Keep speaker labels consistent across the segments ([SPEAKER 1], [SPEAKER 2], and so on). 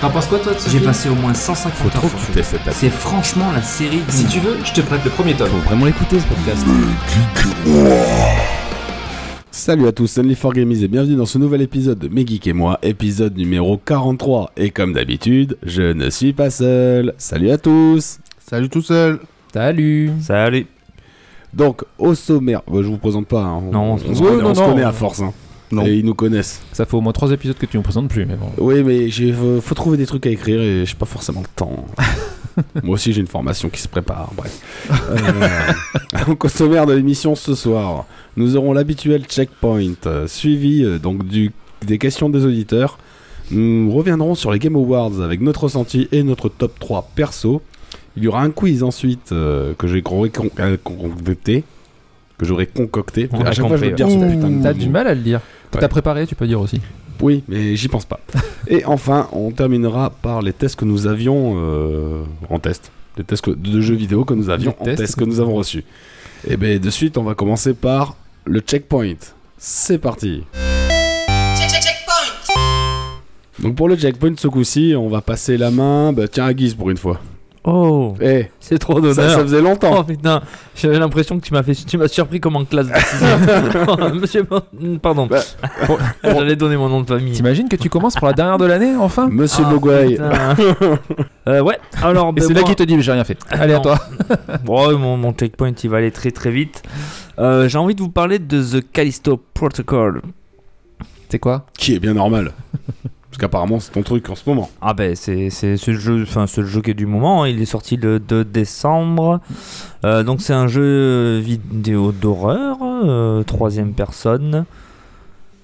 [SPEAKER 1] T'en penses quoi toi de ce
[SPEAKER 2] J'ai
[SPEAKER 1] film
[SPEAKER 2] passé au moins 150
[SPEAKER 3] Faut
[SPEAKER 2] heures.
[SPEAKER 3] trop que tu testes cette table.
[SPEAKER 2] C'est franchement la série. du
[SPEAKER 1] Si
[SPEAKER 2] moment.
[SPEAKER 1] tu veux, je te prête le premier tome.
[SPEAKER 3] Faut vraiment l'écouter ce podcast.
[SPEAKER 4] Salut à tous, only for Gamies et bienvenue dans ce nouvel épisode de Mes Geeks et moi, épisode numéro 43. Et comme d'habitude, je ne suis pas seul. Salut à tous
[SPEAKER 5] Salut tout seul.
[SPEAKER 6] Salut
[SPEAKER 7] Salut.
[SPEAKER 4] Donc, au sommaire, bah, je vous présente pas, hein. on,
[SPEAKER 6] Non, on
[SPEAKER 4] on
[SPEAKER 6] se
[SPEAKER 4] se
[SPEAKER 6] présente
[SPEAKER 4] connaît,
[SPEAKER 6] pas.
[SPEAKER 4] on se
[SPEAKER 6] Non, non,
[SPEAKER 4] connaît
[SPEAKER 6] on-
[SPEAKER 4] à force. hein.
[SPEAKER 5] Non.
[SPEAKER 4] Et ils nous connaissent.
[SPEAKER 6] Ça fait au moins trois épisodes que tu me présentes plus, mais bon.
[SPEAKER 4] Oui, mais j'ai faut faut trouver des trucs à écrire et j'ai pas forcément le temps. Moi aussi, j'ai une formation qui se prépare. Bref. Euh, donc, au sommaire de l'émission ce soir, nous aurons l'habituel checkpoint, euh, suivi euh, donc du, des questions des auditeurs. Nous reviendrons sur les Game Awards avec notre ressenti et notre top 3 perso. Il y aura un quiz ensuite euh, que j'ai con- con- euh, concocté. Que j'aurais concocté.
[SPEAKER 6] On
[SPEAKER 4] à
[SPEAKER 6] a
[SPEAKER 4] chaque fois, je veux
[SPEAKER 6] compris,
[SPEAKER 4] dire ce putain de
[SPEAKER 6] T'as
[SPEAKER 4] mot.
[SPEAKER 6] du mal à le dire. Que
[SPEAKER 4] Ouais.
[SPEAKER 6] T'as préparé, tu peux dire aussi.
[SPEAKER 4] Oui, mais j'y pense pas. Et enfin, on terminera par les tests que nous avions euh, en test. Les tests que- de jeux vidéo que nous avions
[SPEAKER 6] Les
[SPEAKER 4] en
[SPEAKER 6] tests.
[SPEAKER 4] test que nous avons reçus. Et bien, de suite, on va commencer par le checkpoint. C'est parti Donc pour le checkpoint, ce coup-ci, on va passer la main, bah, tiens, à Guise pour une fois.
[SPEAKER 7] Oh,
[SPEAKER 4] Eh,
[SPEAKER 7] c'est trop
[SPEAKER 4] ça, ça
[SPEAKER 7] d'honneur.
[SPEAKER 4] faisait longtemps
[SPEAKER 7] Oh putain, j'avais l'impression que tu m'as fait, tu m'as surpris comme en classe de sixième. Oh, Monsieur, Mo- pardon.
[SPEAKER 4] Bah,
[SPEAKER 7] Bon, J'allais donner mon nom de famille.
[SPEAKER 6] T'imagines que tu commences pour la dernière de l'année, enfin
[SPEAKER 4] Monsieur
[SPEAKER 7] Ah,
[SPEAKER 4] Mogwai,
[SPEAKER 7] putain. Euh, ouais, alors.
[SPEAKER 6] Et
[SPEAKER 7] ben,
[SPEAKER 6] c'est là
[SPEAKER 7] moi-
[SPEAKER 6] qu'il te dit, mais j'ai rien fait. Allez, à
[SPEAKER 7] Non.
[SPEAKER 6] toi.
[SPEAKER 7] Bon, mon, mon checkpoint il va aller très très vite. Euh, J'ai envie de vous parler de The Callisto Protocol.
[SPEAKER 6] C'est quoi
[SPEAKER 4] qui est bien normal. Parce qu'apparemment, c'est ton truc en ce moment.
[SPEAKER 7] Ah ben c'est c'est ce jeu, enfin ce jeu qui est du moment, hein, il est sorti le 2 décembre. Euh, donc c'est un jeu euh, vidéo d'horreur, euh, troisième personne.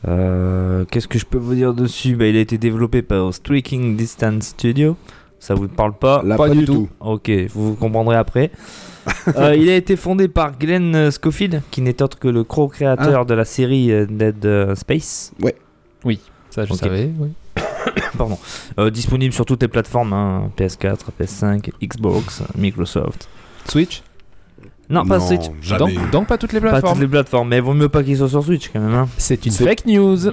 [SPEAKER 7] Euh, Qu'est-ce que je peux vous dire dessus Ben, Il a été développé par Streaking Distance Studio. Ça vous parle pas
[SPEAKER 4] Là, pas, du tout.
[SPEAKER 7] Ok, vous comprendrez après. Euh, il a été fondé par Glenn euh, Scofield, qui n'est autre que le co-créateur de la série euh, Dead euh, Space.
[SPEAKER 6] Ça, je
[SPEAKER 7] Ok.
[SPEAKER 6] savais, oui.
[SPEAKER 7] Pardon. Euh, disponible sur toutes les plateformes hein, PS4, PS5, Xbox, Microsoft.
[SPEAKER 6] Switch
[SPEAKER 7] Non, pas Switch.
[SPEAKER 4] Jamais.
[SPEAKER 6] donc, donc pas toutes les
[SPEAKER 7] Pas toutes
[SPEAKER 6] plateformes.
[SPEAKER 7] les plateformes, mais vaut mieux pas qu'ils soient sur Switch quand même. hein.
[SPEAKER 6] C'est une
[SPEAKER 4] C'est-
[SPEAKER 6] fake news.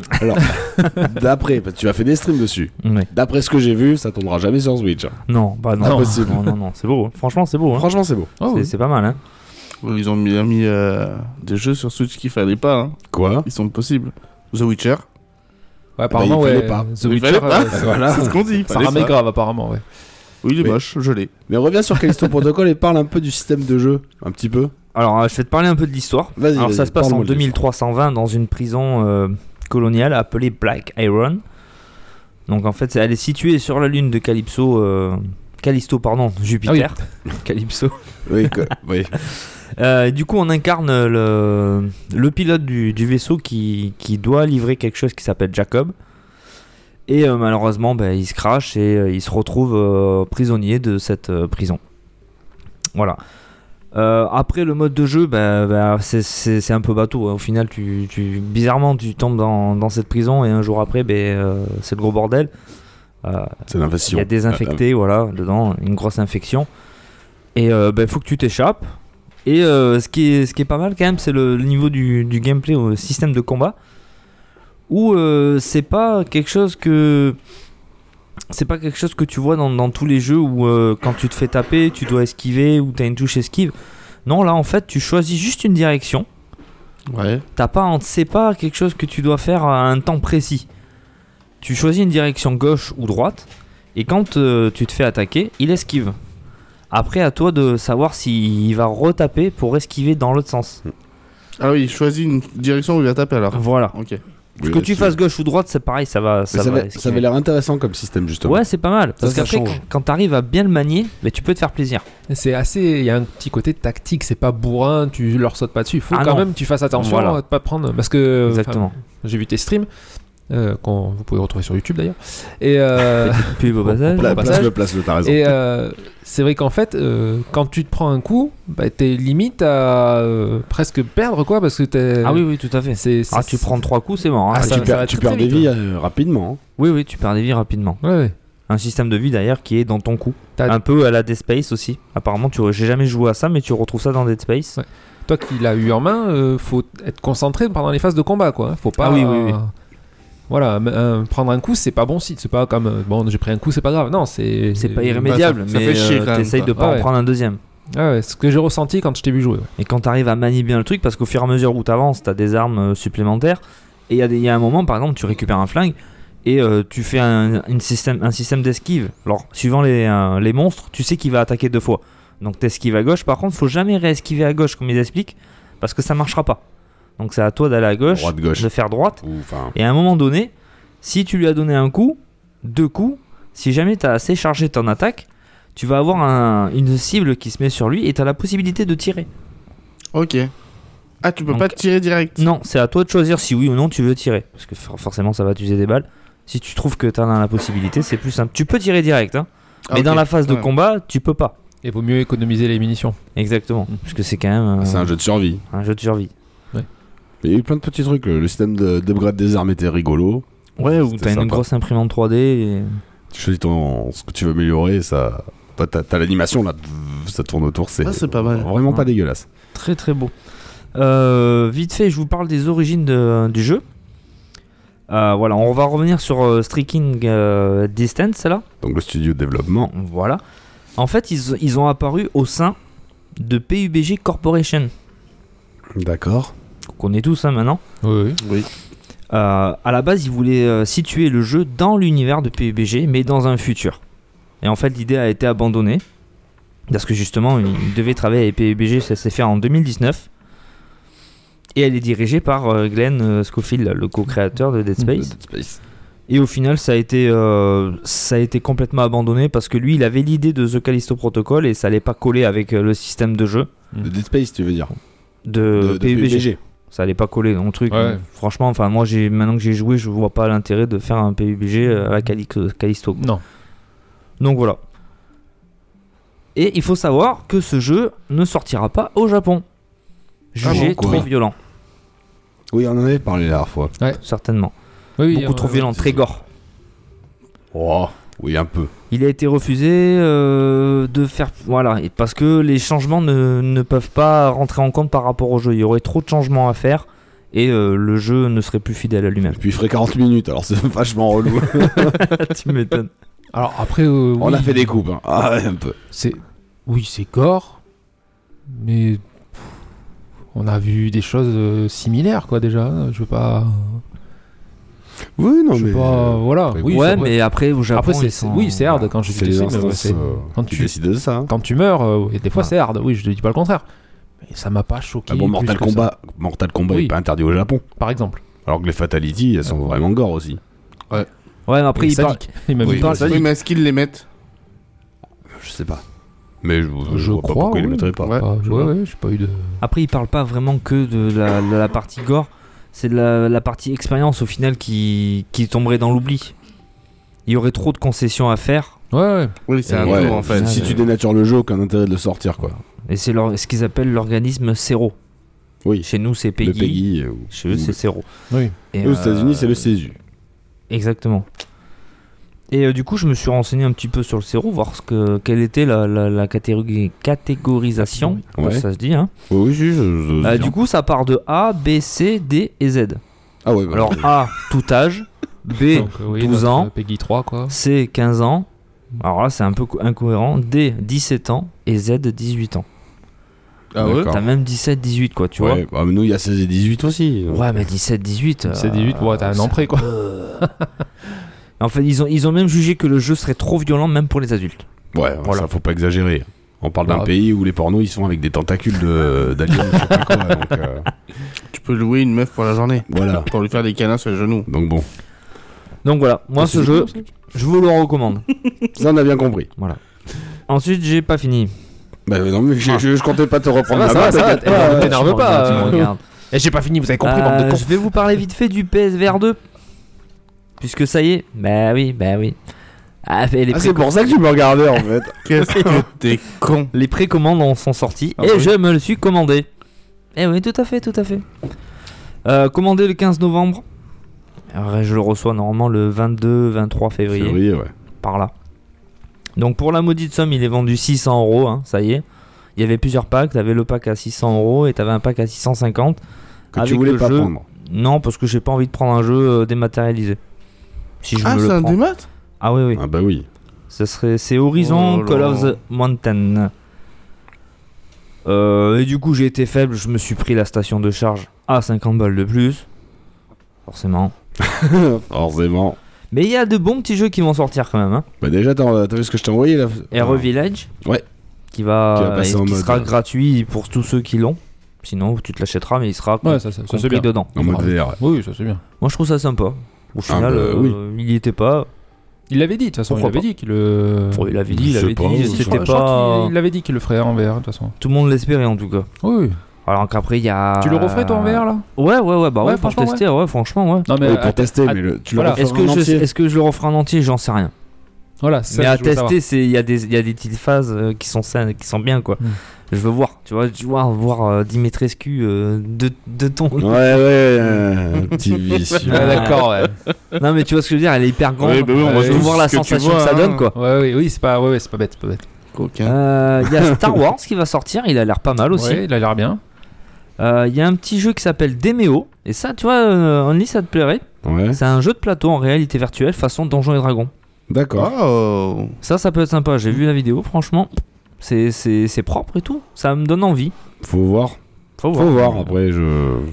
[SPEAKER 4] D'après, parce que tu as fait des streams dessus. D'après ce que j'ai vu, ça tombera jamais sur Switch.
[SPEAKER 7] Non, bah non.
[SPEAKER 4] Impossible.
[SPEAKER 7] Non, non, non, c'est beau. hein. Franchement, c'est beau. hein.
[SPEAKER 4] Franchement, c'est beau.
[SPEAKER 6] Oh,
[SPEAKER 7] C'est-
[SPEAKER 6] oui.
[SPEAKER 7] C'est pas mal. Hein.
[SPEAKER 5] Ils ont mis, mis, euh, des jeux sur Switch qu'il fallait pas. hein.
[SPEAKER 4] Quoi
[SPEAKER 5] Ils sont possibles. The Witcher.
[SPEAKER 6] Ouais, apparemment,
[SPEAKER 4] il fallait
[SPEAKER 6] ouais.
[SPEAKER 4] pas.
[SPEAKER 6] The
[SPEAKER 5] Il
[SPEAKER 6] Witcher,
[SPEAKER 5] fallait pas.
[SPEAKER 6] euh,
[SPEAKER 4] Voilà.
[SPEAKER 5] C'est ce qu'on dit.
[SPEAKER 6] ça
[SPEAKER 5] fallait
[SPEAKER 6] ramait
[SPEAKER 5] pas.
[SPEAKER 6] grave, apparemment, ouais.
[SPEAKER 5] Oui, il est
[SPEAKER 4] Mais-
[SPEAKER 5] moche, je l'ai.
[SPEAKER 4] Mais reviens sur Callisto Protocol et parle un peu du système de jeu. Un petit peu.
[SPEAKER 7] Alors, euh, je vais te parler un peu de l'histoire.
[SPEAKER 4] Vas-y.
[SPEAKER 7] Alors, ça
[SPEAKER 4] vas-y,
[SPEAKER 7] se passe en
[SPEAKER 4] parle-moi de
[SPEAKER 7] 2320 dans une prison euh, coloniale appelée Black Iron. Donc, en fait, elle est située sur la lune de Calypso. euh, Callisto, pardon, Jupiter. Calypso.
[SPEAKER 4] Oui, que- oui.
[SPEAKER 7] Euh, du coup, on incarne le, le pilote du, du vaisseau qui, qui doit livrer quelque chose qui s'appelle Jacob. Et euh, malheureusement, ben, il se crache et euh, il se retrouve euh, prisonnier de cette euh, prison. Voilà. Euh, après, le mode de jeu, ben, ben, c'est- c'est c'est un peu bateau. hein. Au final, tu, tu- bizarrement, tu tombes dans, dans cette prison et un jour après, ben, euh, c'est le gros bordel. Euh, il
[SPEAKER 4] C'est
[SPEAKER 7] y
[SPEAKER 4] l'invasion.
[SPEAKER 7] a des infectés, voilà, dedans, une grosse infection. Et il faut que tu t'échappes. Et euh, ce, qui est, ce qui est pas mal quand même, c'est le, le niveau du, du gameplay au système de combat. Où euh, c'est pas quelque chose que. C'est pas quelque chose que tu vois dans, dans tous les jeux où euh, quand tu te fais taper, tu dois esquiver ou t'as une touche esquive. Non, là en fait, tu choisis juste une direction.
[SPEAKER 5] Ouais.
[SPEAKER 7] T'as pas, on ne sait pas quelque chose que tu dois faire à un temps précis. Tu choisis une direction gauche ou droite, et quand euh, tu te fais attaquer, il esquive. Après, à toi de savoir s'il va retaper pour esquiver dans l'autre sens.
[SPEAKER 5] Ah oui, il choisit une direction où il va taper alors.
[SPEAKER 7] Voilà.
[SPEAKER 5] Ok.
[SPEAKER 4] Oui,
[SPEAKER 7] que tu
[SPEAKER 4] là-dessus.
[SPEAKER 7] fasses gauche ou droite, c'est pareil, ça va.
[SPEAKER 4] Mais
[SPEAKER 7] Ça,
[SPEAKER 4] Ça,
[SPEAKER 7] va
[SPEAKER 4] avait,
[SPEAKER 7] esquiver.
[SPEAKER 4] ça avait l'air intéressant comme système, justement.
[SPEAKER 7] Ouais, c'est pas mal. Parce
[SPEAKER 4] ça
[SPEAKER 7] qu'après, quand,
[SPEAKER 4] change.
[SPEAKER 7] quand t'arrives à bien le manier, mais tu peux te faire plaisir.
[SPEAKER 6] C'est assez. Il y a un petit côté tactique, c'est pas bourrin, tu leur sautes pas dessus. Il faut
[SPEAKER 7] Ah
[SPEAKER 6] quand
[SPEAKER 7] non.
[SPEAKER 6] même que tu fasses attention
[SPEAKER 7] Voilà.
[SPEAKER 6] à te pas prendre. Parce que.
[SPEAKER 5] Euh,
[SPEAKER 6] enfin,
[SPEAKER 7] Exactement.
[SPEAKER 6] J'ai vu tes streams, euh, qu'on- vous pouvez retrouver sur YouTube d'ailleurs. Et, euh,
[SPEAKER 7] Puis au passage.
[SPEAKER 4] Pla-
[SPEAKER 6] au
[SPEAKER 4] place
[SPEAKER 6] passage.
[SPEAKER 4] le place le, t'as raison.
[SPEAKER 6] et euh, c'est vrai qu'en fait, euh, quand tu te prends un coup, bah, t'es limite à euh, presque perdre quoi, parce que t'es.
[SPEAKER 7] Ah oui, oui, tout à fait.
[SPEAKER 6] c'est. c'est-
[SPEAKER 7] Ah, tu prends trois coups, c'est mort. hein.
[SPEAKER 6] Ah,
[SPEAKER 4] Ah,
[SPEAKER 6] ça-
[SPEAKER 4] tu perds,
[SPEAKER 6] va
[SPEAKER 4] tu
[SPEAKER 6] très,
[SPEAKER 4] perds
[SPEAKER 6] très
[SPEAKER 4] des
[SPEAKER 6] vite,
[SPEAKER 4] vies euh, rapidement. hein.
[SPEAKER 7] Oui, oui, tu perds des vies rapidement.
[SPEAKER 6] Ouais, ouais.
[SPEAKER 7] Un système de vie d'ailleurs qui est dans ton coup.
[SPEAKER 6] T'as-
[SPEAKER 7] Un peu à la Dead Space aussi. Apparemment, tu j'ai jamais joué à ça, mais tu retrouves ça dans Dead Space.
[SPEAKER 6] Ouais. Toi qui l'as eu en main, euh, faut être concentré pendant les phases de combat quoi. Faut pas.
[SPEAKER 7] Ah oui, oui, oui.
[SPEAKER 6] Voilà, un- un- prendre un coup, c'est pas bon site. C'est pas comme euh, bon, j'ai pris un coup, c'est pas grave. Non, c'est
[SPEAKER 7] C'est pas irrémédiable,
[SPEAKER 5] Bah, ça- ça
[SPEAKER 7] mais
[SPEAKER 5] fait chier,
[SPEAKER 7] euh,
[SPEAKER 5] quand même,
[SPEAKER 7] t'essayes
[SPEAKER 5] quoi.
[SPEAKER 7] de pas
[SPEAKER 6] Ouais.
[SPEAKER 7] en prendre un deuxième.
[SPEAKER 6] Ah ouais, c'est ce que j'ai ressenti quand je t'ai vu jouer. ouais.
[SPEAKER 7] Et quand t'arrives à manier bien le truc, parce qu'au fur et à mesure où t'avances, t'as des armes euh, supplémentaires. Et il y a des- il y, a un moment, par exemple, tu récupères un flingue et euh, tu fais un, une système, un système d'esquive. Alors, suivant les, euh, les monstres, tu sais qu'il va attaquer deux fois. Donc t'esquives à gauche. Par contre, faut jamais réesquiver à gauche, comme ils expliquent, parce que ça marchera pas. Donc c'est à toi d'aller à gauche,
[SPEAKER 4] Droite, gauche.
[SPEAKER 7] de faire droite.
[SPEAKER 4] Ou, enfin,
[SPEAKER 7] Et à un moment donné, si tu lui as donné un coup, deux coups, si jamais t'as assez chargé ton attaque, tu vas avoir un- une cible qui se met sur lui et t'as la possibilité de tirer.
[SPEAKER 5] Ok. Ah, tu peux
[SPEAKER 7] Donc-
[SPEAKER 5] pas tirer direct.
[SPEAKER 7] Non, c'est à toi de choisir si oui ou non tu veux tirer. Parce que for- forcément, ça va t'user des balles. Si tu trouves que t'en as la possibilité, c'est plus simple. Tu peux tirer direct, hein,
[SPEAKER 5] Ah,
[SPEAKER 7] mais
[SPEAKER 5] ok.
[SPEAKER 7] dans la phase de
[SPEAKER 5] Ouais.
[SPEAKER 7] combat, tu peux pas.
[SPEAKER 6] Et vaut mieux économiser les munitions.
[SPEAKER 7] Exactement. Parce que c'est quand même euh,
[SPEAKER 4] c'est un jeu de survie.
[SPEAKER 7] un jeu de survie.
[SPEAKER 4] Il y a eu plein de petits trucs. Le le système de- d'upgrade des armes était rigolo.
[SPEAKER 7] Ouais, ou
[SPEAKER 4] C'était
[SPEAKER 7] t'as une
[SPEAKER 4] sympa.
[SPEAKER 7] grosse imprimante 3D. et-
[SPEAKER 4] Tu choisis ton, ce que tu veux améliorer, et ça. T'as, t'as- t'as l'animation là, ça tourne autour, c'est,
[SPEAKER 5] Ah, c'est pas mal.
[SPEAKER 4] vraiment pas
[SPEAKER 7] Ouais.
[SPEAKER 4] dégueulasse.
[SPEAKER 7] Très très beau. Euh, vite fait, je vous parle des origines de- du jeu. Euh, voilà, on va revenir sur euh, Striking euh, Distance là.
[SPEAKER 4] Donc le studio de développement,
[SPEAKER 7] Voilà. En fait, ils, ils ont apparu au sein de PUBG Corporation,
[SPEAKER 4] d'accord.
[SPEAKER 7] qu'on connaît tous hein, maintenant.
[SPEAKER 6] Oui,
[SPEAKER 7] Euh, à la base, ils voulaient euh, situer le jeu dans l'univers de PUBG, mais dans un futur. Et en fait, l'idée a été abandonnée. Parce que justement, ils devaient travailler avec PUBG, ça s'est fait en 2019. Et elle est dirigée par euh, Glenn euh, Schofield, le co-créateur de Dead Space. Et au final, ça a, été, euh, ça a été complètement abandonné parce que lui, il avait l'idée de The Callisto Protocol et ça allait pas coller avec euh, le système de jeu
[SPEAKER 4] De Dead Space, tu veux dire
[SPEAKER 7] de,
[SPEAKER 4] De- de
[SPEAKER 7] PUBG ça allait pas coller dans le truc.
[SPEAKER 6] Ouais.
[SPEAKER 7] Franchement, enfin moi j'ai maintenant que j'ai joué, je vois pas l'intérêt de faire un PUBG euh, à la Cali- Callisto.
[SPEAKER 6] Non.
[SPEAKER 7] Donc voilà. Et il faut savoir que ce jeu ne sortira pas au Japon.
[SPEAKER 4] Ah
[SPEAKER 7] Jugé
[SPEAKER 4] bon, quoi.
[SPEAKER 7] trop violent,
[SPEAKER 4] Oui, on en avait parlé la dernière fois.
[SPEAKER 7] certainement.
[SPEAKER 6] Oui, oui,
[SPEAKER 7] Beaucoup
[SPEAKER 6] euh,
[SPEAKER 7] trop violent, très gore.
[SPEAKER 4] Oh, oui, un peu.
[SPEAKER 7] Il a été refusé euh, de faire. Voilà, et parce que les changements ne, ne peuvent pas rentrer en compte par rapport au jeu. Il y aurait trop de changements à faire et euh, le jeu ne serait plus fidèle à lui-même.
[SPEAKER 4] Et puis il ferait 40 minutes, alors c'est vachement relou.
[SPEAKER 7] Ah, tu m'étonnes.
[SPEAKER 6] Alors après, euh,
[SPEAKER 4] on
[SPEAKER 6] oui,
[SPEAKER 4] a fait des coupes, hein. Ah, ouais, un peu.
[SPEAKER 6] C'est oui, c'est gore, mais pff, on a vu des choses euh, similaires quoi déjà. hein, Je veux pas,
[SPEAKER 4] Oui, non, euh,
[SPEAKER 6] je veux pas, voilà.
[SPEAKER 4] après,
[SPEAKER 6] Oui,
[SPEAKER 7] ouais,
[SPEAKER 6] c'est vrai.
[SPEAKER 7] mais après au Japon,
[SPEAKER 6] après c'est
[SPEAKER 7] ils sont-
[SPEAKER 6] oui, c'est hard quand je
[SPEAKER 4] C'est
[SPEAKER 6] dis
[SPEAKER 4] les
[SPEAKER 6] que c'est, mais ouais,
[SPEAKER 4] instances
[SPEAKER 6] c'est-
[SPEAKER 4] euh,
[SPEAKER 6] quand
[SPEAKER 4] qui
[SPEAKER 6] tu-
[SPEAKER 4] décident de ça. hein.
[SPEAKER 6] quand tu meurs, euh, et des fois
[SPEAKER 7] Ouais.
[SPEAKER 6] c'est hard. Oui, je te dis pas le contraire. Mais ça m'a pas choqué.
[SPEAKER 4] Ah bon,
[SPEAKER 6] plus
[SPEAKER 4] Mortal
[SPEAKER 6] que ça,
[SPEAKER 4] Kombat, Mortal Kombat
[SPEAKER 6] Oui.
[SPEAKER 4] est pas interdit au Japon.
[SPEAKER 6] par exemple.
[SPEAKER 4] Alors que les Fatalities, elles sont vraiment gore aussi.
[SPEAKER 7] Ouais, mais après
[SPEAKER 6] Et
[SPEAKER 7] ils parlent-
[SPEAKER 6] sadique. Et même
[SPEAKER 5] Oui,
[SPEAKER 6] il parle-
[SPEAKER 5] oui, mais est-ce qu'ils les mettent
[SPEAKER 4] Je sais pas. Mais je, je
[SPEAKER 6] Je
[SPEAKER 4] vois
[SPEAKER 6] crois,
[SPEAKER 4] pas pourquoi ils le
[SPEAKER 6] oui.
[SPEAKER 4] mettraient pas.
[SPEAKER 6] Ah, ouais, ouais, j'ai pas eu de.
[SPEAKER 7] Après, il parle pas vraiment que de la, de la partie gore, c'est de la, la partie expérience au final qui, qui tomberait dans l'oubli. Il y aurait trop de concessions à faire,
[SPEAKER 6] Ouais, ouais.
[SPEAKER 5] Oui, c'est un
[SPEAKER 7] Ouais,
[SPEAKER 5] tour en fait.
[SPEAKER 4] Si
[SPEAKER 7] euh,
[SPEAKER 4] tu dénatures le jeu, aucun intérêt de le sortir quoi.
[SPEAKER 7] et c'est leur- ce qu'ils appellent l'organisme CERO.
[SPEAKER 4] Oui.
[SPEAKER 7] Chez nous, c'est
[SPEAKER 4] Le
[SPEAKER 7] PEGI,
[SPEAKER 4] PEGI. euh, ou-
[SPEAKER 7] chez eux, c'est CERO.
[SPEAKER 6] Oui.
[SPEAKER 7] Et,
[SPEAKER 4] Et aux
[SPEAKER 7] euh,
[SPEAKER 4] États-Unis, c'est le CESU.
[SPEAKER 7] Exactement. Et euh, du coup, je me suis renseigné un petit peu sur le CERO, voir ce que, quelle était la, la- la catégori- catégorisation,
[SPEAKER 4] Ouais.
[SPEAKER 7] ça se dit. hein.
[SPEAKER 4] Oui, si, je- je-
[SPEAKER 7] Euh,
[SPEAKER 4] je-
[SPEAKER 7] du coup, ça part de A, B, C, D et Z.
[SPEAKER 4] Ah ouais, bah,
[SPEAKER 7] Alors A, tout âge. B,
[SPEAKER 6] Donc, euh, oui,
[SPEAKER 7] 12
[SPEAKER 6] donc,
[SPEAKER 7] ans.
[SPEAKER 6] euh, Peggy 3 quoi.
[SPEAKER 7] C, 15 ans. Alors là, c'est un peu co- incohérent. D, 17 ans. Et Z, 18 ans.
[SPEAKER 5] Ah ouais
[SPEAKER 4] D'accord.
[SPEAKER 7] euh, T'as même 17, 18, quoi, tu
[SPEAKER 4] ouais, bah, mais nous, il y a 16 et 18 aussi.
[SPEAKER 7] vois. Ouais, mais 17, 18. euh,
[SPEAKER 6] C'est 18, ouais, t'as un an près quoi.
[SPEAKER 7] En fait, ils ont, ils ont même jugé que le jeu serait trop violent, même pour les adultes.
[SPEAKER 4] Ouais,
[SPEAKER 7] Voilà.
[SPEAKER 4] ça faut pas exagérer. On parle d'un
[SPEAKER 6] Grave.
[SPEAKER 4] pays où les pornos ils sont avec des tentacules de- d'aliens, je sais pas quoi. Donc, euh,
[SPEAKER 5] Tu peux louer une meuf pour la journée.
[SPEAKER 4] voilà.
[SPEAKER 5] Pour lui faire des câlins sur les genoux.
[SPEAKER 4] Donc bon,
[SPEAKER 7] Donc voilà, moi, ce jeu, je vous le recommande.
[SPEAKER 4] ça on a bien compris.
[SPEAKER 7] Ensuite, j'ai pas fini.
[SPEAKER 4] Bah non, mais je, je- je comptais pas te reprendre
[SPEAKER 6] Ça
[SPEAKER 4] la
[SPEAKER 6] va,
[SPEAKER 4] main,
[SPEAKER 6] ça va,
[SPEAKER 4] t'inquiète
[SPEAKER 6] t'énerve-
[SPEAKER 4] pas, Ah,
[SPEAKER 6] t'énerve pas,
[SPEAKER 7] Eh, Tu me regardes,
[SPEAKER 4] ouais.
[SPEAKER 7] tu
[SPEAKER 6] euh.
[SPEAKER 7] me regardes.
[SPEAKER 6] Et j'ai pas fini, vous avez compris, bande
[SPEAKER 7] Euh,
[SPEAKER 6] de cons.
[SPEAKER 7] je vais vous parler vite fait du PSVR 2. Puisque ça y est, bah oui, bah oui. Ah, mais les,
[SPEAKER 4] Ah,
[SPEAKER 7] précom-
[SPEAKER 4] c'est pour ça que tu me regardais en fait.
[SPEAKER 5] Qu'est-ce que t'es con
[SPEAKER 7] les précommandes en sont sorties
[SPEAKER 5] Ah
[SPEAKER 7] et
[SPEAKER 5] oui.
[SPEAKER 7] je me le suis commandé. Eh oui, tout à fait, tout à fait. Euh, commandé le 15 novembre. Alors, je le reçois normalement le 22-23 février,
[SPEAKER 4] Février, ouais.
[SPEAKER 7] par là. Donc pour la maudite somme, il est vendu 600 euros, hein, ça y est. Il y avait plusieurs packs, t'avais le pack à 600 euros et t'avais un pack à 650.
[SPEAKER 4] Que
[SPEAKER 7] Avec
[SPEAKER 4] tu voulais
[SPEAKER 7] le
[SPEAKER 4] pas
[SPEAKER 7] jeu.
[SPEAKER 4] prendre.
[SPEAKER 7] Non, parce que j'ai pas envie de prendre un jeu euh, dématérialisé. Si je
[SPEAKER 5] Ah,
[SPEAKER 7] me
[SPEAKER 5] c'est
[SPEAKER 7] le
[SPEAKER 5] un
[SPEAKER 7] prends.
[SPEAKER 5] démat
[SPEAKER 7] ah oui, oui.
[SPEAKER 4] Ah bah oui.
[SPEAKER 7] Ça serait, c'est
[SPEAKER 5] Oh
[SPEAKER 7] Horizon
[SPEAKER 5] là
[SPEAKER 7] Call
[SPEAKER 5] là.
[SPEAKER 7] of the Mountain. Euh, et du coup, j'ai été faible, je me suis pris la station de charge à 50 balles de plus. Forcément.
[SPEAKER 4] Forcément.
[SPEAKER 7] Mais il y a de bons petits jeux qui vont sortir quand même. hein.
[SPEAKER 4] Bah déjà, t'as t'as vu ce que je t'ai envoyé là
[SPEAKER 7] Hero Village.
[SPEAKER 4] Ouais.
[SPEAKER 7] Qui va,
[SPEAKER 4] Qui va passer en
[SPEAKER 7] qui
[SPEAKER 4] mode-
[SPEAKER 7] sera gratuit pour tous ceux qui l'ont. Sinon, tu te l'achèteras, mais il sera com-
[SPEAKER 6] Ouais, ça, ça, ça, c'est
[SPEAKER 7] compris
[SPEAKER 6] bien.
[SPEAKER 7] dedans.
[SPEAKER 4] En mode VR.
[SPEAKER 6] Oui, ça c'est bien.
[SPEAKER 7] Moi, je trouve ça sympa. Au final,
[SPEAKER 4] bah,
[SPEAKER 7] euh, il y était pas.
[SPEAKER 6] Il l'avait dit, de toute façon, il
[SPEAKER 7] Pourquoi
[SPEAKER 6] l'avait dit qu'il le.
[SPEAKER 7] Bon, il l'avait dit, il
[SPEAKER 4] Je
[SPEAKER 7] avait
[SPEAKER 4] sais pas,
[SPEAKER 7] dit.
[SPEAKER 4] je
[SPEAKER 6] Je
[SPEAKER 7] C'était
[SPEAKER 6] crois- je crois
[SPEAKER 7] pas.
[SPEAKER 6] qu'il- Il l'avait dit qu'il le ferait en VR, de toute façon.
[SPEAKER 7] Tout le monde l'espérait en tout cas.
[SPEAKER 6] Oui.
[SPEAKER 7] Alors qu'après, il y a.
[SPEAKER 6] Tu le referais, toi, en VR, là
[SPEAKER 7] Ouais, ouais, ouais, bah
[SPEAKER 6] Ouais,
[SPEAKER 7] ouais, pour
[SPEAKER 6] franchement,
[SPEAKER 7] tester, ouais, franchement, ouais.
[SPEAKER 6] Non, mais. euh,
[SPEAKER 4] Ah. Oui,
[SPEAKER 6] à-
[SPEAKER 4] pour tester,
[SPEAKER 6] à-
[SPEAKER 4] mais le, tu le
[SPEAKER 6] voilà.
[SPEAKER 4] refais
[SPEAKER 7] Est-ce
[SPEAKER 4] en
[SPEAKER 7] que, je,
[SPEAKER 4] entier.
[SPEAKER 7] est-ce que je le referai en entier J'en sais rien.
[SPEAKER 6] Voilà, ça,
[SPEAKER 7] mais à
[SPEAKER 6] je voulais savoir.
[SPEAKER 7] tester, c'est- il y, a des- il y a des petites phases euh, qui sont saines, qui sont bien, quoi.
[SPEAKER 5] Hmm.
[SPEAKER 6] Mm.
[SPEAKER 7] Je veux voir, tu vois, tu vois voir euh, Dimitrescu euh, de, de ton.
[SPEAKER 4] Ouais, ouais, euh, petit vicieux.
[SPEAKER 6] Ouais, d'accord, ouais.
[SPEAKER 7] non, mais tu vois ce que je veux dire, elle est hyper grande.
[SPEAKER 5] Ouais, bah oui, on
[SPEAKER 6] va
[SPEAKER 7] je veux
[SPEAKER 5] tous
[SPEAKER 7] voir
[SPEAKER 5] ce
[SPEAKER 7] la
[SPEAKER 5] que tu
[SPEAKER 7] sensation
[SPEAKER 5] vois,
[SPEAKER 7] que ça
[SPEAKER 5] hein.
[SPEAKER 7] donne, quoi.
[SPEAKER 6] Ouais, oui, oui, c'est pas, ouais, ouais, c'est pas bête, c'est pas bête.
[SPEAKER 5] Coquin.
[SPEAKER 7] Euh, Il y a Star Wars qui va sortir, il a l'air pas mal aussi.
[SPEAKER 6] Ouais, il a l'air bien.
[SPEAKER 7] Euh, Il y a un petit jeu qui s'appelle Demeo, et ça, tu vois, euh, Only, ça te plairait.
[SPEAKER 4] Ouais,
[SPEAKER 7] C'est un jeu de plateau en réalité virtuelle façon Donjons et Dragons.
[SPEAKER 4] d'accord.
[SPEAKER 5] Oh.
[SPEAKER 7] Ça, ça peut être sympa. J'ai vu la vidéo, franchement, c'est- c'est c'est propre et tout. Ça me donne envie.
[SPEAKER 6] Ah.
[SPEAKER 4] Faut voir.
[SPEAKER 7] Faut
[SPEAKER 4] Faut voir après, je.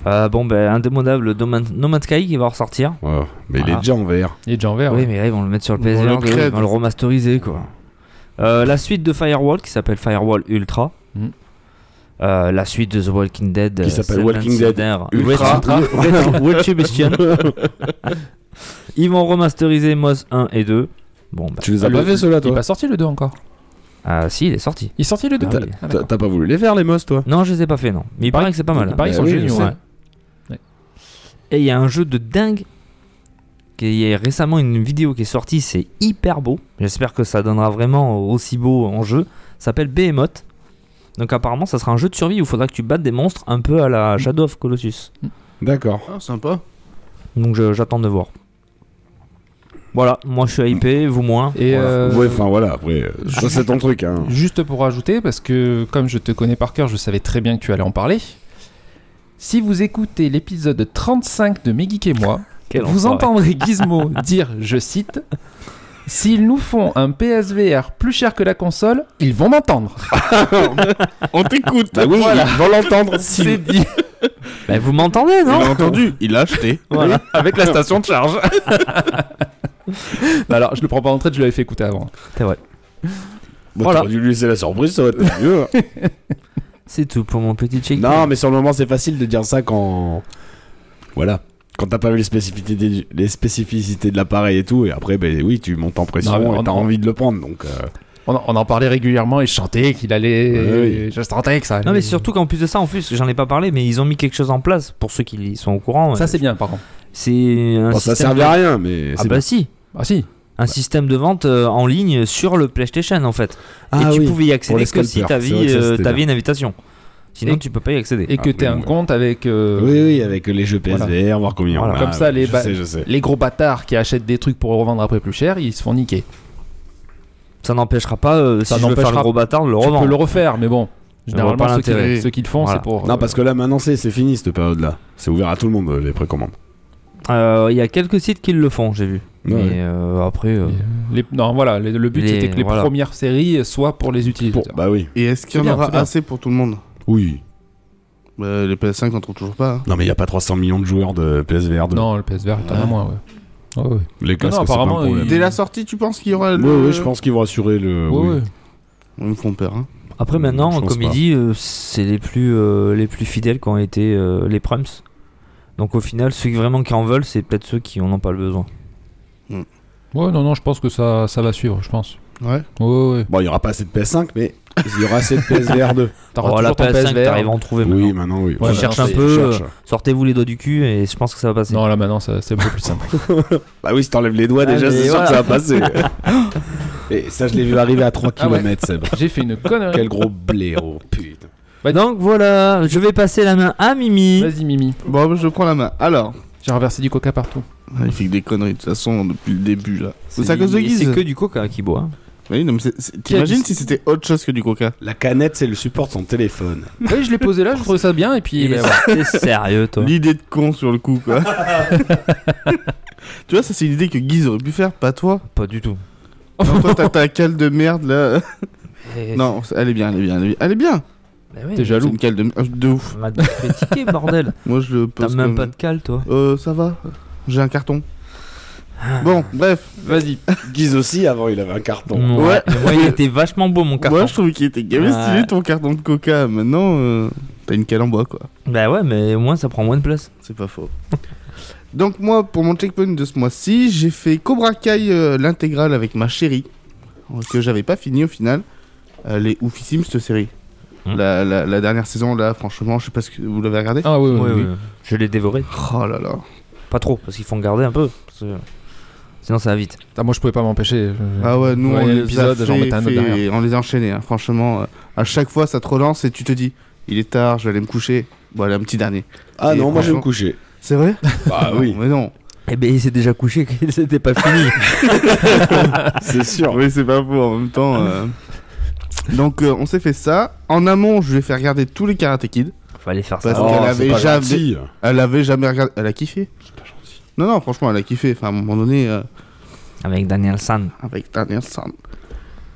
[SPEAKER 7] Euh, bon, ben, indémodable No Man- No Man's Sky qui va ressortir.
[SPEAKER 4] Ouais. Mais il est
[SPEAKER 7] Ah.
[SPEAKER 4] déjà en VR.
[SPEAKER 6] Il est déjà en VR.
[SPEAKER 7] Oui,
[SPEAKER 6] ouais.
[SPEAKER 7] mais là, ils vont le mettre sur le
[SPEAKER 5] Ils vont
[SPEAKER 7] PSVR,
[SPEAKER 5] le
[SPEAKER 7] hein, de-
[SPEAKER 5] cred.
[SPEAKER 7] ils vont le remasteriser, quoi. Euh, la suite de Firewall qui s'appelle Firewall Ultra.
[SPEAKER 6] Mm.
[SPEAKER 7] Euh, la suite de The Walking Dead
[SPEAKER 4] Qui
[SPEAKER 7] euh,
[SPEAKER 4] s'appelle
[SPEAKER 7] Seven
[SPEAKER 4] Walking Dead
[SPEAKER 7] Dead
[SPEAKER 4] Ultra.
[SPEAKER 7] Retribution. Ils vont remasteriser Moss 1 et 2. Bon, bah,
[SPEAKER 4] Tu les as
[SPEAKER 6] Ah,
[SPEAKER 4] pas
[SPEAKER 6] le-
[SPEAKER 4] fait ceux-là,
[SPEAKER 6] Il est
[SPEAKER 4] toi
[SPEAKER 6] pas sorti le 2 encore.
[SPEAKER 7] ah, si, il est sorti.
[SPEAKER 6] Il est sorti le 2
[SPEAKER 7] Ah oui.
[SPEAKER 6] Ah,
[SPEAKER 4] T'as
[SPEAKER 6] d'accord.
[SPEAKER 4] t'as pas voulu les faire, les mosses, toi
[SPEAKER 7] Non, je les ai pas fait, non. Mais il
[SPEAKER 6] Pareil-
[SPEAKER 7] paraît que c'est pas mal. hein.
[SPEAKER 6] Il paraît qu'ils
[SPEAKER 4] Bah
[SPEAKER 6] sont
[SPEAKER 4] oui,
[SPEAKER 6] géniaux.
[SPEAKER 4] je sais.
[SPEAKER 6] ouais.
[SPEAKER 7] Et il y a un jeu de dingue. Il y a récemment une vidéo qui est sortie, c'est hyper beau. J'espère que ça donnera vraiment aussi beau en jeu. Ça s'appelle Behemoth. Donc apparemment, ça sera un jeu de survie où il faudra que tu battes des monstres un peu à
[SPEAKER 6] Mm.
[SPEAKER 7] la Shadow of Colossus.
[SPEAKER 4] D'accord.
[SPEAKER 5] Ah, sympa.
[SPEAKER 7] Donc je- j'attends de voir. Voilà, moi je suis hypé, vous moins.
[SPEAKER 6] Et euh,
[SPEAKER 4] Ouais, enfin voilà, après, euh, ça c'est ton truc, hein.
[SPEAKER 6] Juste pour ajouter, parce que comme je te connais par cœur, je savais très bien que tu allais en parler. Si vous écoutez l'épisode 35 de Megeek et moi,
[SPEAKER 7] Quel
[SPEAKER 6] vous
[SPEAKER 7] enfoiré.
[SPEAKER 6] entendrez Gizmo dire, je cite, S'ils nous font un PSVR plus cher que la console, ils vont m'entendre.
[SPEAKER 5] On t'écoute.
[SPEAKER 4] Bah oui, ils vont l'entendre.
[SPEAKER 6] C'est dit.
[SPEAKER 7] Bah, vous m'entendez,
[SPEAKER 5] Il
[SPEAKER 7] non
[SPEAKER 5] a entendu. Il l'a acheté.
[SPEAKER 7] Voilà.
[SPEAKER 6] Avec la station de charge. Bah alors, je le prends pas en traite, je l'avais fait écouter avant.
[SPEAKER 4] Bah,
[SPEAKER 7] Voilà.
[SPEAKER 4] T'aurais dû lui laisser la surprise, ça va être mieux. hein.
[SPEAKER 7] C'est tout pour mon petit check.
[SPEAKER 4] non, mais sur le moment, c'est facile de dire ça quand. Voilà. Quand t'as pas vu les spécificités, du- les spécificités de l'appareil et tout, et après, ben oui, tu montes en pression
[SPEAKER 6] Non, mais
[SPEAKER 4] et
[SPEAKER 6] on-
[SPEAKER 4] t'as
[SPEAKER 6] on-
[SPEAKER 4] envie de le prendre, donc. euh,
[SPEAKER 6] On en, on en parlait régulièrement et je chantais qu'il allait.
[SPEAKER 4] Oui, oui.
[SPEAKER 6] Je sentais que ça allait.
[SPEAKER 7] Non mais surtout qu'en plus de ça, en plus, j'en ai pas parlé, mais ils ont mis quelque chose en place pour ceux qui sont au courant.
[SPEAKER 6] Ça, c'est bien, par contre.
[SPEAKER 7] C'est un
[SPEAKER 4] bon, ça
[SPEAKER 7] système
[SPEAKER 4] servait à rien, mais.
[SPEAKER 7] Ah
[SPEAKER 4] c'est
[SPEAKER 7] bah si,
[SPEAKER 6] Ah, si.
[SPEAKER 7] un
[SPEAKER 4] Bah.
[SPEAKER 7] système de vente euh, en ligne sur le PlayStation en fait.
[SPEAKER 4] bien.
[SPEAKER 7] et
[SPEAKER 4] Ah
[SPEAKER 7] tu
[SPEAKER 4] oui.
[SPEAKER 7] pouvais y
[SPEAKER 4] Pour
[SPEAKER 7] accéder
[SPEAKER 4] les
[SPEAKER 7] que si
[SPEAKER 4] scalpers,
[SPEAKER 7] t'avais
[SPEAKER 4] c'est vrai que ça,
[SPEAKER 7] euh,
[SPEAKER 4] c'était
[SPEAKER 7] t'avais
[SPEAKER 4] bien.
[SPEAKER 7] une invitation. Sinon
[SPEAKER 6] Et-
[SPEAKER 7] tu peux pas y accéder.
[SPEAKER 6] Et que
[SPEAKER 4] Ah,
[SPEAKER 6] t'aies un
[SPEAKER 4] oui.
[SPEAKER 6] compte avec. euh,
[SPEAKER 4] Oui, oui, avec les jeux
[SPEAKER 6] Voilà.
[SPEAKER 4] PSVR, voir combien
[SPEAKER 7] Voilà.
[SPEAKER 4] on a.
[SPEAKER 6] Comme ça, les
[SPEAKER 4] Je
[SPEAKER 6] ba-
[SPEAKER 4] sais, je sais.
[SPEAKER 6] Les gros bâtards qui achètent des trucs pour revendre après plus cher, ils se font niquer.
[SPEAKER 7] Ça n'empêchera pas euh,
[SPEAKER 6] Ça
[SPEAKER 7] si je veux faire le
[SPEAKER 6] n'empêchera-
[SPEAKER 7] gros bâtard de le
[SPEAKER 6] On
[SPEAKER 7] revendre.
[SPEAKER 6] peut le refaire, mais bon.
[SPEAKER 7] Je vois pas
[SPEAKER 6] Généralement, ceux qui,
[SPEAKER 7] l'intérêt.
[SPEAKER 6] ceux qui le font,
[SPEAKER 7] Voilà.
[SPEAKER 6] c'est pour. euh,
[SPEAKER 4] Non, parce que là, maintenant, c'est c'est fini cette période-là. C'est ouvert à tout le monde, euh, les précommandes.
[SPEAKER 7] Euh, Il y a quelques sites qui le font, j'ai vu.
[SPEAKER 4] Ouais.
[SPEAKER 7] Mais euh, après, euh,
[SPEAKER 6] Les- Non, voilà, le, le but
[SPEAKER 7] Les-
[SPEAKER 6] c'était que les
[SPEAKER 7] voilà.
[SPEAKER 6] premières séries soient pour les utilisateurs.
[SPEAKER 4] Bah oui.
[SPEAKER 5] Et est-ce qu'il
[SPEAKER 6] C'est
[SPEAKER 5] y en
[SPEAKER 6] bien, c'est
[SPEAKER 5] aura
[SPEAKER 6] bien.
[SPEAKER 5] assez pour tout le monde
[SPEAKER 4] Oui.
[SPEAKER 5] bah, Les PS5 n'en trouvent toujours pas. hein.
[SPEAKER 4] Non, mais il n'y a pas 300 millions de joueurs de PSVR 2.
[SPEAKER 6] Non, le PSVR, il y en a
[SPEAKER 5] Ouais.
[SPEAKER 6] moins, ouais. Ouais, ouais.
[SPEAKER 4] Les casques,
[SPEAKER 6] Non, non,
[SPEAKER 4] c'est pas un
[SPEAKER 6] apparemment,
[SPEAKER 4] problème.
[SPEAKER 6] il-
[SPEAKER 5] Dès la sortie, tu penses qu'il y aura le.
[SPEAKER 4] Oui, oui, je pense qu'ils vont assurer le.
[SPEAKER 6] Ouais,
[SPEAKER 4] Euh, oui.
[SPEAKER 6] ouais.
[SPEAKER 5] Ils me font peur. Hein.
[SPEAKER 7] après
[SPEAKER 4] Hmm,
[SPEAKER 7] maintenant,
[SPEAKER 4] je pense
[SPEAKER 7] comme il
[SPEAKER 4] pas.
[SPEAKER 7] dit, euh, c'est les plus euh, les plus fidèles qui ont été euh, les Prums. Donc au final, ceux qui vraiment qui en veulent, c'est peut-être ceux qui en ont pas le besoin.
[SPEAKER 6] Ouais, non, non, je pense que ça, ça va suivre, je pense.
[SPEAKER 5] Ouais.
[SPEAKER 6] Ouais, ouais, ouais.
[SPEAKER 4] Bon, il n'y aura pas assez de PS5, mais il y aura assez de PSVR 2.
[SPEAKER 6] T'auras
[SPEAKER 7] Oh, la
[SPEAKER 6] toujours ton
[SPEAKER 7] PS5,
[SPEAKER 6] PSVR.
[SPEAKER 7] t'arrives à en trouver
[SPEAKER 4] oui,
[SPEAKER 7] maintenant.
[SPEAKER 4] maintenant, oui.
[SPEAKER 6] Ouais,
[SPEAKER 7] Tu cherches un
[SPEAKER 4] c'est-
[SPEAKER 7] peu,
[SPEAKER 4] cherche.
[SPEAKER 7] Sortez-vous les doigts du cul et je pense que ça va passer.
[SPEAKER 6] Non, là maintenant, ça- c'est beaucoup plus simple.
[SPEAKER 4] Bah oui, si t'enlèves les doigts,
[SPEAKER 7] Ah,
[SPEAKER 4] déjà,
[SPEAKER 7] mais
[SPEAKER 4] c'est sûr
[SPEAKER 7] voilà.
[SPEAKER 4] que ça va passer. Et ça, je l'ai vu arriver à 3
[SPEAKER 6] Ah ouais.
[SPEAKER 4] km, Seb.
[SPEAKER 6] J'ai fait une connerie.
[SPEAKER 4] Quel gros blaireau, putain.
[SPEAKER 7] Donc voilà, je vais passer la main à Mimi.
[SPEAKER 6] Vas-y, Mimi.
[SPEAKER 5] Bon, bah, je prends la main. Alors,
[SPEAKER 6] J'ai renversé du coca partout.
[SPEAKER 5] Ah, il fait que des conneries de toute façon depuis le début là. C'est à cause de
[SPEAKER 7] Et
[SPEAKER 5] Guise.
[SPEAKER 7] C'est que du coca qui boit. hein.
[SPEAKER 5] Oui, non, mais c'est- c'est- T'imagines si c'était autre chose que du coca
[SPEAKER 4] La canette, c'est le support de son téléphone.
[SPEAKER 6] Oui, je l'ai posé là, je trouvais ça bien, et
[SPEAKER 5] Eh
[SPEAKER 6] puis.
[SPEAKER 7] bah,
[SPEAKER 6] ben, voilà.
[SPEAKER 7] T'es sérieux, toi
[SPEAKER 5] L'idée de con sur le coup, quoi. tu vois, ça, c'est une idée que Guise aurait pu faire, pas toi.
[SPEAKER 7] Pas du tout.
[SPEAKER 5] Non, toi, t'as ta cale de merde, là.
[SPEAKER 7] Eh,
[SPEAKER 5] non, elle est bien, elle est bien, elle est bien. Elle est bien.
[SPEAKER 7] bah ouais,
[SPEAKER 6] T'es
[SPEAKER 5] C'est
[SPEAKER 6] jaloux.
[SPEAKER 5] une cale de merde. De ouf.
[SPEAKER 7] On m'a dit de critiquer, bordel.
[SPEAKER 5] Moi, je le
[SPEAKER 7] T'as
[SPEAKER 5] pose
[SPEAKER 7] même pas
[SPEAKER 5] comme-
[SPEAKER 7] de cale, toi.
[SPEAKER 5] Euh, ça va. J'ai un carton. Bon,
[SPEAKER 7] Ah.
[SPEAKER 5] bref.
[SPEAKER 6] Vas-y.
[SPEAKER 4] Guise aussi, avant, il avait un
[SPEAKER 6] Mm.
[SPEAKER 4] carton.
[SPEAKER 5] Ouais.
[SPEAKER 7] mais Moi, il était vachement beau, mon carton.
[SPEAKER 5] Moi, je trouve qu'il était gavé stylé
[SPEAKER 7] Ouais.
[SPEAKER 5] ton carton de coca. Maintenant, euh, t'as une cale en bois, quoi.
[SPEAKER 7] Bah ouais, mais au moins, ça prend moins de place.
[SPEAKER 5] C'est pas faux. Donc moi, pour mon checkpoint de ce mois-ci, j'ai fait Cobra Kai euh, l'intégrale avec ma chérie, euh, que j'avais pas fini au final. Elle est oufissime cette série.
[SPEAKER 7] Hmm.
[SPEAKER 5] La, la- la dernière saison, là, franchement, je sais pas ce que vous l'avez regardé.
[SPEAKER 6] Ah oui, oui, oui.
[SPEAKER 7] Je l'ai dévoré.
[SPEAKER 5] Oh là là.
[SPEAKER 7] Pas trop, parce qu'il faut en garder un peu. parce que Sinon, ça va vite.
[SPEAKER 6] Ah, moi, je pouvais pas m'empêcher. Je-
[SPEAKER 5] Ah ouais, nous
[SPEAKER 6] Ouais, il
[SPEAKER 5] on
[SPEAKER 6] y a
[SPEAKER 5] les a
[SPEAKER 6] l'épisode, j'en
[SPEAKER 5] fait-
[SPEAKER 6] mettais un autre
[SPEAKER 5] fait-
[SPEAKER 6] derrière.
[SPEAKER 5] on les a enchaînés. hein. Franchement, euh, à chaque fois, ça te relance et tu te dis, il est tard, je vais aller me coucher. Bon, allez, un petit dernier.
[SPEAKER 4] Ah
[SPEAKER 5] Et
[SPEAKER 4] non, moi, je vais
[SPEAKER 5] franchement-
[SPEAKER 4] me coucher.
[SPEAKER 5] C'est vrai
[SPEAKER 6] Ah
[SPEAKER 4] Bah oui,
[SPEAKER 5] Mais non.
[SPEAKER 7] Eh ben, il s'est déjà couché, c'était pas fini.
[SPEAKER 4] c'est sûr.
[SPEAKER 5] Oui, c'est pas faux en même temps. euh. Donc, euh, on s'est fait ça. En amont, je lui ai fait regarder tous les Karate Kid.
[SPEAKER 7] Fallait faire ça.
[SPEAKER 5] Parce
[SPEAKER 4] Oh,
[SPEAKER 5] qu'elle
[SPEAKER 4] c'est
[SPEAKER 5] avait
[SPEAKER 4] pas
[SPEAKER 5] jamais-
[SPEAKER 4] gentil.
[SPEAKER 5] Elle avait jamais regardé. Elle a kiffé. Non, non, franchement, elle a kiffé. Enfin, à un moment donné, euh,
[SPEAKER 7] Avec Daniel San.
[SPEAKER 5] avec Daniel San.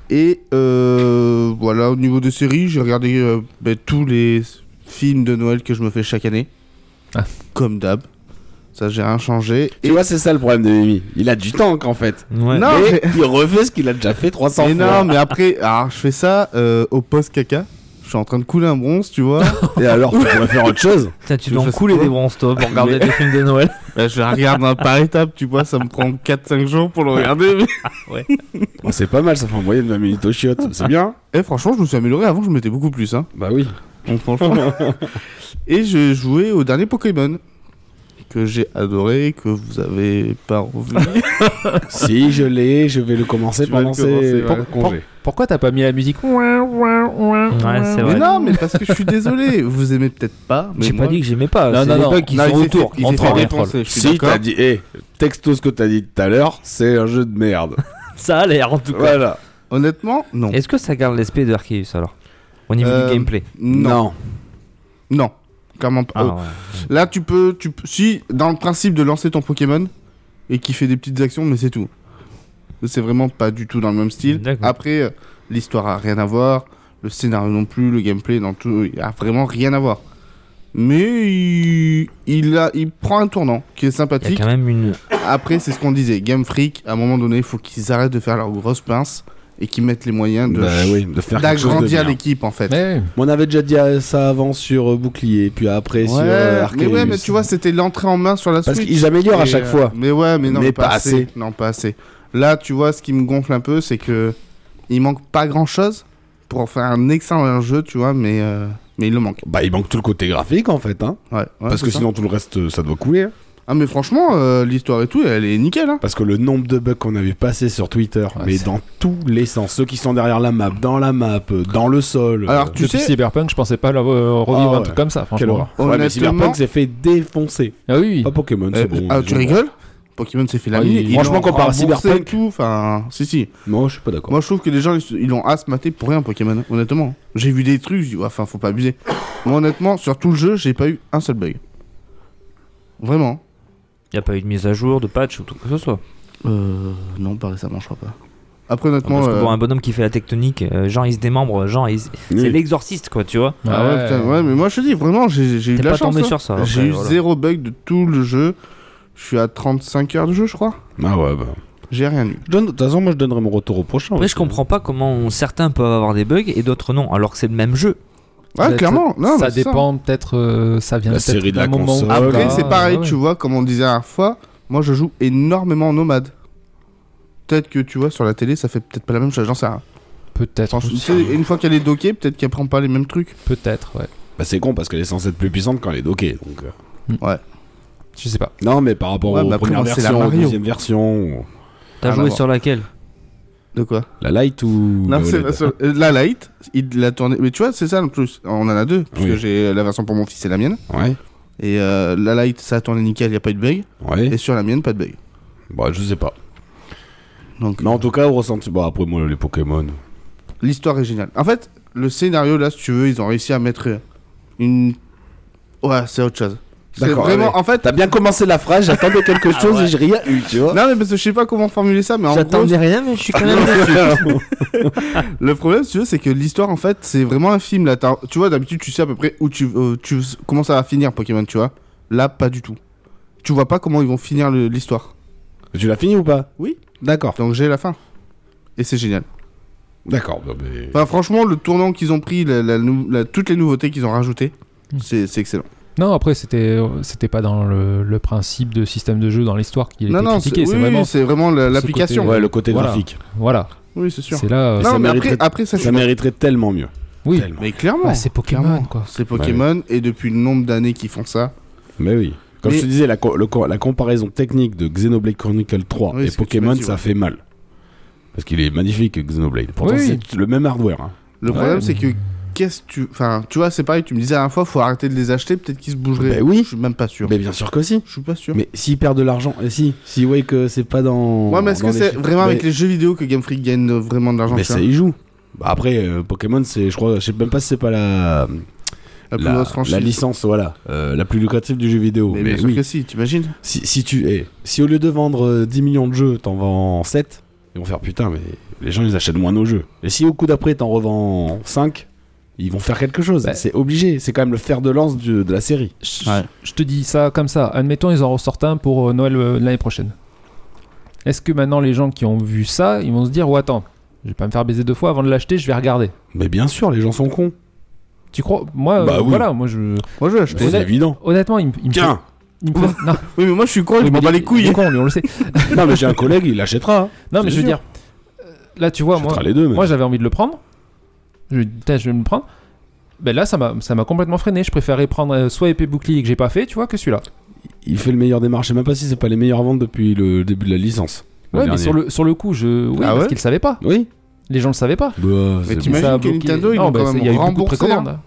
[SPEAKER 5] Et euh, voilà, au niveau des séries, j'ai regardé euh, ben, tous les films de Noël que je me fais chaque année.
[SPEAKER 6] Ah.
[SPEAKER 5] Comme d'hab. Ça, j'ai rien changé.
[SPEAKER 4] Tu vois, c'est ça le problème de Mimi. Il a du tank, en fait.
[SPEAKER 7] Ouais.
[SPEAKER 5] Non,
[SPEAKER 4] mais
[SPEAKER 5] mais-
[SPEAKER 4] il refait ce qu'il a déjà fait 300
[SPEAKER 5] Mais
[SPEAKER 4] fois.
[SPEAKER 5] non, mais après, alors, je fais ça euh, au post-caca. Je suis en train de couler un bronze, tu vois.
[SPEAKER 4] Et alors, tu pourrais faire autre chose
[SPEAKER 7] Putain, tu
[SPEAKER 5] Tu
[SPEAKER 7] dois en
[SPEAKER 5] fasses
[SPEAKER 7] couler
[SPEAKER 5] quoi
[SPEAKER 7] des bronzes, toi, pour regarder des films de Noël.
[SPEAKER 5] Ben, je regarde un par étape, tu vois. Ça me prend 4-5 jours pour le regarder. mais-
[SPEAKER 4] Bon, Bah, C'est pas mal, ça fait en moyenne 20 minutes au chiottes. C'est bien
[SPEAKER 5] Eh, franchement, je me suis amélioré. Avant, je mettais beaucoup plus. Hein.
[SPEAKER 4] Bah oui.
[SPEAKER 5] Donc, franchement. Et je jouais au dernier Pokémon que j'ai adoré, que vous avez pas envie.
[SPEAKER 4] si, je l'ai, je vais le commencer
[SPEAKER 5] Tu vas le
[SPEAKER 4] pendant
[SPEAKER 5] commencer,
[SPEAKER 4] ces
[SPEAKER 5] ouais.
[SPEAKER 4] congés.
[SPEAKER 6] Pourquoi t'as pas mis la musique Ouais,
[SPEAKER 7] c'est
[SPEAKER 5] mais
[SPEAKER 7] vrai.
[SPEAKER 5] non, mais parce que je suis désolé, vous aimez peut-être pas. Mais
[SPEAKER 7] J'ai pas
[SPEAKER 5] moi-
[SPEAKER 7] dit que j'aimais pas.
[SPEAKER 6] Non,
[SPEAKER 7] c'est
[SPEAKER 6] non,
[SPEAKER 7] les
[SPEAKER 6] non.
[SPEAKER 7] bugs qui
[SPEAKER 5] Non,
[SPEAKER 7] sont
[SPEAKER 5] il s'est
[SPEAKER 7] autour.
[SPEAKER 5] fait- il s'est
[SPEAKER 7] Entre
[SPEAKER 5] fait
[SPEAKER 7] autres.
[SPEAKER 5] dépenser, je suis
[SPEAKER 4] Si,
[SPEAKER 5] d'accord.
[SPEAKER 4] t'as dit, hé, texto ce que t'as dit tout à l'heure, c'est un jeu de merde.
[SPEAKER 7] Ça a l'air, en tout cas.
[SPEAKER 4] voilà.
[SPEAKER 5] Honnêtement, non.
[SPEAKER 7] Est-ce que ça garde l'aspect de Arceus, alors Au niveau
[SPEAKER 5] Euh,
[SPEAKER 7] du gameplay
[SPEAKER 5] Non. Non. Clairement pas.
[SPEAKER 7] Ah,
[SPEAKER 5] Euh,
[SPEAKER 7] ouais.
[SPEAKER 5] Là, tu peux, tu peux- si dans le principe de lancer ton Pokémon et qui fait des petites actions, mais c'est tout. C'est vraiment pas du tout dans le même style.
[SPEAKER 7] D'accord.
[SPEAKER 5] Après, euh, l'histoire a rien à voir, le scénario non plus, le gameplay dans tout, il a vraiment rien à voir. Mais il, il a, il prend un tournant qui est
[SPEAKER 7] Il y a
[SPEAKER 5] sympathique.
[SPEAKER 7] quand même une.
[SPEAKER 5] Après, c'est ce qu'on disait, Game Freak, à un moment donné, il faut qu'ils arrêtent de faire leurs grosses pinces et qu'ils mettent les moyens de
[SPEAKER 4] Bah oui, de faire quelque chose de
[SPEAKER 5] d'agrandir
[SPEAKER 4] bien.
[SPEAKER 5] l'équipe en fait.
[SPEAKER 6] Mais
[SPEAKER 4] On avait déjà dit euh, ça avant sur euh, Bouclier, puis après sur euh,
[SPEAKER 5] Ouais, mais ouais,
[SPEAKER 4] Arceus.
[SPEAKER 5] mais tu vois, c'était l'entrée en main sur la
[SPEAKER 4] Parce
[SPEAKER 5] Switch.
[SPEAKER 4] qu'ils améliorent à
[SPEAKER 5] Et,
[SPEAKER 4] chaque
[SPEAKER 5] euh,
[SPEAKER 4] fois.
[SPEAKER 5] Mais ouais, mais non,
[SPEAKER 4] Mais
[SPEAKER 5] pas,
[SPEAKER 4] pas
[SPEAKER 5] assez.
[SPEAKER 4] assez.
[SPEAKER 5] Non, pas assez. Là, tu vois, ce qui me gonfle un peu, c'est que il manque pas grand chose pour en faire un excellent jeu, tu vois, mais, euh, mais il le manque.
[SPEAKER 4] Bah, il manque tout le côté graphique, en fait, hein.
[SPEAKER 5] Ouais, ouais,
[SPEAKER 4] Parce
[SPEAKER 5] c'est
[SPEAKER 4] que
[SPEAKER 5] ça.
[SPEAKER 4] sinon, tout le reste, euh, ça doit couler. hein.
[SPEAKER 5] Ah, mais franchement, euh, l'histoire et tout, elle est nickel. Hein.
[SPEAKER 4] Parce que le nombre de bugs qu'on avait passé sur Twitter,
[SPEAKER 6] Ouais,
[SPEAKER 4] mais
[SPEAKER 6] c'est-
[SPEAKER 4] dans tous les sens, ceux qui sont derrière la map, dans la map, euh, dans le sol.
[SPEAKER 5] Alors,
[SPEAKER 4] euh,
[SPEAKER 5] Tu
[SPEAKER 6] tu sais...
[SPEAKER 5] sais-
[SPEAKER 6] Cyberpunk, je pensais pas le re- revivre
[SPEAKER 4] Ah
[SPEAKER 6] un
[SPEAKER 4] ouais.
[SPEAKER 6] truc comme ça,
[SPEAKER 4] quelle
[SPEAKER 6] franchement.
[SPEAKER 4] horreur. Ouais, mais
[SPEAKER 5] Honnêtement-
[SPEAKER 4] Cyberpunk s'est fait défoncer.
[SPEAKER 6] Ah oui, oui.
[SPEAKER 4] Pas Pokémon,
[SPEAKER 5] Euh,
[SPEAKER 4] c'est Eh bon.
[SPEAKER 5] ah,
[SPEAKER 4] c'est
[SPEAKER 5] tu
[SPEAKER 4] bon.
[SPEAKER 5] rigoles Pokémon s'est fait
[SPEAKER 6] Ouais,
[SPEAKER 5] laminer.
[SPEAKER 6] il-
[SPEAKER 5] Ils
[SPEAKER 4] Ah, franchement,
[SPEAKER 5] l'ont
[SPEAKER 4] comparé à
[SPEAKER 5] remboursé
[SPEAKER 4] Cyberpunk-
[SPEAKER 5] et tout, enfin, si, si.
[SPEAKER 4] Non, je suis pas d'accord.
[SPEAKER 5] Moi, je trouve que les gens, ils se- ils l'ont asmaté pour rien, Pokémon, honnêtement. J'ai vu des trucs, je dis, ouais, enfin, faut pas abuser. Moi, honnêtement, sur tout le jeu, j'ai pas eu un seul bug. Vraiment.
[SPEAKER 7] Il n'y a pas eu de mise à jour, de patch ou tout que ce soit.
[SPEAKER 5] Euh, non, pas récemment, je crois pas. Après, honnêtement.
[SPEAKER 7] Ah, Parce que
[SPEAKER 5] euh,
[SPEAKER 7] pour un bonhomme qui fait la tectonique, euh, genre il se démembre, genre il... s- c'est
[SPEAKER 4] Oui.
[SPEAKER 7] l'exorciste quoi, tu vois.
[SPEAKER 5] Ah ouais, putain, ouais, mais moi je te dis, vraiment, j'ai j'ai eu
[SPEAKER 7] T'es
[SPEAKER 5] de la
[SPEAKER 7] pas
[SPEAKER 5] chance.
[SPEAKER 7] tombé
[SPEAKER 5] hein.
[SPEAKER 7] sur ça. après,
[SPEAKER 5] J'ai eu
[SPEAKER 7] voilà.
[SPEAKER 5] zéro bug de tout le jeu. Je suis à 35 heures de jeu, je crois.
[SPEAKER 4] Ah ouais, bah.
[SPEAKER 5] J'ai rien eu.
[SPEAKER 4] Je donne- De toute façon, moi, je donnerai mon retour au prochain.
[SPEAKER 7] Après, je comprends pas comment certains peuvent avoir des bugs et d'autres non, alors que c'est le même jeu.
[SPEAKER 5] Ouais,
[SPEAKER 6] Ça-
[SPEAKER 5] clairement.
[SPEAKER 6] ça-
[SPEAKER 5] non,
[SPEAKER 6] ça
[SPEAKER 5] mais c'est hein.
[SPEAKER 6] dépend peut-être, euh, ça vient
[SPEAKER 4] La
[SPEAKER 6] peut-être
[SPEAKER 4] série de
[SPEAKER 6] d'un
[SPEAKER 4] la
[SPEAKER 6] moment.
[SPEAKER 4] console.
[SPEAKER 6] où-
[SPEAKER 5] Après,
[SPEAKER 6] Ah,
[SPEAKER 5] c'est pareil,
[SPEAKER 6] ouais.
[SPEAKER 5] tu vois, comme on disait la dernière fois, moi je joue énormément en nomade. Peut-être que tu vois, sur la télé, ça fait peut-être pas la même chose, j'en sais rien.
[SPEAKER 6] Peut-être, hein.
[SPEAKER 5] Franchement, tu
[SPEAKER 6] aussi.
[SPEAKER 5] sais, une fois qu'elle est dockée, peut-être qu'elle prend pas les mêmes trucs.
[SPEAKER 6] peut-être, ouais.
[SPEAKER 4] Bah, c'est con parce qu'elle est censée être plus puissante quand elle est dockée. Donc, euh.
[SPEAKER 6] Je sais pas.
[SPEAKER 4] Non, mais par rapport
[SPEAKER 5] Ouais,
[SPEAKER 4] aux
[SPEAKER 5] mais après,
[SPEAKER 4] premières
[SPEAKER 5] moi, c'est la
[SPEAKER 4] versions, aux
[SPEAKER 5] Mario.
[SPEAKER 4] deuxième versions,
[SPEAKER 7] T'as
[SPEAKER 5] Rien à
[SPEAKER 7] joué
[SPEAKER 5] voir.
[SPEAKER 7] sur laquelle
[SPEAKER 5] De quoi
[SPEAKER 4] la Light ou.
[SPEAKER 5] Non,
[SPEAKER 4] la
[SPEAKER 5] c'est
[SPEAKER 4] OLED
[SPEAKER 5] pas sûr. Euh, La light, il l'a tournée. Mais tu vois, c'est ça le plus. On en a deux, parce que
[SPEAKER 4] Oui.
[SPEAKER 5] j'ai la version pour mon fils et la mienne.
[SPEAKER 4] Ouais,
[SPEAKER 5] Et euh, la light, ça a tourné nickel, y a pas eu de bug.
[SPEAKER 4] ouais.
[SPEAKER 5] Et sur la mienne, pas de bug.
[SPEAKER 4] Bah, je sais pas.
[SPEAKER 5] Donc,
[SPEAKER 4] Mais en tout cas, au ressenti. Bon, après, moi, les Pokémon.
[SPEAKER 5] L'histoire est géniale. En fait, le scénario, là, si tu veux, ils ont réussi à mettre une. Ouais, c'est autre chose. C'est
[SPEAKER 4] D'accord,
[SPEAKER 5] Vraiment,
[SPEAKER 4] ouais.
[SPEAKER 5] en fait.
[SPEAKER 4] T'as bien commencé la phrase, j'attendais quelque chose et j'ai rien eu, tu vois.
[SPEAKER 5] Non, mais parce que je sais pas comment formuler ça, mais en gros.
[SPEAKER 7] J'attendais rien, mais je suis quand même.
[SPEAKER 5] Le problème, si tu veux, c'est que l'histoire, en fait, c'est vraiment un film. Là, T'as- tu vois, d'habitude, tu sais à peu près où tu, euh, tu comment ça va finir Pokémon, tu vois. Là, pas du tout. Tu vois pas comment ils vont finir le- l'histoire.
[SPEAKER 4] tu l'as fini ou pas
[SPEAKER 5] Oui.
[SPEAKER 4] D'accord.
[SPEAKER 5] Donc j'ai la fin. Et c'est génial.
[SPEAKER 4] D'accord. bah, mais-
[SPEAKER 5] Enfin, franchement, le tournant qu'ils ont pris, la- la nou- la- toutes les nouveautés qu'ils ont rajoutées,
[SPEAKER 6] Mm.
[SPEAKER 5] c'est c'est excellent.
[SPEAKER 6] Non, après, c'était c'était pas dans le, le principe de système de jeu dans l'histoire qu'il était
[SPEAKER 5] non, non, c'est
[SPEAKER 6] critiqué. C'est
[SPEAKER 5] oui,
[SPEAKER 6] vraiment.
[SPEAKER 5] oui, c'est vraiment la-
[SPEAKER 6] ce
[SPEAKER 5] l'application.
[SPEAKER 6] côté-
[SPEAKER 4] Ouais, le côté
[SPEAKER 6] Voilà.
[SPEAKER 4] graphique.
[SPEAKER 6] Voilà.
[SPEAKER 5] Oui, c'est sûr.
[SPEAKER 6] C'est là. euh,
[SPEAKER 5] Non,
[SPEAKER 4] ça
[SPEAKER 5] mais après,
[SPEAKER 4] mériterait-
[SPEAKER 5] après ça, je
[SPEAKER 4] Ça
[SPEAKER 5] suis
[SPEAKER 4] mériterait tellement mieux.
[SPEAKER 6] oui.
[SPEAKER 4] Tellement.
[SPEAKER 5] Mais clairement.
[SPEAKER 6] Bah, c'est Pokémon,
[SPEAKER 5] clairement.
[SPEAKER 6] quoi.
[SPEAKER 5] C'est Pokémon, et depuis le nombre d'années qu'ils font ça.
[SPEAKER 4] Mais oui. Comme
[SPEAKER 5] Mais-
[SPEAKER 4] je te disais, la, co- le co- la comparaison technique de Xenoblade Chronicle 3
[SPEAKER 5] Oui,
[SPEAKER 4] et
[SPEAKER 5] ce que tu
[SPEAKER 4] Pokémon,
[SPEAKER 5] m'as dit,
[SPEAKER 4] ça
[SPEAKER 5] ouais.
[SPEAKER 4] fait mal. Parce qu'il est magnifique, Xenoblade. Pourtant,
[SPEAKER 6] Oui.
[SPEAKER 4] c'est le même hardware. hein.
[SPEAKER 5] Le
[SPEAKER 6] Ouais,
[SPEAKER 5] problème,
[SPEAKER 6] mais-
[SPEAKER 5] c'est que qu'est-ce tu. Enfin, tu vois, c'est pareil, tu me disais à la fois, faut arrêter de les acheter, peut-être qu'ils se bougeraient.
[SPEAKER 4] Bah oui.
[SPEAKER 5] Je suis même pas sûr.
[SPEAKER 4] Mais bien sûr que si.
[SPEAKER 5] Je suis pas sûr.
[SPEAKER 4] Mais s'ils perdent de l'argent, et si, s'ils voient que c'est pas dans.
[SPEAKER 5] ouais, mais est-ce
[SPEAKER 4] dans
[SPEAKER 5] que
[SPEAKER 4] les
[SPEAKER 5] c'est
[SPEAKER 4] chiffres-
[SPEAKER 5] vraiment avec
[SPEAKER 4] Mais-
[SPEAKER 5] les jeux vidéo que Game Freak gagne euh, vraiment de l'argent
[SPEAKER 4] Mais
[SPEAKER 5] tu vois
[SPEAKER 4] ça y joue. Bah, après, euh, Pokémon, c'est, je crois, je sais même pas si c'est pas la,
[SPEAKER 5] La plus grosse franchise.
[SPEAKER 4] la licence, voilà, euh, la plus lucrative du jeu vidéo.
[SPEAKER 5] Mais,
[SPEAKER 4] Mais,
[SPEAKER 5] bien sûr
[SPEAKER 4] oui,
[SPEAKER 5] que si, t'imagines
[SPEAKER 4] si, si tu, eh, si au lieu de vendre euh, 10 millions de jeux, t'en vends 7, ils vont faire putain, mais les gens ils achètent moins nos jeux. Et si au coup d'après t'en revends 5, ils vont faire quelque chose.
[SPEAKER 6] Bah.
[SPEAKER 4] C'est obligé, c'est quand même le fer de lance du- de la série.
[SPEAKER 6] Je,
[SPEAKER 5] Ouais.
[SPEAKER 6] je te dis ça comme ça. Admettons, ils en ressortent un pour euh, Noël euh, l'année prochaine. Est-ce que maintenant les gens qui ont vu ça, ils vont se dire, oh attends, je vais pas me faire baiser deux fois avant de l'acheter, je vais regarder.
[SPEAKER 4] Mais bien sûr, les gens sont cons.
[SPEAKER 6] Tu crois Moi, euh,
[SPEAKER 4] Bah oui.
[SPEAKER 6] voilà, moi je.
[SPEAKER 5] Moi, je vais l'acheter.
[SPEAKER 4] C'est
[SPEAKER 6] honnête-
[SPEAKER 4] évident.
[SPEAKER 6] Honnêtement, il, me- il me fait-
[SPEAKER 4] Tiens
[SPEAKER 6] il me fait- non,
[SPEAKER 5] Oui, mais moi, je suis con,
[SPEAKER 6] oui,
[SPEAKER 5] je m'en
[SPEAKER 6] mais
[SPEAKER 5] bats
[SPEAKER 6] il est-
[SPEAKER 5] les couilles.
[SPEAKER 6] il est con, lui, on le sait.
[SPEAKER 4] Non, mais j'ai un collègue, il l'achètera.
[SPEAKER 6] Non, mais
[SPEAKER 4] C'est
[SPEAKER 6] je veux
[SPEAKER 4] sûr.
[SPEAKER 6] dire, euh, là, tu vois,
[SPEAKER 4] Il
[SPEAKER 6] moi,
[SPEAKER 4] achètera les deux, même.
[SPEAKER 6] moi j'avais envie de le prendre. Je me dis, putain, je vais me le prendre. Ben là, ça m'a ça m'a complètement freiné. Je préférais prendre euh, soit épée bouclier que j'ai pas fait, tu vois, que celui-là.
[SPEAKER 4] Il fait le meilleur des marchés, même pas si c'est pas les meilleures ventes depuis le début de la licence.
[SPEAKER 6] Ouais, mais
[SPEAKER 4] dernier.
[SPEAKER 6] sur le, sur le coup, je. Oui,
[SPEAKER 5] Ah
[SPEAKER 6] parce
[SPEAKER 5] ouais
[SPEAKER 6] qu'ils le savaient pas.
[SPEAKER 4] Oui.
[SPEAKER 6] Les gens le savaient pas.
[SPEAKER 4] Bah,
[SPEAKER 5] Mais
[SPEAKER 4] c'est
[SPEAKER 5] t'imagines-
[SPEAKER 4] bon.
[SPEAKER 6] Ça a
[SPEAKER 5] que
[SPEAKER 6] bloqué-
[SPEAKER 5] Nintendo, ils
[SPEAKER 6] Non,
[SPEAKER 5] l'ont
[SPEAKER 6] bah,
[SPEAKER 5] quand
[SPEAKER 6] c'est-
[SPEAKER 5] même
[SPEAKER 6] il y a eu beaucoup de
[SPEAKER 5] remboursé,
[SPEAKER 6] précommandes. hein.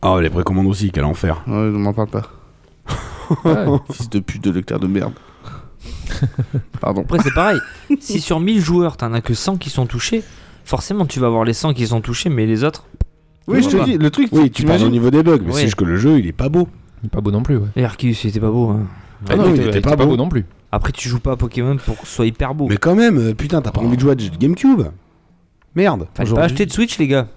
[SPEAKER 4] Ah, les précommandes aussi, quel enfer.
[SPEAKER 5] Ouais, ne m'en parle pas.
[SPEAKER 6] Ouais.
[SPEAKER 5] Fils de pute de lecteur de merde. Pardon.
[SPEAKER 7] Après, c'est pareil. si sur 1000 joueurs, t'en as que 100 qui sont touchés, forcément, tu vas avoir les 100 qui sont touchés, mais les autres.
[SPEAKER 5] Oui, je te dis, le truc,
[SPEAKER 4] Oui, tu parles au
[SPEAKER 5] t'imagines
[SPEAKER 4] niveau des bugs, mais
[SPEAKER 7] Oui.
[SPEAKER 4] c'est juste que le jeu, il est pas beau.
[SPEAKER 6] Il est pas beau non plus, ouais.
[SPEAKER 7] Et Arceus, c'était pas beau. hein.
[SPEAKER 4] Ah non, il était pas beau.
[SPEAKER 6] non plus.
[SPEAKER 7] Après, tu joues pas à Pokémon pour que ce soit hyper beau.
[SPEAKER 4] Mais quand même, euh, putain, t'as pas envie de jouer à du GameCube. Merde.
[SPEAKER 7] Fallait pas
[SPEAKER 6] aujourd'hui-
[SPEAKER 7] acheter de Switch, les gars.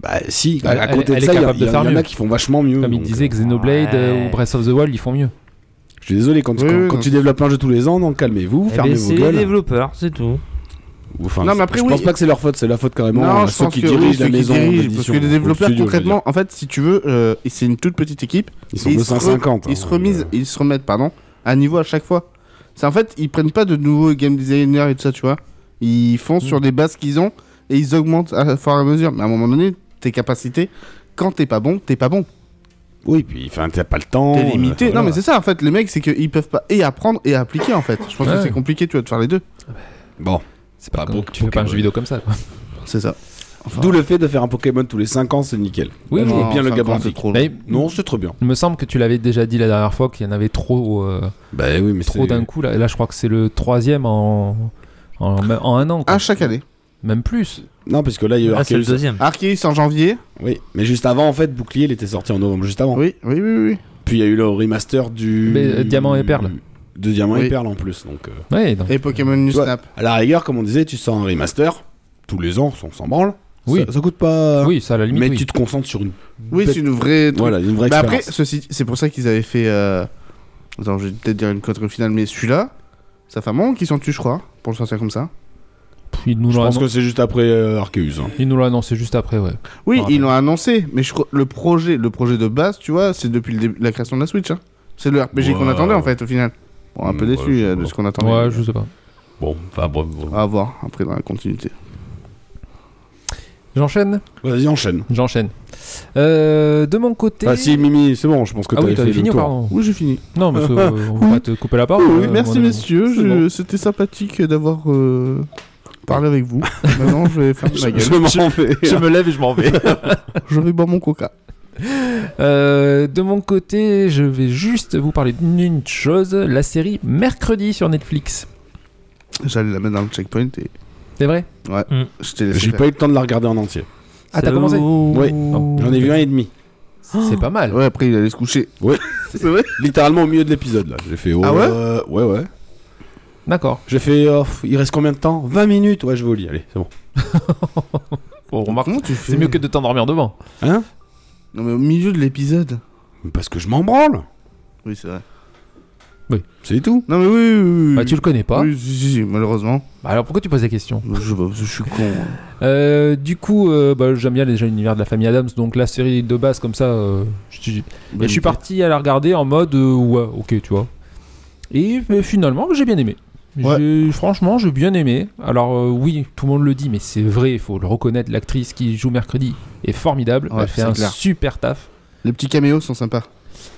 [SPEAKER 4] Bah si, à,
[SPEAKER 6] Elle-
[SPEAKER 4] à côté
[SPEAKER 6] elle
[SPEAKER 4] de
[SPEAKER 6] est
[SPEAKER 4] ça, il y, a-
[SPEAKER 6] capable de
[SPEAKER 4] y a-
[SPEAKER 6] faire
[SPEAKER 4] y en
[SPEAKER 6] mieux.
[SPEAKER 4] a qui font vachement mieux.
[SPEAKER 6] Comme il
[SPEAKER 4] donc,
[SPEAKER 6] disait,
[SPEAKER 4] euh,
[SPEAKER 6] Xenoblade euh, ou Breath of the Wild, ils font mieux.
[SPEAKER 4] Je suis désolé, quand,
[SPEAKER 5] Oui,
[SPEAKER 4] quand,
[SPEAKER 5] oui,
[SPEAKER 4] quand
[SPEAKER 5] non.
[SPEAKER 4] tu développes un jeu tous les ans, non, calmez-vous,
[SPEAKER 7] Eh
[SPEAKER 4] fermez
[SPEAKER 7] ben,
[SPEAKER 4] vos
[SPEAKER 7] c'est les
[SPEAKER 4] gueules.
[SPEAKER 7] développeurs, c'est tout.
[SPEAKER 4] Enfin,
[SPEAKER 5] Non, mais après,
[SPEAKER 4] je
[SPEAKER 5] oui.
[SPEAKER 4] pense pas que c'est leur faute, c'est la faute carrément
[SPEAKER 5] Non,
[SPEAKER 4] à
[SPEAKER 5] je
[SPEAKER 4] hein, ceux
[SPEAKER 5] pense
[SPEAKER 4] qui
[SPEAKER 5] que oui,
[SPEAKER 4] dirigent
[SPEAKER 5] ceux
[SPEAKER 4] la
[SPEAKER 5] qui
[SPEAKER 4] maison.
[SPEAKER 5] dirigent,
[SPEAKER 4] d'édition,
[SPEAKER 5] parce que
[SPEAKER 4] ou
[SPEAKER 5] les
[SPEAKER 4] le
[SPEAKER 5] développeurs,
[SPEAKER 4] studio, je veux dire.
[SPEAKER 5] concrètement, en fait, si tu veux, euh, et c'est une toute petite équipe,
[SPEAKER 4] Ils sont
[SPEAKER 5] ils se
[SPEAKER 4] 250.
[SPEAKER 5] ils se
[SPEAKER 4] hein,
[SPEAKER 5] remisent,
[SPEAKER 4] donc,
[SPEAKER 5] ils se remettent, pardon, à un niveau à chaque fois. C'est en fait, ils prennent pas de nouveaux game designers et tout ça, tu vois. Ils font
[SPEAKER 4] Mm.
[SPEAKER 5] sur des bases qu'ils ont et ils augmentent à fur et à mesure. Mais à un moment donné, tes capacités, quand t'es pas bon, t'es pas bon.
[SPEAKER 4] euh, Oui, puis enfin, t'as pas le temps.
[SPEAKER 5] T'es
[SPEAKER 4] euh,
[SPEAKER 5] limité.
[SPEAKER 4] voilà.
[SPEAKER 5] Non, mais c'est ça, en fait, les mecs, c'est qu'ils peuvent pas et apprendre et appliquer, en fait. Je pense que
[SPEAKER 6] Ouais.
[SPEAKER 5] c'est compliqué, tu vois, de faire les deux.
[SPEAKER 4] Bon.
[SPEAKER 6] C'est pas
[SPEAKER 4] Bah,
[SPEAKER 6] comme-
[SPEAKER 4] Poké-
[SPEAKER 6] Tu fais pas un
[SPEAKER 4] Pokémon.
[SPEAKER 6] jeu vidéo comme ça. quoi.
[SPEAKER 5] C'est ça. Enfin,
[SPEAKER 4] D'où le fait de faire un Pokémon tous les 5 ans, c'est nickel.
[SPEAKER 6] Oui,
[SPEAKER 4] Je vois
[SPEAKER 5] non,
[SPEAKER 4] bien le
[SPEAKER 5] cinq ans,
[SPEAKER 4] gabarit.
[SPEAKER 5] c'est trop long.
[SPEAKER 6] Mais
[SPEAKER 4] Non, c'est trop bien.
[SPEAKER 6] il me semble que tu l'avais déjà dit la dernière fois qu'il y en avait trop, euh,
[SPEAKER 4] Bah oui, mais
[SPEAKER 6] trop
[SPEAKER 4] c'est-
[SPEAKER 6] d'un coup. Là, Là, je crois que c'est le troisième en, en, en un an. quoi.
[SPEAKER 4] Ah,
[SPEAKER 5] À chaque année.
[SPEAKER 6] Même plus.
[SPEAKER 4] Non, parce que là, il y a eu
[SPEAKER 6] Ah,
[SPEAKER 7] Là, Ah, c'est le
[SPEAKER 4] Arceus.
[SPEAKER 7] deuxième.
[SPEAKER 5] Arceus Ah, en janvier.
[SPEAKER 4] Oui, mais juste avant, en fait, Bouclier, il était sorti en novembre, juste avant.
[SPEAKER 5] Oui, oui, oui, oui.
[SPEAKER 4] Puis il y a eu le remaster du.
[SPEAKER 6] Mais, euh, Diamant et Perle.
[SPEAKER 4] De Diamant
[SPEAKER 5] Oui.
[SPEAKER 4] et Perle en plus. Donc, euh,
[SPEAKER 6] Ouais, donc-
[SPEAKER 5] Et Pokémon New
[SPEAKER 4] Ouais.
[SPEAKER 5] Snap.
[SPEAKER 4] à la rigueur, comme on disait, tu sors un remaster, tous les ans, on s'en branle.
[SPEAKER 6] Oui.
[SPEAKER 4] Ça, ça coûte pas.
[SPEAKER 6] oui, ça à la limite.
[SPEAKER 4] ben, mais
[SPEAKER 6] oui. Bah,
[SPEAKER 4] tu te concentres sur une.
[SPEAKER 5] Oui,
[SPEAKER 4] bête-
[SPEAKER 5] c'est une vraie.
[SPEAKER 4] Voilà, une vraie
[SPEAKER 5] Mais après,
[SPEAKER 4] expérience.
[SPEAKER 5] ceci, c'est pour ça qu'ils avaient fait. euh, Attends, je vais peut-être dire une connerie au final, mais celui-là, ça fait un moment qu'ils sont dessus, je crois, hein, pour le sortir comme ça.
[SPEAKER 6] Pff, Ils nous
[SPEAKER 4] Je
[SPEAKER 6] l'ont
[SPEAKER 4] pense
[SPEAKER 6] annon-
[SPEAKER 4] que c'est juste après euh, Arceus. hein.
[SPEAKER 6] ils nous l'ont annoncé juste après, ouais.
[SPEAKER 5] Oui,
[SPEAKER 6] Je me
[SPEAKER 5] ils l'ont annoncé, mais je crois- le projet, le projet de base, tu vois, c'est depuis le début- la création de la Switch. hein. C'est le RPG qu'on
[SPEAKER 4] Ouais. Mm,
[SPEAKER 5] attendait en fait au final. Bon, un peu
[SPEAKER 4] Ouais,
[SPEAKER 5] déçu
[SPEAKER 4] je
[SPEAKER 5] euh,
[SPEAKER 4] sais
[SPEAKER 5] de
[SPEAKER 4] pas.
[SPEAKER 5] ce qu'on attendait.
[SPEAKER 6] Ouais, je sais pas.
[SPEAKER 4] Bon, enfin, bref. bref.
[SPEAKER 5] À voir après dans la continuité.
[SPEAKER 6] J'enchaîne
[SPEAKER 4] Vas-y, enchaîne.
[SPEAKER 6] J'enchaîne. Euh, de mon côté.
[SPEAKER 4] Ah, si, Mimi, c'est bon, je pense que
[SPEAKER 6] Ah
[SPEAKER 4] t'avais
[SPEAKER 6] oui,
[SPEAKER 4] fait
[SPEAKER 6] t'avais
[SPEAKER 4] le
[SPEAKER 6] fini,
[SPEAKER 4] tour.
[SPEAKER 6] pardon.
[SPEAKER 5] Oui, j'ai fini.
[SPEAKER 6] Non, mais ça, euh, on va pas te couper la parole.
[SPEAKER 5] Oui, Oh, oui,
[SPEAKER 6] euh, mon
[SPEAKER 5] merci
[SPEAKER 6] ami.
[SPEAKER 5] messieurs,
[SPEAKER 6] C'est
[SPEAKER 5] je-
[SPEAKER 6] bon.
[SPEAKER 5] c'était sympathique d'avoir euh, parlé avec vous. Maintenant, je vais faire ma
[SPEAKER 4] Je
[SPEAKER 5] gueule.
[SPEAKER 4] m'en vais.
[SPEAKER 6] me lève et je m'en vais.
[SPEAKER 5] Je vais boire mon coca.
[SPEAKER 6] Euh, de mon côté, je vais juste vous parler d'une chose, la série Mercredi sur Netflix.
[SPEAKER 5] J'allais la mettre dans le checkpoint et
[SPEAKER 6] C'est vrai
[SPEAKER 5] je t'ai laissé.
[SPEAKER 4] J'ai
[SPEAKER 5] faire.
[SPEAKER 4] pas eu le temps de la regarder en entier.
[SPEAKER 6] Ah, t'as commencé
[SPEAKER 7] Oui.
[SPEAKER 4] J'en ai vu un et demi.
[SPEAKER 6] C'est pas mal.
[SPEAKER 5] Ouais, après il allait se coucher.
[SPEAKER 4] Ouais.
[SPEAKER 5] c'est vrai.
[SPEAKER 4] Littéralement au milieu de l'épisode là. J'ai fait oh,
[SPEAKER 5] Ah ouais
[SPEAKER 4] euh, Ouais ouais.
[SPEAKER 6] D'accord.
[SPEAKER 4] J'ai fait oh, pff, il reste combien de temps 20 minutes. Ouais, je vais au lit. Allez, c'est bon.
[SPEAKER 6] Bon, remarque,
[SPEAKER 5] Comment tu fais
[SPEAKER 6] c'est mieux que de t'endormir devant.
[SPEAKER 4] Hein
[SPEAKER 5] Non, mais au milieu de l'épisode.
[SPEAKER 4] Mais Parce que je m'en branle.
[SPEAKER 5] Oui, c'est vrai.
[SPEAKER 4] C'est tout.
[SPEAKER 5] Non, mais oui, oui, oui, oui.
[SPEAKER 6] Bah, tu le connais pas.
[SPEAKER 5] Oui, si, si, si, malheureusement.
[SPEAKER 6] Bah, alors pourquoi tu poses la question
[SPEAKER 5] Je, sais pas, parce que je suis con. hein.
[SPEAKER 6] Euh, du coup, euh, bah, j'aime bien déjà l'univers de la famille Adams, donc la série de base comme ça. euh, je, je- et je suis parti à la regarder en mode euh, ouais, ok, tu vois. Et mais finalement, j'ai bien aimé.
[SPEAKER 5] Ouais.
[SPEAKER 6] J'ai- Franchement, j'ai bien aimé. Alors euh, oui, tout le monde le dit, mais c'est vrai, il faut le reconnaître. L'actrice qui joue mercredi est formidable.
[SPEAKER 5] Ouais,
[SPEAKER 6] Elle fait
[SPEAKER 5] c'est
[SPEAKER 6] un
[SPEAKER 5] clair.
[SPEAKER 6] super taf.
[SPEAKER 5] Les petits caméos sont sympas.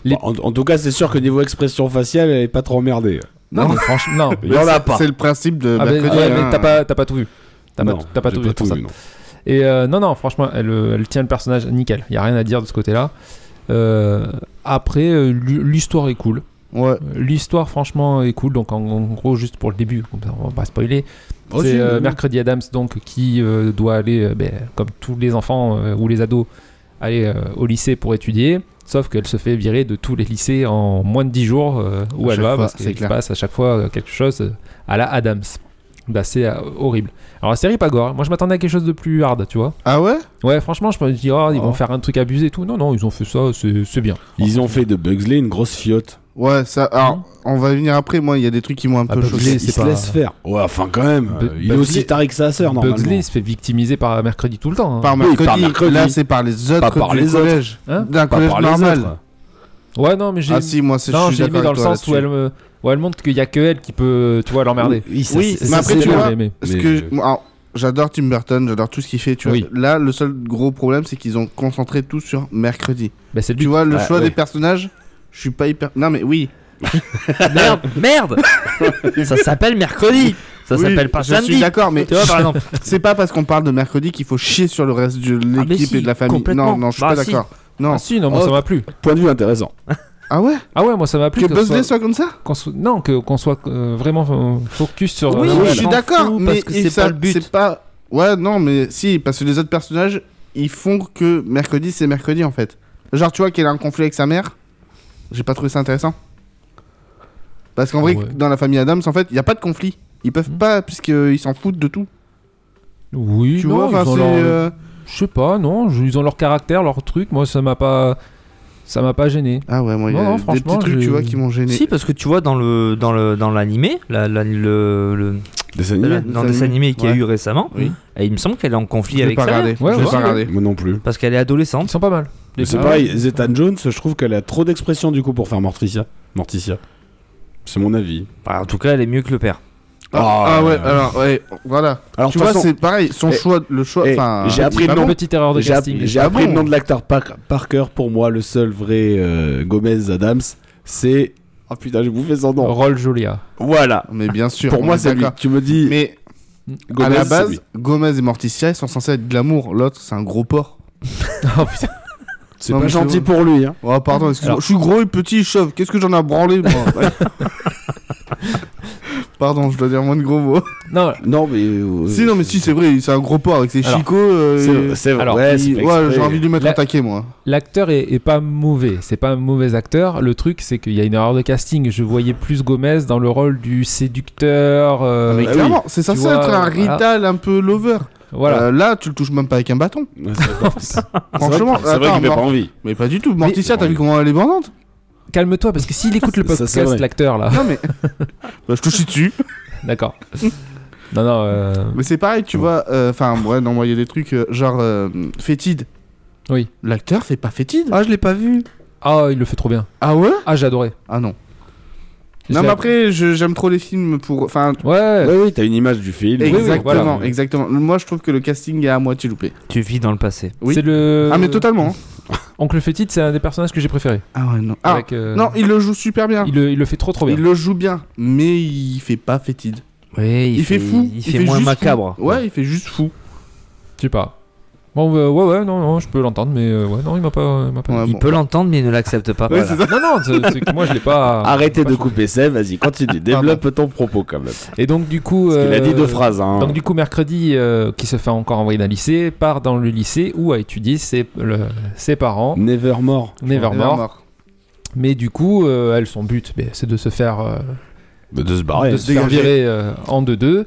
[SPEAKER 6] Les-
[SPEAKER 4] Bon, en, en tout cas, c'est sûr que niveau expression faciale, elle est pas trop emmerdée.
[SPEAKER 6] Non, mais franchement, non.
[SPEAKER 4] Il y en a pas.
[SPEAKER 5] C'est le principe de
[SPEAKER 6] Ah, mais-
[SPEAKER 5] mercredi,
[SPEAKER 6] ouais, mais
[SPEAKER 5] hein.
[SPEAKER 6] t'as pas, t'as pas tout vu. T'as pas,
[SPEAKER 4] Non,
[SPEAKER 6] tout- t'as pas
[SPEAKER 4] j'ai
[SPEAKER 6] tout vu pour ça.
[SPEAKER 4] vu, non.
[SPEAKER 6] Et euh, non, non, franchement, elle, euh, elle tient le personnage nickel. Il n'y a rien à dire de ce côté-là. Euh, après, euh, l'hu- l'histoire est cool.
[SPEAKER 5] Ouais.
[SPEAKER 6] Euh, L'histoire, franchement, est cool. Donc, en, en gros, juste pour le début, comme ça, on va pas spoiler.
[SPEAKER 5] Oh,
[SPEAKER 6] c'est euh, Mercredi Adams, donc, qui euh, doit aller, euh, ben, comme tous les enfants euh, ou les ados, aller euh, au lycée pour étudier. Sauf qu'elle se fait virer de tous les lycées en moins de 10 jours euh, où
[SPEAKER 5] À
[SPEAKER 6] elle
[SPEAKER 5] chaque
[SPEAKER 6] va,
[SPEAKER 5] fois,
[SPEAKER 6] parce
[SPEAKER 5] c'est
[SPEAKER 6] qu'il se
[SPEAKER 5] clair.
[SPEAKER 6] passe à chaque fois euh, quelque chose euh, à la Adams. D'assez euh, horrible. Alors, la série, pas gore. Moi, je m'attendais à quelque chose de plus hard, tu vois.
[SPEAKER 5] Ah ouais
[SPEAKER 6] Ouais, franchement, je me dis, oh, ils
[SPEAKER 5] Oh.
[SPEAKER 6] vont faire un truc abusé et tout. Non, non, ils ont fait ça, c'est c'est bien.
[SPEAKER 4] Ils ont fait de Bugsley une grosse fiotte.
[SPEAKER 5] Ouais, ça. Alors, on va venir après. Moi, il y a des trucs qui m'ont un
[SPEAKER 6] Hmm. Ah,
[SPEAKER 5] peu
[SPEAKER 6] Bugsley,
[SPEAKER 5] choqué.
[SPEAKER 4] Il
[SPEAKER 6] c'est
[SPEAKER 4] se
[SPEAKER 6] pas-
[SPEAKER 4] laisse faire. Ouais, enfin quand même.
[SPEAKER 6] Bu-
[SPEAKER 4] euh, il est
[SPEAKER 6] Bugsley-
[SPEAKER 4] aussi taré que sa sœur normalement.
[SPEAKER 6] Bugsley il se fait victimiser par mercredi tout le temps. hein.
[SPEAKER 5] Par
[SPEAKER 4] Oui, par
[SPEAKER 5] mercredi.
[SPEAKER 4] mercredi.
[SPEAKER 5] Là, c'est par les autres
[SPEAKER 4] Pas par
[SPEAKER 5] du
[SPEAKER 4] les autres.
[SPEAKER 5] collège.
[SPEAKER 6] Hein
[SPEAKER 5] D'un
[SPEAKER 4] Pas
[SPEAKER 5] collège
[SPEAKER 4] par les
[SPEAKER 5] normal.
[SPEAKER 4] autres.
[SPEAKER 6] Ouais, non, mais j'ai
[SPEAKER 5] Ah si, moi, c'est
[SPEAKER 6] non,
[SPEAKER 5] je suis
[SPEAKER 6] j'ai aimé
[SPEAKER 5] d'accord
[SPEAKER 6] dans le
[SPEAKER 5] avec toi
[SPEAKER 6] sens où elle,
[SPEAKER 5] là-dessus.
[SPEAKER 6] me- où elle montre qu'il y a que elle qui peut, tu vois, l'emmerder.
[SPEAKER 4] Oui, ça,
[SPEAKER 5] Oui,
[SPEAKER 4] c'est-
[SPEAKER 5] mais
[SPEAKER 4] ça,
[SPEAKER 5] après,
[SPEAKER 4] c'est
[SPEAKER 5] tu
[SPEAKER 4] bien.
[SPEAKER 5] vois,
[SPEAKER 6] j'ai aimé.
[SPEAKER 5] Parce
[SPEAKER 4] Mais-
[SPEAKER 5] que moi, alors, j'adore Tim Burton, j'adore tout ce qu'il fait. Tu vois.
[SPEAKER 6] Oui.
[SPEAKER 5] Là, le seul gros problème, c'est qu'ils ont concentré tout sur mercredi.
[SPEAKER 6] Bah, c'est le
[SPEAKER 5] Tu
[SPEAKER 6] but.
[SPEAKER 5] vois, le
[SPEAKER 4] Ouais,
[SPEAKER 5] choix
[SPEAKER 4] ouais.
[SPEAKER 5] des personnages, je suis pas hyper. Non, mais oui.
[SPEAKER 7] Merde, merde Ça s'appelle mercredi Ça
[SPEAKER 5] Oui,
[SPEAKER 7] s'appelle pas
[SPEAKER 5] Je
[SPEAKER 7] samedi
[SPEAKER 5] suis d'accord, mais
[SPEAKER 7] Tu vois, par exemple.
[SPEAKER 5] c'est pas parce qu'on parle de mercredi qu'il faut chier sur le reste de
[SPEAKER 7] Ah, mais
[SPEAKER 5] l'équipe
[SPEAKER 7] si,
[SPEAKER 5] et de la famille.
[SPEAKER 7] complètement.
[SPEAKER 5] Non, non, je suis
[SPEAKER 7] Bah,
[SPEAKER 5] pas
[SPEAKER 7] si.
[SPEAKER 5] d'accord. Non.
[SPEAKER 6] Ah si, non, moi
[SPEAKER 4] Oh.
[SPEAKER 6] ça m'a plu.
[SPEAKER 4] Point de vue intéressant.
[SPEAKER 5] Ah ouais
[SPEAKER 6] Ah ouais, moi ça m'a plu.
[SPEAKER 5] Que
[SPEAKER 6] ce
[SPEAKER 5] Buzz
[SPEAKER 6] soit-
[SPEAKER 5] soit comme ça
[SPEAKER 6] qu'on soit- Non, que- qu'on soit euh, vraiment euh, focus sur. euh,
[SPEAKER 7] Oui, mais
[SPEAKER 5] je
[SPEAKER 6] voilà.
[SPEAKER 5] suis
[SPEAKER 7] s'en
[SPEAKER 5] d'accord,
[SPEAKER 7] fout,
[SPEAKER 5] mais
[SPEAKER 7] parce que
[SPEAKER 5] il-
[SPEAKER 7] c'est
[SPEAKER 5] ça-
[SPEAKER 7] pas le but.
[SPEAKER 5] C'est pas. Ouais, non, mais si, parce que les autres personnages, ils font que mercredi, c'est mercredi en fait. Genre, tu vois qu'elle a un conflit avec sa mère, j'ai pas trouvé ça intéressant. Parce qu'en vrai,
[SPEAKER 6] Ah Ouais.
[SPEAKER 5] dans la famille Adams, en fait, il y a pas de conflit. Ils peuvent
[SPEAKER 6] Hmm.
[SPEAKER 5] pas, puisqu'ils s'en foutent de tout.
[SPEAKER 6] Oui,
[SPEAKER 5] Tu
[SPEAKER 6] non,
[SPEAKER 5] vois,
[SPEAKER 6] ils
[SPEAKER 5] enfin,
[SPEAKER 6] ont
[SPEAKER 5] c'est.
[SPEAKER 6] leur-
[SPEAKER 5] euh,
[SPEAKER 6] Je sais pas, non, ils ont leur caractère, leur truc. Moi ça m'a pas, ça m'a pas gêné.
[SPEAKER 5] Ah ouais, moi, il y
[SPEAKER 6] Non, non,
[SPEAKER 5] a des
[SPEAKER 6] franchement,
[SPEAKER 5] petits trucs,
[SPEAKER 6] j'ai-
[SPEAKER 5] tu vois, qui m'ont gêné.
[SPEAKER 7] Si, parce que tu vois, dans le dans le dans l'animé, la- la- le, le-
[SPEAKER 4] Des
[SPEAKER 6] Eh
[SPEAKER 4] animés.
[SPEAKER 7] dans le dessin animé qu'il y a
[SPEAKER 5] Ouais.
[SPEAKER 7] eu récemment,
[SPEAKER 5] Oui.
[SPEAKER 7] et il me semble qu'elle est en conflit
[SPEAKER 5] Je l'ai
[SPEAKER 7] avec
[SPEAKER 5] pas
[SPEAKER 7] sa mère,
[SPEAKER 5] regardé.
[SPEAKER 6] Ouais,
[SPEAKER 5] je l'ai
[SPEAKER 6] ouais.
[SPEAKER 5] pas regardé.
[SPEAKER 4] Moi non plus.
[SPEAKER 7] parce qu'elle est
[SPEAKER 6] Ils
[SPEAKER 7] adolescente.
[SPEAKER 6] sont pas mal.
[SPEAKER 4] Mais c'est
[SPEAKER 5] Ah
[SPEAKER 4] pareil, Zeta Jones, je trouve qu'elle a trop d'expression du coup pour faire Morticia. Morticia. C'est mon avis.
[SPEAKER 7] Bah, en tout cas, elle est mieux que le père.
[SPEAKER 5] Ah,
[SPEAKER 4] Ah,
[SPEAKER 5] ah ouais,
[SPEAKER 4] euh,
[SPEAKER 5] alors, ouais, voilà.
[SPEAKER 4] Alors
[SPEAKER 5] tu
[SPEAKER 4] de toute
[SPEAKER 5] vois,
[SPEAKER 4] façon,
[SPEAKER 5] c'est pareil, son
[SPEAKER 4] Eh,
[SPEAKER 5] choix, le choix,
[SPEAKER 4] eh,
[SPEAKER 5] enfin...
[SPEAKER 4] j'ai appris
[SPEAKER 5] pas
[SPEAKER 4] le
[SPEAKER 5] Ah bon.
[SPEAKER 4] nom
[SPEAKER 6] Petite erreur de
[SPEAKER 4] j'ai
[SPEAKER 6] casting.
[SPEAKER 4] app- j'ai
[SPEAKER 5] Ah
[SPEAKER 4] appris
[SPEAKER 5] bon
[SPEAKER 4] le nom de l'acteur par, par cœur. Pour moi, le seul vrai euh, Gomez Adams, c'est. Ah putain, j'ai bouffé son nom.
[SPEAKER 6] Roll Jolia.
[SPEAKER 4] Voilà.
[SPEAKER 5] Mais bien sûr.
[SPEAKER 4] Pour
[SPEAKER 5] on
[SPEAKER 4] moi,
[SPEAKER 5] est
[SPEAKER 4] c'est lui.
[SPEAKER 5] d'accord.
[SPEAKER 4] Tu me dis.
[SPEAKER 5] Mais
[SPEAKER 4] Gomez,
[SPEAKER 5] à la
[SPEAKER 4] c'est
[SPEAKER 5] base,
[SPEAKER 4] lui.
[SPEAKER 5] Gomez et Morticia, ils sont censés être de l'amour. L'autre, c'est un gros porc.
[SPEAKER 6] Oh putain.
[SPEAKER 4] c'est
[SPEAKER 5] non,
[SPEAKER 4] pas
[SPEAKER 5] mais c'est
[SPEAKER 4] gentil
[SPEAKER 5] vrai.
[SPEAKER 4] pour lui. Hein.
[SPEAKER 5] Oh, pardon, excuse-moi.
[SPEAKER 6] Alors-
[SPEAKER 5] Je suis gros et petit, chauve. Qu'est-ce que j'en ai à branler, moi Pardon, je dois dire moins de gros mots.
[SPEAKER 6] Non,
[SPEAKER 4] Non, mais. euh,
[SPEAKER 5] si, non, mais si, c'est vrai, c'est un gros porc avec ses
[SPEAKER 6] Alors,
[SPEAKER 5] chicots. euh,
[SPEAKER 4] C'est
[SPEAKER 5] et-
[SPEAKER 4] c'est vrai.
[SPEAKER 6] Alors,
[SPEAKER 4] ouais, c'est
[SPEAKER 5] il-
[SPEAKER 4] fait
[SPEAKER 5] ouais,
[SPEAKER 4] exprès.
[SPEAKER 5] j'ai envie de lui mettre
[SPEAKER 6] La-
[SPEAKER 5] un taquet, moi.
[SPEAKER 6] l'acteur est, est pas mauvais. C'est pas un mauvais acteur. Le truc, c'est qu'il y a une erreur de casting. Je voyais plus Gomez dans le rôle du séducteur. euh,
[SPEAKER 5] Ah, Mais
[SPEAKER 4] bah
[SPEAKER 5] clairement, c'est censé
[SPEAKER 6] vois,
[SPEAKER 5] être un
[SPEAKER 6] voilà.
[SPEAKER 5] rital un peu lover.
[SPEAKER 6] Voilà.
[SPEAKER 5] Euh, là, tu le touches même pas avec un bâton.
[SPEAKER 4] Ouais, c'est vrai.
[SPEAKER 5] Franchement,
[SPEAKER 4] Ah, c'est vrai
[SPEAKER 5] attends,
[SPEAKER 4] qu'il fait pas
[SPEAKER 5] Mor-
[SPEAKER 4] envie.
[SPEAKER 5] Mais pas du tout. Morticia, t'as
[SPEAKER 4] Mais-
[SPEAKER 5] vu comment elle est bandante
[SPEAKER 6] Calme-toi, parce que s'il écoute le
[SPEAKER 4] Ça, c'est vrai.
[SPEAKER 6] podcast, l'acteur là.
[SPEAKER 5] Non, mais. bah, je te chie dessus.
[SPEAKER 6] D'accord. non, non. euh,
[SPEAKER 5] Mais c'est pareil, tu vois. euh, Enfin, ouais, non, moi, il y a des trucs euh, genre euh, fétide.
[SPEAKER 6] Oui.
[SPEAKER 5] L'acteur fait pas fétide
[SPEAKER 4] Ah, je l'ai pas vu.
[SPEAKER 6] Ah, il le fait trop bien.
[SPEAKER 5] Ah ouais
[SPEAKER 6] Ah, j'ai adoré.
[SPEAKER 5] Ah non.
[SPEAKER 6] Je
[SPEAKER 5] non,
[SPEAKER 6] l'ai-
[SPEAKER 5] mais après, je- j'aime trop les films pour. Enfin.
[SPEAKER 6] Ouais.
[SPEAKER 4] Oui, oui, t'as une image du film.
[SPEAKER 6] oui,
[SPEAKER 5] Exactement,
[SPEAKER 6] voilà.
[SPEAKER 5] exactement. Moi, je trouve que le casting est à moitié loupé.
[SPEAKER 7] Tu vis dans le passé.
[SPEAKER 5] Oui.
[SPEAKER 6] C'est le.
[SPEAKER 5] Ah, mais totalement.
[SPEAKER 6] Oncle Fétide, c'est un des personnages que j'ai préféré.
[SPEAKER 5] Ah ouais, non. Ah,
[SPEAKER 6] Avec, euh,
[SPEAKER 5] non, il le joue super bien.
[SPEAKER 6] il le, il le fait trop trop bien.
[SPEAKER 5] Il le joue bien, mais il fait pas fétide.
[SPEAKER 7] Oui,
[SPEAKER 5] Il, fait, fou.
[SPEAKER 7] Il, fait, moins
[SPEAKER 5] juste
[SPEAKER 7] macabre.
[SPEAKER 5] fou. Ouais, il fait juste fou.
[SPEAKER 6] Tu sais pas. Bon, euh, ouais, ouais, non, non, je peux l'entendre, mais euh, ouais, non, il m'a pas. il m'a pas-
[SPEAKER 5] Ouais,
[SPEAKER 7] Il
[SPEAKER 5] bon.
[SPEAKER 7] peut l'entendre, mais il ne l'accepte pas.
[SPEAKER 5] Ouais,
[SPEAKER 7] Voilà.
[SPEAKER 5] c'est ça.
[SPEAKER 6] Non, non, c'est c'est que moi je l'ai pas.
[SPEAKER 4] Arrêtez
[SPEAKER 6] pas
[SPEAKER 4] de
[SPEAKER 6] changé.
[SPEAKER 4] couper Seb, vas-y, continue, développe ton propos quand même.
[SPEAKER 6] Et donc, du coup.
[SPEAKER 4] Parce qu'il a dit
[SPEAKER 6] euh,
[SPEAKER 4] deux phrases. Hein.
[SPEAKER 6] Donc du coup, mercredi, euh, qui se fait encore envoyer d'un lycée, part dans le lycée où a étudié ses, le- ses parents,
[SPEAKER 4] Nevermore.
[SPEAKER 6] Nevermore. Mais du coup, euh, elle, son but, ben, c'est de se faire, euh,
[SPEAKER 4] De, de se
[SPEAKER 6] de
[SPEAKER 4] barrer.
[SPEAKER 6] se faire
[SPEAKER 5] dégager.
[SPEAKER 6] virer euh, en 2-2.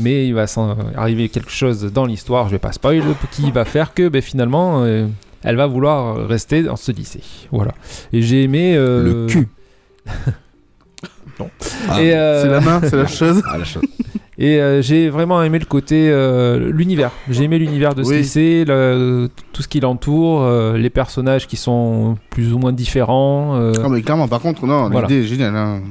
[SPEAKER 6] Mais il va s'en- arriver quelque chose dans l'histoire, je vais pas spoil, qui va faire que ben, finalement, euh, elle va vouloir rester dans ce lycée. Voilà. Et j'ai aimé... euh,
[SPEAKER 4] Le cul. Ah,
[SPEAKER 6] Et, euh,
[SPEAKER 5] C'est la main, c'est la chose.
[SPEAKER 4] Ah, la chose.
[SPEAKER 6] Et euh, j'ai vraiment aimé le côté euh, l'univers. J'ai aimé l'univers de ce
[SPEAKER 5] Oui.
[SPEAKER 6] lycée, le- tout ce qui l'entoure, euh, les personnages qui sont plus ou moins différents. euh,
[SPEAKER 5] Non, mais clairement, par contre, non,
[SPEAKER 6] Voilà.
[SPEAKER 5] l'idée est géniale. hein.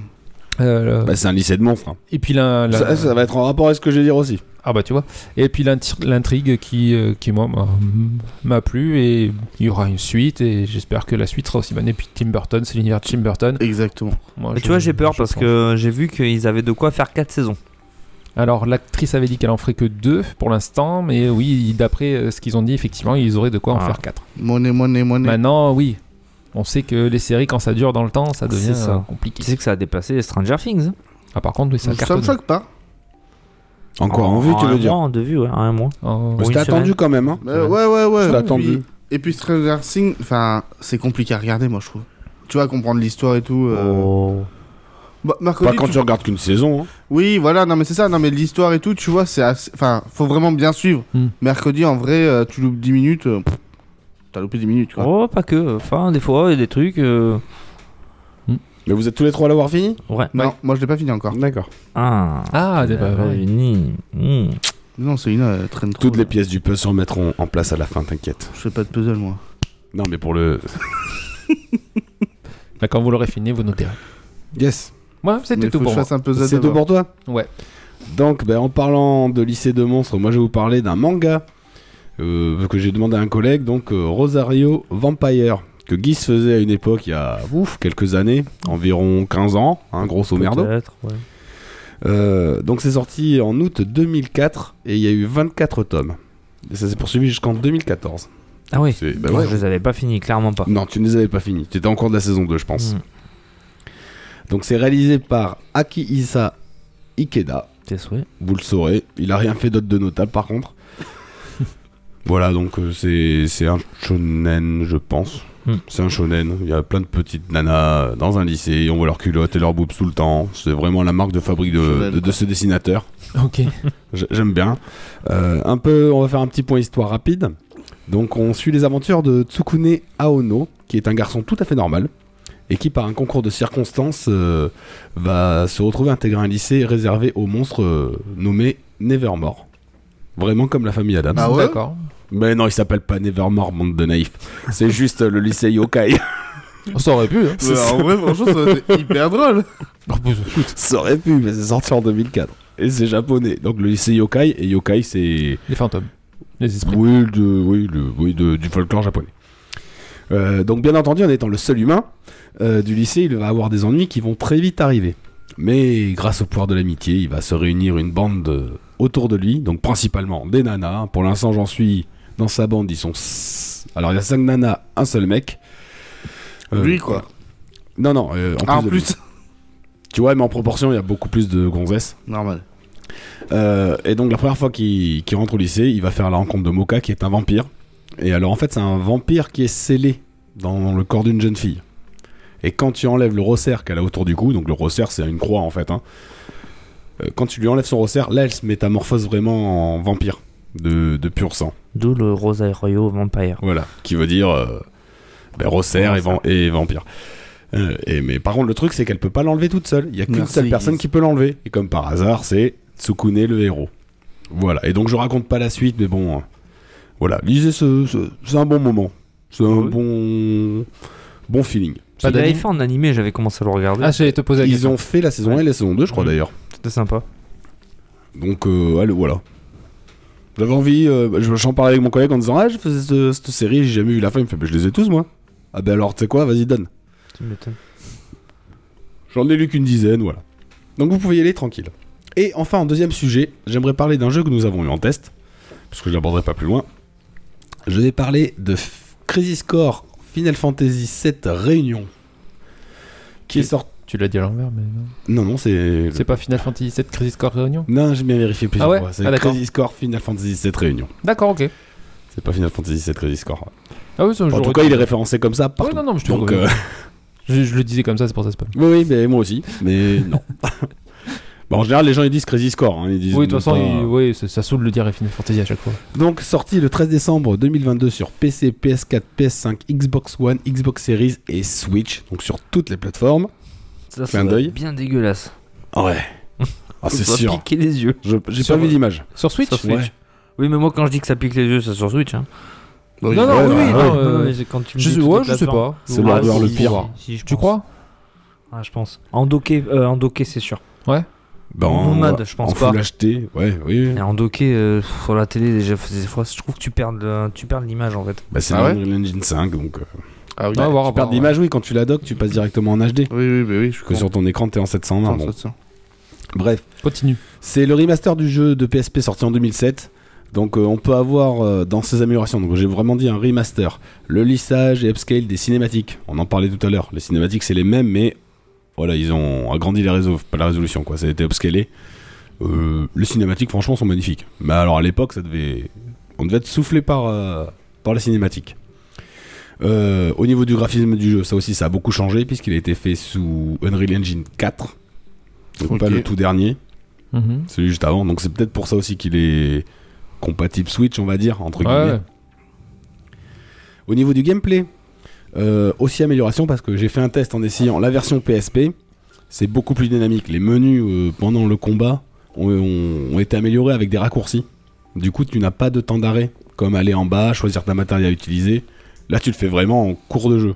[SPEAKER 6] euh,
[SPEAKER 4] Bah, c'est un lycée de monstres. hein.
[SPEAKER 6] et puis la, la-
[SPEAKER 4] Ça, ça va être en rapport à ce que je vais dire aussi.
[SPEAKER 6] ah bah tu vois. Et puis l'inti- l'intrigue qui euh, qui moi m'a- m'a plu et il y aura une suite et j'espère que la suite sera aussi bonne. Et puis Tim Burton, c'est l'univers de Tim Burton.
[SPEAKER 5] Exactement.
[SPEAKER 6] Moi,
[SPEAKER 7] Mais
[SPEAKER 6] je-
[SPEAKER 7] tu vois, j'ai peur
[SPEAKER 6] je
[SPEAKER 7] parce
[SPEAKER 6] pense.
[SPEAKER 7] que j'ai vu qu'ils avaient de quoi faire 4 saisons.
[SPEAKER 6] Alors l'actrice avait dit qu'elle en ferait que deux pour l'instant, mais oui, d'après euh, ce qu'ils ont dit, effectivement, ils auraient de quoi en
[SPEAKER 7] Ah.
[SPEAKER 6] faire quatre.
[SPEAKER 5] Money, money, money.
[SPEAKER 6] Maintenant, oui. On sait que les séries, quand ça dure dans le temps, ça devient
[SPEAKER 7] C'est ça.
[SPEAKER 6] euh,
[SPEAKER 7] Tu
[SPEAKER 6] compliqué.
[SPEAKER 7] sais que ça a dépassé les Stranger Things. hein.
[SPEAKER 6] Ah, par contre, oui, ça
[SPEAKER 5] ça me
[SPEAKER 6] cartonne.
[SPEAKER 5] choque pas.
[SPEAKER 4] Encore en vue, tu
[SPEAKER 7] un
[SPEAKER 4] veux dire.
[SPEAKER 7] mois, en deux vues, ouais, en un mois.
[SPEAKER 6] Oh,
[SPEAKER 7] Oui.
[SPEAKER 4] C'était
[SPEAKER 7] une
[SPEAKER 4] attendu
[SPEAKER 7] semaine.
[SPEAKER 4] quand même. Hein.
[SPEAKER 5] Bah, ouais, ouais, ouais.
[SPEAKER 4] Je l'ai
[SPEAKER 5] Et
[SPEAKER 4] attendu.
[SPEAKER 5] puis- Et puis Stranger Things, enfin, c'est compliqué à regarder, moi, je trouve. Tu vois, comprendre l'histoire et tout. euh,
[SPEAKER 7] Oh.
[SPEAKER 5] Bah, mercredi,
[SPEAKER 4] Pas quand
[SPEAKER 5] tu-
[SPEAKER 4] tu regardes qu'une saison. hein.
[SPEAKER 5] Oui, voilà, non, mais c'est ça, non, mais l'histoire et tout, tu vois, c'est assez... Enfin, faut vraiment bien suivre.
[SPEAKER 6] Hmm.
[SPEAKER 5] Mercredi, en vrai, euh, tu loupes 10 minutes. euh, pff, T'as loupé 10 minutes, quoi.
[SPEAKER 7] Oh, pas que. Enfin, des fois, il y a des trucs. euh,
[SPEAKER 4] Mais vous êtes tous les trois à l'avoir fini
[SPEAKER 7] Ouais.
[SPEAKER 5] non, moi, je l'ai pas fini encore.
[SPEAKER 4] D'accord.
[SPEAKER 7] Ah. Mmh.
[SPEAKER 6] Ah,
[SPEAKER 7] des
[SPEAKER 6] c'est pas vrai.
[SPEAKER 5] Non, c'est une euh, traîne trop.
[SPEAKER 4] Toutes les
[SPEAKER 5] là.
[SPEAKER 4] pièces du puzzle se mettront en place à la fin, t'inquiète.
[SPEAKER 5] Je fais pas de puzzle, moi.
[SPEAKER 4] Non, mais pour le.
[SPEAKER 6] Bah, quand vous l'aurez fini, vous noterez.
[SPEAKER 4] Yes.
[SPEAKER 6] Moi,
[SPEAKER 5] Mais
[SPEAKER 6] c'était
[SPEAKER 5] faut
[SPEAKER 6] tout
[SPEAKER 5] que
[SPEAKER 6] pour
[SPEAKER 5] je
[SPEAKER 6] moi.
[SPEAKER 5] fasse un puzzle
[SPEAKER 4] C'est tout
[SPEAKER 5] d'abord.
[SPEAKER 4] pour toi
[SPEAKER 6] Ouais.
[SPEAKER 4] Donc, ben, en parlant de lycée de monstres, moi je vais vous parler d'un manga euh, que j'ai demandé à un collègue, donc euh, Rosario Vampire, que Guy se faisait à une époque, il y a ouf, quelques années, environ 15 ans, hein, grosso merdo.
[SPEAKER 7] Peut-être, ouais.
[SPEAKER 4] Euh, donc c'est sorti en août 2004 et il y a eu 24 tomes. Et ça s'est poursuivi jusqu'en 2014.
[SPEAKER 7] Ah oui.
[SPEAKER 4] C'est- bah
[SPEAKER 7] Moi,
[SPEAKER 4] ouais.
[SPEAKER 7] je les avais pas finis, clairement pas.
[SPEAKER 4] Non, tu ne les avais pas finis, tu étais encore de la saison 2, je pense.
[SPEAKER 7] Mm.
[SPEAKER 4] Donc c'est réalisé par Akihisa Ikeda.
[SPEAKER 7] Tes souhaits.
[SPEAKER 4] vous le saurez. Il a rien fait d'autre de notable par contre. voilà, donc euh, c'est c'est un shonen, je pense.
[SPEAKER 7] Hmm.
[SPEAKER 4] C'est un shonen. Il y a plein de petites nanas euh, dans un lycée. On voit leurs culottes et leurs boobs tout le temps. C'est vraiment la marque de fabrique de,
[SPEAKER 5] Shonen,
[SPEAKER 4] de, de ce dessinateur.
[SPEAKER 6] Ok.
[SPEAKER 4] J- J'aime bien. Euh, un peu, on va faire un petit point histoire rapide. Donc, on suit les aventures de Tsukune Aono, qui est un garçon tout à fait normal et qui, par un concours de circonstances, euh, va se retrouver intégré à un lycée réservé aux monstres euh, nommé Nevermore. Vraiment comme la famille Adams.
[SPEAKER 5] Ah ouais
[SPEAKER 6] D'accord.
[SPEAKER 4] Mais non, il s'appelle pas Nevermore, monde de naïf. C'est juste euh, le lycée yokai.
[SPEAKER 6] Ça aurait pu. hein.
[SPEAKER 4] C'est
[SPEAKER 5] Ouais,
[SPEAKER 4] ça.
[SPEAKER 5] en vrai, franchement, ça aurait été hyper drôle.
[SPEAKER 6] hein.
[SPEAKER 4] ça aurait pu, mais c'est sorti en 2004. Et c'est japonais. Donc, le lycée yokai, et yokai, c'est.
[SPEAKER 6] Les fantômes. Les esprits.
[SPEAKER 4] Oui, de, oui, le- oui de- du folklore japonais. Euh, donc bien entendu, en étant le seul humain euh, du lycée, il va avoir des ennuis qui vont très vite arriver. Mais grâce au pouvoir de l'amitié, il va se réunir une bande euh, autour de lui, donc principalement des nanas. Pour l'instant, j'en suis dans sa bande, ils sont... s- Alors il y a 5 nanas, un seul mec. Euh,
[SPEAKER 5] Lui, quoi.
[SPEAKER 4] Non, non, euh, en plus...
[SPEAKER 5] Ah, en
[SPEAKER 4] de lui.
[SPEAKER 5] plus.
[SPEAKER 4] Tu vois, mais en proportion, il y a beaucoup plus de gonzesses.
[SPEAKER 5] Normal.
[SPEAKER 4] Euh, et donc la première fois qu'il qu'il rentre au lycée, il va faire la rencontre de Moka qui est un vampire. Et alors en fait c'est un vampire qui est scellé dans le corps d'une jeune fille. Et quand tu enlèves le resserre qu'elle a autour du cou, donc le resserre c'est une croix en fait, hein, euh, quand tu lui enlèves son resserre, là elle se métamorphose vraiment en vampire de, de pur sang.
[SPEAKER 7] D'où le Rosario Vampire.
[SPEAKER 4] Voilà, qui veut dire euh, ben, resserre et, van- et vampire. Euh, et, mais par contre, le truc, c'est qu'elle peut pas l'enlever toute seule. Il y a qu'une
[SPEAKER 5] Merci,
[SPEAKER 4] seule personne
[SPEAKER 5] Guise.
[SPEAKER 4] qui peut l'enlever. Et comme par hasard, c'est Tsukune le héros. Voilà. Et donc, je raconte pas la suite, mais bon. euh, voilà. Lisez ce. ce- C'est un bon moment. C'est un
[SPEAKER 7] Oui.
[SPEAKER 4] bon. Bon feeling.
[SPEAKER 6] Pas
[SPEAKER 7] Il l'avait
[SPEAKER 6] d'anime.
[SPEAKER 7] fait en animé, j'avais commencé à le regarder.
[SPEAKER 6] Ah, j'allais te poser la
[SPEAKER 4] Ils
[SPEAKER 6] question.
[SPEAKER 4] ont fait la saison 1 et la saison 2, je crois
[SPEAKER 7] Mhm.
[SPEAKER 4] d'ailleurs.
[SPEAKER 7] C'était sympa.
[SPEAKER 4] Donc, euh, allez, voilà. J'avais envie, euh, je- j'en parlais avec mon collègue en disant Ah, je faisais ce- cette série, j'ai jamais vu la fin. Il me fait bah, Je les ai tous, moi. Ah, ben alors, tu sais quoi, vas-y, donne.
[SPEAKER 7] Tu m'étonnes.
[SPEAKER 4] J'en ai lu qu'une dizaine, voilà. Donc vous pouvez y aller tranquille. Et enfin, en deuxième sujet, j'aimerais parler d'un jeu que nous avons eu en test, parce que je l'aborderai pas plus loin. Je vais parler de F- Crisis Core Final Fantasy VII Réunion. Qui est sorti.
[SPEAKER 6] Tu l'as dit à l'envers, mais non.
[SPEAKER 4] Non, non, c'est.
[SPEAKER 6] C'est pas Final Fantasy VII Crisis Core Réunion
[SPEAKER 4] Non, j'ai bien vérifié plusieurs
[SPEAKER 6] Ah ouais
[SPEAKER 4] fois. C'est
[SPEAKER 6] Ah, d'accord.
[SPEAKER 4] Crisis Core Final Fantasy VII Réunion.
[SPEAKER 6] D'accord, ok.
[SPEAKER 4] C'est pas Final Fantasy VII Crisis Core.
[SPEAKER 6] Ah oui, ça, je
[SPEAKER 4] en tout
[SPEAKER 6] le
[SPEAKER 4] cas, il est
[SPEAKER 6] reconnais.
[SPEAKER 4] référencé comme ça partout.
[SPEAKER 6] Ouais, non, non, mais je te
[SPEAKER 4] Donc,
[SPEAKER 6] reconnais.
[SPEAKER 4] euh,
[SPEAKER 6] Je, je le disais comme ça, c'est pour ça que c'est pas.
[SPEAKER 4] oui, oui, mais moi aussi. Mais non. Bon, en général, les gens ils disent Crisis Core. hein, ils disent
[SPEAKER 6] Oui, de toute façon,
[SPEAKER 4] pas-
[SPEAKER 6] il- oui, ça, ça saoule de le dire Final Fantasy à chaque fois.
[SPEAKER 4] Donc sorti le 13 décembre 2022 sur PC, PS4, PS5, Xbox One, Xbox Series et Switch, donc sur toutes les plateformes.
[SPEAKER 7] Ça,
[SPEAKER 4] Clin
[SPEAKER 7] ça doit
[SPEAKER 4] d'œil.
[SPEAKER 7] être bien dégueulasse.
[SPEAKER 4] Ouais. Ah c'est
[SPEAKER 7] ça
[SPEAKER 4] sûr.
[SPEAKER 7] piquer les yeux.
[SPEAKER 4] Je- J'ai
[SPEAKER 6] Sur-
[SPEAKER 4] pas vu d'image.
[SPEAKER 6] Sur Switch
[SPEAKER 7] Sur Switch. Oui, mais moi, quand je dis que ça pique les yeux, c'est sur Switch. Hein.
[SPEAKER 5] Bah
[SPEAKER 6] Non, non,
[SPEAKER 4] Ouais,
[SPEAKER 6] oui,
[SPEAKER 4] ouais,
[SPEAKER 6] oui,
[SPEAKER 4] ouais.
[SPEAKER 6] non, euh,
[SPEAKER 7] mais c'est quand tu me
[SPEAKER 6] je,
[SPEAKER 7] dis
[SPEAKER 6] sais-
[SPEAKER 7] toutes
[SPEAKER 6] ouais,
[SPEAKER 7] les
[SPEAKER 6] je sais
[SPEAKER 7] plateformes.
[SPEAKER 6] pas.
[SPEAKER 4] C'est
[SPEAKER 7] Ah,
[SPEAKER 4] l'hardware
[SPEAKER 7] si,
[SPEAKER 4] le
[SPEAKER 7] si,
[SPEAKER 4] pire.
[SPEAKER 7] si, je
[SPEAKER 6] Tu
[SPEAKER 7] pense.
[SPEAKER 6] crois
[SPEAKER 7] Ah, je pense. En docké, euh, en docké, c'est sûr. En nomade, je pense
[SPEAKER 4] en
[SPEAKER 7] pas.
[SPEAKER 4] full acheté. Ouais, oui. oui.
[SPEAKER 7] Et en docké, euh, pff, sur la télé, déjà, f- des fois, je trouve que tu perds, le- tu perds l'image, en fait.
[SPEAKER 4] Bah, c'est
[SPEAKER 5] Ah ouais
[SPEAKER 4] l'Unreal Engine 5 donc euh,
[SPEAKER 5] Ah oui.
[SPEAKER 6] Ouais, voir,
[SPEAKER 4] tu perds
[SPEAKER 6] voir,
[SPEAKER 4] de l'image oui quand tu la dock, tu passes directement en HD
[SPEAKER 5] Oui, oui, bah oui, je suis
[SPEAKER 4] que sur ton écran t'es en 720. Bon, bref.
[SPEAKER 6] ouais. Continue.
[SPEAKER 4] C'est le remaster du jeu de PSP sorti en 2007. Donc euh, on peut avoir euh, dans ces améliorations, donc j'ai vraiment dit un remaster, le lissage et upscale des cinématiques. On en parlait tout à l'heure. Les cinématiques c'est les mêmes, mais voilà ils ont agrandi les réseaux, pas la résolution quoi. Ça a été upscalé. Euh, les cinématiques franchement sont magnifiques. Mais alors à l'époque ça devait, on devait être soufflé par euh, par les cinématiques. Euh, au niveau du graphisme du jeu, ça aussi ça a beaucoup changé puisqu'il a été fait sous Unreal Engine 4, donc pas
[SPEAKER 5] Ok.
[SPEAKER 4] le tout dernier
[SPEAKER 6] Mhm.
[SPEAKER 4] celui juste avant. Donc c'est peut-être pour ça aussi qu'il est compatible Switch, on va dire, entre
[SPEAKER 6] Ouais,
[SPEAKER 4] guillemets.
[SPEAKER 6] ouais.
[SPEAKER 4] Au niveau du gameplay, euh, aussi amélioration parce que j'ai fait un test en essayant la version PSP. C'est beaucoup plus dynamique. Les menus euh, pendant le combat ont, ont- ont été améliorés avec des raccourcis. Du coup, tu n'as pas de temps d'arrêt, comme aller en bas, choisir ta matériel à utiliser. Là, tu le fais vraiment en cours de jeu.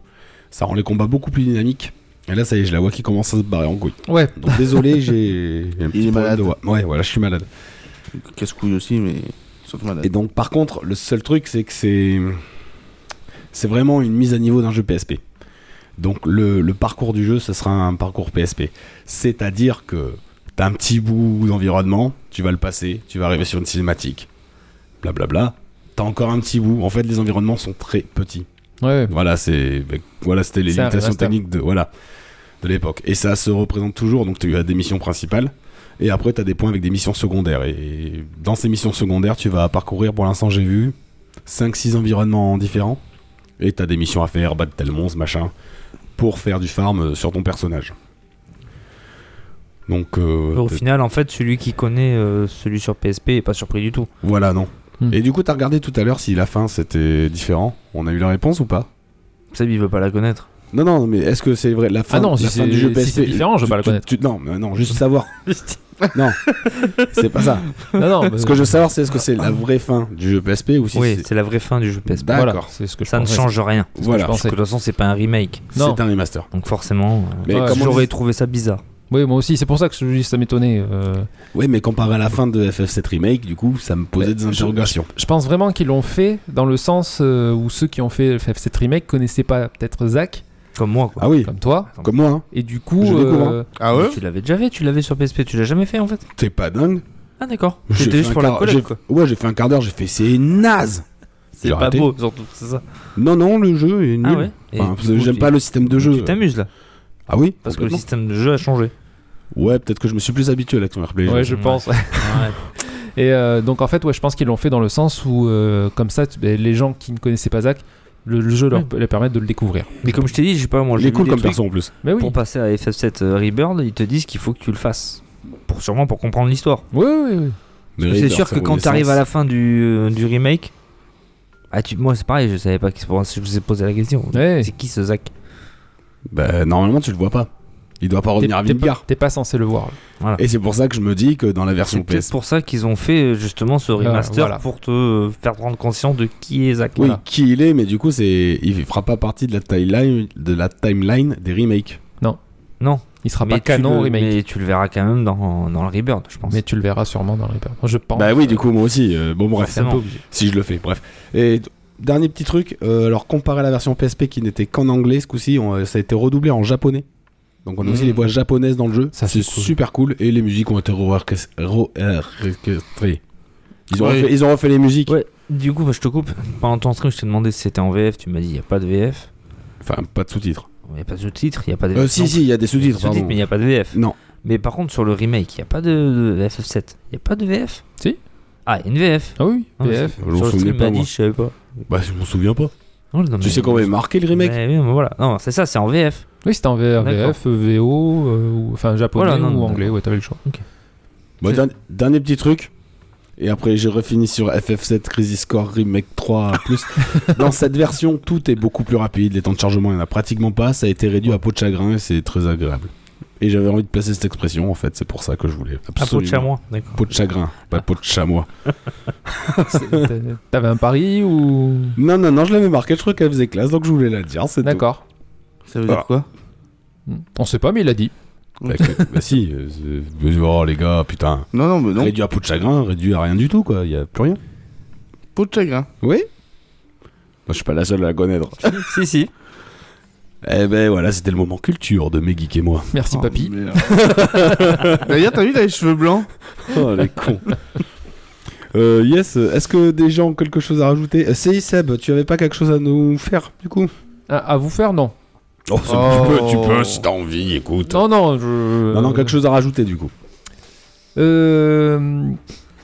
[SPEAKER 4] Ça rend les combats beaucoup plus dynamiques. Et là, ça y est, je la vois qui commence à se barrer en couille.
[SPEAKER 6] Ouais.
[SPEAKER 4] Donc désolé, j'ai j'ai un petit
[SPEAKER 5] est
[SPEAKER 4] problème
[SPEAKER 5] malade.
[SPEAKER 4] de voix. Ouais, voilà, je suis malade.
[SPEAKER 5] Casse-couille aussi, mais surtout malade.
[SPEAKER 4] Et donc, par contre, le seul truc, c'est que c'est. C'est vraiment une mise à niveau d'un jeu PSP. Donc, le, le parcours du jeu, ce sera un parcours PSP. C'est-à-dire que t'as un petit bout d'environnement, tu vas le passer, tu vas arriver sur une cinématique. Blablabla. T'as encore un petit bout. En fait, les environnements sont très petits.
[SPEAKER 6] Ouais, ouais.
[SPEAKER 4] Voilà, c'est ben, voilà, c'était les
[SPEAKER 6] C'est un
[SPEAKER 4] limitations
[SPEAKER 6] remaster.
[SPEAKER 4] techniques de voilà de l'époque. Et ça se représente toujours. Donc tu as des missions principales et après tu as des points avec des missions secondaires. Et dans ces missions secondaires, tu vas parcourir pour l'instant, j'ai vu 5 6 environnements différents et tu as des missions à faire, battre tel monstre, machin pour faire du farm euh, sur ton personnage. Donc euh,
[SPEAKER 7] Au final, en fait, celui qui connaît euh, celui sur PSP est pas surpris du tout.
[SPEAKER 4] voilà, non.
[SPEAKER 6] Hmm.
[SPEAKER 4] Et du coup, tu as regardé tout à l'heure si la fin c'était différent. On a eu la réponse ou pas
[SPEAKER 7] Seb, il veut pas la connaître.
[SPEAKER 4] Non, non, mais est-ce que c'est vrai la fin,
[SPEAKER 6] Ah non, si
[SPEAKER 4] la fin
[SPEAKER 6] c'est-
[SPEAKER 4] du jeu
[SPEAKER 6] si
[SPEAKER 4] PSP
[SPEAKER 6] c'est différent, je vais
[SPEAKER 4] tu-
[SPEAKER 6] pas le
[SPEAKER 4] tu-
[SPEAKER 6] connaître.
[SPEAKER 4] tu- non, mais non, juste savoir. non, c'est pas ça.
[SPEAKER 6] Non, non, mais-
[SPEAKER 4] Ce que je veux savoir, c'est est-ce que c'est la vraie fin du jeu PSP ou si
[SPEAKER 7] oui,
[SPEAKER 4] c'est Bah,
[SPEAKER 7] c'est la vraie fin du jeu PSP.
[SPEAKER 4] D'accord.
[SPEAKER 6] Voilà, c'est ce que je
[SPEAKER 7] Ça ne
[SPEAKER 6] pensais.
[SPEAKER 7] change rien.
[SPEAKER 4] voilà,
[SPEAKER 6] pense.
[SPEAKER 7] Parce que de toute façon, c'est pas un remake.
[SPEAKER 4] c'est
[SPEAKER 6] Non.
[SPEAKER 4] un remaster.
[SPEAKER 7] Donc forcément, euh,
[SPEAKER 4] Mais
[SPEAKER 6] Ouais.
[SPEAKER 4] comment
[SPEAKER 7] j'aurais trouvé ça bizarre.
[SPEAKER 6] Oui, moi aussi, c'est pour ça que je, ça m'étonnait. euh.
[SPEAKER 4] Oui, mais comparé à la fin de FF7 remake, du coup, ça me posait
[SPEAKER 6] Mais
[SPEAKER 4] des
[SPEAKER 6] je-
[SPEAKER 4] interrogations.
[SPEAKER 6] Je pense vraiment qu'ils l'ont fait dans le sens euh, où ceux qui ont fait le FF7 Remake connaissaient pas peut-être Zach,
[SPEAKER 7] Comme moi, quoi.
[SPEAKER 4] Ah oui,
[SPEAKER 6] comme toi,
[SPEAKER 4] comme moi, hein.
[SPEAKER 6] et du coup.
[SPEAKER 4] Je découvre,
[SPEAKER 6] euh,
[SPEAKER 5] Ah
[SPEAKER 7] Mais
[SPEAKER 5] ouais
[SPEAKER 7] Tu l'avais déjà fait, tu l'avais sur PSP, tu l'as jamais fait en fait
[SPEAKER 4] t'es pas dingue.
[SPEAKER 7] Ah d'accord.
[SPEAKER 4] J'ai
[SPEAKER 7] C'était
[SPEAKER 4] fait
[SPEAKER 7] juste
[SPEAKER 4] un
[SPEAKER 7] pour la
[SPEAKER 4] quart-
[SPEAKER 7] collecte
[SPEAKER 4] j'ai-
[SPEAKER 7] quoi.
[SPEAKER 4] Ouais, j'ai fait un quart d'heure, j'ai fait c'est naze.
[SPEAKER 7] C'est
[SPEAKER 4] j'ai
[SPEAKER 7] pas
[SPEAKER 4] raté.
[SPEAKER 7] beau surtout, c'est ça.
[SPEAKER 4] Non, non, le jeu est nul.
[SPEAKER 7] Ah ouais Et
[SPEAKER 4] Enfin,
[SPEAKER 7] du coup,
[SPEAKER 4] J'aime
[SPEAKER 7] tu-
[SPEAKER 4] pas le système de jeu.
[SPEAKER 7] Tu t'amuses là,
[SPEAKER 4] Ah oui
[SPEAKER 7] parce que le
[SPEAKER 4] complètement.
[SPEAKER 7] système de jeu a changé.
[SPEAKER 4] Ouais, peut-être que je me suis plus habitué à l'action RPG.
[SPEAKER 6] euh, Ouais, je pense. Et euh, donc en fait, ouais, je pense qu'ils l'ont fait dans le sens où, euh, comme ça, tu- ben, les gens qui ne connaissaient pas Zach, le, le jeu leur, leur permet de le découvrir.
[SPEAKER 7] Mais comme je t'ai dit, je sais pas, moi
[SPEAKER 4] Il
[SPEAKER 7] j'ai
[SPEAKER 4] est
[SPEAKER 7] lu
[SPEAKER 4] cool
[SPEAKER 7] des
[SPEAKER 4] comme
[SPEAKER 7] trucs
[SPEAKER 4] perso en plus.
[SPEAKER 6] Mais oui.
[SPEAKER 7] Pour passer à FF7 euh, Rebirth, ils te disent qu'il faut que tu le fasses. Pour sûrement pour comprendre l'histoire.
[SPEAKER 6] Oui, oui, oui.
[SPEAKER 7] C'est sûr que quand t'arrives à la fin du, euh, du remake, ah, tu, moi c'est pareil, je savais pas qui se je vous ai posé la question.
[SPEAKER 6] Ouais.
[SPEAKER 7] C'est qui ce Zach
[SPEAKER 4] Bah, normalement, tu le vois pas. Il doit pas
[SPEAKER 6] T'es-
[SPEAKER 4] revenir à
[SPEAKER 6] T'es pas,
[SPEAKER 4] Midgar.
[SPEAKER 6] t'es pas censé le voir.
[SPEAKER 4] Et c'est pour ça que je me dis que dans la
[SPEAKER 7] C'est
[SPEAKER 4] version
[SPEAKER 7] peut-être
[SPEAKER 4] PS.
[SPEAKER 7] pour ça qu'ils ont fait euh, justement ce
[SPEAKER 6] Voilà,
[SPEAKER 7] remaster
[SPEAKER 6] voilà.
[SPEAKER 7] pour te euh, faire prendre conscience de qui est Zach.
[SPEAKER 4] Oui,
[SPEAKER 7] Voilà.
[SPEAKER 4] qui il est, mais du coup, c'est il fera pas partie de la timeline, de la timeline des remakes.
[SPEAKER 6] Il sera
[SPEAKER 7] Mais
[SPEAKER 6] Ah, pas
[SPEAKER 7] tu
[SPEAKER 6] canon
[SPEAKER 7] le-
[SPEAKER 6] au remake. Mais...
[SPEAKER 7] Mais tu le verras quand même dans, dans le Rebirth, je pense.
[SPEAKER 6] tu le verras sûrement dans les pertes. Je pense.
[SPEAKER 4] bah oui, du coup, moi aussi. euh, bon, bref,
[SPEAKER 6] C'est un peu
[SPEAKER 7] forcément.
[SPEAKER 6] obligé.
[SPEAKER 4] si je le fais, bref. Et d- dernier petit truc, euh, alors comparé à la version PSP qui n'était qu'en anglais, ce coup-ci, on- euh, ça a été redoublé en japonais. Donc on a aussi
[SPEAKER 5] Mm.
[SPEAKER 4] les voix japonaises dans le jeu.
[SPEAKER 6] Ça,
[SPEAKER 4] c'est
[SPEAKER 6] c'est cool.
[SPEAKER 4] super cool. Et les musiques ont été re-orchestrées. Ils, ont
[SPEAKER 5] Ouais.
[SPEAKER 4] refait- ils ont refait les musiques.
[SPEAKER 7] Ouais. Du coup, bah, je te coupe. Pendant ton stream, je t'ai demandé si c'était en VF. Tu m'as dit, il n'y a pas de VF.
[SPEAKER 4] Enfin, pas de sous-titres.
[SPEAKER 7] Il n'y a pas de sous-titres. Il n'y a pas de
[SPEAKER 4] Euh,
[SPEAKER 7] VF. non
[SPEAKER 4] si, si, il y a des
[SPEAKER 7] plus. Il y a des
[SPEAKER 4] sous-titres, pardon.
[SPEAKER 7] mais il n'y a pas de VF.
[SPEAKER 4] Non.
[SPEAKER 7] Mais par contre, sur le remake, il n'y a pas de, de FF7. Il n'y a pas de VF
[SPEAKER 6] Si.
[SPEAKER 7] Ah, il y a une VF.
[SPEAKER 6] Ah oui,
[SPEAKER 7] Ah, mais
[SPEAKER 6] VF.
[SPEAKER 7] c'est-
[SPEAKER 4] Je m'en
[SPEAKER 7] Sur le
[SPEAKER 4] souvenais
[SPEAKER 7] stream, il
[SPEAKER 4] pas,
[SPEAKER 7] m'a dit,
[SPEAKER 4] moi.
[SPEAKER 7] je savais pas.
[SPEAKER 4] Bah, je m'en souviens pas.
[SPEAKER 7] Non, non,
[SPEAKER 4] Tu
[SPEAKER 7] mais-
[SPEAKER 4] sais quand avait marqué le remake
[SPEAKER 7] Mais oui, mais voilà. Non, c'est ça, c'est en VF.
[SPEAKER 6] Oui, c'était en VR,
[SPEAKER 7] D'accord.
[SPEAKER 6] VF, VO, euh, ou- enfin japonais
[SPEAKER 7] Voilà, non,
[SPEAKER 6] ou
[SPEAKER 7] non,
[SPEAKER 6] anglais,
[SPEAKER 7] d'accord.
[SPEAKER 6] ouais, t'avais le choix.
[SPEAKER 4] Bon,
[SPEAKER 7] C'est-
[SPEAKER 4] dernier, dernier petit truc. Et après, je refinis sur FF7 Crisis Core Remake 3 Plus. Dans cette version, tout est beaucoup plus rapide. Les temps de chargement, il n'y en a pratiquement pas. Ça a été réduit à peau de chagrin et c'est très agréable. Et j'avais envie de placer cette expression, en fait. C'est pour ça que je voulais.
[SPEAKER 7] Ah, peau de
[SPEAKER 4] Absolument.
[SPEAKER 7] chamois. Ah. D'accord.
[SPEAKER 4] Peau de chagrin, pas peau de chamois.
[SPEAKER 6] C'est- t'a- T'avais un pari ou.
[SPEAKER 4] Non, non, non, je l'avais marqué. Je crois qu'elle faisait classe, donc je voulais la dire. C'est tout.
[SPEAKER 6] D'accord.
[SPEAKER 5] Ça veut dire
[SPEAKER 4] Ah.
[SPEAKER 5] quoi
[SPEAKER 6] Hmm. On sait pas, mais il a dit.
[SPEAKER 4] Bah, que- bah si. euh, c'est- Oh, les gars, putain.
[SPEAKER 5] Non, non, mais non.
[SPEAKER 4] Réduit à peau de chagrin, réduit à rien du tout, quoi. Il n'y a plus rien.
[SPEAKER 5] Peau de chagrin.
[SPEAKER 4] Oui Je suis pas la seule à la connaître.
[SPEAKER 7] si, si.
[SPEAKER 4] Eh ben voilà, c'était le moment culture de mes geeks et moi.
[SPEAKER 6] Merci,
[SPEAKER 5] Oh,
[SPEAKER 6] papy.
[SPEAKER 5] merde. euh. D'ailleurs, t'as vu, il a les cheveux blancs.
[SPEAKER 4] Oh les cons. Euh, yes, est-ce que des gens ont quelque chose à rajouter euh, C'est Seb, tu avais pas quelque chose à nous faire du coup
[SPEAKER 6] À, à vous faire, non.
[SPEAKER 4] oh,
[SPEAKER 5] c'est- Oh. tu peux- tu peux, si
[SPEAKER 4] t'as envie, écoute.
[SPEAKER 6] Non, non, je.
[SPEAKER 4] Non, non, quelque chose à rajouter du coup.
[SPEAKER 6] Euh,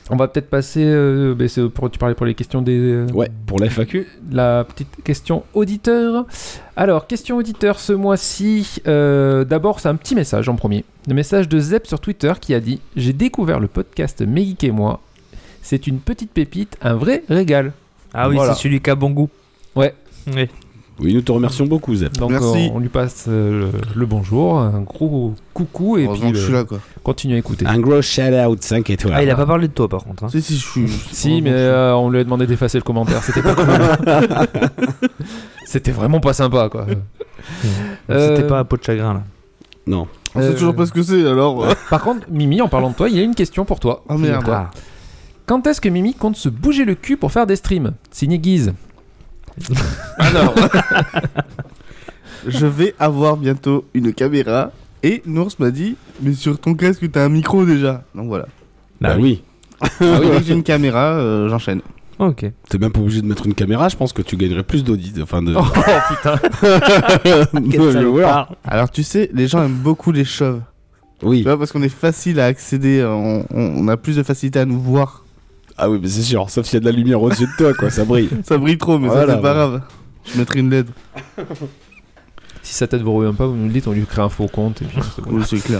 [SPEAKER 6] on va peut-être passer. euh, ben, c'est pour- tu parlais pour les questions des. euh,
[SPEAKER 4] Ouais, pour la FAQ.
[SPEAKER 6] la petite question auditeur. Alors, question auditeur ce mois-ci. euh, D'abord, c'est un petit message en premier. Le message de Zep sur Twitter qui a dit J'ai découvert le podcast Mes Geeks et moi. C'est une petite pépite, un vrai régal.
[SPEAKER 7] Ah oui,
[SPEAKER 6] Voilà.
[SPEAKER 7] c'est celui qui a bon goût.
[SPEAKER 6] Ouais.
[SPEAKER 7] Oui.
[SPEAKER 4] Oui, nous te remercions beaucoup Zeb.
[SPEAKER 6] Donc,
[SPEAKER 5] Merci.
[SPEAKER 6] On, on lui passe euh, le, le bonjour, un gros coucou et puis
[SPEAKER 5] Heureusement que je suis
[SPEAKER 6] euh,
[SPEAKER 5] là, Ah, quoi.
[SPEAKER 6] continue à écouter.
[SPEAKER 4] Un gros shout out 5 étoiles.
[SPEAKER 7] Ah, il a pas parlé de toi, par contre. hein.
[SPEAKER 5] Si, si, je suis.
[SPEAKER 6] Si, mais euh, on lui a demandé d'effacer le commentaire, c'était pas cool. c'était vraiment pas sympa, quoi.
[SPEAKER 7] C'était
[SPEAKER 6] Euh,
[SPEAKER 7] pas à peau de chagrin, là.
[SPEAKER 4] Non.
[SPEAKER 5] On sait
[SPEAKER 6] Euh,
[SPEAKER 5] toujours pas ce que c'est, alors. euh.
[SPEAKER 6] Par contre, Mimi, en parlant de toi, il y a une question pour toi.
[SPEAKER 5] Ah, merde.
[SPEAKER 6] Figure-toi. Quand est-ce que Mimi compte se bouger le cul pour faire des streams Signé Guise.
[SPEAKER 5] Alors. je vais avoir bientôt une caméra. Et Nours m'a dit, mais sur ton casque, t'as un micro déjà. Donc voilà.
[SPEAKER 4] Bah, oui.
[SPEAKER 6] Ah
[SPEAKER 5] Dès que j'ai une caméra, euh, j'enchaîne.
[SPEAKER 7] Ok.
[SPEAKER 4] T'es même pas obligé de mettre une caméra, je pense que tu gagnerais plus d'audits. Enfin de.
[SPEAKER 7] Oh putain.
[SPEAKER 4] de viewers.
[SPEAKER 5] Alors tu sais, les gens aiment beaucoup les chauves.
[SPEAKER 4] oui.
[SPEAKER 5] Tu
[SPEAKER 7] Ah.
[SPEAKER 5] vois, parce qu'on est facile à accéder, euh, on, on- on a plus de facilité à nous voir.
[SPEAKER 4] Ah oui, mais c'est sûr, sauf s'il y a de la lumière au-dessus de toi, quoi, ça brille.
[SPEAKER 5] Ça brille trop, mais ça
[SPEAKER 4] Voilà,
[SPEAKER 5] c'est pas
[SPEAKER 4] ouais.
[SPEAKER 5] grave. Je mettrai une LED.
[SPEAKER 6] Si sa tête vous revient pas, vous nous le dites, on lui crée un faux compte. et puis c'est bon.
[SPEAKER 5] Oui, c'est clair.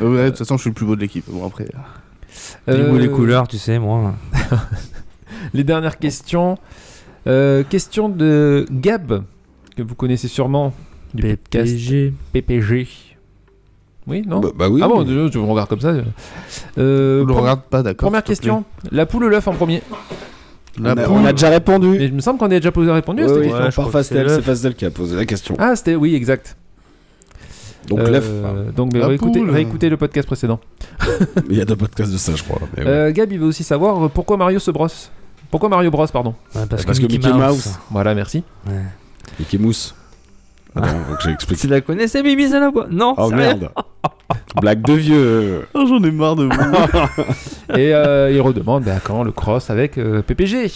[SPEAKER 5] ouais, de toute façon, je suis le plus beau de l'équipe. Bon, après.
[SPEAKER 7] Les
[SPEAKER 6] Euh,
[SPEAKER 7] goûts, les couleurs, tu sais, moi.
[SPEAKER 6] Les dernières questions. Euh, question de Gab, que vous connaissez sûrement du podcast
[SPEAKER 7] PSG.
[SPEAKER 6] PPG. Oui, non
[SPEAKER 4] Bah, bah oui.
[SPEAKER 6] Ah bon, déjà, tu me regardes comme ça. euh. Euh,
[SPEAKER 5] On le
[SPEAKER 6] pre-
[SPEAKER 5] regarde pas, d'accord
[SPEAKER 6] Première
[SPEAKER 5] s'il te plaît.
[SPEAKER 6] question, la poule ou l'œuf en premier
[SPEAKER 7] Ah
[SPEAKER 5] La
[SPEAKER 4] on, a,
[SPEAKER 5] poule.
[SPEAKER 4] on a déjà répondu.
[SPEAKER 6] Mais il me semble qu'on a déjà posé répondu à cette
[SPEAKER 4] Oui, oui,
[SPEAKER 6] question.
[SPEAKER 7] Ouais, je
[SPEAKER 4] par
[SPEAKER 7] crois que
[SPEAKER 4] Fastel,
[SPEAKER 7] c'est
[SPEAKER 4] c'est
[SPEAKER 7] l'œuf.
[SPEAKER 4] Fastel qui a posé la question.
[SPEAKER 6] Ah, c'était oui, exact.
[SPEAKER 4] Donc
[SPEAKER 6] Euh,
[SPEAKER 4] l'œuf,
[SPEAKER 6] donc mais
[SPEAKER 5] La
[SPEAKER 6] réécoutez,
[SPEAKER 5] poule.
[SPEAKER 6] réécoutez le podcast précédent.
[SPEAKER 4] il y a deux podcasts de ça, je crois.
[SPEAKER 5] Eh
[SPEAKER 4] mais ouais.
[SPEAKER 6] Euh, Gab, il veut aussi savoir euh, pourquoi Mario se brosse. Pourquoi Mario Bros, pardon
[SPEAKER 7] Ouais, parce,
[SPEAKER 4] Bah, Parce
[SPEAKER 7] que, Mickey Mouse.
[SPEAKER 6] Voilà, merci.
[SPEAKER 7] Ouais.
[SPEAKER 4] Mickey Mouse. Attends, faut que j'explique.
[SPEAKER 7] Tu la connaissais, Bibi, celle-là, quoi Non
[SPEAKER 4] Oh
[SPEAKER 7] Ah. sérieux
[SPEAKER 4] merde Blague de vieux
[SPEAKER 5] Oh, J'en ai marre de vous.
[SPEAKER 6] Et euh, il redemande bah, quand le cross avec euh, PPG.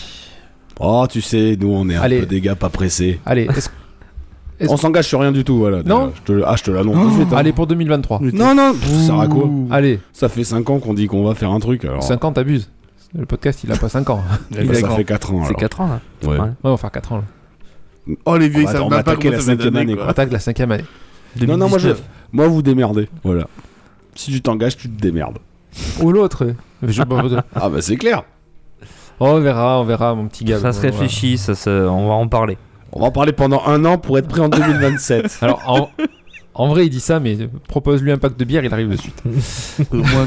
[SPEAKER 4] Oh, tu sais, nous on est un
[SPEAKER 6] Allez.
[SPEAKER 4] peu des gars pas pressés.
[SPEAKER 6] Allez, est-ce- Est-ce-
[SPEAKER 4] On s'engage sur rien du tout, voilà.
[SPEAKER 6] Non.
[SPEAKER 4] déjà. Je te- Ah, je te l'annonce
[SPEAKER 7] Oh.
[SPEAKER 4] tout de suite. hein.
[SPEAKER 6] allez pour 2023.
[SPEAKER 4] Non, non pff, Ça sert à quoi
[SPEAKER 5] Ouh.
[SPEAKER 6] Allez,
[SPEAKER 4] Ça fait 5 ans qu'on dit qu'on va faire un truc, alors.
[SPEAKER 6] 5 ans, t'abuses. Le podcast, il a pas 5 ans.
[SPEAKER 4] Bah, ça fait 4 ans,
[SPEAKER 7] C'est
[SPEAKER 4] alors.
[SPEAKER 7] 4 ans, là.
[SPEAKER 4] Ouais.
[SPEAKER 7] ouais.
[SPEAKER 6] Ouais, on va faire 4 ans. hein. là.
[SPEAKER 5] Oh, les
[SPEAKER 4] On
[SPEAKER 5] vieilles,
[SPEAKER 4] va-
[SPEAKER 5] ça
[SPEAKER 4] on
[SPEAKER 5] me
[SPEAKER 4] va
[SPEAKER 5] va pas
[SPEAKER 4] attaquer
[SPEAKER 5] comment
[SPEAKER 4] la
[SPEAKER 5] ça fait
[SPEAKER 4] cinquième année,
[SPEAKER 5] d'années, quoi.
[SPEAKER 6] Attaque de la cinquième année.
[SPEAKER 4] Non, non, moi, je...
[SPEAKER 7] 2019.
[SPEAKER 4] moi vous démerdez, voilà. Si tu t'engages, tu te démerdes.
[SPEAKER 6] Ou l'autre. Je-
[SPEAKER 4] Ah bah c'est clair
[SPEAKER 6] on verra, on verra, mon petit Gab.
[SPEAKER 7] Ça se
[SPEAKER 6] On verra.
[SPEAKER 7] réfléchit, ça se... on va en parler.
[SPEAKER 4] On va en parler pendant un an pour être prêt en 2027.
[SPEAKER 6] Alors, en, en vrai, il dit ça, mais euh, propose-lui un pack de bière, il arrive de suite.
[SPEAKER 5] Euh, Moins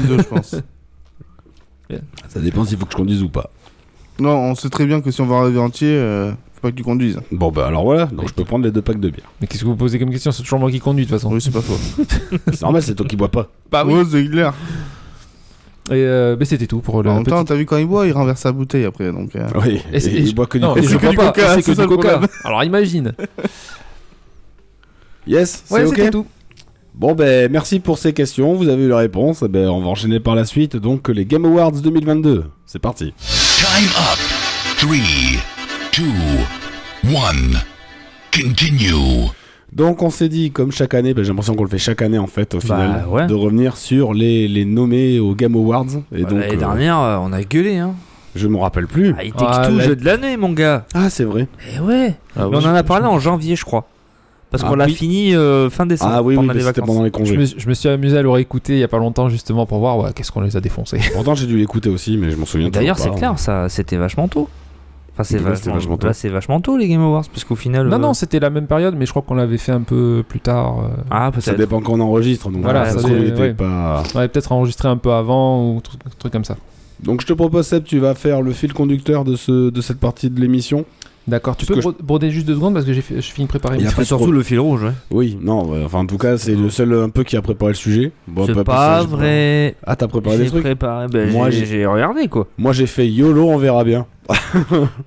[SPEAKER 5] de deux, je pense.
[SPEAKER 4] ça dépend s'il faut que je conduise ou pas.
[SPEAKER 5] Non, on sait très bien que si on va arriver entier, euh, faut pas que tu conduises.
[SPEAKER 4] Bon bah alors voilà, donc je peux prendre les deux packs de bière.
[SPEAKER 6] Mais qu'est-ce que vous posez comme question C'est toujours moi qui conduis, de toute façon.
[SPEAKER 5] Oui, c'est pas faux.
[SPEAKER 4] C'est normal, c'est toi qui bois pas.
[SPEAKER 6] Bah oui.
[SPEAKER 5] Oh, c'est clair.
[SPEAKER 6] Et euh, ben, c'était tout pour le
[SPEAKER 5] En même temps,
[SPEAKER 6] petit...
[SPEAKER 5] t'as vu quand il boit, il renverse sa bouteille après, donc. euh,
[SPEAKER 4] Ah Oui,
[SPEAKER 6] Et c'est-
[SPEAKER 4] et il boit que du
[SPEAKER 6] Non,
[SPEAKER 4] coca.
[SPEAKER 6] et je
[SPEAKER 5] c'est
[SPEAKER 6] crois
[SPEAKER 5] que du
[SPEAKER 6] pas,
[SPEAKER 5] coca,
[SPEAKER 6] c'est
[SPEAKER 5] c'est
[SPEAKER 6] que
[SPEAKER 5] ça
[SPEAKER 6] du
[SPEAKER 5] le
[SPEAKER 6] coca.
[SPEAKER 5] problème.
[SPEAKER 6] Alors imagine.
[SPEAKER 4] Yes,
[SPEAKER 6] Ouais,
[SPEAKER 4] c'est
[SPEAKER 6] c'était
[SPEAKER 4] ok.
[SPEAKER 6] tout.
[SPEAKER 4] Bon ben merci pour ces questions, vous avez eu la réponse, Eh ben, on va enchaîner par la suite donc les Game Awards 2022. C'est parti.
[SPEAKER 1] Time up. Three, two, one. Continue.
[SPEAKER 4] Donc on s'est dit, comme chaque année, bah, j'ai l'impression qu'on le fait chaque année en fait au final,
[SPEAKER 7] Bah, ouais.
[SPEAKER 4] de revenir sur les, les nommés aux Game Awards. Et donc,
[SPEAKER 7] L'année
[SPEAKER 4] euh,
[SPEAKER 7] dernière, euh, on a gueulé. Hein.
[SPEAKER 4] je me rappelle plus.
[SPEAKER 7] Ah, il tech
[SPEAKER 6] Ah,
[SPEAKER 7] tout
[SPEAKER 6] la-
[SPEAKER 7] jeu de l'année, mon gars.
[SPEAKER 4] Ah c'est vrai.
[SPEAKER 7] Eh ouais.
[SPEAKER 6] Ah
[SPEAKER 7] Mais on en a parlé en janvier, je crois. Parce
[SPEAKER 6] Ah
[SPEAKER 7] qu'on l'a
[SPEAKER 6] oui.
[SPEAKER 7] fini euh, fin décembre.
[SPEAKER 4] Ah oui, oui
[SPEAKER 7] pendant
[SPEAKER 4] mais
[SPEAKER 7] les
[SPEAKER 4] c'était
[SPEAKER 7] vacances.
[SPEAKER 4] pendant les
[SPEAKER 6] Je
[SPEAKER 4] congés.
[SPEAKER 6] me, je me suis amusé à le réécouter il y a pas longtemps justement pour voir ouais, qu'est-ce qu'on les a défoncés.
[SPEAKER 4] Pourtant j'ai dû l'écouter aussi, mais je m'en souviens.
[SPEAKER 7] D'ailleurs, c'est
[SPEAKER 4] toujours pas. hein.
[SPEAKER 7] clair, ça, c'était vachement tôt. Enfin, c'est
[SPEAKER 4] Oui, là, c'était
[SPEAKER 7] vachement,
[SPEAKER 4] vachement tôt.
[SPEAKER 7] là, c'est vachement tôt les Game Awards, parce qu'au final.
[SPEAKER 6] non
[SPEAKER 7] euh,
[SPEAKER 6] non c'était la même période mais je crois qu'on l'avait fait un peu plus tard. euh.
[SPEAKER 7] Ah, peut-être.
[SPEAKER 4] Ça dépend qu'on enregistre, donc
[SPEAKER 6] Voilà,
[SPEAKER 4] voilà, ça
[SPEAKER 6] ça
[SPEAKER 4] se trouve,
[SPEAKER 6] dé-
[SPEAKER 4] il était
[SPEAKER 6] ouais.
[SPEAKER 4] pas.
[SPEAKER 6] On avait peut-être enregistré un peu avant ou truc, truc comme ça.
[SPEAKER 4] Donc je te propose Seb, tu vas faire le fil conducteur de ce de cette partie de l'émission.
[SPEAKER 6] D'accord. Tu
[SPEAKER 4] Parce
[SPEAKER 6] peux
[SPEAKER 4] que
[SPEAKER 6] bro- broder juste deux secondes parce que j'ai fi- je finis de préparer.
[SPEAKER 4] Il y a
[SPEAKER 7] C'est
[SPEAKER 4] pas de
[SPEAKER 7] surtout
[SPEAKER 4] problème.
[SPEAKER 7] le fil rouge, ouais.
[SPEAKER 4] Oui, non, ouais, enfin en tout cas c'est le seul un peu qui a préparé le sujet. Bon,
[SPEAKER 7] C'est
[SPEAKER 4] bah,
[SPEAKER 7] pas
[SPEAKER 4] parce que je-
[SPEAKER 7] vrai.
[SPEAKER 4] Ah t'as préparé des
[SPEAKER 7] J'ai
[SPEAKER 4] trucs.
[SPEAKER 7] préparé. ben,
[SPEAKER 4] Moi,
[SPEAKER 7] j'ai
[SPEAKER 4] j'ai-
[SPEAKER 7] j'ai regardé quoi.
[SPEAKER 4] Moi j'ai fait YOLO, on verra bien.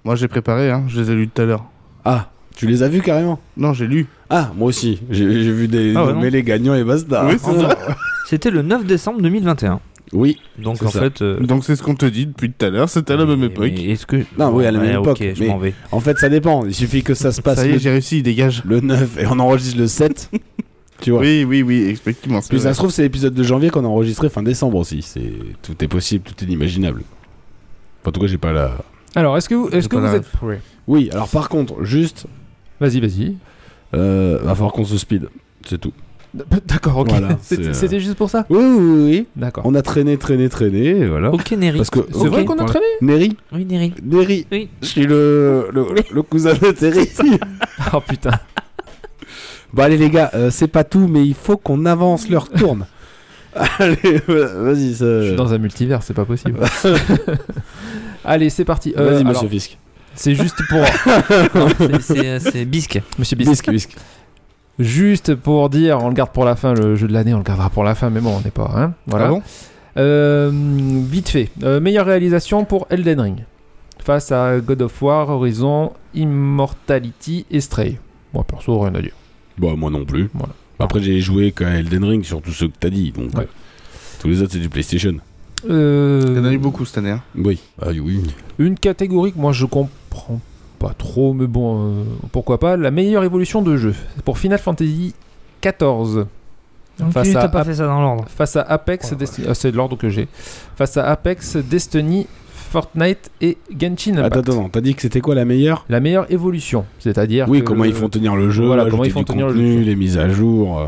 [SPEAKER 5] Moi j'ai préparé, hein, je les ai lus tout à l'heure.
[SPEAKER 4] Ah, tu les as vus carrément.
[SPEAKER 5] Non, j'ai lu.
[SPEAKER 4] Ah, moi aussi, j'ai j'ai vu des
[SPEAKER 7] Ah ouais,
[SPEAKER 4] nommés
[SPEAKER 7] non.
[SPEAKER 4] les gagnants et basta.
[SPEAKER 5] Oui, c'est ça.
[SPEAKER 7] C'était le 9 décembre 2021.
[SPEAKER 4] Oui,
[SPEAKER 7] Donc
[SPEAKER 4] C'est
[SPEAKER 7] en
[SPEAKER 4] ça.
[SPEAKER 7] fait. euh,
[SPEAKER 5] Donc c'est ce qu'on te dit depuis tout à l'heure, c'était à la même
[SPEAKER 7] mais-
[SPEAKER 5] époque.
[SPEAKER 7] mais Est-ce que.
[SPEAKER 4] Non, oui, à la même
[SPEAKER 7] Ouais,
[SPEAKER 4] époque,
[SPEAKER 7] Ok, je
[SPEAKER 4] mais-
[SPEAKER 7] m'en vais.
[SPEAKER 4] en fait ça dépend, il suffit que ça se passe
[SPEAKER 5] Ça y est,
[SPEAKER 4] le-
[SPEAKER 5] j'ai réussi, dégage.
[SPEAKER 4] le 9 et on enregistre le 7. tu vois.
[SPEAKER 5] Oui, oui, oui, effectivement. c'est
[SPEAKER 4] Puis
[SPEAKER 5] vrai.
[SPEAKER 4] ça se trouve, c'est l'épisode de janvier qu'on a enregistré fin décembre aussi. C'est tout est possible, tout est imaginable. En tout cas, j'ai pas la.
[SPEAKER 6] Alors est-ce que vous, est-ce
[SPEAKER 5] J'ai
[SPEAKER 6] que
[SPEAKER 5] pas
[SPEAKER 6] vous
[SPEAKER 5] la
[SPEAKER 6] êtes prêts
[SPEAKER 4] Oui, alors par contre, juste,
[SPEAKER 6] Vas-y vas-y.
[SPEAKER 4] euh, va falloir qu'on se speed, c'est tout.
[SPEAKER 6] D'accord ok.
[SPEAKER 4] Voilà, c'est, euh,
[SPEAKER 6] C'était c'était juste pour ça.
[SPEAKER 4] Oui, oui, oui, oui.
[SPEAKER 6] D'accord.
[SPEAKER 4] On a traîné, traîné, traîné, et voilà.
[SPEAKER 7] Ok, Neri.
[SPEAKER 4] Parce que
[SPEAKER 6] C'est vrai qu'on a traîné.
[SPEAKER 4] Neri,
[SPEAKER 7] Oui, Neri.
[SPEAKER 4] Neri,
[SPEAKER 7] Oui.
[SPEAKER 4] je suis le le, le cousin de Terry.
[SPEAKER 6] Oh putain.
[SPEAKER 4] bon allez les gars, euh, c'est pas tout, mais il faut qu'on avance leur tourne. allez, euh, vas-y. Ça...
[SPEAKER 6] Je suis dans un multivers c'est pas possible. Allez c'est parti. Euh,
[SPEAKER 4] Vas-y,
[SPEAKER 6] alors,
[SPEAKER 4] Monsieur Fisk.
[SPEAKER 6] C'est juste pour
[SPEAKER 7] C'est- c'est- C'est Bisque.
[SPEAKER 6] Monsieur Bis.
[SPEAKER 4] Fisk, Fisk.
[SPEAKER 6] Juste pour dire, on le garde pour la fin, le jeu de l'année, on le gardera pour la fin, mais bon, on n'est pas. Hein voilà.
[SPEAKER 5] Ah bon
[SPEAKER 6] Euh, vite fait, Euh, meilleure réalisation pour Elden Ring face à God of War, Horizon, Immortality et Stray. Moi perso, rien à dire.
[SPEAKER 4] Bah moi non plus.
[SPEAKER 6] Voilà.
[SPEAKER 4] Après j'ai joué qu'à Elden Ring sur tous ceux que t'as dit, donc
[SPEAKER 6] Ouais.
[SPEAKER 4] euh, tous les autres c'est du PlayStation.
[SPEAKER 6] Euh,
[SPEAKER 5] Il y en a eu beaucoup cette année. hein.
[SPEAKER 4] Oui. Ah oui.
[SPEAKER 6] une catégorie que moi je comprends pas trop, mais bon, euh, pourquoi pas. La meilleure évolution de jeu pour Final Fantasy XIV. Face
[SPEAKER 7] tu
[SPEAKER 6] à-
[SPEAKER 7] t'as pas fait ça dans l'ordre.
[SPEAKER 6] Face à
[SPEAKER 4] Oh
[SPEAKER 6] Apex, Desti- ah, c'est de l'ordre que j'ai. Face à Apex, Destiny, Fortnite et Genshin Impact.
[SPEAKER 4] Attends, attends, t'as dit que c'était quoi la meilleure
[SPEAKER 6] La meilleure évolution, c'est-à-dire.
[SPEAKER 4] Oui,
[SPEAKER 6] que
[SPEAKER 4] comment
[SPEAKER 6] le-
[SPEAKER 4] ils font tenir le jeu,
[SPEAKER 6] Voilà,
[SPEAKER 4] ajouter
[SPEAKER 6] comment ils font
[SPEAKER 4] du
[SPEAKER 6] tenir le
[SPEAKER 4] contenu,
[SPEAKER 6] jeu.
[SPEAKER 4] les mises à jour. euh.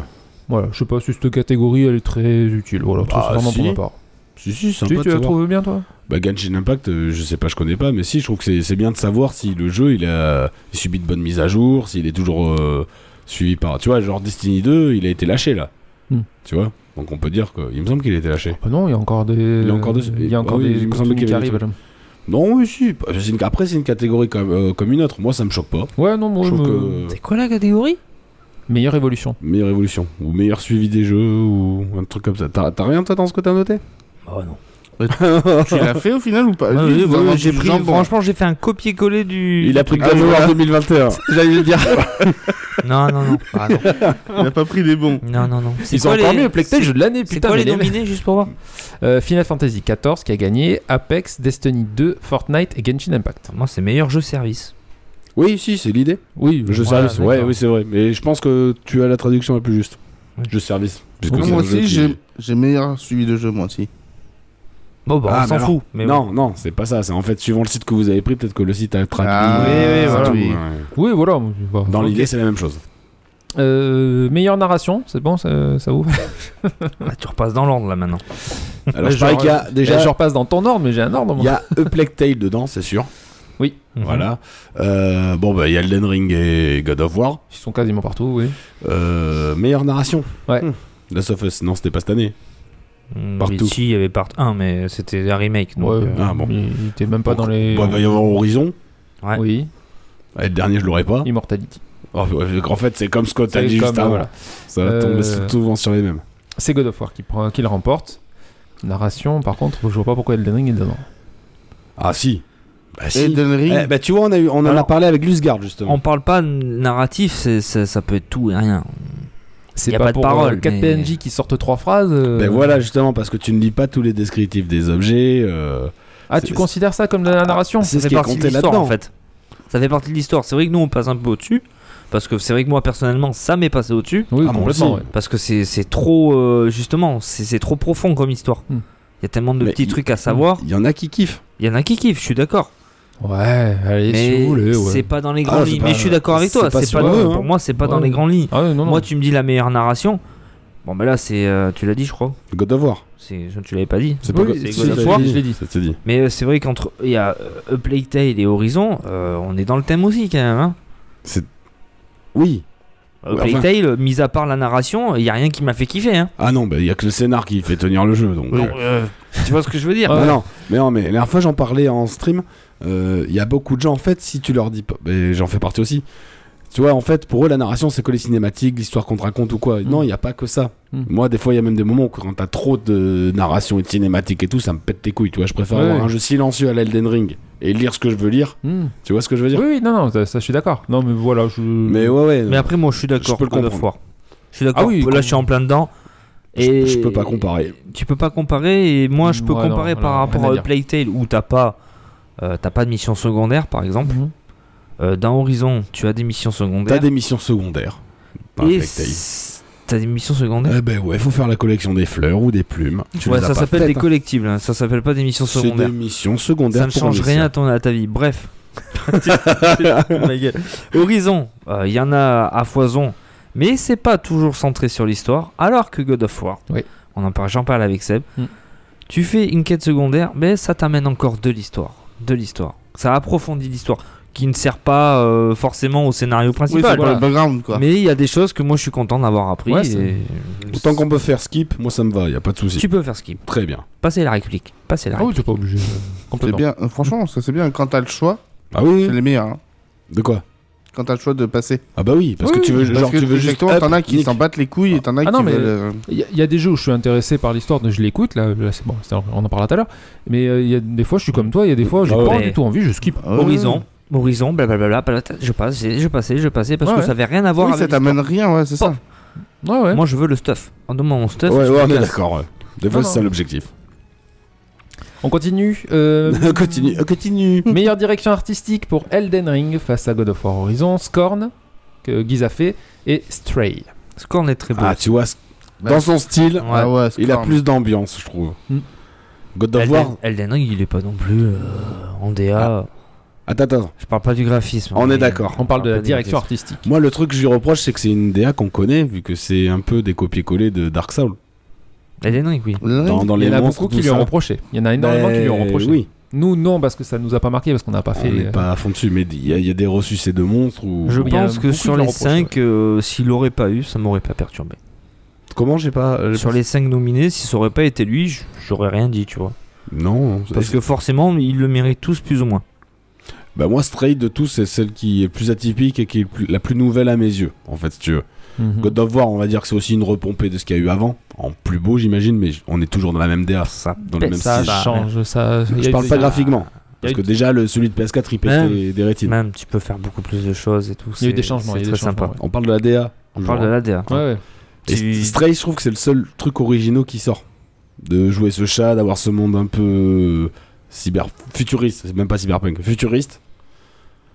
[SPEAKER 6] Voilà, je sais pas si cette catégorie elle est très utile. Voilà, je trouve
[SPEAKER 4] Bah,
[SPEAKER 6] ça vraiment
[SPEAKER 4] si.
[SPEAKER 6] pour ma part.
[SPEAKER 4] Si si,
[SPEAKER 6] Tu,
[SPEAKER 4] sympa.
[SPEAKER 6] tu
[SPEAKER 4] de
[SPEAKER 6] la
[SPEAKER 4] savoir.
[SPEAKER 6] trouves bien toi
[SPEAKER 4] Bah Genshin Impact, euh, je sais pas, je connais pas, mais si, je trouve que c'est- c'est bien de savoir si le jeu il a il subit de bonnes mises à jour, s'il est toujours euh, suivi par, tu vois, genre Destiny 2, il a été lâché là,
[SPEAKER 6] Hmm.
[SPEAKER 4] tu vois. Donc on peut dire que, il me semble qu'il a été lâché.
[SPEAKER 6] Ah Non, il y a encore des.
[SPEAKER 4] Il y a encore des-
[SPEAKER 6] Il y a encore
[SPEAKER 4] Ah oui,
[SPEAKER 6] des
[SPEAKER 4] il me semblait
[SPEAKER 6] contenus
[SPEAKER 4] qu'il y
[SPEAKER 6] qui
[SPEAKER 4] avait des
[SPEAKER 6] arrivent.
[SPEAKER 4] Non, oui, si. Bah, c'est une- Après, c'est une catégorie comme, euh, comme une autre. Moi, ça me choque pas.
[SPEAKER 6] Ouais, non, moi,
[SPEAKER 4] je trouve
[SPEAKER 6] me-
[SPEAKER 4] que
[SPEAKER 7] C'est quoi la catégorie
[SPEAKER 6] meilleure évolution.
[SPEAKER 4] meilleure évolution ou meilleur suivi des jeux ou un truc comme ça. T'as t'as rien toi dans ce que t'as noté
[SPEAKER 7] Oh non.
[SPEAKER 5] Tu l'as fait au final ou pas
[SPEAKER 7] Ah
[SPEAKER 5] Lui,
[SPEAKER 7] oui,
[SPEAKER 5] il nous
[SPEAKER 7] bah,
[SPEAKER 5] a vendu
[SPEAKER 7] j'ai
[SPEAKER 5] du
[SPEAKER 7] pris,
[SPEAKER 5] jambon.
[SPEAKER 7] franchement, j'ai fait un copier-coller du.
[SPEAKER 4] Il a pris le
[SPEAKER 5] Ah,
[SPEAKER 4] Game
[SPEAKER 5] voilà.
[SPEAKER 4] Award 2021. J'allais le dire.
[SPEAKER 7] Non, non, non. Ah, non.
[SPEAKER 5] Il n'a pas pris les bons.
[SPEAKER 7] non, non, non. C'est
[SPEAKER 6] Ils ont
[SPEAKER 7] quoi
[SPEAKER 6] encore
[SPEAKER 7] les-
[SPEAKER 6] mis le Plectel, jeu de l'année,
[SPEAKER 7] C'est
[SPEAKER 6] putain.
[SPEAKER 7] quoi les
[SPEAKER 6] mais les-
[SPEAKER 7] nominés, juste pour voir
[SPEAKER 6] Euh, Final Fantasy XIV qui a gagné, Apex, Destiny 2, Fortnite et Genshin Impact.
[SPEAKER 7] Moi, c'est meilleur jeu service.
[SPEAKER 4] Oui, si, c'est l'idée.
[SPEAKER 6] Oui,
[SPEAKER 4] Jeu service. Ouais, oui, c'est vrai. Mais je pense que tu as la traduction la plus juste.
[SPEAKER 7] hein. Ouais.
[SPEAKER 4] Jeu service. Parce que
[SPEAKER 5] Non,
[SPEAKER 4] c'est
[SPEAKER 5] moi
[SPEAKER 4] un jeu
[SPEAKER 5] aussi,
[SPEAKER 4] qui-
[SPEAKER 5] j'ai j'ai meilleur suivi de jeu, moi aussi.
[SPEAKER 7] Bon, bah,
[SPEAKER 4] Ah,
[SPEAKER 7] on
[SPEAKER 4] mais
[SPEAKER 7] s'en
[SPEAKER 4] alors.
[SPEAKER 7] fout. Mais
[SPEAKER 4] non, non, c'est pas ça. C'est en fait suivant le site que vous avez pris, peut-être que le site a traduit.
[SPEAKER 5] Ah,
[SPEAKER 7] oui, oui,
[SPEAKER 4] c'est
[SPEAKER 7] voilà.
[SPEAKER 4] tout,
[SPEAKER 5] Oui.
[SPEAKER 4] ouais.
[SPEAKER 6] Oui, voilà. bah,
[SPEAKER 4] Dans
[SPEAKER 6] ok.
[SPEAKER 4] l'idée, c'est la même chose.
[SPEAKER 6] Euh, meilleure narration, c'est bon, ça, ça vous
[SPEAKER 7] bon. Bah, tu repasses dans l'ordre là maintenant.
[SPEAKER 4] Alors,
[SPEAKER 6] Ouais,
[SPEAKER 4] je parie
[SPEAKER 6] genre,
[SPEAKER 4] qu'il y a déjà.
[SPEAKER 6] Je repasse dans ton ordre, mais j'ai un ordre. moi.
[SPEAKER 4] Il y a A Plague Tale dedans, c'est sûr.
[SPEAKER 7] Mhm.
[SPEAKER 4] Voilà. Euh, bon, bah, il y a Elden Ring et God of War.
[SPEAKER 6] Ils sont quasiment partout, oui.
[SPEAKER 4] Euh, meilleure narration.
[SPEAKER 6] Ouais.
[SPEAKER 4] Hmm. Last of Us, non, c'était pas cette année.
[SPEAKER 7] Mhm.
[SPEAKER 4] Partout.
[SPEAKER 7] Mais Si, il y avait part 1, mais c'était un remake. Donc,
[SPEAKER 6] Ouais,
[SPEAKER 7] euh,
[SPEAKER 4] ah, bon.
[SPEAKER 6] Il il était même pas dans les.
[SPEAKER 4] Bon, Bah, il va y avoir Horizon.
[SPEAKER 7] ouais.
[SPEAKER 6] Oui,
[SPEAKER 4] Ah, le dernier, je l'aurais pas.
[SPEAKER 6] Immortality.
[SPEAKER 4] Oh, ouais, en fait, c'est comme Scott a
[SPEAKER 6] C'est
[SPEAKER 4] dit
[SPEAKER 6] comme,
[SPEAKER 4] juste avant.
[SPEAKER 6] voilà.
[SPEAKER 4] Ça va
[SPEAKER 6] Euh,
[SPEAKER 4] tomber sou- souvent sur les mêmes.
[SPEAKER 6] C'est God of War qui, prend, qui le remporte. Narration, par contre, je vois pas pourquoi Elden Ring est dedans.
[SPEAKER 4] Ah, si. Bah, si.
[SPEAKER 5] Elden Ring,
[SPEAKER 4] Eh, bah, tu vois, on, a eu, on en a
[SPEAKER 7] Alors-
[SPEAKER 4] parlé avec Lusgard, justement.
[SPEAKER 7] On parle pas de narratif, c'est- ça, ça peut être tout et rien.
[SPEAKER 6] C'est
[SPEAKER 7] Y a
[SPEAKER 6] pas,
[SPEAKER 7] pas de
[SPEAKER 6] pour
[SPEAKER 7] parole,
[SPEAKER 6] 4
[SPEAKER 7] mais-
[SPEAKER 6] PNJ qui sortent trois phrases. euh,
[SPEAKER 4] Ben voilà, justement, parce que tu ne lis pas tous les descriptifs des objets. euh,
[SPEAKER 6] Ah,
[SPEAKER 4] C'est- Ah,
[SPEAKER 6] tu considères ça comme de la narration
[SPEAKER 4] C'est
[SPEAKER 7] Ça
[SPEAKER 4] ce
[SPEAKER 7] fait
[SPEAKER 4] qui est
[SPEAKER 7] partie de
[SPEAKER 4] compté
[SPEAKER 7] l'histoire en
[SPEAKER 4] là-dedans.
[SPEAKER 7] fait. Ça fait partie de l'histoire. C'est vrai que nous on passe un peu au-dessus. Parce que c'est vrai que moi personnellement ça m'est passé au-dessus.
[SPEAKER 6] Oui,
[SPEAKER 4] Ah, moi
[SPEAKER 6] complètement.
[SPEAKER 4] aussi.
[SPEAKER 6] ouais.
[SPEAKER 7] Parce que c'est c'est trop. euh, justement, c'est c'est trop profond comme histoire. Il
[SPEAKER 6] Hmm.
[SPEAKER 7] y a tellement de
[SPEAKER 4] Mais
[SPEAKER 7] petits
[SPEAKER 4] il- hmm.
[SPEAKER 7] trucs à savoir.
[SPEAKER 4] Il y en a qui kiffent.
[SPEAKER 7] Il y en a qui kiffent, je suis d'accord.
[SPEAKER 6] Ouais, allez,
[SPEAKER 7] Mais
[SPEAKER 6] si vous voulez, ouais.
[SPEAKER 7] c'est pas dans les grandes
[SPEAKER 4] Ah, c'est
[SPEAKER 7] lignes.
[SPEAKER 4] pas-
[SPEAKER 7] Mais je suis d'accord avec toi.
[SPEAKER 4] c'est pas
[SPEAKER 7] C'est pas
[SPEAKER 4] sur eux, hein.
[SPEAKER 7] pour moi, c'est pas dans
[SPEAKER 6] Ouais.
[SPEAKER 7] les grandes lignes.
[SPEAKER 6] Ah, ouais, non, non.
[SPEAKER 7] Moi, tu me dis la meilleure narration. Bon, ben là, c'est. euh, tu l'as dit, je crois.
[SPEAKER 4] God of War.
[SPEAKER 7] C'est, tu l'avais pas dit.
[SPEAKER 4] C'est
[SPEAKER 6] Oui,
[SPEAKER 4] pas
[SPEAKER 7] c'est
[SPEAKER 4] si,
[SPEAKER 7] God
[SPEAKER 4] je
[SPEAKER 7] of
[SPEAKER 4] l'ai
[SPEAKER 7] War,
[SPEAKER 4] dit,
[SPEAKER 6] je l'ai dit.
[SPEAKER 4] Ça t'est dit.
[SPEAKER 7] Mais euh, c'est vrai qu'entre il y a euh, A Plague Tale et Horizon, euh, on est dans le thème aussi quand même. Hein.
[SPEAKER 4] Oui.
[SPEAKER 7] A
[SPEAKER 4] Ouais,
[SPEAKER 7] Plague
[SPEAKER 4] enfin.
[SPEAKER 7] Tale, Euh, mis à part la narration, il y a rien qui m'a fait kiffer. Hein.
[SPEAKER 4] Ah non, bah, il y a que le scénar qui fait tenir le jeu. Donc. euh,
[SPEAKER 7] tu vois ce que je veux dire
[SPEAKER 4] Non, non, mais non, mais la dernière fois j'en parlais en stream. euh, Il y a beaucoup de gens en fait, si tu leur dis pas, mais j'en fais partie aussi. Tu vois, en fait, pour eux, la narration c'est que les cinématiques, l'histoire qu'on te raconte ou quoi. Non, il n'y a pas que ça.
[SPEAKER 6] Mm.
[SPEAKER 4] Moi, des fois, il y a même des moments où quand t'as trop de narration et de cinématiques et tout, ça me pète les couilles. Tu vois, je préfère
[SPEAKER 6] Ouais,
[SPEAKER 4] avoir
[SPEAKER 6] ouais.
[SPEAKER 4] un jeu silencieux à l'Elden Ring et lire ce que je veux lire.
[SPEAKER 6] Hmm.
[SPEAKER 4] Tu vois ce que je veux
[SPEAKER 6] Oui,
[SPEAKER 4] dire
[SPEAKER 6] oui, non, non, ça, ça, je suis d'accord. Non, mais voilà, je.
[SPEAKER 4] Mais ouais, ouais.
[SPEAKER 7] Mais après, moi, je suis d'accord.
[SPEAKER 4] Euh, Je peux le
[SPEAKER 7] God of
[SPEAKER 4] comprendre.
[SPEAKER 7] War. Je suis d'accord.
[SPEAKER 6] Ah oui,
[SPEAKER 7] là, je suis en plein dedans.
[SPEAKER 4] Je-
[SPEAKER 7] Et
[SPEAKER 4] je peux pas comparer.
[SPEAKER 7] Tu peux pas comparer. Et moi, je peux
[SPEAKER 6] Ouais, non,
[SPEAKER 7] comparer
[SPEAKER 6] voilà,
[SPEAKER 7] par rapport
[SPEAKER 6] rien à
[SPEAKER 7] à A
[SPEAKER 6] dire.
[SPEAKER 7] Plague Tale où t'as pas, euh, t'as pas de mission secondaire, par exemple.
[SPEAKER 6] Mhm.
[SPEAKER 7] Euh, dans Horizon, tu as des missions secondaires.
[SPEAKER 4] T'as des missions secondaires. Dans
[SPEAKER 7] Et
[SPEAKER 4] Plague Tale.
[SPEAKER 7] c- t'as des missions secondaires.
[SPEAKER 4] Eh ben ouais, faut faire la collection des fleurs ou des plumes. Tu
[SPEAKER 7] ouais,
[SPEAKER 4] les as
[SPEAKER 7] ça
[SPEAKER 4] pas
[SPEAKER 7] s'appelle
[SPEAKER 4] faites,
[SPEAKER 7] des
[SPEAKER 4] hein.
[SPEAKER 7] collectibles. hein. Ça s'appelle pas des missions
[SPEAKER 4] C'est des
[SPEAKER 7] secondaires.
[SPEAKER 4] missions secondaires.
[SPEAKER 7] Ça ne
[SPEAKER 4] pour
[SPEAKER 7] change
[SPEAKER 4] les
[SPEAKER 7] rien à, ton, à ta vie. Bref. Ma gueule. Horizon, il y en a à foison, mais c'est pas toujours centré sur l'histoire. Alors que God of War,
[SPEAKER 6] Oui.
[SPEAKER 7] on en parle, j'en parle avec Seb.
[SPEAKER 6] Mm.
[SPEAKER 7] Tu fais une quête secondaire, mais ça t'amène encore de l'histoire, de l'histoire. Ça approfondit l'histoire, qui ne sert pas euh, forcément au scénario
[SPEAKER 5] Oui,
[SPEAKER 7] principal.
[SPEAKER 5] c'est pas le background quoi.
[SPEAKER 7] Mais il y a des choses que moi je suis content d'avoir appris.
[SPEAKER 6] Ouais, c'est-
[SPEAKER 7] et-
[SPEAKER 4] Autant qu'on peut faire skip, moi ça me va, y a pas de souci.
[SPEAKER 7] Tu peux faire skip.
[SPEAKER 4] Très bien.
[SPEAKER 7] Passer la réplique. Passer la
[SPEAKER 6] Ah oui,
[SPEAKER 7] réplique.
[SPEAKER 6] t'es pas obligé. euh,
[SPEAKER 5] C'est
[SPEAKER 6] Complètement.
[SPEAKER 5] bien. euh, Franchement, ça c'est bien. Quand t'as le choix,
[SPEAKER 4] Ah oui,
[SPEAKER 5] c'est les meilleurs. hein.
[SPEAKER 4] De quoi
[SPEAKER 5] Quand t'as le choix de passer.
[SPEAKER 4] Ah bah oui, parce que
[SPEAKER 6] Oui,
[SPEAKER 4] tu veux,
[SPEAKER 5] Parce
[SPEAKER 4] genre,
[SPEAKER 5] que
[SPEAKER 4] tu veux juste.
[SPEAKER 5] justement,
[SPEAKER 4] hop,
[SPEAKER 5] t'en as qui
[SPEAKER 4] nique.
[SPEAKER 5] s'en battent les couilles et t'en as
[SPEAKER 6] Ah
[SPEAKER 5] qui
[SPEAKER 6] non, mais-
[SPEAKER 5] veulent, euh,
[SPEAKER 6] Il y, a- il y a des jeux où je suis intéressé par l'histoire, donc je l'écoute, là, là, c'est bon, c'est- on en parlera tout à l'heure, mais euh, il y a des fois je suis comme toi, il y a des fois j'ai
[SPEAKER 4] Ah
[SPEAKER 6] pas
[SPEAKER 7] ouais.
[SPEAKER 6] du tout envie, je skip.
[SPEAKER 5] Ah ouais.
[SPEAKER 7] Horizon. Horizon, blablabla, blablabla, je passais, je passais, je passais, parce
[SPEAKER 6] Ouais,
[SPEAKER 7] que
[SPEAKER 6] ouais.
[SPEAKER 7] ça avait rien à voir
[SPEAKER 5] Oui, ça
[SPEAKER 7] avec
[SPEAKER 5] t'amène rien, ouais, c'est ça.
[SPEAKER 6] Ouais, Ah ouais.
[SPEAKER 7] Moi, je veux le stuff. En demandant mon stuff,
[SPEAKER 4] Ouais,
[SPEAKER 7] je
[SPEAKER 4] ouais,
[SPEAKER 7] me
[SPEAKER 4] on est
[SPEAKER 7] casse.
[SPEAKER 4] d'accord. ouais. Des fois,
[SPEAKER 6] Non,
[SPEAKER 4] c'est ça
[SPEAKER 6] non.
[SPEAKER 4] l'objectif.
[SPEAKER 6] On continue. euh,
[SPEAKER 4] continue, continue.
[SPEAKER 6] meilleure direction artistique pour Elden Ring face à God of War Horizon, Scorn, que Guiz a fait, et Stray.
[SPEAKER 7] Scorn est très beau.
[SPEAKER 4] Ah, tu vois, c-
[SPEAKER 6] Bah,
[SPEAKER 4] dans son style,
[SPEAKER 7] Ouais.
[SPEAKER 5] Ah ouais, c'est
[SPEAKER 4] Oh, il a
[SPEAKER 5] clair.
[SPEAKER 4] plus d'ambiance, je trouve.
[SPEAKER 6] Hmm. Bah,
[SPEAKER 4] God of War.
[SPEAKER 7] Elden, Elden Ring, il est pas non plus euh, en DA.
[SPEAKER 4] Attends, attends,
[SPEAKER 7] Je parle pas du graphisme.
[SPEAKER 4] on
[SPEAKER 7] mais-
[SPEAKER 4] est d'accord.
[SPEAKER 6] On parle de
[SPEAKER 7] Ah,
[SPEAKER 6] la
[SPEAKER 7] pas
[SPEAKER 6] direction
[SPEAKER 7] négatif.
[SPEAKER 6] artistique.
[SPEAKER 4] Moi, le truc que je lui reproche, c'est que c'est une DA qu'on connaît, vu que c'est un peu des copier-coller de Dark Souls.
[SPEAKER 7] Elden Ring, oui.
[SPEAKER 4] Dans, dans
[SPEAKER 6] Il y
[SPEAKER 4] les
[SPEAKER 6] en a
[SPEAKER 4] monstres,
[SPEAKER 6] beaucoup qui
[SPEAKER 4] tout
[SPEAKER 6] lui ont
[SPEAKER 4] ça.
[SPEAKER 6] reproché. Il y en a énormément qui lui ont
[SPEAKER 4] Ben,
[SPEAKER 6] reproché.
[SPEAKER 4] Oui,
[SPEAKER 6] Nous, non, parce que ça nous a pas marqué, parce qu'on n'a pas fait.
[SPEAKER 4] on n'est
[SPEAKER 6] euh,
[SPEAKER 4] pas à fond dessus, mais il y, a- il y a des ressuscités de monstres ou.
[SPEAKER 7] Je
[SPEAKER 6] Il y a
[SPEAKER 7] pense
[SPEAKER 6] beaucoup
[SPEAKER 7] que
[SPEAKER 6] de
[SPEAKER 7] sur
[SPEAKER 6] gens
[SPEAKER 7] les
[SPEAKER 6] reprochent,
[SPEAKER 7] 5, s'il aurait pas eu, ça m'aurait pas perturbé.
[SPEAKER 4] Comment j'ai pas. euh,
[SPEAKER 7] Sur les 5 nominés, si ça aurait pas été lui, j- j'aurais rien dit, tu vois.
[SPEAKER 4] Non,
[SPEAKER 7] Parce que forcément, ils le méritent tous plus ou moins.
[SPEAKER 4] Bah moi, Stray de tous, c'est celle qui est plus atypique et qui est plus- la plus nouvelle à mes yeux, en fait, si tu veux.
[SPEAKER 6] mhm.
[SPEAKER 4] God of War, on va dire que c'est aussi une repompée de ce qu'il y a eu avant, en plus beau, j'imagine, mais j- on est toujours dans la même DA,
[SPEAKER 7] Ça,
[SPEAKER 4] dans le même
[SPEAKER 6] Ben, Ça
[SPEAKER 4] style.
[SPEAKER 7] ça,
[SPEAKER 6] change, ça. il y
[SPEAKER 4] Je
[SPEAKER 6] a
[SPEAKER 4] parle
[SPEAKER 6] eu- Ah,
[SPEAKER 4] pas graphiquement,
[SPEAKER 6] il y a
[SPEAKER 4] parce
[SPEAKER 6] eu-
[SPEAKER 4] que déjà, le, celui de PS4, il pétait
[SPEAKER 7] Même.
[SPEAKER 4] des rétines.
[SPEAKER 7] Même, tu peux faire beaucoup plus de choses et tout.
[SPEAKER 6] Il y a eu
[SPEAKER 7] c'est-
[SPEAKER 6] des changements.
[SPEAKER 7] C'est
[SPEAKER 6] il y a eu des
[SPEAKER 7] très sympa.
[SPEAKER 6] changements,
[SPEAKER 4] On parle de la DA.
[SPEAKER 7] On parle de la DA.
[SPEAKER 6] ouais. Ouais, ouais.
[SPEAKER 4] Et
[SPEAKER 7] Tu-
[SPEAKER 4] Stray, je trouve que c'est le seul truc original qui sort. De jouer ce chat, d'avoir ce monde un peu euh, cyber futuriste, c'est même pas cyberpunk, futuriste.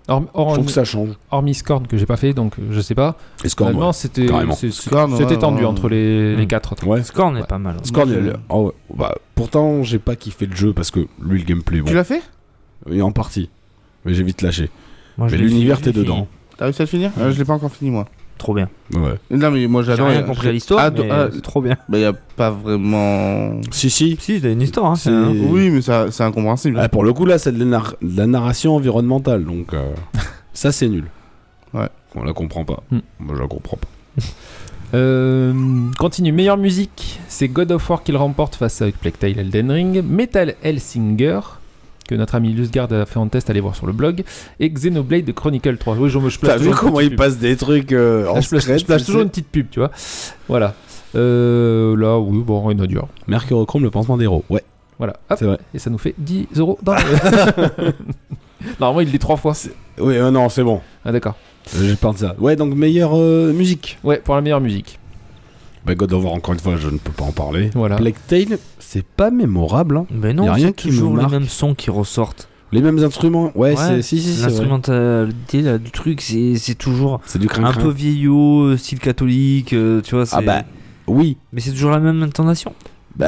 [SPEAKER 6] Horm-
[SPEAKER 4] Je
[SPEAKER 6] horm-
[SPEAKER 4] trouve que ça change.
[SPEAKER 6] Hormis Scorn que j'ai pas fait, donc euh, je sais pas.
[SPEAKER 4] Et Scorn,
[SPEAKER 6] Finalement, c'était
[SPEAKER 4] carrément. Mmh.
[SPEAKER 6] c'est- c'est-
[SPEAKER 5] Scorn,
[SPEAKER 6] c'était
[SPEAKER 5] ouais,
[SPEAKER 6] tendu
[SPEAKER 5] ouais.
[SPEAKER 6] entre les, les
[SPEAKER 7] Mm.
[SPEAKER 6] quatre.
[SPEAKER 4] ouais. Ouais,
[SPEAKER 7] Scorn est
[SPEAKER 6] Ouais.
[SPEAKER 7] pas mal. hein.
[SPEAKER 4] Scorn,
[SPEAKER 5] Moi, je-
[SPEAKER 4] le- oh, bah, pourtant, j'ai pas kiffé le jeu parce que lui, le gameplay, bon,
[SPEAKER 5] Tu l'as fait
[SPEAKER 4] il est en partie. Mais j'ai vite lâché.
[SPEAKER 7] Moi, je
[SPEAKER 4] mais
[SPEAKER 7] l'ai
[SPEAKER 4] l'univers,
[SPEAKER 7] fini,
[SPEAKER 4] t'es
[SPEAKER 7] je l'ai
[SPEAKER 4] dedans.
[SPEAKER 5] T'as réussi à le finir Euh, Je l'ai pas encore fini moi.
[SPEAKER 7] fini. Trop bien.
[SPEAKER 4] Ouais.
[SPEAKER 5] Non mais moi
[SPEAKER 7] J'ai
[SPEAKER 5] j'adore.
[SPEAKER 4] euh,
[SPEAKER 7] rien compris à l'histoire, mais c'est trop bien.
[SPEAKER 5] Bah y a pas vraiment.
[SPEAKER 4] Si, si.
[SPEAKER 7] Si, il a une histoire. hein.
[SPEAKER 4] C'est-
[SPEAKER 5] Hein Oui mais ça c'est incompréhensible.
[SPEAKER 4] Ah, pour le coup, là, c'est de la, nar- de la narration environnementale. Donc, euh, ça, c'est nul.
[SPEAKER 5] Ouais.
[SPEAKER 4] On la comprend pas.
[SPEAKER 6] Hmm.
[SPEAKER 4] Moi, je la comprends pas.
[SPEAKER 6] Euh, continue. Meilleure musique, c'est God of War qu'il remporte face à Plague Tale Elden Ring, Metal Hellsinger que notre ami Lusgard a fait en test, allez voir sur le blog, et Xenoblade Chronicle 3. Oui, je, me- je place
[SPEAKER 4] T'as vu
[SPEAKER 6] toujours une
[SPEAKER 4] comment
[SPEAKER 6] petite
[SPEAKER 4] il
[SPEAKER 6] pub.
[SPEAKER 4] passe des trucs euh, en
[SPEAKER 6] Là, je place,
[SPEAKER 4] secret,
[SPEAKER 6] je place
[SPEAKER 4] tu
[SPEAKER 6] toujours
[SPEAKER 4] sais.
[SPEAKER 6] une petite pub, tu vois. Voilà. Euh, là, oui, bon, rien à dire.
[SPEAKER 4] Mercurochrome, le pansement des héros. Ouais,
[SPEAKER 6] Voilà. Hop,
[SPEAKER 4] c'est vrai.
[SPEAKER 6] et ça nous fait 10 euros dans le- Normalement, il dit trois fois.
[SPEAKER 4] Oui, euh, non, c'est bon.
[SPEAKER 6] Ah, d'accord.
[SPEAKER 4] Euh, Je parle de ça. Ouais, donc meilleure euh, musique.
[SPEAKER 6] Ouais, pour la meilleure musique.
[SPEAKER 4] Bah, God of War, encore une fois, je ne peux pas en parler.
[SPEAKER 6] Voilà.
[SPEAKER 4] Plague Tale, c'est pas mémorable. hein.
[SPEAKER 7] Mais
[SPEAKER 4] Y
[SPEAKER 7] non,
[SPEAKER 4] a rien
[SPEAKER 7] c'est
[SPEAKER 4] qui me
[SPEAKER 7] toujours les
[SPEAKER 4] marque.
[SPEAKER 7] mêmes sons qui ressortent.
[SPEAKER 4] Les mêmes instruments,
[SPEAKER 7] Ouais,
[SPEAKER 4] ouais, c'est, si, si, c'est, vrai.
[SPEAKER 7] L'instrumentalité là, du truc, c'est c'est toujours
[SPEAKER 4] C'est du crin
[SPEAKER 7] un peu vieillot, euh, style catholique, euh, tu vois.
[SPEAKER 4] Ah
[SPEAKER 7] c'est-
[SPEAKER 4] bah, oui.
[SPEAKER 7] Mais c'est toujours la même intonation.
[SPEAKER 4] Bah,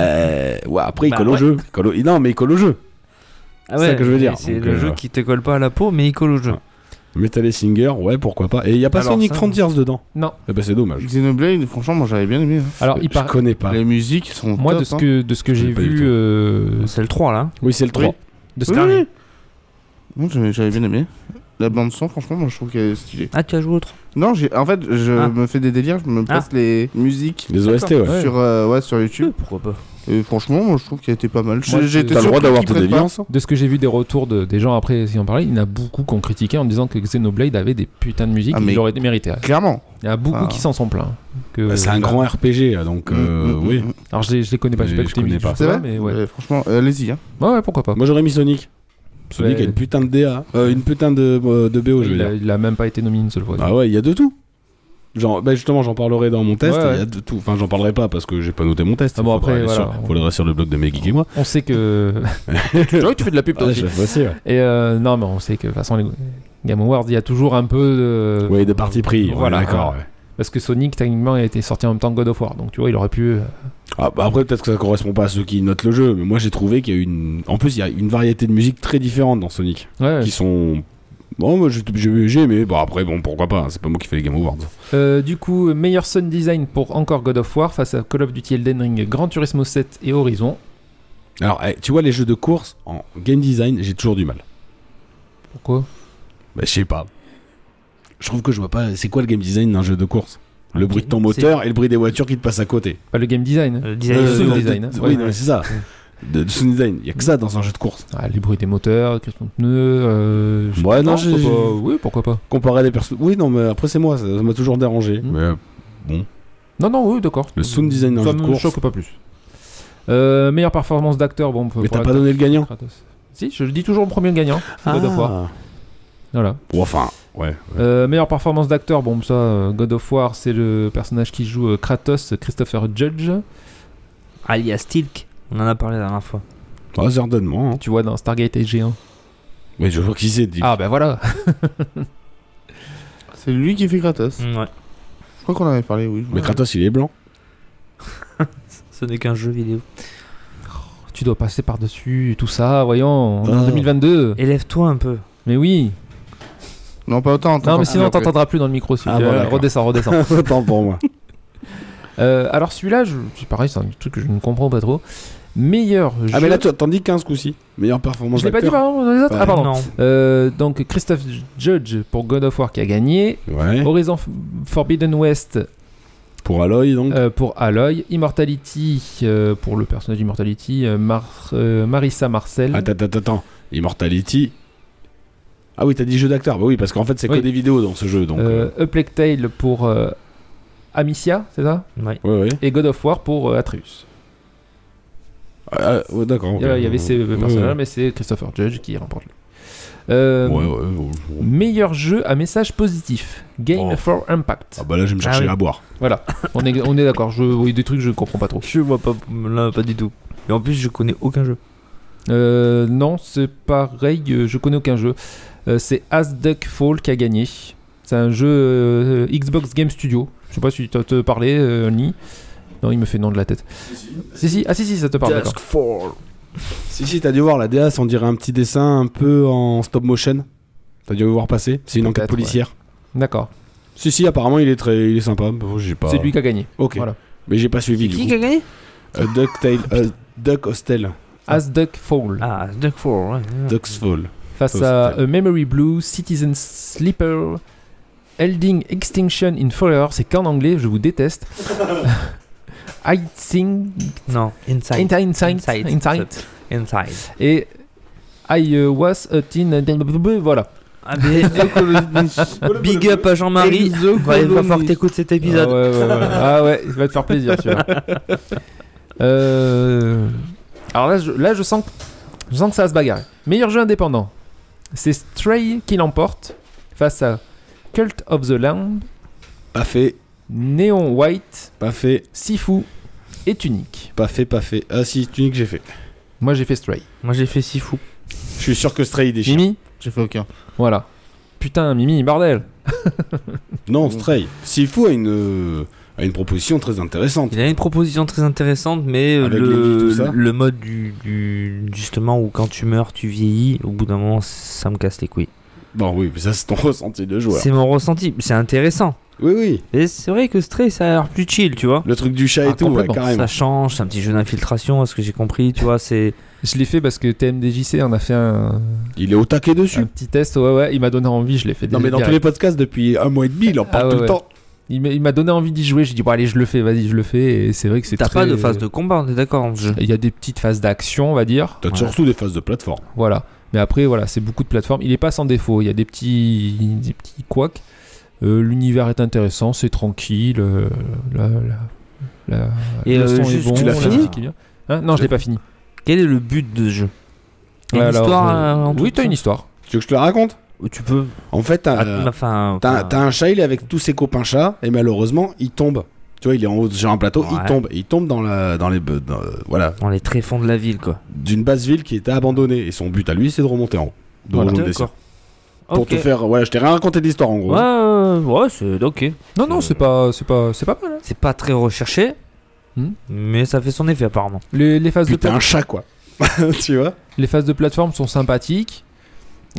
[SPEAKER 4] ouais, après, il
[SPEAKER 7] Bah,
[SPEAKER 4] colle au
[SPEAKER 7] ouais.
[SPEAKER 4] jeu. Il colle au- Non, mais il colle au jeu.
[SPEAKER 7] Ah
[SPEAKER 4] C'est ça que je veux dire.
[SPEAKER 7] C'est
[SPEAKER 4] Donc,
[SPEAKER 7] le
[SPEAKER 4] euh,
[SPEAKER 7] jeu qui te colle pas à la peau, mais il colle au jeu.
[SPEAKER 4] Ouais. Metal Singer, ouais, pourquoi pas. Et il y a pas
[SPEAKER 7] Alors,
[SPEAKER 4] Sonic
[SPEAKER 7] ça,
[SPEAKER 4] Frontiers dedans.
[SPEAKER 6] Non.
[SPEAKER 4] Eh ben, c'est dommage.
[SPEAKER 5] Xenoblade, franchement, moi j'avais bien aimé. hein.
[SPEAKER 6] Alors, il
[SPEAKER 4] je
[SPEAKER 6] paraît-
[SPEAKER 4] connais pas.
[SPEAKER 5] Les musiques sont.
[SPEAKER 6] Ah, Moi,
[SPEAKER 5] top,
[SPEAKER 6] de ce
[SPEAKER 5] hein.
[SPEAKER 6] que, de ce que
[SPEAKER 4] Je
[SPEAKER 6] j'ai
[SPEAKER 4] l'ai pas du
[SPEAKER 6] vu,
[SPEAKER 4] tout.
[SPEAKER 6] euh,
[SPEAKER 7] C'est le 3 là.
[SPEAKER 4] Oui, c'est le 3.
[SPEAKER 6] de ce
[SPEAKER 5] Oui,
[SPEAKER 6] que-
[SPEAKER 5] oui. Non, j'avais j'avais bien aimé. La bande son, franchement, moi je trouve qu'elle est stylée.
[SPEAKER 7] Ah, tu as joué au 3
[SPEAKER 5] Non, j'ai- en fait, je
[SPEAKER 7] Ah.
[SPEAKER 5] me fais des délires, je me
[SPEAKER 7] Ah.
[SPEAKER 5] passe les musiques
[SPEAKER 4] Les OST, ouais.
[SPEAKER 5] sur, euh, ouais, sur YouTube.
[SPEAKER 7] Pourquoi pas
[SPEAKER 5] Et franchement, moi je trouve qu'elle était pas mal.
[SPEAKER 6] Moi,
[SPEAKER 5] J'ai- J'étais
[SPEAKER 4] T'as le droit
[SPEAKER 5] surpris
[SPEAKER 4] d'avoir
[SPEAKER 5] qu'ils
[SPEAKER 4] tes
[SPEAKER 5] prennent pas.
[SPEAKER 4] déviances.
[SPEAKER 6] de ce que j'ai vu des retours de, des gens après qui en parlaient, il y en a beaucoup qui ont critiqué en disant que Xenoblade avait des putains de musique
[SPEAKER 5] Ah,
[SPEAKER 6] et
[SPEAKER 5] mais-
[SPEAKER 6] qu'il aurait mérité.
[SPEAKER 5] Clairement.
[SPEAKER 6] Il y en a beaucoup
[SPEAKER 5] Ah.
[SPEAKER 6] qui s'en sont plaints. Que-
[SPEAKER 4] Bah, C'est un grand RPG, donc euh,
[SPEAKER 5] Mm, mm,
[SPEAKER 4] oui.
[SPEAKER 5] mm.
[SPEAKER 6] Alors je les, je les connais pas, j'ai pas
[SPEAKER 4] Mais je
[SPEAKER 6] écouté les
[SPEAKER 4] connais
[SPEAKER 6] musiques,
[SPEAKER 4] pas.
[SPEAKER 6] je sais
[SPEAKER 5] C'est vrai
[SPEAKER 6] mais ouais.
[SPEAKER 5] Euh, Franchement, euh, allez-y. hein.
[SPEAKER 6] Ouais, ouais, pourquoi pas.
[SPEAKER 4] Moi j'aurais mis Sonic. Sonic
[SPEAKER 6] Ouais.
[SPEAKER 4] a une putain de DA, euh, une putain de, euh, de BO, je veux
[SPEAKER 6] il,
[SPEAKER 4] dire.
[SPEAKER 6] a, il a même pas été nominé une seule fois.
[SPEAKER 4] Ah ouais, il y a de tout. Genre, bah justement, j'en parlerai dans mon test. Il
[SPEAKER 6] Ouais, ouais.
[SPEAKER 4] y a de tout. Enfin, j'en parlerai pas parce que j'ai pas noté mon test.
[SPEAKER 6] Ah bon,
[SPEAKER 4] Faudra
[SPEAKER 6] après,
[SPEAKER 4] aller
[SPEAKER 6] voilà.
[SPEAKER 4] sur- faudra aller sur le blog de mes geeks et moi.
[SPEAKER 6] On sait que. tu fais de la pub
[SPEAKER 4] Ah, je- aussi, ouais.
[SPEAKER 6] Et euh, non, mais on sait que de toute façon, les Game Awards, il y a toujours un peu de.
[SPEAKER 4] Oui, de parti pris. Voilà,
[SPEAKER 6] Voilà.
[SPEAKER 4] d'accord. ouais.
[SPEAKER 6] Parce que Sonic, techniquement, a été sorti en même temps que God of War. Donc tu vois, il aurait pu. euh,
[SPEAKER 4] Ah, bah, après, peut-être que ça correspond pas à ceux qui notent le jeu, mais moi j'ai trouvé qu'il y a une. En plus, il y a une variété de musique très différente dans Sonic,
[SPEAKER 6] Ouais.
[SPEAKER 4] qui sont. Bon, moi j'ai j'ai- j'ai aimé. Bon, après, bon, pourquoi pas. hein, C'est pas moi qui fais les Game Awards.
[SPEAKER 6] Euh, du coup, meilleur sound design pour encore God of War face à Call of Duty Elden Ring, Gran Turismo 7 et Horizon.
[SPEAKER 4] Alors, eh, tu vois, les jeux de course en game design, j'ai toujours du mal.
[SPEAKER 6] Pourquoi
[SPEAKER 4] Bah, je sais pas. Je trouve que je vois pas. C'est quoi le game design d'un jeu de course
[SPEAKER 6] Ah,
[SPEAKER 4] Le
[SPEAKER 7] Ok.
[SPEAKER 4] bruit de ton moteur et le bruit des voitures qui te passent à côté.
[SPEAKER 6] Pas le game design.
[SPEAKER 7] Le
[SPEAKER 6] Euh,
[SPEAKER 7] design
[SPEAKER 6] le
[SPEAKER 7] sonore.
[SPEAKER 4] de- de-
[SPEAKER 6] design, hein.
[SPEAKER 4] de-
[SPEAKER 6] Ouais,
[SPEAKER 4] oui,
[SPEAKER 6] ouais.
[SPEAKER 4] non, c'est ça. De, de sound design. Il y a que ça dans un jeu de course.
[SPEAKER 6] Ah, les bruits des moteurs, les créations de pneus. euh, je-
[SPEAKER 4] Ouais, non, j'ai-
[SPEAKER 6] pourquoi
[SPEAKER 4] j'ai-
[SPEAKER 6] pas. Oui, pourquoi pas.
[SPEAKER 4] Comparé à des personnes. Oui, non, mais après, c'est moi. Ça ça m'a toujours dérangé.
[SPEAKER 6] Mm.
[SPEAKER 4] Mais, euh,
[SPEAKER 6] Non, non, oui, d'accord.
[SPEAKER 4] Le sound design d'un
[SPEAKER 6] Ça
[SPEAKER 4] jeu de
[SPEAKER 6] me
[SPEAKER 4] course.
[SPEAKER 6] choque pas plus. Euh, meilleure performance d'acteur, bon. pour-
[SPEAKER 4] mais
[SPEAKER 6] pour
[SPEAKER 4] t'as pas
[SPEAKER 6] l'acteur,
[SPEAKER 4] donné le gagnant
[SPEAKER 6] Kratos. Si, je le dis toujours le premier gagnant.
[SPEAKER 4] Ah.
[SPEAKER 6] God of War. Voilà.
[SPEAKER 4] Ou enfin, ouais.
[SPEAKER 6] Euh, meilleure performance d'acteur, bon ça, euh, God of War, c'est le personnage qui joue euh, Kratos, Christopher Judge.
[SPEAKER 7] Alias Tilk. On en a parlé la dernière fois.
[SPEAKER 4] Ah, certainement. hein.
[SPEAKER 6] Tu vois dans Stargate SG1.
[SPEAKER 4] Mais je vois qui c'est. dit.
[SPEAKER 6] Ah ben voilà.
[SPEAKER 5] C'est lui qui fait Kratos.
[SPEAKER 7] Ouais.
[SPEAKER 5] Je crois qu'on en avait parlé, oui.
[SPEAKER 4] Mais Kratos, il est blanc.
[SPEAKER 7] Ce n'est qu'un jeu vidéo.
[SPEAKER 6] Tu dois passer par dessus tout ça, voyons. On est en
[SPEAKER 4] Ah.
[SPEAKER 6] 2022.
[SPEAKER 7] Élève-toi un peu.
[SPEAKER 6] Mais oui.
[SPEAKER 5] Non, pas autant.
[SPEAKER 6] Non
[SPEAKER 5] t'entends
[SPEAKER 6] mais
[SPEAKER 5] pas.
[SPEAKER 6] sinon
[SPEAKER 5] Après.
[SPEAKER 6] t'entendras plus dans le micro. Si
[SPEAKER 4] Ah,
[SPEAKER 6] tu-
[SPEAKER 4] bon,
[SPEAKER 6] euh,
[SPEAKER 4] d'accord.
[SPEAKER 6] redescends, redescends.
[SPEAKER 4] Autant pour moi.
[SPEAKER 6] Euh, alors celui-là, je... c'est pareil, c'est un truc que je ne comprends pas trop. Meilleur jeu.
[SPEAKER 4] Ah, mais là, tu- t'en dis 15 coups-ci. Meilleure performance
[SPEAKER 6] je l'ai pas dit
[SPEAKER 4] d'acteur.
[SPEAKER 6] pardon, dans les autres.
[SPEAKER 4] Ouais.
[SPEAKER 6] Ah pardon.
[SPEAKER 7] Non.
[SPEAKER 6] Euh, donc Christophe Judge pour God of War qui a gagné,
[SPEAKER 4] Ouais.
[SPEAKER 6] Horizon F- Forbidden West
[SPEAKER 4] Pour Aloy, donc.
[SPEAKER 6] euh, pour Aloy, Immortality euh, pour le personnage d'Immortality, euh, Mar- euh, Marissa Marcel.
[SPEAKER 4] Attends, attends, attends. Immortality. Ah oui, t'as dit jeu d'acteur. Bah oui, parce qu'en fait, c'est
[SPEAKER 6] Oui.
[SPEAKER 4] que des vidéos dans ce jeu. Donc,
[SPEAKER 6] euh, A Plague Tale pour euh, Amicia, c'est ça
[SPEAKER 7] Ouais.
[SPEAKER 4] euh, ouais, ouais.
[SPEAKER 6] Et God of War pour euh, Atreus.
[SPEAKER 4] Ah, ouais, D'accord.
[SPEAKER 6] Il y a- il y avait ces
[SPEAKER 4] Ouais,
[SPEAKER 6] personnages,
[SPEAKER 4] ouais.
[SPEAKER 6] mais c'est Christopher Judge qui remporte. le- Euh,
[SPEAKER 4] Ouais, ouais, ouais, ouais.
[SPEAKER 6] Meilleur jeu à message positif. Game
[SPEAKER 4] Oh.
[SPEAKER 6] for Impact.
[SPEAKER 4] Ah bah là, je vais me chercher
[SPEAKER 7] Ah oui.
[SPEAKER 4] à boire.
[SPEAKER 6] Voilà, on est, on est d'accord. Je, oui, des trucs que je comprends pas trop.
[SPEAKER 7] Je vois pas. Là, pas du tout. Et en plus, je connais aucun jeu.
[SPEAKER 6] Euh, non, c'est pareil, euh, je connais aucun jeu. Euh, c'est As Duck Fall qui a gagné. C'est un jeu euh, Xbox Game Studio. Je sais pas si tu te parlé, euh, Ni. Non, il me fait non de la tête. Si, si, ah si, si, ça te parle. d'accord.
[SPEAKER 7] Fall.
[SPEAKER 4] Si, si, t'as dû voir la DA, on dirait un petit dessin un peu en stop motion. T'as dû le voir passer. C'est une enquête
[SPEAKER 6] Peut-être, ouais.
[SPEAKER 4] policière.
[SPEAKER 6] D'accord.
[SPEAKER 4] Si, si, apparemment, il est très, il est sympa. Bon, j'ai pas.
[SPEAKER 6] C'est lui qui a gagné.
[SPEAKER 4] Bah. Ok.
[SPEAKER 6] Voilà.
[SPEAKER 4] Mais j'ai pas suivi. du
[SPEAKER 7] Qui
[SPEAKER 4] coup.
[SPEAKER 7] qui a gagné
[SPEAKER 4] Euh, Ducktail, euh, Duck Hostel,
[SPEAKER 6] As Duck Fall
[SPEAKER 7] Ah, Duck Fall, ouais.
[SPEAKER 4] Ducks Fall.
[SPEAKER 6] face
[SPEAKER 4] Hostel.
[SPEAKER 6] à A Memory Blue, Citizen Sleeper, Elding Extinction in Forever. C'est qu'en anglais, je vous déteste. I think,
[SPEAKER 7] Non, Inside.
[SPEAKER 6] Inside, Inside,
[SPEAKER 7] Inside.
[SPEAKER 6] Inside.
[SPEAKER 7] Inside.
[SPEAKER 6] et I euh, was a teen voilà
[SPEAKER 7] Ah, mais- Big up à Jean-Marie. Ouais, il va falloir que t'écoutes cet
[SPEAKER 6] ah
[SPEAKER 7] épisode.
[SPEAKER 6] ouais, ouais, ouais. ah ouais il va te faire plaisir celui-là Euh, alors là je, là je sens que je sens que ça va se bagarrer meilleur jeu indépendant c'est Stray qui l'emporte face à Cult of the Lamb
[SPEAKER 4] Pas fait.
[SPEAKER 6] Néon White,
[SPEAKER 4] Pas fait,
[SPEAKER 6] Sifu et Tunic.
[SPEAKER 4] pas fait, pas fait. Ah si, Tunic, j'ai fait.
[SPEAKER 6] Moi j'ai fait Stray.
[SPEAKER 7] Moi j'ai fait si fou.
[SPEAKER 4] Je suis sûr que Stray, il déchire.
[SPEAKER 6] Mimi
[SPEAKER 5] J'ai fait aucun.
[SPEAKER 6] Voilà. Putain, Mimi, bordel
[SPEAKER 4] Non, Stray. Sifu a une, euh, a une proposition très intéressante.
[SPEAKER 7] Il a une proposition très intéressante, mais euh,
[SPEAKER 4] Avec les vies, tout
[SPEAKER 7] le,
[SPEAKER 4] ça.
[SPEAKER 7] le mode du, du- justement où quand tu meurs, tu vieillis. Au bout d'un moment, ça me casse les couilles.
[SPEAKER 4] Bon, oui, mais ça, c'est ton ressenti de joueur.
[SPEAKER 7] C'est mon ressenti. C'est intéressant.
[SPEAKER 4] Oui, oui.
[SPEAKER 7] Et c'est vrai que Stray, ça a l'air plus chill, tu vois.
[SPEAKER 4] Le truc du chat
[SPEAKER 6] Ah,
[SPEAKER 4] et tout, ouais,
[SPEAKER 6] complètement.
[SPEAKER 4] carrément.
[SPEAKER 7] Ça change, c'est un petit jeu d'infiltration, à ce que j'ai compris, tu vois. C'est
[SPEAKER 6] Je l'ai fait parce que TMDJC en a fait un,
[SPEAKER 4] Il est au taquet dessus.
[SPEAKER 6] un petit test. Ouais, ouais, il m'a donné envie, je l'ai fait.
[SPEAKER 4] non, mais dans tous les
[SPEAKER 6] direct.
[SPEAKER 4] podcasts depuis un mois et demi, il en parle
[SPEAKER 6] Ah, ouais,
[SPEAKER 4] tout le
[SPEAKER 6] ouais.
[SPEAKER 4] temps.
[SPEAKER 6] Il m'a- il m'a donné envie d'y jouer, j'ai dit, bon, allez, je le fais, vas-y, je le fais. Et c'est vrai que c'est
[SPEAKER 7] T'as
[SPEAKER 6] très-
[SPEAKER 7] pas de phase de combat, on est d'accord dans ce jeu.
[SPEAKER 6] Il y a des petites phases d'action, on va dire.
[SPEAKER 4] T'as
[SPEAKER 7] Ouais.
[SPEAKER 4] surtout des phases de plateforme.
[SPEAKER 6] Voilà. Mais après, voilà, c'est beaucoup de plateformes. Il est pas sans défaut. Il y a des petits, des petits couacs. Euh, L'univers est intéressant, c'est tranquille. euh, la, la- la-
[SPEAKER 7] Et,
[SPEAKER 6] le
[SPEAKER 7] euh,
[SPEAKER 6] son est
[SPEAKER 7] juste,
[SPEAKER 6] bon.
[SPEAKER 4] tu l'as fini
[SPEAKER 6] musique est bien. Hein non, je l'ai pas fini.
[SPEAKER 7] Quel est le but de ce jeu Il y a une
[SPEAKER 6] Alors,
[SPEAKER 7] histoire
[SPEAKER 6] euh,
[SPEAKER 7] euh, en
[SPEAKER 6] Oui,
[SPEAKER 7] tout
[SPEAKER 6] t'as
[SPEAKER 7] ça
[SPEAKER 6] une histoire.
[SPEAKER 4] Tu veux que je te la raconte
[SPEAKER 7] Ou Tu peux.
[SPEAKER 4] En fait, t'as,
[SPEAKER 7] Ah, Enfin.
[SPEAKER 4] Euh, t'as-
[SPEAKER 7] enfin,
[SPEAKER 4] t'as un chat, il est avec tous ses copains chats, et malheureusement, il tombe. Tu vois, il est en haut sur un plateau, il
[SPEAKER 7] Ouais.
[SPEAKER 4] tombe. Et il tombe dans, la, dans les. be- dans- voilà,
[SPEAKER 7] Dans les tréfonds de la ville, quoi.
[SPEAKER 4] d'une basse ville qui était abandonnée. Et son but à lui, c'est de remonter en haut. De
[SPEAKER 6] Voilà.
[SPEAKER 4] remonter
[SPEAKER 7] D'accord.
[SPEAKER 4] Pour
[SPEAKER 7] Ok.
[SPEAKER 4] te faire. Ouais, je t'ai rien raconté de l'histoire en gros.
[SPEAKER 7] Ouais, ouais, ouais, ouais, c'est ok.
[SPEAKER 6] Non, non, c'est pas, c'est pas, c'est pas mal. hein.
[SPEAKER 7] C'est pas très recherché,
[SPEAKER 6] Hmm.
[SPEAKER 7] mais ça fait son effet apparemment.
[SPEAKER 6] Les, les phases
[SPEAKER 4] Puis
[SPEAKER 6] de
[SPEAKER 4] t'es
[SPEAKER 6] pla-
[SPEAKER 4] un chat, quoi. tu vois
[SPEAKER 6] les phases de plateforme sont sympathiques.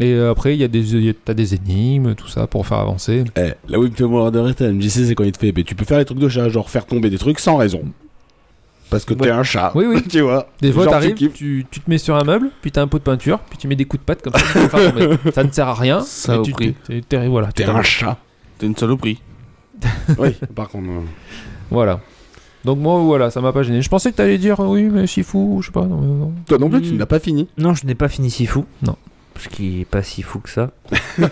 [SPEAKER 6] Et euh, après, il y a des, il y a- t'as des énigmes, tout ça pour faire avancer.
[SPEAKER 4] Eh, là où il me fait mourir de rire, t'as la MJC, c'est quand il te fait. Mais tu peux faire les trucs de chat, genre faire tomber des trucs sans raison. Parce que t'es
[SPEAKER 7] Ouais.
[SPEAKER 4] un chat.
[SPEAKER 6] Oui, oui.
[SPEAKER 4] tu vois
[SPEAKER 6] Des fois,
[SPEAKER 4] Genre,
[SPEAKER 6] t'arrives,
[SPEAKER 4] tu
[SPEAKER 6] tu,
[SPEAKER 4] kiffes.
[SPEAKER 6] tu te mets sur un meuble, puis t'as un pot de peinture, puis tu mets des coups de patte comme ça. pour le faire tomber. ça ne sert à rien.
[SPEAKER 5] Ça
[SPEAKER 6] mais
[SPEAKER 5] au
[SPEAKER 6] tu-
[SPEAKER 5] prix.
[SPEAKER 6] t'es- t'es- voilà, tu
[SPEAKER 4] T'es
[SPEAKER 6] t'arrêtes.
[SPEAKER 4] un chat.
[SPEAKER 5] T'es une saloperie.
[SPEAKER 4] oui, par contre. euh,
[SPEAKER 6] Voilà. Donc moi, voilà, ça m'a pas gêné. Je pensais que t'allais dire euh, oui, mais si fou, je sais pas. Non, mais non.
[SPEAKER 4] Toi non plus, tu n'as pas fini.
[SPEAKER 7] Non, je n'ai pas fini si fou.
[SPEAKER 6] Non.
[SPEAKER 7] Parce qu'il est pas si fou que ça.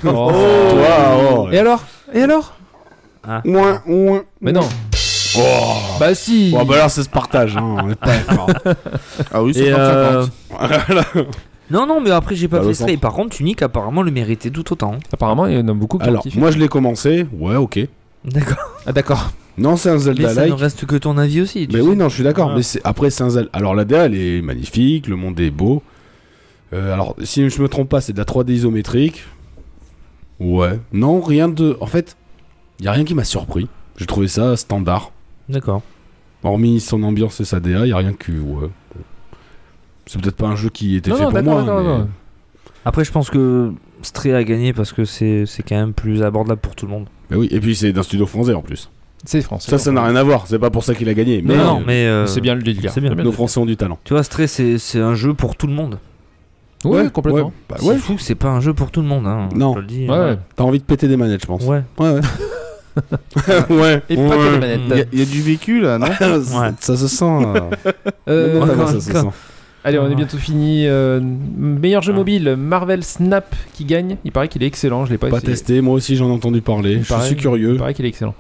[SPEAKER 6] Oh.
[SPEAKER 4] Waouh
[SPEAKER 6] Et alors Et alors
[SPEAKER 4] Ouin, ouin.
[SPEAKER 6] Mais non.
[SPEAKER 4] Oh.
[SPEAKER 6] Bah si.
[SPEAKER 4] Bon, bah là, ça se partage, hein, on est pas d'accord.
[SPEAKER 5] Ah oui,
[SPEAKER 7] Et,
[SPEAKER 5] c'est
[SPEAKER 7] euh,
[SPEAKER 5] 50-50.
[SPEAKER 7] Non, non, mais après j'ai pas
[SPEAKER 4] Bah,
[SPEAKER 7] fait
[SPEAKER 4] le
[SPEAKER 7] Stray. Par contre, Tunic apparemment le méritait tout autant. hein.
[SPEAKER 6] Apparemment, il y en a beaucoup qui ont
[SPEAKER 4] Alors,
[SPEAKER 6] kiffé.
[SPEAKER 4] moi je l'ai commencé, ouais, ok.
[SPEAKER 7] D'accord.
[SPEAKER 6] Ah d'accord.
[SPEAKER 4] Non, c'est un
[SPEAKER 7] Mais ça ne
[SPEAKER 4] Zelda-like.
[SPEAKER 7] reste que ton avis aussi. tu
[SPEAKER 4] Bah, Mais
[SPEAKER 7] sais.
[SPEAKER 4] oui, non, je suis d'accord.
[SPEAKER 7] Ah.
[SPEAKER 4] Mais c'est- après, c'est un Zelda. Alors, la DA, elle est magnifique, le monde est beau. Euh, alors, si je me trompe pas, c'est de la 3D isométrique. Ouais. Non, rien de. En fait, y a rien qui m'a surpris. J'ai trouvé ça standard.
[SPEAKER 7] D'accord.
[SPEAKER 4] Hormis son ambiance et sa DA, y a rien que. Ouais. C'est peut-être pas un jeu qui était
[SPEAKER 6] Non,
[SPEAKER 4] fait
[SPEAKER 6] non,
[SPEAKER 4] pour
[SPEAKER 6] d'accord,
[SPEAKER 4] moi.
[SPEAKER 6] d'accord,
[SPEAKER 4] mais-
[SPEAKER 6] d'accord.
[SPEAKER 7] Après, je pense que Stray a gagné parce que c'est c'est quand même plus abordable pour tout le monde.
[SPEAKER 4] mais oui, et puis c'est d'un studio français en plus.
[SPEAKER 6] C'est français.
[SPEAKER 4] Ça, ça n'a rien à voir. C'est pas pour ça qu'il a gagné. Mais
[SPEAKER 7] Non, non, mais. euh,
[SPEAKER 6] C'est bien le délire.
[SPEAKER 7] c'est bien.
[SPEAKER 4] nos Français ont du talent.
[SPEAKER 7] Tu vois, Stray, c'est c'est un jeu pour tout le monde.
[SPEAKER 6] Oui, complètement.
[SPEAKER 4] Ouais, bah
[SPEAKER 7] C'est
[SPEAKER 4] ouais.
[SPEAKER 7] fou, c'est pas un jeu pour tout le monde. hein,
[SPEAKER 4] Non.
[SPEAKER 7] Je te le dis.
[SPEAKER 6] Ouais. ouais.
[SPEAKER 4] T'as envie de péter des manettes, je pense.
[SPEAKER 7] Ouais.
[SPEAKER 4] Ouais, ouais. ouais.
[SPEAKER 6] Et pas que des manettes.
[SPEAKER 7] Mm.
[SPEAKER 5] Il y a- il y, a du vécu là, non
[SPEAKER 7] Ouais.
[SPEAKER 4] Ça se sent. euh,
[SPEAKER 6] Euh,
[SPEAKER 4] notamment,
[SPEAKER 7] encore
[SPEAKER 4] ça
[SPEAKER 7] un
[SPEAKER 4] se
[SPEAKER 7] cas.
[SPEAKER 4] sent.
[SPEAKER 6] Allez, on est bientôt fini. Euh, meilleur jeu
[SPEAKER 7] Ah.
[SPEAKER 6] mobile, Marvel Snap qui gagne. Il paraît qu'il est excellent. Je l'ai pas,
[SPEAKER 4] Pas
[SPEAKER 6] essayé.
[SPEAKER 4] testé, moi aussi j'en ai entendu parler.
[SPEAKER 6] Il
[SPEAKER 4] Je
[SPEAKER 6] paraît-
[SPEAKER 4] suis
[SPEAKER 6] Il
[SPEAKER 4] curieux.
[SPEAKER 6] paraît qu'il est excellent.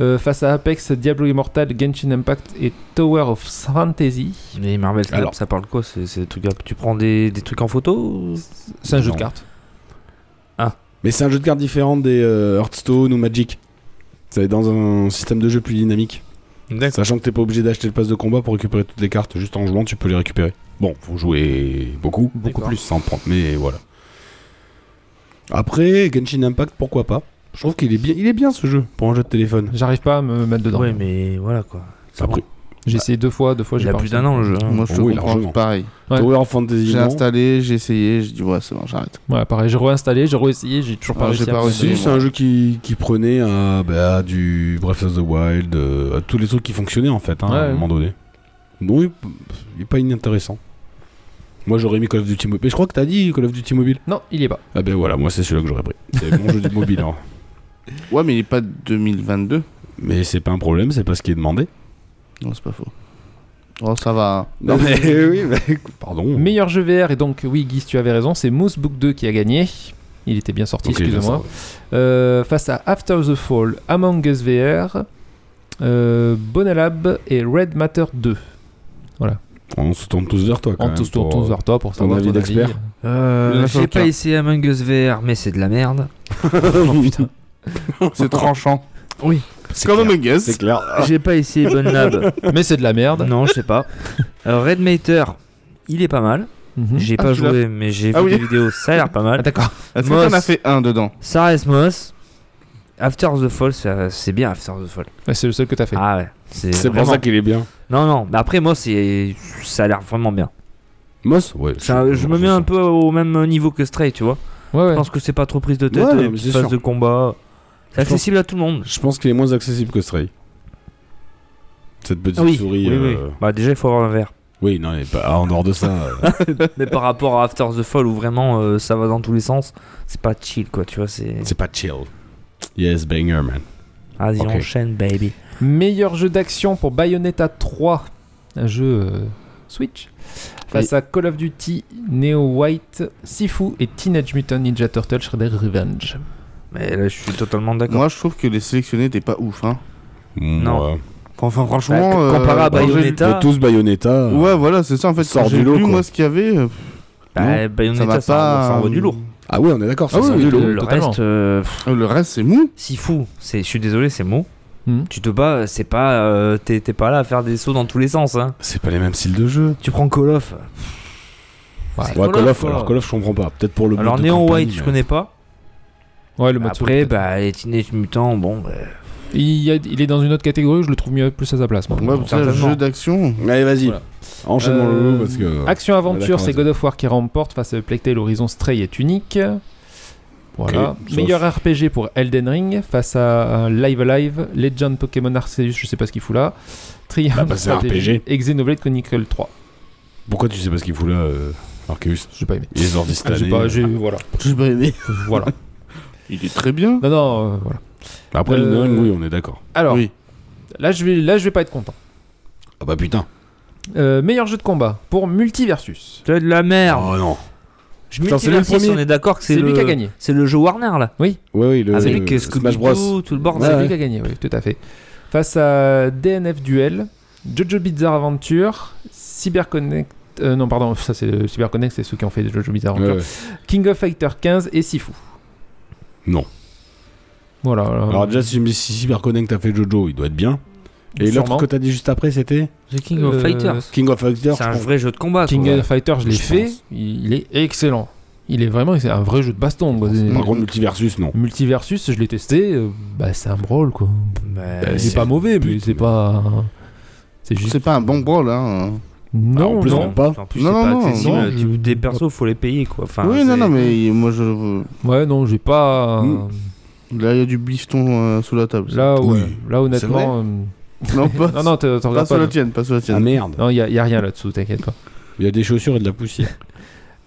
[SPEAKER 6] Euh, face à Apex, Diablo Immortal, Genshin Impact et Tower of Fantasy.
[SPEAKER 7] Mais Marvel Snap,
[SPEAKER 4] Alors.
[SPEAKER 7] ça parle quoi C'est c'est des trucs. à- Tu prends des, des trucs en photo ou-
[SPEAKER 6] C'est un jeu de
[SPEAKER 4] Non.
[SPEAKER 6] cartes.
[SPEAKER 4] Mais c'est un jeu de cartes différent des euh, Hearthstone ou Magic. C'est dans un système de jeu plus dynamique. Sachant que t'es pas obligé d'acheter le pass de combat pour récupérer toutes les cartes, juste en jouant tu peux les récupérer. Bon, faut jouer beaucoup, beaucoup
[SPEAKER 6] D'accord.
[SPEAKER 4] plus sans prendre, mais voilà. Après, Genshin Impact, pourquoi pas Je trouve qu'il est bien, il est bien ce jeu pour un jeu de téléphone.
[SPEAKER 6] J'arrive pas à me mettre dedans.
[SPEAKER 7] Ouais, mais voilà quoi. C'est
[SPEAKER 4] Après,
[SPEAKER 6] J'ai essayé deux fois, deux fois
[SPEAKER 7] Il
[SPEAKER 6] j'ai
[SPEAKER 7] a
[SPEAKER 6] pas
[SPEAKER 7] plus
[SPEAKER 6] réussi.
[SPEAKER 7] d'un an le jeu. hein.
[SPEAKER 5] Moi je te
[SPEAKER 4] Oui,
[SPEAKER 5] comprends,
[SPEAKER 4] largement.
[SPEAKER 5] pareil.
[SPEAKER 6] Ouais.
[SPEAKER 4] Tower of Fantasy,
[SPEAKER 5] J'ai
[SPEAKER 4] non.
[SPEAKER 5] installé, j'ai essayé, j'ai dit ouais, c'est bon, j'arrête.
[SPEAKER 6] Ouais, pareil, j'ai réinstallé, j'ai réessayé, j'ai toujours pas
[SPEAKER 5] Ah,
[SPEAKER 6] réussi
[SPEAKER 5] j'ai
[SPEAKER 6] à
[SPEAKER 5] pas
[SPEAKER 6] me
[SPEAKER 5] réussi.
[SPEAKER 4] Si,
[SPEAKER 6] mettre
[SPEAKER 4] c'est un jeu qui, qui prenait à, bah, à du Breath of the Wild, euh, à tous les trucs qui fonctionnaient en fait, hein,
[SPEAKER 6] Ouais.
[SPEAKER 4] à un moment donné. Donc, oui, p- il est pas inintéressant. Moi j'aurais mis Call of Duty Mobile. Mais je crois que t'as dit Call of Duty Mobile.
[SPEAKER 6] dedans. Non, il y est pas.
[SPEAKER 4] Ah ben voilà, moi c'est celui-là que j'aurais pris. C'est mon jeu du mobile. hein.
[SPEAKER 5] Ouais, mais il est pas de 2022.
[SPEAKER 4] Mais c'est pas un problème, c'est pas ce qui est demandé.
[SPEAKER 5] Non, c'est pas faux. Oh, ça va.
[SPEAKER 4] Non mais oui, mais- pardon.
[SPEAKER 6] Meilleur jeu VR, et donc oui, Guy, si tu avais raison, c'est Moose Book 2 qui a gagné. Il était bien sorti,
[SPEAKER 4] Ok, je
[SPEAKER 6] excusez-moi.
[SPEAKER 4] sais.
[SPEAKER 6] Euh, face à After the Fall, Among Us VR, euh, Bonalab et Red Matter 2.
[SPEAKER 4] On se tourne tous vers toi quand
[SPEAKER 6] On
[SPEAKER 4] même.
[SPEAKER 6] tous tourne
[SPEAKER 4] pour- euh,
[SPEAKER 6] tous vers toi pour
[SPEAKER 4] ton
[SPEAKER 6] savoir
[SPEAKER 4] avis
[SPEAKER 6] ton
[SPEAKER 4] d'expert.
[SPEAKER 6] avis.
[SPEAKER 7] Euh,
[SPEAKER 5] Là,
[SPEAKER 7] J'ai
[SPEAKER 5] aucun.
[SPEAKER 7] pas essayé Among Us VR, mais c'est de la merde.
[SPEAKER 5] hein. C'est tranchant.
[SPEAKER 7] Oui.
[SPEAKER 4] C'est
[SPEAKER 5] Comme
[SPEAKER 4] clair.
[SPEAKER 5] un guess.
[SPEAKER 4] C'est clair.
[SPEAKER 7] J'ai pas essayé Bun Lab.
[SPEAKER 6] Mais c'est de la merde.
[SPEAKER 7] non, je sais pas. Euh, Red Mater, il est pas mal.
[SPEAKER 6] Mhm.
[SPEAKER 7] J'ai
[SPEAKER 5] Ah,
[SPEAKER 7] pas
[SPEAKER 5] tu l'as
[SPEAKER 7] joué, mais j'ai
[SPEAKER 5] Ah
[SPEAKER 7] vu
[SPEAKER 5] oui.
[SPEAKER 7] des vidéos, ça a l'air pas
[SPEAKER 6] Ah,
[SPEAKER 7] mal.
[SPEAKER 6] d'accord.
[SPEAKER 5] Est-ce que t'en
[SPEAKER 7] Moss.
[SPEAKER 5] as fait un dedans
[SPEAKER 7] Sarasmos, After the Fall, ça- c'est bien After the Fall.
[SPEAKER 6] Ouais, c'est le seul que t'as fait.
[SPEAKER 7] Ah ouais, c'est
[SPEAKER 4] C'est pour
[SPEAKER 7] vraiment-
[SPEAKER 4] ça qu'il est bien.
[SPEAKER 7] Non, non, mais après, moi, c'est ça a l'air vraiment bien.
[SPEAKER 4] Moss Ouais.
[SPEAKER 7] Ça- je me mets un peu au même niveau que Stray, tu vois.
[SPEAKER 6] Ouais, ouais.
[SPEAKER 7] Je pense que c'est pas trop prise de tête,
[SPEAKER 4] Ouais,
[SPEAKER 7] euh,
[SPEAKER 4] mais
[SPEAKER 7] petite
[SPEAKER 4] c'est
[SPEAKER 7] phase
[SPEAKER 4] sûr.
[SPEAKER 7] de combat. C'est
[SPEAKER 4] Je pense-
[SPEAKER 7] accessible à tout le monde.
[SPEAKER 4] Je pense qu'il est moins accessible que Stray. Cette petite
[SPEAKER 7] oui,
[SPEAKER 4] souris.
[SPEAKER 7] oui,
[SPEAKER 4] euh,
[SPEAKER 7] oui. Bah, déjà, il faut avoir un verre.
[SPEAKER 4] oui, non, mais pas- en dehors de ça. euh,
[SPEAKER 7] mais par rapport à After the Fall, où vraiment euh, ça va dans tous les sens, c'est pas chill, quoi, tu vois. C'est.
[SPEAKER 4] C'est pas chill. Yes, banger, man.
[SPEAKER 7] Vas-y,
[SPEAKER 4] Ok.
[SPEAKER 7] enchaîne, baby.
[SPEAKER 6] Meilleur jeu d'action pour Bayonetta 3, un jeu euh, Switch, face à Call of Duty, Neo White, Sifu et Teenage Mutant Ninja Turtle Shredder Revenge.
[SPEAKER 7] Mais là, je suis totalement d'accord.
[SPEAKER 5] Moi, je trouve que les sélectionnés étaient pas ouf. Hein.
[SPEAKER 7] Non.
[SPEAKER 4] Ouais.
[SPEAKER 5] Enfin,
[SPEAKER 7] Bah,
[SPEAKER 5] franchement.
[SPEAKER 7] com- comparé à
[SPEAKER 5] quand j'ai lu-
[SPEAKER 7] Bayonetta, bah,
[SPEAKER 4] De tous Bayonetta. euh,
[SPEAKER 5] Ouais, voilà, c'est ça en fait.
[SPEAKER 4] Sort
[SPEAKER 5] Quand
[SPEAKER 4] du
[SPEAKER 5] j'ai
[SPEAKER 4] lot,
[SPEAKER 5] lu,
[SPEAKER 4] quoi.
[SPEAKER 5] moi, ce qu'il y avait, euh,
[SPEAKER 7] Bah,
[SPEAKER 5] ça
[SPEAKER 7] Bayonetta,
[SPEAKER 5] m'a
[SPEAKER 7] ça,
[SPEAKER 5] pas. euh,
[SPEAKER 7] ça envoie du lourd.
[SPEAKER 4] Ah oui, on est d'accord.
[SPEAKER 5] Ah
[SPEAKER 4] ça,
[SPEAKER 5] oui,
[SPEAKER 4] c'est un
[SPEAKER 5] oui,
[SPEAKER 4] jeu.
[SPEAKER 6] oui.
[SPEAKER 7] Le
[SPEAKER 6] Totalement.
[SPEAKER 7] reste, euh, pff,
[SPEAKER 5] Le reste, c'est mou.
[SPEAKER 7] si fou. C'est, je suis désolé, c'est mou.
[SPEAKER 6] Mhm.
[SPEAKER 7] Tu te bats, c'est pas, euh, t'es, t'es pas là à faire des sauts dans tous les sens. Hein.
[SPEAKER 4] C'est pas les mêmes styles de jeu.
[SPEAKER 7] Tu prends Call of.
[SPEAKER 6] Ouais,
[SPEAKER 4] Ouais, Call of,
[SPEAKER 6] quoi.
[SPEAKER 4] alors Call of, je comprends pas. Peut-être pour le
[SPEAKER 7] Alors
[SPEAKER 4] mode de
[SPEAKER 7] Néon
[SPEAKER 4] campagne,
[SPEAKER 7] White, je
[SPEAKER 4] mais-
[SPEAKER 7] connais pas.
[SPEAKER 6] Ouais, le mode
[SPEAKER 7] Après,
[SPEAKER 6] solo, peut-être.
[SPEAKER 7] bah, les Teenage Mutants, bon. bah,
[SPEAKER 6] il, y a- il est dans une autre catégorie, où je le trouve mieux plus à sa place. moi.
[SPEAKER 5] Ouais,
[SPEAKER 6] Non.
[SPEAKER 5] putain, le
[SPEAKER 7] certainement.
[SPEAKER 5] jeu d'action.
[SPEAKER 4] Allez, vas-y.
[SPEAKER 6] Voilà.
[SPEAKER 4] Enchaîne dans
[SPEAKER 6] Euh,
[SPEAKER 4] le lot parce que.
[SPEAKER 6] Action
[SPEAKER 4] Ouais,
[SPEAKER 6] Aventure,
[SPEAKER 4] d'accord,
[SPEAKER 6] c'est
[SPEAKER 4] vas-y.
[SPEAKER 6] God of War qui remporte face à Plectel, Horizon Stray et Tunic. Voilà.
[SPEAKER 4] Ok, ça,
[SPEAKER 6] Meilleur RPG pour Elden Ring face à euh, Live Alive, Legend Pokémon Arceus, je sais pas ce qu'il fout là. Triumph
[SPEAKER 4] Bah, bah, c'est un
[SPEAKER 6] Strategy
[SPEAKER 4] RPG.
[SPEAKER 6] et Xenoblade Chronicle 3.
[SPEAKER 4] Pourquoi tu sais pas ce qu'il fout là, euh, Arceus
[SPEAKER 6] J'ai pas aimé.
[SPEAKER 4] Il est sorti cette
[SPEAKER 6] J'ai Ah,
[SPEAKER 4] année. euh,
[SPEAKER 6] pas, j'ai- voilà.
[SPEAKER 5] J'ai pas aimé.
[SPEAKER 6] voilà.
[SPEAKER 5] Il est très bien.
[SPEAKER 6] Non, non, euh, voilà.
[SPEAKER 4] Après,
[SPEAKER 6] Euh,
[SPEAKER 4] le Néon, oui, on est d'accord.
[SPEAKER 6] Alors,
[SPEAKER 5] Oui.
[SPEAKER 6] là, je vais, là, je vais pas être content.
[SPEAKER 4] Ah bah putain.
[SPEAKER 6] Euh, meilleur jeu de combat pour Multiversus.
[SPEAKER 7] t'as de la merde.
[SPEAKER 4] Oh non.
[SPEAKER 7] je
[SPEAKER 4] putain, c'est lui le
[SPEAKER 7] Multiversus,
[SPEAKER 4] premier.
[SPEAKER 7] on est d'accord que c'est,
[SPEAKER 6] C'est
[SPEAKER 7] le...
[SPEAKER 6] lui qui a gagné.
[SPEAKER 7] C'est le jeu Warner là.
[SPEAKER 4] Ouais, oui, le.
[SPEAKER 7] Avec
[SPEAKER 4] le
[SPEAKER 7] Scooby
[SPEAKER 4] Euh, Smash Bros.
[SPEAKER 7] Doo, tout le bordel.
[SPEAKER 6] C'est lui
[SPEAKER 4] Ouais, ouais.
[SPEAKER 6] qui a gagné, oui, tout à fait. Face à DNF Duel, Jojo Bizarre Adventure, CyberConnect. euh, non, pardon, ça c'est CyberConnect, c'est ceux qui ont fait Jojo Bizarre Adventure.
[SPEAKER 4] Ouais, ouais.
[SPEAKER 6] King of Fighter 15 et Sifu.
[SPEAKER 4] Non.
[SPEAKER 6] Voilà. euh, alors,
[SPEAKER 4] Alors, déjà, si si CyberConnect a fait Jojo, il doit être bien. Et l'autre
[SPEAKER 6] sûrement.
[SPEAKER 4] que t'as dit juste après, c'était
[SPEAKER 7] The King of
[SPEAKER 6] Euh,
[SPEAKER 7] Fighters.
[SPEAKER 4] King of Fighters.
[SPEAKER 7] C'est un vrai jeu de combat.
[SPEAKER 6] King
[SPEAKER 7] quoi.
[SPEAKER 6] of Fighter, je l'ai
[SPEAKER 4] Je
[SPEAKER 6] fait,
[SPEAKER 4] pense.
[SPEAKER 6] il est excellent. Il est vraiment, c'est un vrai jeu de baston. quoi. C'est-
[SPEAKER 4] Par contre, Multiversus, non.
[SPEAKER 6] Multiversus, je l'ai testé, euh, bah c'est un brawl quoi.
[SPEAKER 7] Mais-
[SPEAKER 4] Bah,
[SPEAKER 6] Il
[SPEAKER 4] c'est
[SPEAKER 6] est pas
[SPEAKER 4] un
[SPEAKER 6] mauvais,
[SPEAKER 4] but,
[SPEAKER 6] mais c'est
[SPEAKER 4] mais-
[SPEAKER 6] pas. C'est juste.
[SPEAKER 5] C'est pas un bon brawl, hein.
[SPEAKER 6] Non,
[SPEAKER 4] Ah, Bah, en plus, hein.
[SPEAKER 6] non.
[SPEAKER 4] même pas.
[SPEAKER 7] En plus,
[SPEAKER 5] Non,
[SPEAKER 7] c'est
[SPEAKER 5] non,
[SPEAKER 7] pas
[SPEAKER 5] non,
[SPEAKER 7] accessible.
[SPEAKER 6] non.
[SPEAKER 7] Tu- Des persos, faut les payer quoi. Enfin,
[SPEAKER 5] oui, non,
[SPEAKER 7] c'est-
[SPEAKER 5] non, mais moi, je.
[SPEAKER 6] Ouais, non, j'ai pas.
[SPEAKER 4] Mm.
[SPEAKER 5] Là, il y a du bifton euh, sous la table. ça.
[SPEAKER 6] Là, ouais.
[SPEAKER 4] Oui.
[SPEAKER 6] Là,
[SPEAKER 4] vrai
[SPEAKER 6] honnêtement.
[SPEAKER 5] Non,
[SPEAKER 6] euh, Non,
[SPEAKER 5] pas,
[SPEAKER 6] non, t'en t'en
[SPEAKER 5] pas
[SPEAKER 6] regardes
[SPEAKER 5] sous
[SPEAKER 6] pas.
[SPEAKER 5] la
[SPEAKER 6] non.
[SPEAKER 5] tienne, pas sous la
[SPEAKER 4] Ah
[SPEAKER 5] tienne.
[SPEAKER 4] merde.
[SPEAKER 6] Non, il y, a- y a rien là-dessous, t'inquiète pas.
[SPEAKER 4] Il y a des chaussures et de la poussière.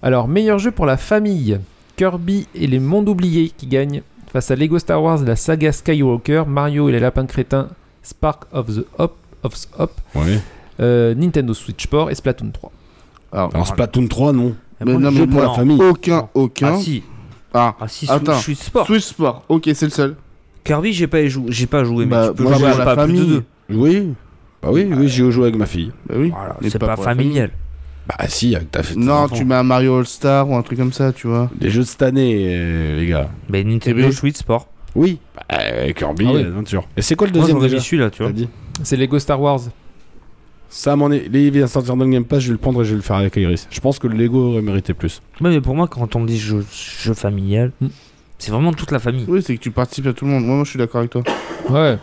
[SPEAKER 6] Alors, meilleur jeu pour la famille Kirby et les mondes oubliés qui gagnent face à Lego Star Wars, la saga Skywalker, Mario et les lapins crétins, Spark of the Hop, of the Hop,
[SPEAKER 4] Ouais.
[SPEAKER 6] euh, Nintendo Switch Sport et Splatoon 3.
[SPEAKER 5] Alors,
[SPEAKER 4] Alors, Splatoon 3, non.
[SPEAKER 5] mais
[SPEAKER 7] moi,
[SPEAKER 5] non,
[SPEAKER 7] je-
[SPEAKER 5] mais pour
[SPEAKER 7] non.
[SPEAKER 5] la famille. Aucun, aucun.
[SPEAKER 7] Ah si,
[SPEAKER 5] Ah,
[SPEAKER 7] ah si,
[SPEAKER 5] Attends.
[SPEAKER 7] je suis sport.
[SPEAKER 5] Switch Sport. Ok, c'est le seul.
[SPEAKER 7] Kirby, j'ai pas joué, j'ai pas joué, mais
[SPEAKER 5] Bah,
[SPEAKER 7] tu peux
[SPEAKER 5] moi,
[SPEAKER 7] jouer
[SPEAKER 5] j'ai
[SPEAKER 7] à
[SPEAKER 5] la
[SPEAKER 7] pas plus de
[SPEAKER 5] famille.
[SPEAKER 7] deux. Ah,
[SPEAKER 4] Oui. Bah oui, oui, j'y ai joué avec ma fille.
[SPEAKER 5] Bah oui.
[SPEAKER 7] Voilà,
[SPEAKER 5] Mais
[SPEAKER 7] c'est
[SPEAKER 5] pas
[SPEAKER 7] pas,
[SPEAKER 5] pour la
[SPEAKER 7] familial.
[SPEAKER 4] Bah si, avec ta fille.
[SPEAKER 5] Non, tu mets un Mario All Star ou un truc comme ça, tu vois.
[SPEAKER 4] Des jeux de cette année, euh, les gars.
[SPEAKER 7] Mais Nintendo
[SPEAKER 5] bien.
[SPEAKER 7] Switch Sport.
[SPEAKER 4] Oui. Kirby,
[SPEAKER 6] Ah oui.
[SPEAKER 4] l'aventure. Et c'est quoi le
[SPEAKER 7] Moi,
[SPEAKER 4] deuxième
[SPEAKER 7] j'aurais
[SPEAKER 4] déjà
[SPEAKER 7] mis celui-là, tu
[SPEAKER 4] T'as
[SPEAKER 7] vois.
[SPEAKER 4] dit
[SPEAKER 6] C'est Lego Star Wars.
[SPEAKER 4] Ça m'en est. Il vient de sortir dans le Game Pass, je vais le prendre et je vais le faire avec Iris. Je pense que le Lego aurait mérité plus.
[SPEAKER 7] Ouais, mais pour moi, quand on me dit jeu, jeu familial,
[SPEAKER 6] Hmm.
[SPEAKER 7] c'est vraiment toute la famille.
[SPEAKER 5] Oui, c'est que tu participes à tout le monde. Moi, moi je suis d'accord avec toi.
[SPEAKER 6] Ouais.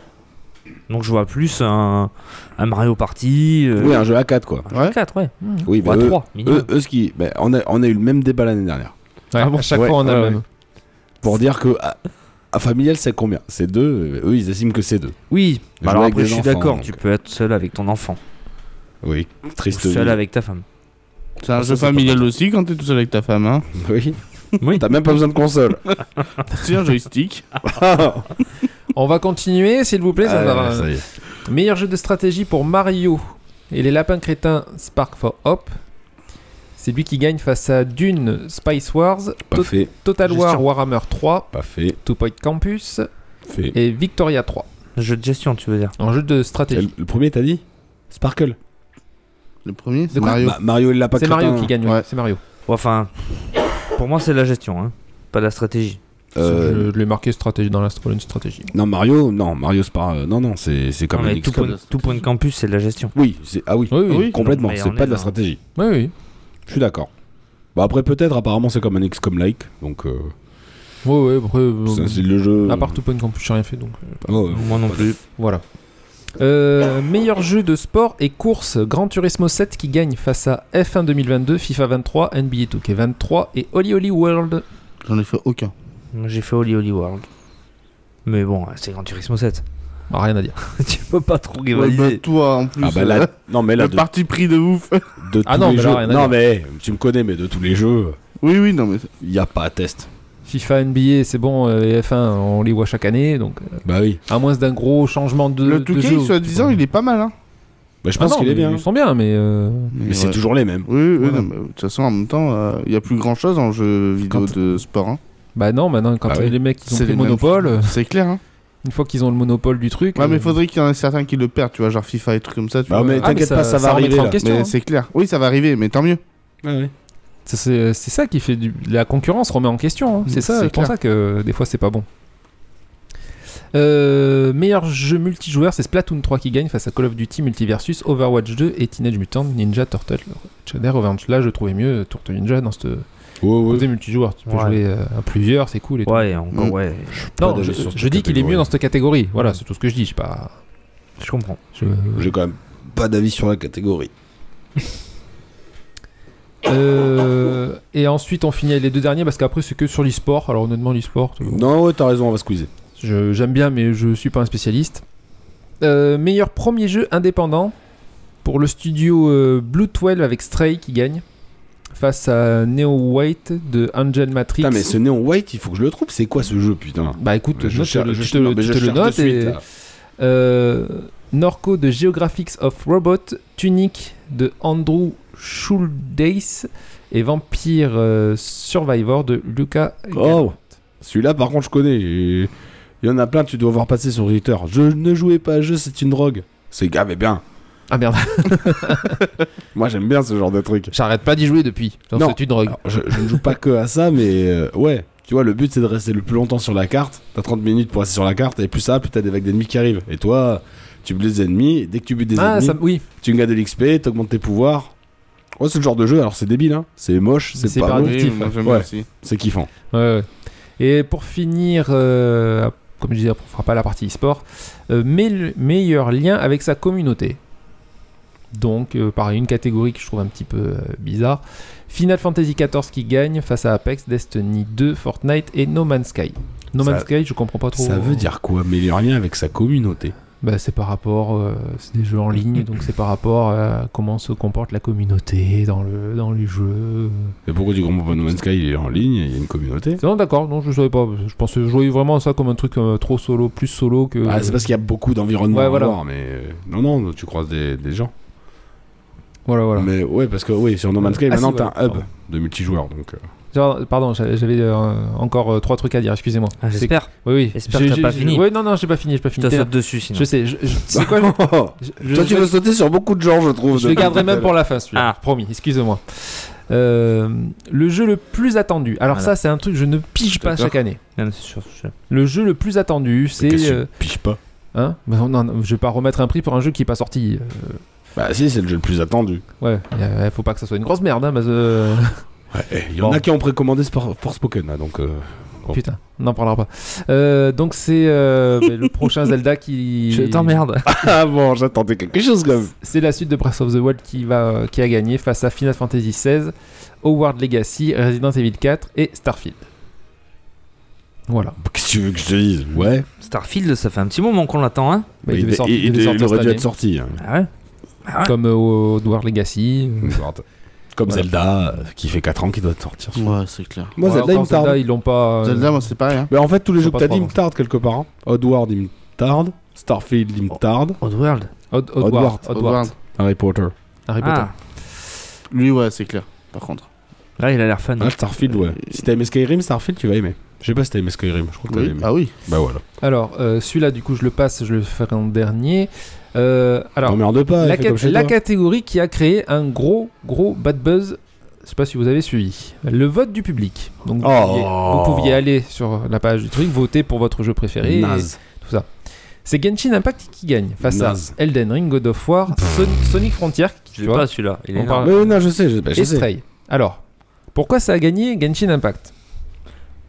[SPEAKER 7] Donc je vois plus un, un Mario Party. euh,
[SPEAKER 4] Oui, un jeu à 4 quoi.
[SPEAKER 7] un jeu
[SPEAKER 5] Ouais. euh,
[SPEAKER 7] 4, ouais.
[SPEAKER 4] Oui,
[SPEAKER 7] Ou à
[SPEAKER 4] bah, eux,
[SPEAKER 7] 3, minimum.
[SPEAKER 4] eux, eux, ce qui. bah, on, a, on a eu le même débat l'année dernière.
[SPEAKER 6] Ouais, à chaque
[SPEAKER 4] Ouais,
[SPEAKER 6] fois, on a
[SPEAKER 4] ouais,
[SPEAKER 6] le même.
[SPEAKER 4] Pour dire que. À, à familial, c'est combien C'est 2. Eux, ils estiment que c'est 2.
[SPEAKER 7] Oui, bah,
[SPEAKER 4] Jouer
[SPEAKER 7] alors
[SPEAKER 4] avec
[SPEAKER 7] après,
[SPEAKER 4] des
[SPEAKER 7] je suis
[SPEAKER 4] enfants,
[SPEAKER 7] d'accord,
[SPEAKER 4] donc.
[SPEAKER 7] tu peux être seul avec ton enfant.
[SPEAKER 4] Oui.
[SPEAKER 7] Ou
[SPEAKER 4] Triste.
[SPEAKER 7] seul
[SPEAKER 4] vie.
[SPEAKER 7] avec ta femme.
[SPEAKER 5] C'est un
[SPEAKER 4] Ah, ça,
[SPEAKER 5] jeu
[SPEAKER 4] c'est pas
[SPEAKER 5] familial aussi quand t'es tout seul avec ta femme. Hein.
[SPEAKER 4] Oui.
[SPEAKER 7] Oui.
[SPEAKER 4] T'as même pas besoin de console.
[SPEAKER 5] C'est un joystick.
[SPEAKER 6] On va continuer, s'il vous plaît. Ah, ça va-
[SPEAKER 4] Ah, ça y est.
[SPEAKER 6] Meilleur jeu de stratégie pour Mario et les lapins crétins Spark for Hop. C'est lui qui gagne face à Dune, Spice Wars,
[SPEAKER 4] Pas
[SPEAKER 6] To-
[SPEAKER 4] fait.
[SPEAKER 6] Total War,
[SPEAKER 7] Gestion.
[SPEAKER 6] Warhammer 3,
[SPEAKER 4] Pas fait.
[SPEAKER 6] Two Point Campus
[SPEAKER 4] Fait.
[SPEAKER 6] et Victoria 3.
[SPEAKER 7] Jeu de gestion, tu veux dire.
[SPEAKER 6] En jeu de
[SPEAKER 4] Le,
[SPEAKER 6] stratégie.
[SPEAKER 4] le premier, t'as dit Sparkle.
[SPEAKER 5] Le premier, c'est
[SPEAKER 6] quoi
[SPEAKER 5] Mario.
[SPEAKER 4] Ma- Mario, il l'a pas
[SPEAKER 6] C'est Mario
[SPEAKER 4] crétin.
[SPEAKER 6] qui gagne, ouais,
[SPEAKER 5] Ouais.
[SPEAKER 6] c'est Mario.
[SPEAKER 7] Bon, Enfin, pour moi, c'est de la gestion, hein. pas de la stratégie.
[SPEAKER 4] Euh,
[SPEAKER 6] Je l'ai marqué stratégie dans la strat- une stratégie.
[SPEAKER 4] Non, Mario, non, Mario, c'est pas. euh, non, non, c'est c'est comme
[SPEAKER 7] Non,
[SPEAKER 4] un
[SPEAKER 7] mais tout,
[SPEAKER 4] XCOM.
[SPEAKER 7] point, tout point de campus, c'est de la gestion.
[SPEAKER 4] Oui, c'est- ah oui,
[SPEAKER 6] Oui, oui.
[SPEAKER 4] complètement,
[SPEAKER 7] Non, mais
[SPEAKER 4] c'est
[SPEAKER 7] on
[SPEAKER 4] pas
[SPEAKER 7] est
[SPEAKER 4] de la
[SPEAKER 7] dans-
[SPEAKER 4] stratégie.
[SPEAKER 6] Oui, Ah oui.
[SPEAKER 4] Je suis d'accord. Bah après peut-être apparemment c'est comme un XCOM like donc euh,
[SPEAKER 6] Ouais, ouais, après, euh,
[SPEAKER 4] ça, c'est le jeu. Oh,
[SPEAKER 6] à part tout point campus, j'ai rien fait donc. euh, pas-
[SPEAKER 4] Ouais, ouais.
[SPEAKER 7] Moi non plus.
[SPEAKER 6] Voilà. Euh, meilleur jeu de sport et course, Gran Turismo 7 qui gagne face à F1 2022, FIFA 23, NBA 2K23 et Oli Oli World.
[SPEAKER 5] J'en ai fait aucun.
[SPEAKER 7] Moi, J'ai fait Holy Holy World. Mais bon, c'est Grand Turismo 7.
[SPEAKER 6] Ah, rien à dire.
[SPEAKER 7] tu peux pas trop
[SPEAKER 5] Ouais, bah,
[SPEAKER 7] rivaliser.
[SPEAKER 5] toi, en plus.
[SPEAKER 4] Ah bah là,
[SPEAKER 5] euh,
[SPEAKER 4] non mais là
[SPEAKER 5] le
[SPEAKER 4] de,
[SPEAKER 5] parti pris de ouf.
[SPEAKER 4] de tous
[SPEAKER 6] Ah non,
[SPEAKER 4] les
[SPEAKER 6] mais là,
[SPEAKER 4] jeux,
[SPEAKER 6] rien à
[SPEAKER 4] non
[SPEAKER 6] dire.
[SPEAKER 4] mais tu me connais mais de tous les jeux,
[SPEAKER 5] oui, oui, non, mais.
[SPEAKER 4] il y a pas à test.
[SPEAKER 6] FIFA, NBA, c'est bon, euh, et F1, on les voit chaque année, donc euh,
[SPEAKER 4] Bah oui,
[SPEAKER 6] à moins d'un gros changement de.
[SPEAKER 5] Le
[SPEAKER 6] de
[SPEAKER 5] 2K,
[SPEAKER 6] jeu.
[SPEAKER 5] soi-disant, il est pas mal, hein.
[SPEAKER 4] bah, je
[SPEAKER 6] Ah
[SPEAKER 4] pense
[SPEAKER 6] non,
[SPEAKER 4] qu'il est
[SPEAKER 6] mais
[SPEAKER 4] bien.
[SPEAKER 6] Ils sont bien, mais. euh,
[SPEAKER 4] Mais c'est
[SPEAKER 5] ouais.
[SPEAKER 4] toujours les mêmes.
[SPEAKER 5] Oui, oui,
[SPEAKER 6] Voilà.
[SPEAKER 5] non, mais de toute façon, en même temps, euh, il y a plus grand chose en jeu vidéo
[SPEAKER 4] Quand-
[SPEAKER 5] de sport. hein.
[SPEAKER 6] Bah non, maintenant, quand
[SPEAKER 4] Ah oui.
[SPEAKER 6] les mecs ils ont
[SPEAKER 5] C'est
[SPEAKER 6] pris le
[SPEAKER 5] les mêmes
[SPEAKER 6] monopole, euh,
[SPEAKER 5] C'est clair, hein.
[SPEAKER 6] une fois qu'ils ont le monopole du truc.
[SPEAKER 5] Ouais, mais
[SPEAKER 6] euh,
[SPEAKER 5] faudrait qu'il y en ait certains qui le perdent, tu vois, genre FIFA et trucs comme ça, tu
[SPEAKER 4] Bah,
[SPEAKER 5] vois.
[SPEAKER 4] mais
[SPEAKER 6] ah,
[SPEAKER 4] t'inquiète pas, ça va
[SPEAKER 6] remettra
[SPEAKER 4] arriver,
[SPEAKER 6] en
[SPEAKER 4] là.
[SPEAKER 6] question,
[SPEAKER 5] Mais
[SPEAKER 6] hein.
[SPEAKER 5] c'est clair. Oui, ça va arriver, mais tant mieux.
[SPEAKER 6] Ça, C'est c'est ça qui fait du... la concurrence remet en question. hein. C'est ça,
[SPEAKER 5] C'est
[SPEAKER 6] c'est pour
[SPEAKER 5] clair.
[SPEAKER 6] ça que euh, des fois c'est pas bon. Euh, meilleur jeu multijoueur, c'est Splatoon 3 qui gagne face à Call of Duty Multiversus, Overwatch 2 et Teenage Mutant Ninja Turtle Shader Overwatch. Là, je trouvais mieux euh, Turtle Ninja dans ce
[SPEAKER 4] Ouais, ouais.
[SPEAKER 6] côté multijoueur. Tu peux
[SPEAKER 7] Ouais.
[SPEAKER 6] jouer euh, à plusieurs, c'est cool. Et tout.
[SPEAKER 7] Ouais, encore,
[SPEAKER 5] Mm.
[SPEAKER 7] ouais.
[SPEAKER 4] pas
[SPEAKER 6] non,
[SPEAKER 4] d'avis
[SPEAKER 6] je,
[SPEAKER 4] sur cette
[SPEAKER 6] je dis qu'il est
[SPEAKER 4] catégorie.
[SPEAKER 6] mieux dans cette catégorie. Voilà, c'est tout ce que je dis. Je sais pas.
[SPEAKER 7] Je comprends.
[SPEAKER 6] je-
[SPEAKER 4] J'ai quand même pas d'avis sur la catégorie.
[SPEAKER 6] Euh, et ensuite, on finit avec les deux derniers parce qu'après, c'est que sur l'e-sport. Alors, honnêtement, l'e-sport. euh,
[SPEAKER 4] Non, ouais, t'as raison, on va squeezer.
[SPEAKER 6] Je- J'aime bien, mais je suis pas un spécialiste. Euh, meilleur premier jeu indépendant pour le studio euh, Blue 12 avec Stray qui gagne face à Neo White de Angel Matrix.
[SPEAKER 4] Putain mais ce néon white, il faut que je le trouve, c'est quoi ce jeu putain
[SPEAKER 6] Bah écoute,
[SPEAKER 4] Je
[SPEAKER 6] note-
[SPEAKER 4] cher-
[SPEAKER 6] je te
[SPEAKER 4] non,
[SPEAKER 6] le,
[SPEAKER 4] mais
[SPEAKER 6] je
[SPEAKER 4] je
[SPEAKER 6] te le
[SPEAKER 4] cherche de
[SPEAKER 6] note.
[SPEAKER 4] suite,
[SPEAKER 6] et-
[SPEAKER 4] là.
[SPEAKER 6] euh, Norco de Geographics of Robot, Tunic de Andrew Schuldeis et Vampire euh, Survivor de Luca. Gall.
[SPEAKER 4] Oh Celui-là, par contre, je connais. Et Il y en a plein, tu dois voir passer sur Twitter. Je ne jouais pas à ce jeu, c'est une drogue. C'est grave et bien.
[SPEAKER 6] Ah merde,
[SPEAKER 4] Moi, j'aime bien ce genre de truc.
[SPEAKER 6] j'arrête pas d'y jouer depuis.
[SPEAKER 4] Non.
[SPEAKER 6] C'est une drogue.
[SPEAKER 4] Alors, je, je ne joue pas que à ça, mais euh, ouais. Tu vois, le but, c'est de rester le plus longtemps sur la carte. T'as 30 minutes pour rester sur la carte, et plus ça, plus t'as des vagues d'ennemis qui arrivent. Et toi, tu butes des ennemis, et dès que tu butes des
[SPEAKER 6] Ah,
[SPEAKER 4] ennemis,
[SPEAKER 6] ça, oui,
[SPEAKER 4] tu gagnes de l'XP, t'augmentes tes pouvoirs. Ouais, c'est le genre de jeu, alors c'est débile, hein. C'est moche, c'est
[SPEAKER 6] C'est
[SPEAKER 4] pas
[SPEAKER 6] paradis-
[SPEAKER 4] beau,
[SPEAKER 6] Addictif,
[SPEAKER 5] moi,
[SPEAKER 6] ouais.
[SPEAKER 5] j'aime
[SPEAKER 4] Ouais.
[SPEAKER 5] bien aussi.
[SPEAKER 4] c'est kiffant.
[SPEAKER 6] Ouais, ouais. Et pour finir, euh, comme je disais, on fera pas la partie e-sport, euh, mais le meilleur lien avec sa communauté. Donc, euh, pareil, une catégorie que je trouve un petit peu euh, bizarre. Final Fantasy XIV qui gagne face à Apex, Destiny 2, Fortnite et No Man's Sky. No
[SPEAKER 4] Ça-
[SPEAKER 6] Man's Sky, je comprends pas trop.
[SPEAKER 4] Ça veut dire quoi Mais il rien avec sa communauté.
[SPEAKER 6] Bah, c'est par rapport, euh, c'est des jeux en ligne, donc c'est par rapport à comment se comporte la communauté dans, le, dans les jeux.
[SPEAKER 4] Et pourquoi du comprends pas No Man's Sky Il est en ligne, il y a une communauté.
[SPEAKER 6] Non, d'accord, non, je savais pas. Je pensais, je voyais vraiment ça comme un truc euh, trop solo, plus solo que.
[SPEAKER 4] Ah, c'est parce qu'il y a beaucoup d'environnements
[SPEAKER 6] Ouais,
[SPEAKER 4] à
[SPEAKER 6] voilà.
[SPEAKER 4] voir, mais euh, non, non, tu croises des, des gens.
[SPEAKER 6] Voilà, voilà.
[SPEAKER 4] Mais ouais, parce que oui, sur No Man's Sky,
[SPEAKER 6] Ah,
[SPEAKER 4] maintenant
[SPEAKER 6] si,
[SPEAKER 4] t'as
[SPEAKER 6] voilà.
[SPEAKER 4] un hub de multijoueurs, donc. euh,
[SPEAKER 6] Genre, pardon, j'avais j'avais, euh, encore euh, trois trucs à dire, excusez-moi.
[SPEAKER 7] Ah,
[SPEAKER 6] C'est-
[SPEAKER 7] J'espère.
[SPEAKER 6] Oui, oui.
[SPEAKER 7] J'espère
[SPEAKER 6] J'ai-
[SPEAKER 7] que t'as
[SPEAKER 6] j'ai-
[SPEAKER 7] pas
[SPEAKER 6] j'ai-
[SPEAKER 7] fini.
[SPEAKER 6] Ouais, non, non, j'ai pas fini, j'ai pas
[SPEAKER 7] Je
[SPEAKER 6] fini.
[SPEAKER 7] te saute dessus
[SPEAKER 6] Je
[SPEAKER 7] sinon.
[SPEAKER 6] sais, je, je- c'est quoi je,
[SPEAKER 4] Toi, tu
[SPEAKER 6] je-
[SPEAKER 4] veux sauter sur beaucoup de gens, je trouve.
[SPEAKER 6] je
[SPEAKER 4] de-
[SPEAKER 6] le garderai même pour la fin, celui-là.
[SPEAKER 7] Ah.
[SPEAKER 6] Promis, excusez-moi. Euh, le jeu le plus attendu. Alors
[SPEAKER 7] Voilà.
[SPEAKER 6] ça, c'est un truc que je ne pige pas
[SPEAKER 7] D'accord.
[SPEAKER 6] chaque année.
[SPEAKER 7] Non, c'est sûr, c'est sûr.
[SPEAKER 6] Le jeu le plus attendu, c'est...
[SPEAKER 4] Qu'est-ce que
[SPEAKER 6] euh,
[SPEAKER 4] tu piges pas
[SPEAKER 6] hein Bah non, non, non, je vais pas remettre un prix pour un jeu qui est pas sorti.
[SPEAKER 4] Bah, si, c'est le jeu le plus attendu.
[SPEAKER 6] Euh, ouais, euh, faut pas que ça soit une grosse merde, hein, mais... euh,
[SPEAKER 4] Ouais, eh, il y en
[SPEAKER 6] Bon.
[SPEAKER 4] a qui ont précommandé Spor- Forspoken, là, donc. euh, Bon.
[SPEAKER 6] Putain, on n'en parlera pas. Euh, donc c'est euh, bah, le prochain Zelda qui...
[SPEAKER 7] Je t'emmerde.
[SPEAKER 4] ah bon, j'attendais quelque chose comme.
[SPEAKER 6] C'est la suite de Breath of the Wild qui, va, euh, qui a gagné face à Final Fantasy XVI, Howard Legacy, Resident Evil 4 et Starfield. Voilà.
[SPEAKER 4] Bah, Qu'est-ce que tu veux que je te dise Ouais.
[SPEAKER 7] Starfield, ça fait un petit moment qu'on l'attend, hein.
[SPEAKER 6] Bah,
[SPEAKER 4] il,
[SPEAKER 6] devait
[SPEAKER 4] il-
[SPEAKER 6] sortir-
[SPEAKER 4] il-
[SPEAKER 6] il devait
[SPEAKER 4] il
[SPEAKER 6] sortir
[SPEAKER 4] aurait
[SPEAKER 6] cette
[SPEAKER 4] dû
[SPEAKER 6] année.
[SPEAKER 4] être sorti. hein.
[SPEAKER 7] Ah ouais. Ah ouais.
[SPEAKER 6] Comme euh, Howard Legacy. euh,
[SPEAKER 4] Comme
[SPEAKER 6] Voilà.
[SPEAKER 4] Zelda, euh, qui fait 4 ans, qui doit sortir.
[SPEAKER 5] Ouais, c'est clair.
[SPEAKER 4] Moi,
[SPEAKER 6] ouais,
[SPEAKER 4] Zelda, il
[SPEAKER 6] encore
[SPEAKER 4] me tarde.
[SPEAKER 6] Zelda, ils l'ont pas. euh,
[SPEAKER 5] Zelda, moi, c'est pareil. Hein.
[SPEAKER 4] Mais en fait, tous les
[SPEAKER 6] Faut
[SPEAKER 4] jeux que
[SPEAKER 6] pas
[SPEAKER 4] t'as
[SPEAKER 6] trop
[SPEAKER 4] dit me
[SPEAKER 6] avancer.
[SPEAKER 4] tardent quelque part. hein. Oddworld, il me tarde. Starfield, il
[SPEAKER 6] Oh.
[SPEAKER 4] me tarde.
[SPEAKER 7] Oddworld.
[SPEAKER 6] Odd- Oddward,
[SPEAKER 4] Oddward,
[SPEAKER 6] Oddward,
[SPEAKER 5] Oddward.
[SPEAKER 4] Harry Potter.
[SPEAKER 6] Harry Potter.
[SPEAKER 7] Ah,
[SPEAKER 5] Lui, ouais, c'est clair. Par contre.
[SPEAKER 7] là, il a l'air fun.
[SPEAKER 4] Ah, Starfield, ouais.
[SPEAKER 6] Euh,
[SPEAKER 4] Si t'as aimé Skyrim, Starfield, tu vas aimer. Je sais pas si t'as aimé Skyrim, je crois que t'as
[SPEAKER 5] Oui.
[SPEAKER 4] aimé.
[SPEAKER 5] Ah oui.
[SPEAKER 4] Bah voilà.
[SPEAKER 6] Alors, euh, celui-là, du coup, je le passe, je le ferai en dernier. Euh, alors,
[SPEAKER 4] T'emmerdes pas,
[SPEAKER 6] la,
[SPEAKER 4] fais
[SPEAKER 6] cat-
[SPEAKER 4] Ah, comme chez
[SPEAKER 6] la
[SPEAKER 4] toi.
[SPEAKER 6] catégorie qui a créé un gros, gros bad buzz je sais pas si vous avez suivi, le vote du public. Donc vous, pouviez,
[SPEAKER 4] Oh.
[SPEAKER 6] vous pouviez aller sur la page du truc, voter pour votre jeu préféré. et
[SPEAKER 4] Naze.
[SPEAKER 6] C'est Genshin Impact qui gagne face
[SPEAKER 4] Naze.
[SPEAKER 6] à Elden Ring, God of War, Sonic, Sonic Frontier, qui,
[SPEAKER 7] Je
[SPEAKER 6] tu
[SPEAKER 7] l'ai
[SPEAKER 6] vois,
[SPEAKER 7] pas celui-là. Il est
[SPEAKER 6] on
[SPEAKER 7] là.
[SPEAKER 6] parle-
[SPEAKER 4] Mais non, je sais, je, bah, je
[SPEAKER 6] et
[SPEAKER 4] sais.
[SPEAKER 6] Stray. Alors, pourquoi ça a gagné Genshin Impact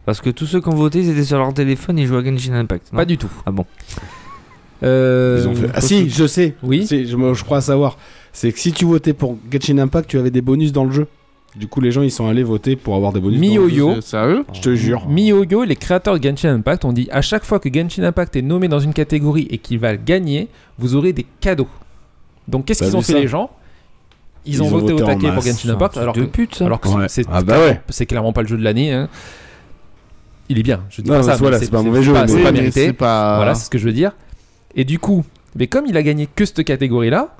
[SPEAKER 7] Parce que tous ceux qui ont voté, ils étaient sur leur téléphone, ils jouaient à Genshin Impact. non
[SPEAKER 6] Pas du tout.
[SPEAKER 7] Ah bon.
[SPEAKER 6] Euh,
[SPEAKER 4] Ils ont fait- Ah si, je sais.
[SPEAKER 6] Oui.
[SPEAKER 4] Si, je, moi, je crois savoir. C'est que si tu votais pour Genshin Impact, tu avais des bonus dans le jeu. Du coup, les gens, ils sont allés voter pour avoir des bonus. dans le jeu.
[SPEAKER 6] Miyoyo,
[SPEAKER 5] C'est- Sérieux
[SPEAKER 4] Je
[SPEAKER 7] Ah,
[SPEAKER 4] te jure.
[SPEAKER 6] Oh. Miyoyo, les créateurs de Genshin Impact ont dit à chaque fois que Genshin Impact est nommé dans une catégorie et qu'il va gagner, vous aurez des cadeaux. Donc qu'est-ce
[SPEAKER 4] T'as
[SPEAKER 6] qu'ils ont
[SPEAKER 4] vu
[SPEAKER 6] fait
[SPEAKER 4] Bah, ça
[SPEAKER 6] les gens ils, ont, voté, au
[SPEAKER 4] en
[SPEAKER 6] taquet pour
[SPEAKER 4] masse.
[SPEAKER 6] Genshin Impact alors que,
[SPEAKER 7] de pute, ça.
[SPEAKER 6] alors que
[SPEAKER 4] Ouais.
[SPEAKER 6] c'est
[SPEAKER 4] Ah bah ouais.
[SPEAKER 6] c'est clairement pas le jeu de l'année. hein. Il est bien. Je dis
[SPEAKER 4] Non,
[SPEAKER 6] pas ça,
[SPEAKER 4] mais voilà,
[SPEAKER 6] mais
[SPEAKER 4] c'est pas un mauvais jeu, mais
[SPEAKER 6] Ah, c'est
[SPEAKER 5] Oui,
[SPEAKER 6] pas
[SPEAKER 5] mais
[SPEAKER 6] mérité.
[SPEAKER 5] c'est
[SPEAKER 4] Euh,
[SPEAKER 5] pas.
[SPEAKER 6] Voilà, c'est ce que je veux dire. Et du coup, mais comme il a gagné que cette catégorie-là,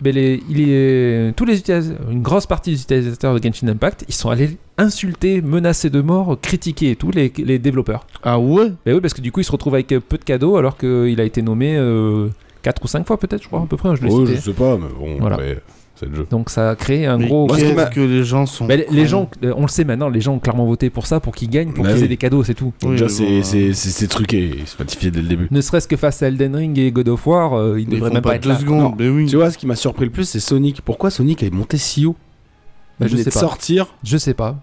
[SPEAKER 6] eh ben les- il est, tous les utilis- une grosse partie des utilisateurs de Genshin Impact, ils sont allés insulter, menacer de mort, critiquer et tout les, les développeurs.
[SPEAKER 5] Ah ouais
[SPEAKER 6] Ben oui, parce que du coup, il se retrouve avec euh, peu de cadeaux alors qu'il a été nommé 4 ou 5 fois peut-être, je crois, à peu près, hein, je l'ai
[SPEAKER 4] Ouais,
[SPEAKER 6] cité.
[SPEAKER 4] Oh, je sais pas, mais bon,
[SPEAKER 6] Voilà.
[SPEAKER 4] après, c'est le jeu.
[SPEAKER 6] Donc ça a créé un gros...
[SPEAKER 4] moi, ce qui
[SPEAKER 5] Qu'est-ce
[SPEAKER 4] m'a-
[SPEAKER 5] que les gens sont.
[SPEAKER 6] Ben, les- les
[SPEAKER 5] cons.
[SPEAKER 6] gens, euh, on le sait maintenant, les gens ont clairement voté pour ça, pour qu'ils gagnent, pour
[SPEAKER 4] Bah
[SPEAKER 6] qu'ils
[SPEAKER 4] oui.
[SPEAKER 6] aient des cadeaux, c'est tout.
[SPEAKER 4] Donc
[SPEAKER 5] Oui,
[SPEAKER 4] déjà,
[SPEAKER 5] mais
[SPEAKER 4] c'est-
[SPEAKER 5] bon,
[SPEAKER 4] c'est c'est- c'est truqué, c'est falsifié dès le début.
[SPEAKER 6] Ne serait-ce que face à Elden Ring et God of War, euh, ils
[SPEAKER 5] Ils
[SPEAKER 6] devraient
[SPEAKER 5] font
[SPEAKER 6] même pas,
[SPEAKER 5] pas
[SPEAKER 6] être
[SPEAKER 5] deux
[SPEAKER 6] là.
[SPEAKER 4] Non.
[SPEAKER 5] secondes, mais oui.
[SPEAKER 4] Tu vois, ce qui m'a surpris le plus, c'est Sonic. Pourquoi Sonic est monté si haut
[SPEAKER 6] Ben,
[SPEAKER 4] Il
[SPEAKER 6] je
[SPEAKER 4] venait
[SPEAKER 6] sais
[SPEAKER 4] de
[SPEAKER 6] pas.
[SPEAKER 4] sortir.
[SPEAKER 6] Je sais pas.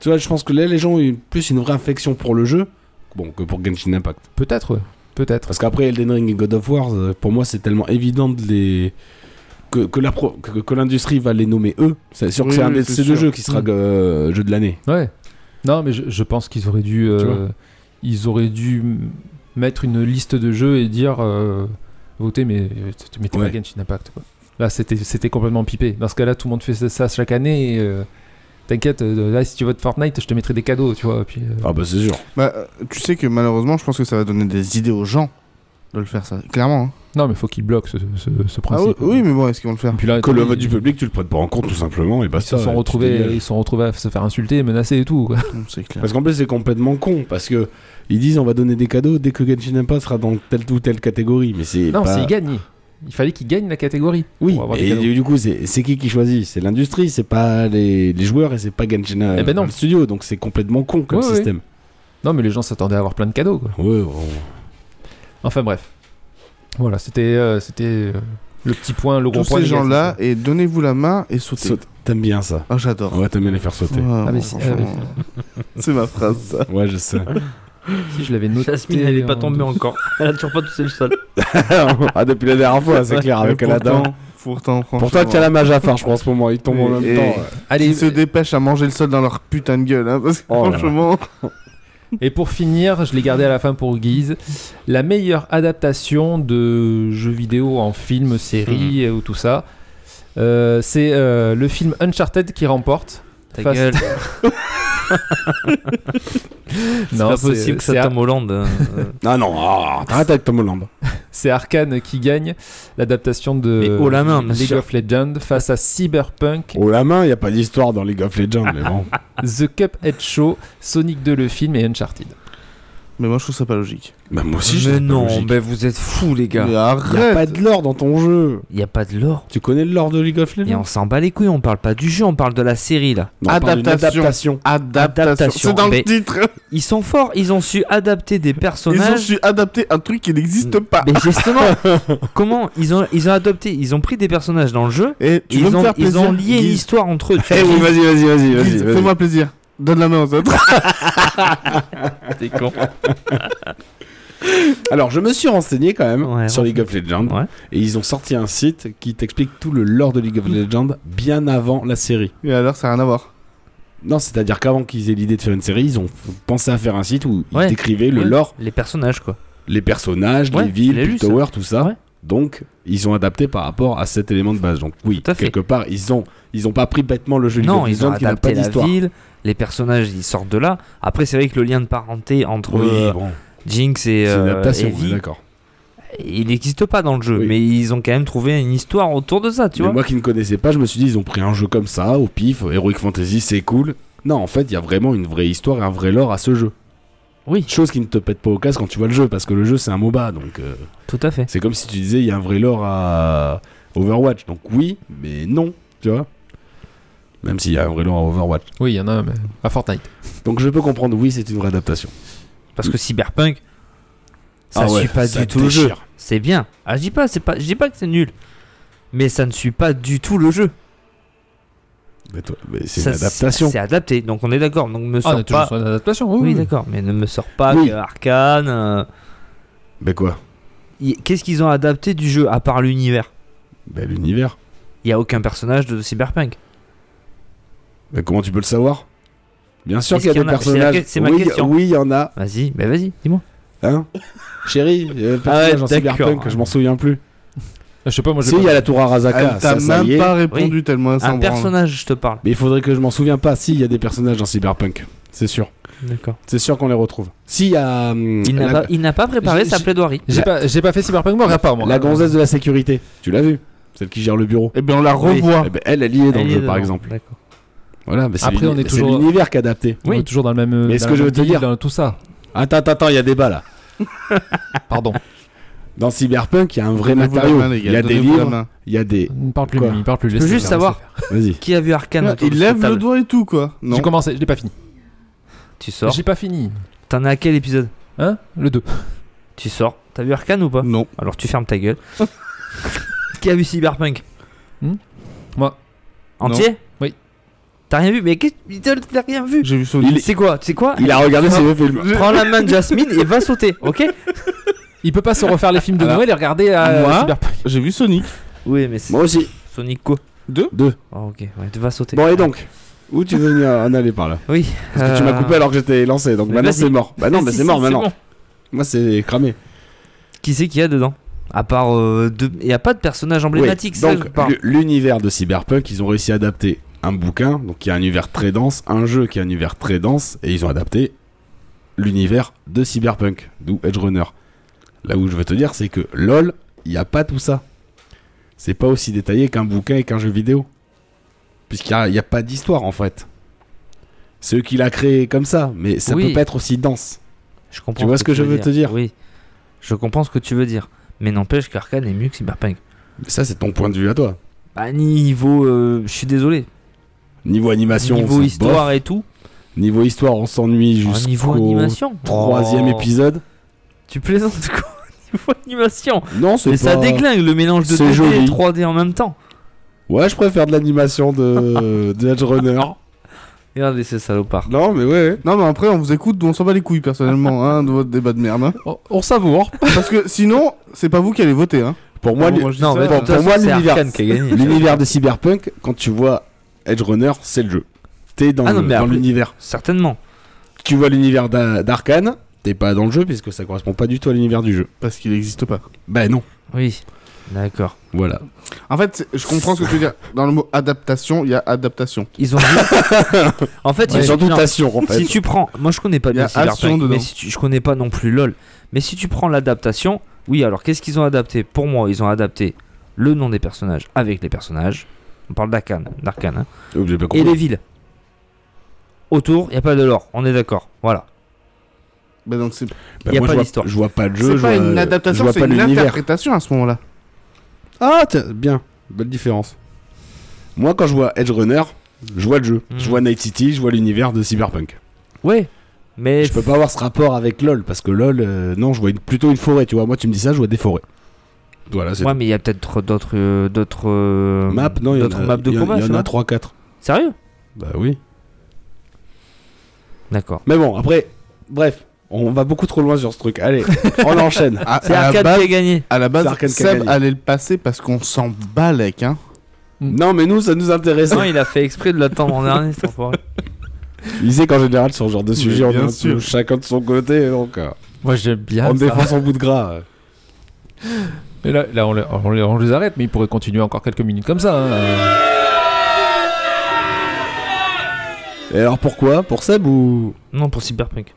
[SPEAKER 4] Tu vois, je pense que là, les gens ont eu plus une vraie affection pour le jeu. Bon, que pour Genshin Impact.
[SPEAKER 6] Peut-être, ouais. peut-être.
[SPEAKER 4] Parce qu'après Elden Ring et God of War, euh, pour moi, c'est tellement évident de les... que, que la pro- que- que l'industrie va les nommer eux. C'est sûr que
[SPEAKER 5] Oui,
[SPEAKER 4] c'est un
[SPEAKER 5] oui,
[SPEAKER 4] des
[SPEAKER 5] c'est
[SPEAKER 4] ces deux
[SPEAKER 5] sûr.
[SPEAKER 4] jeux qui sera
[SPEAKER 6] Mm.
[SPEAKER 4] euh, jeu de l'année.
[SPEAKER 6] Ouais. Non, mais je, je pense qu'ils auraient dû, euh,
[SPEAKER 4] Tu vois.
[SPEAKER 6] ils auraient dû m- mettre une liste de jeux et dire euh, votez, mais euh, t- t- mettez
[SPEAKER 4] Ouais.
[SPEAKER 6] pas Genshin Impact. Quoi. Là, c'était c'était complètement pipé. Dans ce cas-là, tout le monde fait ça- ça chaque année. et, euh, T'inquiète, euh, là, si tu votes Fortnite, je te mettrai des cadeaux, tu vois. Puis, euh,
[SPEAKER 4] Ah bah c'est sûr.
[SPEAKER 5] Bah, euh, tu sais que malheureusement, je pense que ça va donner des idées aux gens de le faire, ça. Clairement. hein.
[SPEAKER 6] Non, mais faut qu'ils bloquent ce, ce- ce
[SPEAKER 5] Ah oui,
[SPEAKER 6] principe. hein.
[SPEAKER 5] oui, mais bon, est-ce qu'ils vont le faire
[SPEAKER 6] Et puis là,
[SPEAKER 4] Que le
[SPEAKER 6] ils-
[SPEAKER 4] vote du public, tu le prêtes pas en compte tout simplement et
[SPEAKER 6] Bah,
[SPEAKER 4] bah,
[SPEAKER 6] Ils
[SPEAKER 4] basta.
[SPEAKER 6] se sont
[SPEAKER 4] Tu
[SPEAKER 6] retrouvés,
[SPEAKER 4] dégages.
[SPEAKER 6] ils se sont retrouvés à se faire insulter, menacer et tout. Quoi.
[SPEAKER 5] Hum, C'est clair.
[SPEAKER 4] Parce qu'en plus c'est complètement con parce que ils disent on va donner des cadeaux dès que Genshin Impact sera dans telle ou telle catégorie mais c'est
[SPEAKER 6] Non,
[SPEAKER 4] pas-
[SPEAKER 6] c'est gagné. Il fallait qu'ils gagnent la catégorie.
[SPEAKER 4] bah oui
[SPEAKER 6] pour avoir des
[SPEAKER 4] et
[SPEAKER 6] cadeaux.
[SPEAKER 4] du coup c'est c'est qui qui choisit c'est l'industrie c'est pas les, les joueurs et c'est pas Genshin
[SPEAKER 6] Eh ben non.
[SPEAKER 4] le studio donc c'est complètement con comme
[SPEAKER 6] Ouais, ouais.
[SPEAKER 4] système
[SPEAKER 6] Non, mais les gens s'attendaient à avoir plein de cadeaux. Quoi.
[SPEAKER 4] ouais, on-
[SPEAKER 6] Enfin bref. Voilà, c'était euh, c'était euh, le petit point, le gros
[SPEAKER 5] Tous
[SPEAKER 6] point.
[SPEAKER 5] ces
[SPEAKER 6] négatif, hein.
[SPEAKER 5] gens-là,
[SPEAKER 6] quoi.
[SPEAKER 5] et donnez-vous la main et sautez.
[SPEAKER 4] saute- t'aimes bien ça
[SPEAKER 5] Ah, j'adore.
[SPEAKER 4] ouais t'aimes bien les faire sauter
[SPEAKER 5] Ah,
[SPEAKER 6] Ah, mais
[SPEAKER 5] bon,
[SPEAKER 6] si,
[SPEAKER 5] franchement, C'est ma phrase, ça.
[SPEAKER 4] ouais je sais
[SPEAKER 6] Si je l'avais noté. euh,
[SPEAKER 7] Jasmine, elle est pas
[SPEAKER 6] en
[SPEAKER 7] tombée
[SPEAKER 6] deux.
[SPEAKER 7] encore. Elle a toujours pas touché le sol.
[SPEAKER 4] ah depuis la dernière fois c'est clair avec
[SPEAKER 5] Mais
[SPEAKER 4] la dent
[SPEAKER 5] pourtant, Pourtant, franchement.
[SPEAKER 4] pour toi tu as la mage à faire je crois en ce moment il tombe en
[SPEAKER 5] Et-
[SPEAKER 4] même
[SPEAKER 5] et-
[SPEAKER 4] temps ouais.
[SPEAKER 6] Allez,
[SPEAKER 5] Ils se dépêchent à manger le sol dans leur putain de gueule, hein, parce que
[SPEAKER 4] Oh là là.
[SPEAKER 5] franchement.
[SPEAKER 6] et pour finir, je l'ai gardé à la fin pour Guise. La meilleure adaptation de jeux vidéo en film, série
[SPEAKER 5] Mhm.
[SPEAKER 6] euh, ou tout ça, euh, c'est euh, le film Uncharted qui remporte.
[SPEAKER 7] Ta
[SPEAKER 6] Face-
[SPEAKER 7] gueule. C'est pas possible que
[SPEAKER 6] c'est
[SPEAKER 7] ça
[SPEAKER 6] Ar-
[SPEAKER 7] Tom Holland. euh, euh,
[SPEAKER 4] ah non ah, arrête avec Tom Holland
[SPEAKER 6] C'est Arkane qui gagne l'adaptation de
[SPEAKER 7] Mais haut la main, bien
[SPEAKER 6] League
[SPEAKER 7] sûr.
[SPEAKER 6] of Legends face à Cyberpunk
[SPEAKER 4] oh la main y a pas d'histoire dans League of Legends mais bon
[SPEAKER 7] Oh.
[SPEAKER 6] The Cuphead Show, Sonic 2 le film et Uncharted.
[SPEAKER 5] Mais moi, je trouve ça pas logique.
[SPEAKER 4] bah moi aussi je
[SPEAKER 7] mais
[SPEAKER 4] trouve pas
[SPEAKER 7] non,
[SPEAKER 4] logique.
[SPEAKER 7] mais vous êtes fous, les gars.
[SPEAKER 5] Mais
[SPEAKER 4] Y a pas
[SPEAKER 5] arrête
[SPEAKER 4] de lore dans ton jeu.
[SPEAKER 7] Il y a pas de lore.
[SPEAKER 4] Tu connais le lore de League of
[SPEAKER 7] Et
[SPEAKER 4] Legends
[SPEAKER 7] on s'en bat les couilles, on parle pas du jeu, on parle de la série là.
[SPEAKER 4] Non, on parle d'une adaptation.
[SPEAKER 5] Adaptation. Adaptation.
[SPEAKER 7] Adaptation,
[SPEAKER 5] C'est dans
[SPEAKER 7] mais-
[SPEAKER 5] le titre.
[SPEAKER 7] Ils sont forts, ils ont su adapter des
[SPEAKER 5] Ils ont
[SPEAKER 7] personnages.
[SPEAKER 5] su adapter un truc qui n'existe pas.
[SPEAKER 7] Mais justement, comment ils ont ils ont adopté, ils ont pris des personnages dans le jeu.
[SPEAKER 5] Et tu
[SPEAKER 7] ils,
[SPEAKER 5] veux me
[SPEAKER 7] ont,
[SPEAKER 5] faire
[SPEAKER 7] ils
[SPEAKER 5] plaisir
[SPEAKER 7] ont lié
[SPEAKER 5] Guise,
[SPEAKER 7] l'histoire entre eux. tu
[SPEAKER 4] Eh
[SPEAKER 7] vois.
[SPEAKER 4] oui, vas-y, vas-y, vas-y,
[SPEAKER 5] Guise,
[SPEAKER 4] vas-y.
[SPEAKER 5] Fais-moi plaisir. Donne la main aux autres.
[SPEAKER 7] T'es con.
[SPEAKER 4] Alors, je me suis renseigné quand même
[SPEAKER 7] Ouais,
[SPEAKER 4] sur
[SPEAKER 7] ouais.
[SPEAKER 4] League of Legends.
[SPEAKER 7] Ouais.
[SPEAKER 4] Et ils ont sorti un site qui t'explique tout le lore de League of Legends bien avant la série.
[SPEAKER 5] Et alors, ça a rien à voir.
[SPEAKER 4] Non, c'est-à-dire qu'avant qu'ils aient l'idée de faire une série, ils ont f- pensé à faire un site où ils
[SPEAKER 7] Ouais.
[SPEAKER 4] décrivaient le
[SPEAKER 7] Ouais.
[SPEAKER 4] lore,
[SPEAKER 7] Les personnages quoi.
[SPEAKER 4] les personnages,
[SPEAKER 7] Ouais,
[SPEAKER 4] les villes,
[SPEAKER 7] j'ai
[SPEAKER 4] les
[SPEAKER 7] lu ça.
[SPEAKER 4] towers, tout ça.
[SPEAKER 7] Ouais.
[SPEAKER 4] Donc, ils ont adapté par rapport à cet élément de base. Donc, oui,
[SPEAKER 7] Tout à fait.
[SPEAKER 4] quelque part, ils ont, ils ont pas pris bêtement le jeu
[SPEAKER 7] Non,
[SPEAKER 4] League
[SPEAKER 7] ils ont
[SPEAKER 4] of Legends qui n'a
[SPEAKER 7] adapté
[SPEAKER 4] pas
[SPEAKER 7] la
[SPEAKER 4] d'histoire.
[SPEAKER 7] ville. Les personnages, ils sortent de là. Après, c'est vrai que le lien de parenté entre
[SPEAKER 4] Oui,
[SPEAKER 7] euh,
[SPEAKER 4] bon,
[SPEAKER 7] Jinx
[SPEAKER 4] c'est
[SPEAKER 7] et,
[SPEAKER 4] une
[SPEAKER 7] euh,
[SPEAKER 4] adaptation, on est
[SPEAKER 7] Evie,
[SPEAKER 4] d'accord.
[SPEAKER 7] il n'existe pas dans le jeu,
[SPEAKER 4] Oui.
[SPEAKER 7] mais ils ont quand même trouvé une histoire autour de ça, tu
[SPEAKER 4] Mais
[SPEAKER 7] vois.
[SPEAKER 4] moi qui ne connaissais pas, je me suis dit, ils ont pris un jeu comme ça, au pif, Heroic Fantasy, c'est cool. Non, en fait, il y a vraiment une vraie histoire et un vrai lore à ce jeu.
[SPEAKER 7] Oui,
[SPEAKER 4] Chose qui ne te pète pas au casse quand tu vois le jeu, parce que le jeu, c'est un MOBA, donc euh,
[SPEAKER 7] tout à fait.
[SPEAKER 4] c'est comme si tu disais, il y a un vrai lore à Overwatch. Donc oui, mais non, tu vois. Même s'il y a vraiment un Overwatch.
[SPEAKER 6] Oui, il y en a un, mais à Fortnite.
[SPEAKER 4] Donc je peux comprendre, oui, c'est une réadaptation.
[SPEAKER 7] Parce que Cyberpunk, ça
[SPEAKER 4] Ah ouais,
[SPEAKER 7] suit pas
[SPEAKER 4] ça
[SPEAKER 7] du tout le jeu.
[SPEAKER 4] déchire.
[SPEAKER 7] C'est bien. Ah, je dis pas, c'est pas, je dis pas que c'est nul, mais ça ne suit pas du tout le jeu.
[SPEAKER 4] Mais toi- mais c'est
[SPEAKER 7] Ça,
[SPEAKER 4] une adaptation.
[SPEAKER 7] C'est adapté, donc on est d'accord. Donc me
[SPEAKER 6] Ah, on
[SPEAKER 7] sort
[SPEAKER 6] est toujours
[SPEAKER 7] pas.
[SPEAKER 6] sur une adaptation, oui.
[SPEAKER 7] Oui,
[SPEAKER 6] oui.
[SPEAKER 7] d'accord, mais ne me sort pas
[SPEAKER 4] Oui.
[SPEAKER 7] que Arkane. euh,
[SPEAKER 4] Mais quoi
[SPEAKER 7] y- Qu'est-ce qu'ils ont adapté du jeu à part l'univers
[SPEAKER 4] Bah, l'univers.
[SPEAKER 7] Il y a aucun personnage de Cyberpunk.
[SPEAKER 4] Mais comment tu peux le savoir Bien sûr
[SPEAKER 7] Est-ce
[SPEAKER 4] qu'il y a
[SPEAKER 7] qu'il y
[SPEAKER 4] des
[SPEAKER 7] en a C'est la
[SPEAKER 4] personnages.
[SPEAKER 7] que- c'est ma
[SPEAKER 4] oui,
[SPEAKER 7] question.
[SPEAKER 4] oui, il y en a.
[SPEAKER 7] Vas-y, mais vas-y, dis-moi.
[SPEAKER 4] Hein Ah Chérie, il y a un personnage en
[SPEAKER 7] d'accord.
[SPEAKER 4] cyberpunk, je m'en souviens plus.
[SPEAKER 6] Je sais pas, moi j'ai
[SPEAKER 4] si, il y
[SPEAKER 6] pas-
[SPEAKER 4] a la tour Arasaka,
[SPEAKER 5] Elle t'a
[SPEAKER 4] ça, ça y
[SPEAKER 5] même
[SPEAKER 4] est.
[SPEAKER 5] pas répondu tellement elle s'en
[SPEAKER 7] Un
[SPEAKER 5] branle.
[SPEAKER 7] personnage, je te parle.
[SPEAKER 4] Mais il faudrait que je m'en souviens pas. Si, il y a des personnages dans cyberpunk. C'est sûr.
[SPEAKER 7] D'accord.
[SPEAKER 4] C'est sûr qu'on les retrouve. Si, il y a. hum,
[SPEAKER 7] Il n'a
[SPEAKER 4] la,
[SPEAKER 7] pas, il n'a pas préparé
[SPEAKER 6] J'ai-
[SPEAKER 7] sa
[SPEAKER 6] j'ai-
[SPEAKER 7] plaidoirie.
[SPEAKER 6] J'ai pas, j'ai pas fait Cyberpunk, moi, regarde pas moi.
[SPEAKER 4] la gonzesse de la sécurité. Tu l'as vu Celle qui gère le bureau.
[SPEAKER 5] Eh bien, on la
[SPEAKER 7] Oui.
[SPEAKER 5] revoit.
[SPEAKER 4] Eh ben, elle, elle y est dans
[SPEAKER 7] Elle
[SPEAKER 4] le
[SPEAKER 7] y
[SPEAKER 4] jeu,
[SPEAKER 7] est
[SPEAKER 4] par
[SPEAKER 7] dedans.
[SPEAKER 4] exemple.
[SPEAKER 7] D'accord.
[SPEAKER 4] Voilà, mais c'est
[SPEAKER 6] Après, on est
[SPEAKER 4] l'uni- c'est
[SPEAKER 6] toujours-
[SPEAKER 4] l'univers qui est adapté.
[SPEAKER 6] On
[SPEAKER 7] Oui.
[SPEAKER 6] est toujours dans le même.
[SPEAKER 4] Mais
[SPEAKER 6] dans le
[SPEAKER 4] ce que je
[SPEAKER 6] même
[SPEAKER 4] veux te
[SPEAKER 6] délire,
[SPEAKER 4] dire-
[SPEAKER 6] dans tout ça.
[SPEAKER 4] Attends, attends, attends, il y a des balles là.
[SPEAKER 6] Pardon.
[SPEAKER 4] Dans Cyberpunk, il y a un vrai
[SPEAKER 5] Donnez-vous la
[SPEAKER 4] matériau.
[SPEAKER 5] main, les
[SPEAKER 4] Il
[SPEAKER 5] gars,
[SPEAKER 4] y a des
[SPEAKER 5] donnez-vous la
[SPEAKER 4] livres,
[SPEAKER 5] main.
[SPEAKER 4] il y a des.
[SPEAKER 6] Ne parle plus de
[SPEAKER 4] Quoi
[SPEAKER 6] lui, ne parle plus.
[SPEAKER 7] Je peux juste savoir
[SPEAKER 4] Vas-y.
[SPEAKER 7] qui a vu Arkane.
[SPEAKER 5] Ouais,
[SPEAKER 7] autour
[SPEAKER 5] Il
[SPEAKER 7] de
[SPEAKER 5] lève
[SPEAKER 7] cette
[SPEAKER 5] le
[SPEAKER 7] table
[SPEAKER 5] doigt et tout, quoi. Non.
[SPEAKER 6] J'ai commencé, je l'ai pas fini.
[SPEAKER 7] Tu sors.
[SPEAKER 6] J'ai pas fini.
[SPEAKER 7] T'en es à quel épisode
[SPEAKER 6] Hein Le 2.
[SPEAKER 7] Tu sors. T'as vu Arkane ou pas
[SPEAKER 4] Mm.
[SPEAKER 5] Non.
[SPEAKER 7] Alors tu fermes ta gueule. qui a vu Cyberpunk
[SPEAKER 6] Hmm Moi.
[SPEAKER 7] Entier
[SPEAKER 6] Oui.
[SPEAKER 7] T'as rien vu Mais qu'est-ce il t'a- t'as rien vu
[SPEAKER 5] J'ai vu son
[SPEAKER 4] Il-
[SPEAKER 7] C'est quoi C'est quoi
[SPEAKER 4] Il a regardé ses vieux films.
[SPEAKER 7] Prends la main de Jasmine et va sauter, ok
[SPEAKER 6] Il peut pas se refaire les films de
[SPEAKER 5] Alors,
[SPEAKER 6] Noël et regarder euh,
[SPEAKER 5] moi,
[SPEAKER 6] Cyberpunk.
[SPEAKER 5] J'ai vu Sonic.
[SPEAKER 7] Oui, mais c'est
[SPEAKER 4] Moi aussi.
[SPEAKER 7] Sonic quoi
[SPEAKER 5] Deux
[SPEAKER 4] Deux.
[SPEAKER 7] Ah ok, ouais, va sauter.
[SPEAKER 4] Bon, et donc Où tu veux venir en aller par là
[SPEAKER 7] Oui.
[SPEAKER 4] Parce que tu m'as coupé alors que j'étais lancé, donc
[SPEAKER 7] Euh, Mais
[SPEAKER 4] maintenant
[SPEAKER 7] vas-y.
[SPEAKER 4] c'est mort. Bah non, mais
[SPEAKER 7] Si,
[SPEAKER 4] c'est
[SPEAKER 7] si,
[SPEAKER 4] mort
[SPEAKER 7] c'est
[SPEAKER 4] maintenant.
[SPEAKER 7] bon.
[SPEAKER 4] Moi, c'est cramé.
[SPEAKER 7] Qui c'est qu'il y a dedans À part euh, deux. Il n'y a pas de personnage emblématique,
[SPEAKER 4] Oui,
[SPEAKER 7] ça je
[SPEAKER 4] donc
[SPEAKER 7] parle.
[SPEAKER 4] l'u- l'univers de Cyberpunk, ils ont réussi à adapter un bouquin, donc qui a un univers très dense, un jeu qui a un univers très dense, et ils ont adapté l'univers de Cyberpunk, d'où Edge Runner. Là où je veux te dire, c'est que LOL, il n'y a pas tout ça. C'est pas aussi détaillé qu'un bouquin et qu'un jeu vidéo. Puisqu'il n'y a, il y a pas d'histoire en fait. C'est eux qui l'a créé comme ça, mais ça
[SPEAKER 7] Oui.
[SPEAKER 4] peut pas être aussi dense.
[SPEAKER 7] Je comprends.
[SPEAKER 4] Tu vois ce que je veux te dire
[SPEAKER 7] Oui. Je comprends ce que tu veux dire. Mais n'empêche qu'Arkane est mieux que Cyberpunk.
[SPEAKER 4] Mais ça, c'est ton point de vue à toi.
[SPEAKER 7] Bah, niveau. euh, je suis désolé.
[SPEAKER 4] Niveau animation,
[SPEAKER 7] niveau
[SPEAKER 4] c'est
[SPEAKER 7] histoire et tout.
[SPEAKER 4] Niveau histoire, on s'ennuie
[SPEAKER 7] Ah, niveau
[SPEAKER 4] jusqu'au
[SPEAKER 7] animation.
[SPEAKER 4] troisième
[SPEAKER 7] Oh.
[SPEAKER 4] épisode.
[SPEAKER 7] Tu plaisantes quoi Niveau animation.
[SPEAKER 4] Non, c'est
[SPEAKER 7] Mais
[SPEAKER 4] pas...
[SPEAKER 7] ça déglingue le mélange de
[SPEAKER 4] C'est
[SPEAKER 7] 2D et
[SPEAKER 4] joli.
[SPEAKER 7] 3D en même temps.
[SPEAKER 4] Ouais, je préfère de l'animation de... de Edge Runner.
[SPEAKER 7] Regardez ces salopards.
[SPEAKER 4] Non, mais ouais.
[SPEAKER 5] Non, mais après, on vous écoute, on s'en bat les couilles, personnellement, hein, de votre débat de merde. hein.
[SPEAKER 6] On, on savoure.
[SPEAKER 5] Parce que sinon, c'est pas vous qui allez voter. Hein.
[SPEAKER 4] Pour moi,
[SPEAKER 5] Ah,
[SPEAKER 4] l'u-
[SPEAKER 5] moi, je dis
[SPEAKER 7] Non,
[SPEAKER 5] ça,
[SPEAKER 7] mais
[SPEAKER 5] hein.
[SPEAKER 7] pour,
[SPEAKER 4] pour moi, l'univers-
[SPEAKER 7] qui a gagné.
[SPEAKER 4] l'univers de Cyberpunk, quand tu vois Edge Runner, c'est le jeu. T'es dans
[SPEAKER 7] Ah non,
[SPEAKER 4] le-
[SPEAKER 7] mais
[SPEAKER 4] dans
[SPEAKER 7] après-
[SPEAKER 4] l'univers.
[SPEAKER 7] Certainement.
[SPEAKER 4] Tu vois l'univers d'A- d'Arkane, t'es pas dans le jeu puisque ça correspond pas du tout à l'univers du jeu.
[SPEAKER 5] Parce qu'il existe pas.
[SPEAKER 4] Ben non.
[SPEAKER 7] Oui. D'accord.
[SPEAKER 4] Voilà.
[SPEAKER 5] En fait, c'est- je comprends ce que tu veux dire. Dans le mot adaptation, il y a adaptation.
[SPEAKER 7] Ils ont. en fait,
[SPEAKER 4] C'est
[SPEAKER 7] ils ont
[SPEAKER 4] surtout
[SPEAKER 7] non.
[SPEAKER 4] Tation, en fait.
[SPEAKER 7] Si tu prends, moi je connais pas
[SPEAKER 5] Il y a
[SPEAKER 7] bien
[SPEAKER 5] Action
[SPEAKER 7] Cyberpunk,
[SPEAKER 5] dedans.
[SPEAKER 7] mais si tu- je connais pas non plus LOL. Mais si tu prends l'adaptation, oui, alors qu'est-ce qu'ils ont adapté Pour moi, ils ont adapté le nom des personnages avec les personnages. On parle d'Arkane, d'Arkane, hein.
[SPEAKER 4] Oh, j'ai pas
[SPEAKER 7] et
[SPEAKER 4] compris.
[SPEAKER 7] les villes. Autour, il a pas de l'or, on est d'accord. Voilà.
[SPEAKER 5] Bah, donc, c'est
[SPEAKER 4] Ben
[SPEAKER 7] y a
[SPEAKER 4] moi,
[SPEAKER 7] pas
[SPEAKER 4] je vois-
[SPEAKER 7] d'histoire.
[SPEAKER 4] Je vois pas le jeu.
[SPEAKER 5] c'est
[SPEAKER 4] je
[SPEAKER 5] euh,
[SPEAKER 4] vois-
[SPEAKER 5] pas une
[SPEAKER 4] je
[SPEAKER 5] adaptation,
[SPEAKER 4] vois
[SPEAKER 5] c'est
[SPEAKER 4] pas
[SPEAKER 5] une
[SPEAKER 4] l'univers.
[SPEAKER 5] interprétation à ce moment-là.
[SPEAKER 4] Ah, tiens, bien. Belle différence. Moi, quand je vois Edge Runner, je vois le jeu.
[SPEAKER 7] Mm.
[SPEAKER 4] Je vois Night City, je vois l'univers de Cyberpunk.
[SPEAKER 7] Ouais. Mais
[SPEAKER 4] Je peux pas avoir ce rapport avec LoL, parce que LoL, euh, non, je vois une- plutôt une forêt, tu vois. Moi, tu me dis ça, je vois des forêts. Voilà, c'est
[SPEAKER 7] ouais, mais il y a peut-être d'autres euh, d'autres euh,
[SPEAKER 4] tout. Map, non, il y en
[SPEAKER 7] d'autres
[SPEAKER 4] a,
[SPEAKER 7] maps de
[SPEAKER 4] il y en-
[SPEAKER 7] combat,
[SPEAKER 4] il
[SPEAKER 7] je
[SPEAKER 4] y en
[SPEAKER 7] sais
[SPEAKER 4] a
[SPEAKER 7] pas.
[SPEAKER 4] 3, 4.
[SPEAKER 7] Sérieux
[SPEAKER 4] Bah oui.
[SPEAKER 7] D'accord.
[SPEAKER 4] Mais bon, après, bref, on va beaucoup trop loin sur ce truc. Allez, on enchaîne.
[SPEAKER 5] À,
[SPEAKER 7] C'est
[SPEAKER 5] à la
[SPEAKER 7] Arcane
[SPEAKER 5] base,
[SPEAKER 7] qui a gagné.
[SPEAKER 5] à la base,
[SPEAKER 4] c'est Arcane qui a
[SPEAKER 5] Seb
[SPEAKER 4] gagné.
[SPEAKER 5] allait le passer parce qu'on s'en bat, lec. Hein.
[SPEAKER 4] Non, mais nous, ça nous intéresse.
[SPEAKER 7] Non, il a fait exprès de l'attendre en dernier, cet enfoiré.
[SPEAKER 4] Il sait qu'en général, sur ce genre de sujet, on est
[SPEAKER 5] bien
[SPEAKER 4] un peu
[SPEAKER 5] sûr.
[SPEAKER 4] chacun de son côté, donc euh,
[SPEAKER 6] Moi j'aime bien.
[SPEAKER 7] Ah,
[SPEAKER 4] on
[SPEAKER 6] ça.
[SPEAKER 4] défend son bout de gras. euh.
[SPEAKER 6] Et là, là, on, les, on les- on les arrête, mais ils pourraient continuer encore quelques minutes comme ça. hein. Euh,
[SPEAKER 4] Et alors pourquoi Pour Seb ou
[SPEAKER 7] Non, pour Cyberpunk.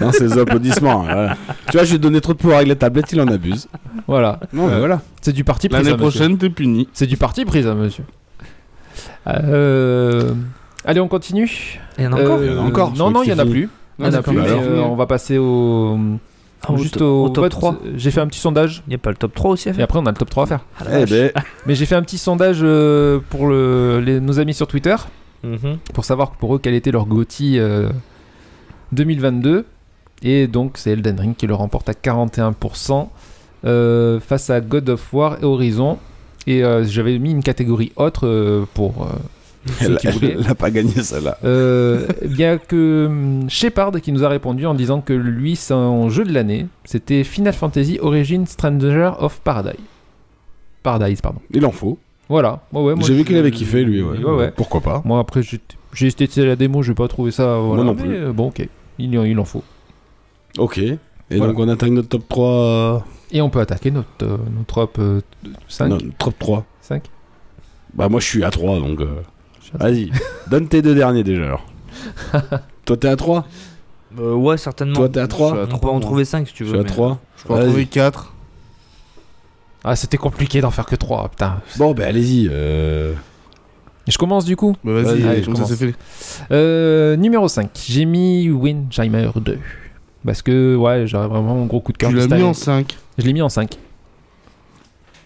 [SPEAKER 4] Non, c'est les applaudissements. hein, voilà. Tu vois, je lui ai donné trop de pouvoir avec la tablette, il en abuse.
[SPEAKER 6] Voilà.
[SPEAKER 4] Non, mais voilà.
[SPEAKER 6] C'est du parti pris.
[SPEAKER 5] L'année
[SPEAKER 6] ça, monsieur.
[SPEAKER 5] prochaine, t'es puni.
[SPEAKER 6] C'est du parti pris, ça, monsieur. Euh, Allez, on continue.
[SPEAKER 7] Il y en a encore
[SPEAKER 4] Euh, Il y en a encore, je
[SPEAKER 6] Non,
[SPEAKER 4] crois
[SPEAKER 6] non,
[SPEAKER 4] que
[SPEAKER 6] il y en a
[SPEAKER 4] c'est
[SPEAKER 6] plus. euh, Il y en a
[SPEAKER 5] d'accord.
[SPEAKER 6] plus,
[SPEAKER 4] Bah
[SPEAKER 6] mais,
[SPEAKER 4] alors.
[SPEAKER 6] euh, on va passer au,
[SPEAKER 7] Ah, au
[SPEAKER 6] Juste
[SPEAKER 7] to-
[SPEAKER 6] au,
[SPEAKER 7] au top
[SPEAKER 6] vote,
[SPEAKER 7] 3.
[SPEAKER 6] J'ai fait un petit sondage.
[SPEAKER 7] Il n'y a pas le top 3 aussi à
[SPEAKER 6] Et
[SPEAKER 7] faire
[SPEAKER 6] après, on a le top 3 à faire.
[SPEAKER 7] Ah, la
[SPEAKER 4] Eh
[SPEAKER 7] vache.
[SPEAKER 4] ben,
[SPEAKER 6] Mais j'ai fait un petit sondage euh, pour le- les- nos amis sur Twitter
[SPEAKER 4] ben.
[SPEAKER 7] Mhm.
[SPEAKER 6] pour savoir pour eux quel était leur GOTY euh, 2022. Et donc, c'est Elden Ring qui le remporte à 41% euh, face à God of War et Horizon. Et euh, j'avais mis une catégorie autre euh, pour euh, ceux
[SPEAKER 4] elle,
[SPEAKER 6] qui voulaient.
[SPEAKER 4] elle a pas gagné celle-là.
[SPEAKER 6] Euh, Il y a que hum, Shepard qui nous a répondu en disant que lui, son jeu de l'année, c'était Final Fantasy Origins Stranger of Paradise. Paradise, pardon.
[SPEAKER 4] Il en faut.
[SPEAKER 6] Voilà. Ouais, ouais, moi,
[SPEAKER 4] J'ai vu
[SPEAKER 6] je-
[SPEAKER 4] qu'il avait kiffé lui. Ouais.
[SPEAKER 6] Ouais, ouais.
[SPEAKER 4] Pourquoi pas
[SPEAKER 6] Moi, après, j'ai j'ai testé la démo, j'ai pas trouvé ça. Voilà.
[SPEAKER 4] non
[SPEAKER 6] Mais,
[SPEAKER 4] plus.
[SPEAKER 6] euh, bon, ok. Il, y en- il en faut.
[SPEAKER 4] Ok. Et
[SPEAKER 6] Voilà.
[SPEAKER 4] donc on attaque notre top 3. euh,
[SPEAKER 6] Et on peut attaquer notre, euh, notre top 5.
[SPEAKER 4] notre top 3.
[SPEAKER 6] 5
[SPEAKER 4] Bah moi je suis à 3 donc. euh, Vas-y, donne tes deux derniers déjà alors. Toi t'es à 3
[SPEAKER 7] Euh, ouais, certainement.
[SPEAKER 4] Toi t'es à 3
[SPEAKER 7] On peut en trouver 5 si tu
[SPEAKER 4] Je
[SPEAKER 7] veux.
[SPEAKER 4] suis à
[SPEAKER 7] mais-
[SPEAKER 4] 3.
[SPEAKER 5] Je peux en trouver 4.
[SPEAKER 6] Ah, c'était compliqué d'en faire que 3, putain.
[SPEAKER 4] Bon bah allez-y. euh,
[SPEAKER 6] Je commence du coup.
[SPEAKER 5] Bah vas-y,
[SPEAKER 6] Vas-y, allez,
[SPEAKER 5] comme
[SPEAKER 6] je
[SPEAKER 5] ça c'est fait.
[SPEAKER 6] Euh, numéro 5, j'ai mis Windjammer 2. Parce que, ouais, j'aurais vraiment un gros coup de cœur.
[SPEAKER 5] Tu
[SPEAKER 6] de
[SPEAKER 5] l'as
[SPEAKER 6] cette
[SPEAKER 5] mis
[SPEAKER 6] année.
[SPEAKER 5] en 5.
[SPEAKER 6] Je l'ai mis en 5.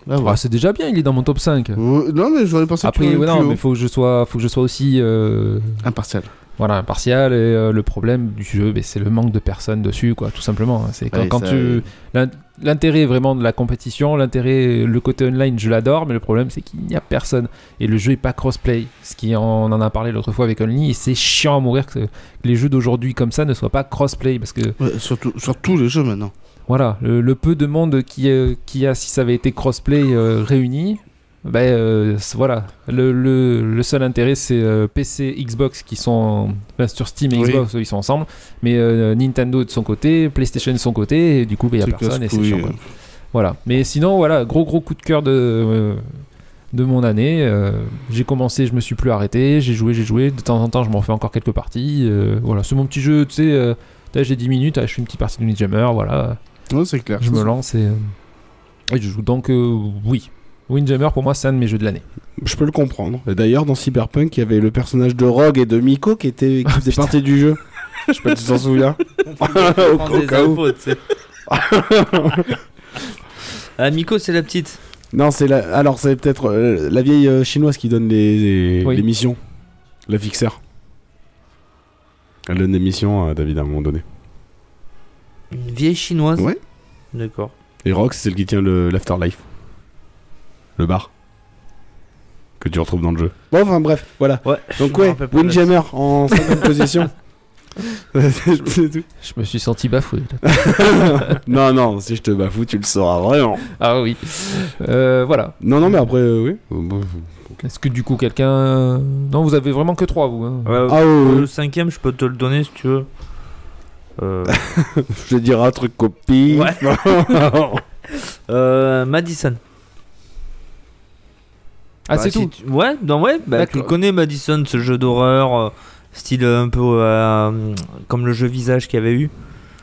[SPEAKER 5] Ah ouais.
[SPEAKER 6] Ah, c'est déjà bien, il est dans mon top 5.
[SPEAKER 5] Euh, Non, mais j'aurais pensé que
[SPEAKER 6] Après,
[SPEAKER 5] tu l'aurais
[SPEAKER 6] ouais,
[SPEAKER 5] mis
[SPEAKER 6] non,
[SPEAKER 5] plus hein.
[SPEAKER 6] mais
[SPEAKER 5] haut.
[SPEAKER 6] faut que je sois, faut que je sois aussi euh,
[SPEAKER 5] Impartial.
[SPEAKER 6] voilà, impartial. Et euh, le problème du jeu, ben, c'est le manque de personnes dessus, quoi, tout simplement. hein. C'est quand,
[SPEAKER 5] Ouais,
[SPEAKER 6] quand
[SPEAKER 5] ça,
[SPEAKER 6] tu. l'in- L'intérêt vraiment de la compétition, l'intérêt, le côté online, je l'adore, mais le problème c'est qu'il n'y a personne. Et le jeu est pas crossplay. Ce qui, on en a parlé l'autre fois avec Only, et c'est chiant à mourir que, que les jeux d'aujourd'hui comme ça ne soient pas crossplay. Parce que
[SPEAKER 5] Ouais, surtout, sur tous les jeux maintenant.
[SPEAKER 6] Voilà, le, le peu de monde qui, euh, qui a, si ça avait été crossplay euh, réuni, ben euh, c- voilà, le, le- le seul intérêt c'est euh, PC, Xbox qui sont ben, sur Steam et
[SPEAKER 5] Oui.
[SPEAKER 6] Xbox ils sont ensemble, mais euh, Nintendo de son côté, PlayStation de son côté, et du coup il n'y a
[SPEAKER 5] C'est
[SPEAKER 6] personne et c'est
[SPEAKER 5] casse-couille,
[SPEAKER 6] chiant. quoi.
[SPEAKER 5] euh.
[SPEAKER 6] Voilà, mais sinon voilà, gros gros coup de cœur de euh, de mon année. euh, j'ai commencé, je me suis plus arrêté, j'ai joué, j'ai joué. De temps en temps, je m'en fais encore quelques parties. euh, voilà, c'est mon petit jeu, tu sais. euh, t'as, j'ai 10 minutes, ah, je fais une petite partie de Windjammer, voilà.
[SPEAKER 5] Ouais, c'est clair.
[SPEAKER 6] Je me lance et, euh, et je joue. Donc euh, oui, Windjammer pour moi c'est un de mes jeux de l'année.
[SPEAKER 4] Je peux le comprendre. Et D'ailleurs dans Cyberpunk il y avait le personnage de Rogue et de Miko qui était
[SPEAKER 7] Ah,
[SPEAKER 4] qui faisait partie du jeu. Je sais pas si tu t'en souviens. au,
[SPEAKER 7] Prends
[SPEAKER 4] au
[SPEAKER 7] des
[SPEAKER 4] cas où.
[SPEAKER 7] infos, tu sais. Ah, Miko, c'est la petite.
[SPEAKER 4] Non c'est la... alors c'est peut-être euh, la vieille euh, chinoise qui donne les, les-
[SPEAKER 6] Oui.
[SPEAKER 4] les missions. La fixeur. Elle donne des missions à David à un moment donné.
[SPEAKER 7] Une vieille chinoise.
[SPEAKER 5] Ouais.
[SPEAKER 7] D'accord.
[SPEAKER 4] Et Rock, c'est celle qui tient le l'Afterlife. Le bar. Que tu retrouves dans le jeu. Bon, enfin bref, voilà.
[SPEAKER 7] Ouais.
[SPEAKER 4] Donc
[SPEAKER 7] je me
[SPEAKER 4] ouais,
[SPEAKER 7] rappelle pas de la-
[SPEAKER 4] Windjammer en cinquième position. C'est tout.
[SPEAKER 6] Je me suis senti bafoué.
[SPEAKER 4] non, non, si je te bafoue, tu le sauras vraiment.
[SPEAKER 6] Ah oui. Euh, voilà.
[SPEAKER 4] Non, non, mais après, euh, oui. Euh,
[SPEAKER 6] Est-ce que du coup quelqu'un euh, Non, vous avez vraiment que trois vous. hein.
[SPEAKER 7] Ouais,
[SPEAKER 4] Ah,
[SPEAKER 7] euh,
[SPEAKER 4] ouais,
[SPEAKER 7] Le cinquième, je peux te le donner si tu veux. Euh,
[SPEAKER 4] je te dirai un truc copie.
[SPEAKER 7] Ouais. euh, Madison.
[SPEAKER 6] Ah
[SPEAKER 7] Bah,
[SPEAKER 6] c'est
[SPEAKER 7] si
[SPEAKER 6] tout.
[SPEAKER 7] tu- Ouais, non, ouais bah, tu le
[SPEAKER 6] D'accord.
[SPEAKER 7] connais Madison, ce jeu d'horreur, euh, style un peu euh, comme le jeu Visage qu'il y avait eu.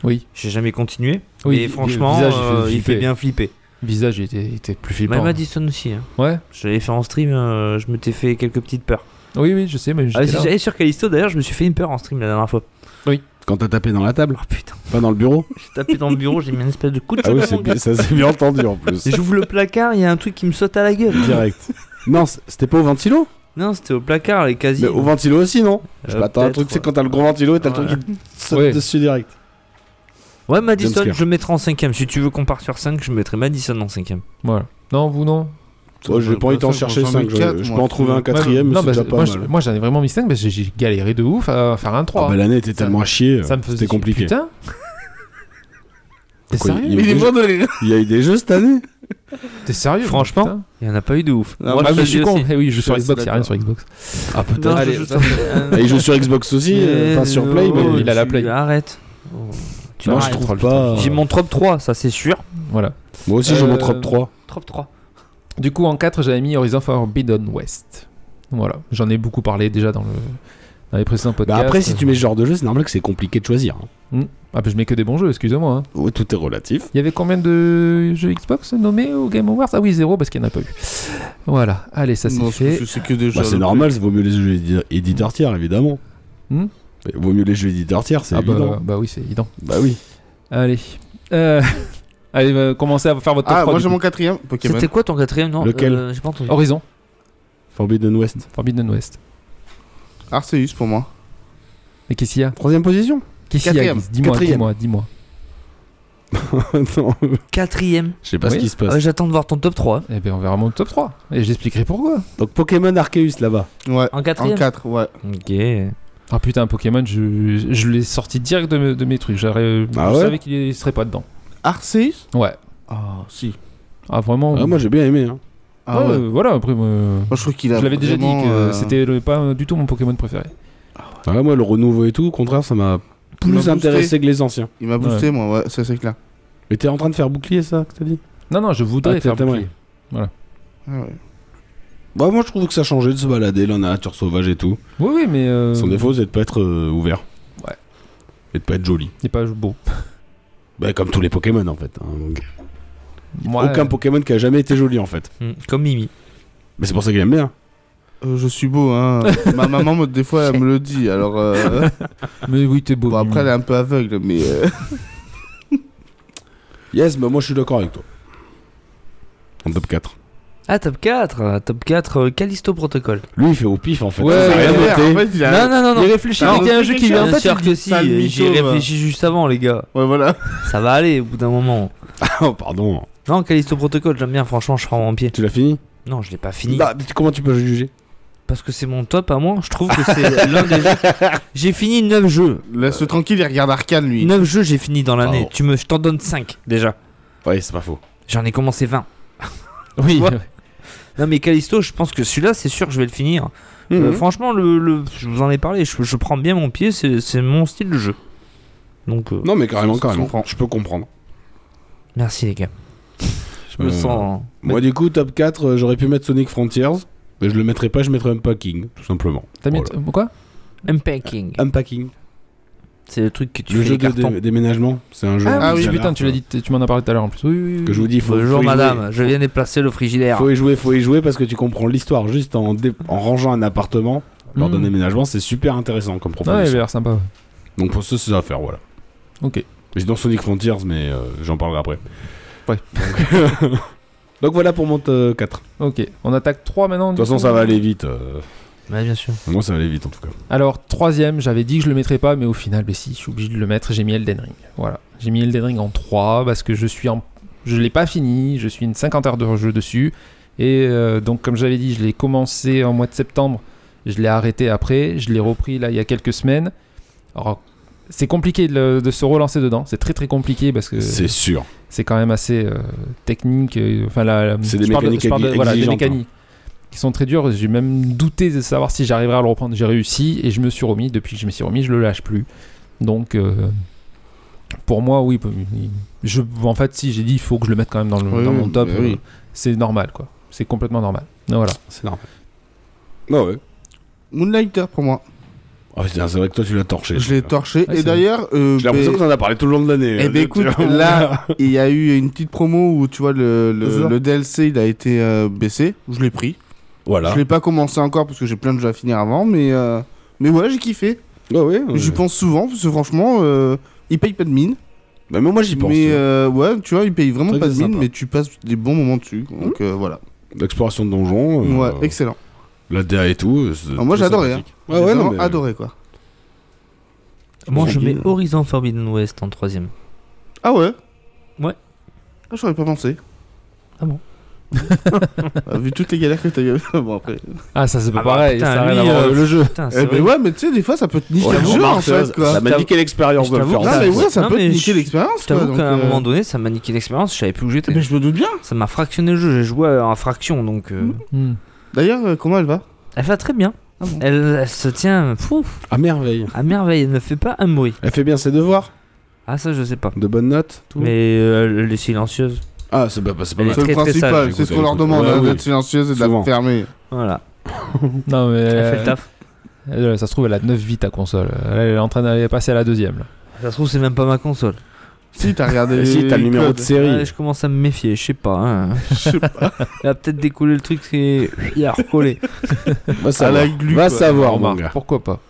[SPEAKER 6] Oui.
[SPEAKER 7] J'ai jamais continué.
[SPEAKER 6] Oui,
[SPEAKER 7] mais
[SPEAKER 6] vi-
[SPEAKER 7] franchement,
[SPEAKER 6] Visage, il
[SPEAKER 7] euh,
[SPEAKER 6] fait
[SPEAKER 7] il, fait
[SPEAKER 6] flipper.
[SPEAKER 7] bien flipper.
[SPEAKER 6] Visage il était, il était plus
[SPEAKER 7] Mais
[SPEAKER 6] flippant.
[SPEAKER 7] Madison aussi. hein.
[SPEAKER 6] Ouais.
[SPEAKER 7] Je l'avais fait en stream, euh, je m'étais fait quelques petites peurs.
[SPEAKER 6] Oui oui, je sais mais
[SPEAKER 7] Ah,
[SPEAKER 6] j'étais
[SPEAKER 7] si
[SPEAKER 6] là.
[SPEAKER 7] j'allais sur Callisto, d'ailleurs, je me suis fait une peur en stream la dernière fois.
[SPEAKER 4] Quand t'as tapé dans la table,
[SPEAKER 7] Oh putain,
[SPEAKER 4] pas dans le bureau.
[SPEAKER 7] j'ai tapé dans le bureau, j'ai mis une espèce de coup de
[SPEAKER 4] Ah oui,
[SPEAKER 7] chaud
[SPEAKER 4] c'est
[SPEAKER 7] dans mon gars.
[SPEAKER 4] bien- ça s'est bien entendu en plus.
[SPEAKER 7] Et J'ouvre le placard, il y a un truc qui me saute à la gueule.
[SPEAKER 4] Direct. Non, c- c'était pas au ventilo
[SPEAKER 7] Non, c'était au placard, les quasi.
[SPEAKER 4] Mais au ventilo aussi, non Je sais
[SPEAKER 7] Euh,
[SPEAKER 4] pas, t'as un
[SPEAKER 7] peut-être,
[SPEAKER 4] truc, c'est
[SPEAKER 7] ouais.
[SPEAKER 4] quand t'as le gros ventilo et t'as le
[SPEAKER 7] Voilà.
[SPEAKER 4] truc qui te saute
[SPEAKER 6] Ouais.
[SPEAKER 4] dessus direct.
[SPEAKER 7] Ouais, Madison,
[SPEAKER 4] Jumpscare.
[SPEAKER 7] je mettrai en cinquième. Si tu veux qu'on parte sur 5, je mettrai Madison en cinquième.
[SPEAKER 6] Voilà. Non, vous non.
[SPEAKER 4] Moi, j'ai
[SPEAKER 6] bah,
[SPEAKER 4] pas envie d'en chercher 5. Je, je peux en trouver un quatrième,
[SPEAKER 6] Ouais,
[SPEAKER 4] mais
[SPEAKER 6] non,
[SPEAKER 4] c'est
[SPEAKER 6] bah,
[SPEAKER 4] déjà pas
[SPEAKER 6] moi, je-
[SPEAKER 4] mal.
[SPEAKER 6] moi, j'en ai vraiment mis 5 parce que j'ai- j'ai galéré de ouf à faire un 3.
[SPEAKER 4] Ah bah, L'année était tellement à chier.
[SPEAKER 6] ça me faisait
[SPEAKER 4] C'était compliqué.
[SPEAKER 6] Putain. T'es
[SPEAKER 4] Pourquoi il-
[SPEAKER 6] sérieux
[SPEAKER 4] il-
[SPEAKER 5] Il est
[SPEAKER 4] Déjà-
[SPEAKER 5] mort de rire.
[SPEAKER 4] Il y a eu des jeux cette année
[SPEAKER 6] T'es sérieux
[SPEAKER 7] Franchement,
[SPEAKER 6] putain
[SPEAKER 7] Il y en a pas eu de ouf. Moi,
[SPEAKER 5] Ah,
[SPEAKER 6] Ah,
[SPEAKER 7] je
[SPEAKER 6] mais
[SPEAKER 4] Bah,
[SPEAKER 7] te
[SPEAKER 6] je suis
[SPEAKER 7] le dis
[SPEAKER 6] con.
[SPEAKER 7] aussi.
[SPEAKER 6] Eh oui, je joue sur
[SPEAKER 5] Je suis
[SPEAKER 6] Xbox, il n'y a rien sur Xbox.
[SPEAKER 4] Ah
[SPEAKER 7] Non,
[SPEAKER 4] peut-être.
[SPEAKER 7] je
[SPEAKER 6] Allez,
[SPEAKER 7] joue
[SPEAKER 6] ça-
[SPEAKER 7] sur- euh,
[SPEAKER 4] Ah, Il joue sur Xbox aussi, euh,
[SPEAKER 7] euh,
[SPEAKER 4] pas sur Play,
[SPEAKER 7] non,
[SPEAKER 4] mais
[SPEAKER 6] ouais. il a la
[SPEAKER 7] tu-
[SPEAKER 6] Play. Oh.
[SPEAKER 7] Arrête. Oh, tu
[SPEAKER 4] moi je
[SPEAKER 7] arrêtes.
[SPEAKER 4] trouve
[SPEAKER 6] troll,
[SPEAKER 4] pas.
[SPEAKER 7] J'ai mon top 3, ça c'est sûr.
[SPEAKER 6] Voilà.
[SPEAKER 4] Moi aussi j'ai mon
[SPEAKER 6] Euh,
[SPEAKER 4] top 3.
[SPEAKER 7] Top 3.
[SPEAKER 6] Du coup, en 4, j'avais mis Horizon Forbidden West. Voilà, j'en ai beaucoup parlé déjà dans, le, dans les précédents
[SPEAKER 4] Bah
[SPEAKER 6] podcasts.
[SPEAKER 4] après, si tu mets ce genre de jeu, c'est normal que c'est compliqué de choisir. hein.
[SPEAKER 6] Ah, bah, je mets que des bons jeux, excusez-moi. hein.
[SPEAKER 4] Ouais, tout est relatif.
[SPEAKER 6] Il y avait combien de jeux Xbox nommés au Game Awards Ah oui, zéro, parce qu'il n'y en a pas eu. Voilà, allez, ça c'est
[SPEAKER 5] Non,
[SPEAKER 6] fait.
[SPEAKER 5] C'est que des jeux.
[SPEAKER 4] Bah, c'est normal, ça vaut mieux les jeux édi- éditeurs tiers, évidemment.
[SPEAKER 6] Hmm
[SPEAKER 4] Mais Vaut mieux les jeux éditeurs tiers, c'est
[SPEAKER 6] Ah bah,
[SPEAKER 4] évident.
[SPEAKER 6] bah oui, c'est évident.
[SPEAKER 4] Bah oui.
[SPEAKER 6] Allez, Euh, Allez, euh, commencez à faire votre top
[SPEAKER 5] Ah,
[SPEAKER 6] trois,
[SPEAKER 5] moi
[SPEAKER 6] du
[SPEAKER 5] j'ai
[SPEAKER 6] coup.
[SPEAKER 5] mon quatrième Pokémon.
[SPEAKER 7] C'était quoi ton quatrième nom
[SPEAKER 4] Lequel
[SPEAKER 7] Euh, J'ai pas entendu.
[SPEAKER 6] Horizon,
[SPEAKER 4] Forbidden West.
[SPEAKER 6] Forbidden West.
[SPEAKER 5] Arceus pour moi.
[SPEAKER 6] Mais qu'est-ce qu'il y a
[SPEAKER 4] Troisième position
[SPEAKER 6] Qu'est-ce qu'il y a
[SPEAKER 5] Quatrième.
[SPEAKER 6] Guise Dis-moi,
[SPEAKER 4] Quatrième.
[SPEAKER 6] dis-moi, dis-moi.
[SPEAKER 4] Non,
[SPEAKER 7] Quatrième.
[SPEAKER 4] je sais pas
[SPEAKER 6] Oui.
[SPEAKER 4] ce qui se passe.
[SPEAKER 7] Ouais, J'attends de voir ton top 3.
[SPEAKER 6] Eh bien, on verra mon top 3. Et j'expliquerai pourquoi.
[SPEAKER 4] Donc Pokémon Arceus là-bas.
[SPEAKER 5] Ouais.
[SPEAKER 7] En
[SPEAKER 5] En
[SPEAKER 7] quatrième
[SPEAKER 5] 4, ouais.
[SPEAKER 7] Ok.
[SPEAKER 6] Ah putain, Pokémon, je, je- je l'ai sorti direct de, mes- de mes trucs. J'aurais-
[SPEAKER 4] Ah
[SPEAKER 6] je
[SPEAKER 4] ouais
[SPEAKER 6] savais qu'il est- il serait pas dedans.
[SPEAKER 5] Arceus
[SPEAKER 6] Ouais.
[SPEAKER 5] Ah, si.
[SPEAKER 6] Ah vraiment
[SPEAKER 4] Ah, moi j'ai bien aimé. hein.
[SPEAKER 5] Ah ouais.
[SPEAKER 6] Ouais, euh, Voilà, après, moi, euh,
[SPEAKER 5] Moi je trouve qu'il a.
[SPEAKER 6] je l'avais déjà dit
[SPEAKER 5] vraiment,
[SPEAKER 6] que
[SPEAKER 5] euh,
[SPEAKER 6] c'était le- pas euh, du tout mon Pokémon préféré.
[SPEAKER 4] Ah, ouais, moi le renouveau et tout, au contraire, ça m'a plus
[SPEAKER 5] m'a boosté.
[SPEAKER 4] intéressé que les anciens.
[SPEAKER 5] Il m'a boosté, moi, ouais, ça c'est clair.
[SPEAKER 4] Mais t'es en train de faire bouclier ça que t'as dit
[SPEAKER 6] Non, non, je voudrais
[SPEAKER 4] Ah,
[SPEAKER 6] faire
[SPEAKER 4] t'aimerais.
[SPEAKER 6] bouclier.
[SPEAKER 5] Ah ouais.
[SPEAKER 4] Bah moi je trouve que ça changeait de se balader là, en nature sauvage et tout.
[SPEAKER 6] Oui, oui, mais. euh,
[SPEAKER 4] Son défaut c'est de pas être euh, ouvert.
[SPEAKER 6] Ouais.
[SPEAKER 4] Et de pas être joli.
[SPEAKER 6] Il est pas beau.
[SPEAKER 4] Bah comme tous les Pokémon en fait. hein, donc.
[SPEAKER 6] Moi,
[SPEAKER 4] Aucun
[SPEAKER 6] euh,
[SPEAKER 4] Pokémon qui a jamais été joli en fait.
[SPEAKER 7] Hmm, Comme Mimi.
[SPEAKER 4] Mais c'est pour ça qu'il aime bien.
[SPEAKER 5] Euh, je suis beau, hein. Ma maman, me- des fois, elle me le dit. Alors, euh,
[SPEAKER 6] Mais oui, t'es beau.
[SPEAKER 4] Bah,
[SPEAKER 5] bon, après, elle est un peu aveugle, mais. euh,
[SPEAKER 4] Yes, bah moi je suis d'accord avec toi. En top 4.
[SPEAKER 7] Ah, top 4. euh, Top 4, euh, Callisto Protocol.
[SPEAKER 4] Lui il fait au pif en fait.
[SPEAKER 6] Ouais,
[SPEAKER 4] Il a
[SPEAKER 6] ouais,
[SPEAKER 4] rien
[SPEAKER 5] en
[SPEAKER 4] noté.
[SPEAKER 5] fait, il a-
[SPEAKER 7] Non, non, non, Ah, non.
[SPEAKER 5] Il réfléchit.
[SPEAKER 7] Non,
[SPEAKER 5] il dit un jeu qui vient en
[SPEAKER 7] Bien
[SPEAKER 5] tête.
[SPEAKER 7] sûr
[SPEAKER 5] il
[SPEAKER 7] que
[SPEAKER 5] dit,
[SPEAKER 7] si.
[SPEAKER 5] sale
[SPEAKER 7] euh, J'y ai
[SPEAKER 5] mytho, va.
[SPEAKER 7] réfléchi juste avant, les gars.
[SPEAKER 5] Ouais, voilà.
[SPEAKER 7] Ça va aller au bout d'un moment.
[SPEAKER 4] Oh pardon.
[SPEAKER 7] Non, Callisto Protocol, j'aime bien. Franchement, je prends mon pied.
[SPEAKER 4] Tu l'as fini
[SPEAKER 7] Non, je l'ai pas fini.
[SPEAKER 4] Bah, mais Comment tu peux juger
[SPEAKER 7] Parce que c'est mon top à moi. Je trouve que c'est l'un des jeux. J'ai fini 9 jeux.
[SPEAKER 5] Laisse-le tranquille, il regarde Arcane, lui.
[SPEAKER 7] 9 jeux, j'ai fini dans l'année.
[SPEAKER 4] Bravo.
[SPEAKER 7] Tu me, je t'en donne 5 déjà.
[SPEAKER 4] Ouais c'est pas faux.
[SPEAKER 7] J'en ai commencé 20.
[SPEAKER 6] Oui,
[SPEAKER 7] Ouais. Non, mais Callisto, je pense que celui-là, c'est sûr que je vais le finir.
[SPEAKER 4] Mhm.
[SPEAKER 7] Euh, franchement, le, le- je vous en ai parlé. Je, je prends bien mon pied. C'est c'est mon style de jeu. Donc, euh,
[SPEAKER 4] Non mais carrément
[SPEAKER 5] Ça se
[SPEAKER 4] carrément.
[SPEAKER 5] comprend.
[SPEAKER 4] Je peux comprendre.
[SPEAKER 7] merci les gars. Je me
[SPEAKER 4] Euh,
[SPEAKER 7] sens.
[SPEAKER 4] Moi du coup top 4 euh, j'aurais pu mettre Sonic Frontiers. Mais je le mettrais pas, je mettrais Unpacking, tout simplement.
[SPEAKER 6] t'as mis.
[SPEAKER 4] Voilà.
[SPEAKER 6] Quoi
[SPEAKER 7] Unpacking.
[SPEAKER 4] Unpacking.
[SPEAKER 7] C'est le truc que tu
[SPEAKER 4] ah, le
[SPEAKER 7] fais
[SPEAKER 4] jeu
[SPEAKER 7] les
[SPEAKER 4] de
[SPEAKER 7] cartons.
[SPEAKER 4] dé- déménagement, c'est un jeu.
[SPEAKER 5] Ah oui,
[SPEAKER 4] bizarre,
[SPEAKER 6] putain, tu l'as dit, tu m'en as parlé tout à l'heure en plus. Oui, oui, oui.
[SPEAKER 4] Que je vous dis, faut,
[SPEAKER 7] Bonjour
[SPEAKER 4] faut y
[SPEAKER 7] madame, je viens déplacer le
[SPEAKER 4] jouer.
[SPEAKER 7] frigidaire.
[SPEAKER 4] Faut y jouer, faut y jouer parce que tu comprends l'histoire juste en, dé- en rangeant un appartement lors d'un
[SPEAKER 6] Mm.
[SPEAKER 4] déménagement, c'est super intéressant comme
[SPEAKER 6] Ah, il
[SPEAKER 4] proposition.
[SPEAKER 6] avait l'air sympa. ouais.
[SPEAKER 4] Donc pour ça, c'est ça à faire, voilà.
[SPEAKER 6] Ok.
[SPEAKER 4] Mais Sinon Sonic Frontiers, mais euh, j'en parlerai après.
[SPEAKER 6] Ouais.
[SPEAKER 4] Donc, Donc voilà pour mon euh, 4. De
[SPEAKER 6] Ok, on attaque 3 maintenant.
[SPEAKER 4] toute façon, ça va aller vite. euh,
[SPEAKER 7] Ouais, bien sûr.
[SPEAKER 4] Moi, ça va aller vite en tout cas.
[SPEAKER 5] Euh,
[SPEAKER 6] Alors, troisième, j'avais dit que je le mettrais pas, mais au final, ben si, je suis obligé de le mettre, j'ai mis Elden Ring. Voilà, j'ai mis Elden Ring en 3 parce que je suis en. Je l'ai pas fini, je suis une 50 heures de jeu dessus. Et euh, donc, comme j'avais dit, je l'ai commencé en mois de septembre, je l'ai arrêté après, je l'ai repris là il y a quelques semaines. Alors, c'est compliqué de, le- de se relancer dedans, c'est très très compliqué parce que
[SPEAKER 4] C'est sûr.
[SPEAKER 6] c'est quand même assez euh, technique. euh, Enfin, la, la-
[SPEAKER 4] C'est des
[SPEAKER 6] je parle de-
[SPEAKER 4] mécaniques
[SPEAKER 6] je parle de-
[SPEAKER 4] exi-
[SPEAKER 6] voilà, des
[SPEAKER 4] exigeantes, hein.
[SPEAKER 6] mécaniques qui sont très dures. J'ai même douté de savoir si j'arriverais à le reprendre. J'ai réussi et je me suis remis. Depuis que je me suis remis, je le lâche plus. Donc, euh, pour moi, oui. Je, en fait, si j'ai dit, il faut que je le mette quand même dans, le,
[SPEAKER 5] Oui,
[SPEAKER 6] dans
[SPEAKER 5] oui,
[SPEAKER 6] mon top.
[SPEAKER 5] bah oui.
[SPEAKER 6] euh, C'est normal, quoi. C'est complètement normal. Donc, Voilà.
[SPEAKER 4] C'est normal. Non, Ah ouais.
[SPEAKER 5] Moonlighter pour moi.
[SPEAKER 4] Oh, putain, c'est vrai que toi, tu l'as torché.
[SPEAKER 5] Je l'ai torché.
[SPEAKER 4] Ah,
[SPEAKER 6] Ouais,
[SPEAKER 5] Et
[SPEAKER 6] c'est-
[SPEAKER 5] d'ailleurs. euh,
[SPEAKER 4] J'ai l'impression
[SPEAKER 5] ben-
[SPEAKER 4] que t'en as parlé tout le long de l'année.
[SPEAKER 5] Eh
[SPEAKER 4] euh,
[SPEAKER 5] ben
[SPEAKER 4] tu
[SPEAKER 5] écoute,
[SPEAKER 4] vois.
[SPEAKER 5] là, il y a eu une petite promo où tu vois le,
[SPEAKER 4] C'est
[SPEAKER 5] le,
[SPEAKER 4] ça.
[SPEAKER 5] le DLC il a été euh, baissé. Je l'ai pris.
[SPEAKER 4] Voilà.
[SPEAKER 5] Je l'ai pas commencé encore parce que j'ai plein de jeux à finir avant, mais euh, mais ouais j'ai kiffé.
[SPEAKER 4] Ouais, Ah ouais, ouais.
[SPEAKER 5] J'y pense souvent parce que franchement, euh, il paye pas de mine.
[SPEAKER 4] Bah, mais moi, j'y pense. tu
[SPEAKER 5] mais
[SPEAKER 4] vois.
[SPEAKER 5] euh, ouais, tu vois, il paye vraiment
[SPEAKER 4] C'est vrai
[SPEAKER 5] pas
[SPEAKER 4] que
[SPEAKER 5] de
[SPEAKER 4] c'est
[SPEAKER 5] mine,
[SPEAKER 4] sympa. Mmh.
[SPEAKER 5] mais tu passes des bons moments dessus. Donc euh, voilà.
[SPEAKER 4] L'exploration de donjons. euh,
[SPEAKER 5] Ouais, excellent.
[SPEAKER 4] La DA et tout. euh, c'est
[SPEAKER 5] Ah, moi,
[SPEAKER 4] très
[SPEAKER 5] j'adorais,
[SPEAKER 4] sympathique.
[SPEAKER 5] J'ai
[SPEAKER 4] Ouais, ouais, non,
[SPEAKER 5] vraiment
[SPEAKER 4] mais-
[SPEAKER 5] adoré quoi.
[SPEAKER 7] Moi je mets
[SPEAKER 5] Tranquille.
[SPEAKER 7] Horizon Forbidden West en troisième.
[SPEAKER 5] Ah ouais
[SPEAKER 7] Ouais.
[SPEAKER 5] Ah, J'aurais pas pensé.
[SPEAKER 7] Ah bon
[SPEAKER 5] Ah, Vu toutes les galères que t'as eu. bon après.
[SPEAKER 6] Ah, ça, c'est pas
[SPEAKER 7] Ah bah,
[SPEAKER 6] pareil.
[SPEAKER 7] putain,
[SPEAKER 6] ça a rien
[SPEAKER 7] lui,
[SPEAKER 6] à voir
[SPEAKER 7] euh,
[SPEAKER 6] avec le jeu.
[SPEAKER 7] Putain, c'est
[SPEAKER 5] Eh
[SPEAKER 7] vrai.
[SPEAKER 5] ben ouais, mais tu sais, des fois ça peut te niquer
[SPEAKER 4] Ouais,
[SPEAKER 5] le jeu
[SPEAKER 4] remarque,
[SPEAKER 5] en
[SPEAKER 4] ça-
[SPEAKER 5] fait quoi.
[SPEAKER 4] Ça m'a
[SPEAKER 7] J't'avoue-
[SPEAKER 4] niqué l'expérience de le
[SPEAKER 7] j't'avoue
[SPEAKER 4] faire.
[SPEAKER 7] que
[SPEAKER 5] Non,
[SPEAKER 4] ça.
[SPEAKER 5] mais ouais, ça
[SPEAKER 7] Non,
[SPEAKER 5] peut
[SPEAKER 7] mais
[SPEAKER 5] te
[SPEAKER 7] je-
[SPEAKER 5] niquer l'expérience.
[SPEAKER 7] Je t'avoue
[SPEAKER 5] quoi,
[SPEAKER 7] qu'à un
[SPEAKER 5] donc, euh,
[SPEAKER 7] moment donné, ça m'a niqué l'expérience, je savais plus où j'étais.
[SPEAKER 5] Mais je me doute bien.
[SPEAKER 7] Ça m'a fractionné le jeu, j'ai joué en fraction donc. euh,
[SPEAKER 6] Hmm.
[SPEAKER 5] D'ailleurs, euh, comment elle va
[SPEAKER 7] Elle va très bien.
[SPEAKER 5] Ah bon
[SPEAKER 7] elle, elle se tient pouf,
[SPEAKER 4] À merveille.
[SPEAKER 7] à Ah, merveille, elle ne fait pas un bruit.
[SPEAKER 4] Elle fait bien ses devoirs.
[SPEAKER 7] Ah, ça je sais pas.
[SPEAKER 4] De bonnes notes. tout.
[SPEAKER 7] Mais euh, elle est silencieuse.
[SPEAKER 4] Ah, c'est pas, c'est pas
[SPEAKER 7] Elle
[SPEAKER 4] mal.
[SPEAKER 5] C'est
[SPEAKER 7] très, très
[SPEAKER 5] le
[SPEAKER 7] sage,
[SPEAKER 5] principal,
[SPEAKER 4] écoute,
[SPEAKER 5] c'est ce qu'on leur
[SPEAKER 4] écoute.
[SPEAKER 5] demande,
[SPEAKER 4] Ouais,
[SPEAKER 5] hein,
[SPEAKER 4] oui.
[SPEAKER 5] d'être silencieuse et de la
[SPEAKER 4] Souvent.
[SPEAKER 5] fermer.
[SPEAKER 7] Voilà,
[SPEAKER 6] Non, mais.
[SPEAKER 7] elle fait le
[SPEAKER 6] euh,
[SPEAKER 7] taf.
[SPEAKER 6] euh, ça se trouve, elle a 9 vies ta console. Elle elle est en train d'aller passer à la deuxième. là.
[SPEAKER 7] Ça se trouve, c'est même pas ma console.
[SPEAKER 5] Si, t'as regardé.
[SPEAKER 4] Et Eh, si t'as le numéro de
[SPEAKER 5] Claude.
[SPEAKER 7] Ouais,
[SPEAKER 4] série.
[SPEAKER 7] je commence à me méfier, je sais pas. hein.
[SPEAKER 5] Je sais pas.
[SPEAKER 7] Elle a peut-être décollé le truc, c'est. Il a recollé.
[SPEAKER 4] Va
[SPEAKER 5] À
[SPEAKER 4] savoir.
[SPEAKER 5] la glu,
[SPEAKER 4] Va
[SPEAKER 5] quoi.
[SPEAKER 4] savoir, mon
[SPEAKER 6] Remarque,
[SPEAKER 4] gars.
[SPEAKER 6] pourquoi pas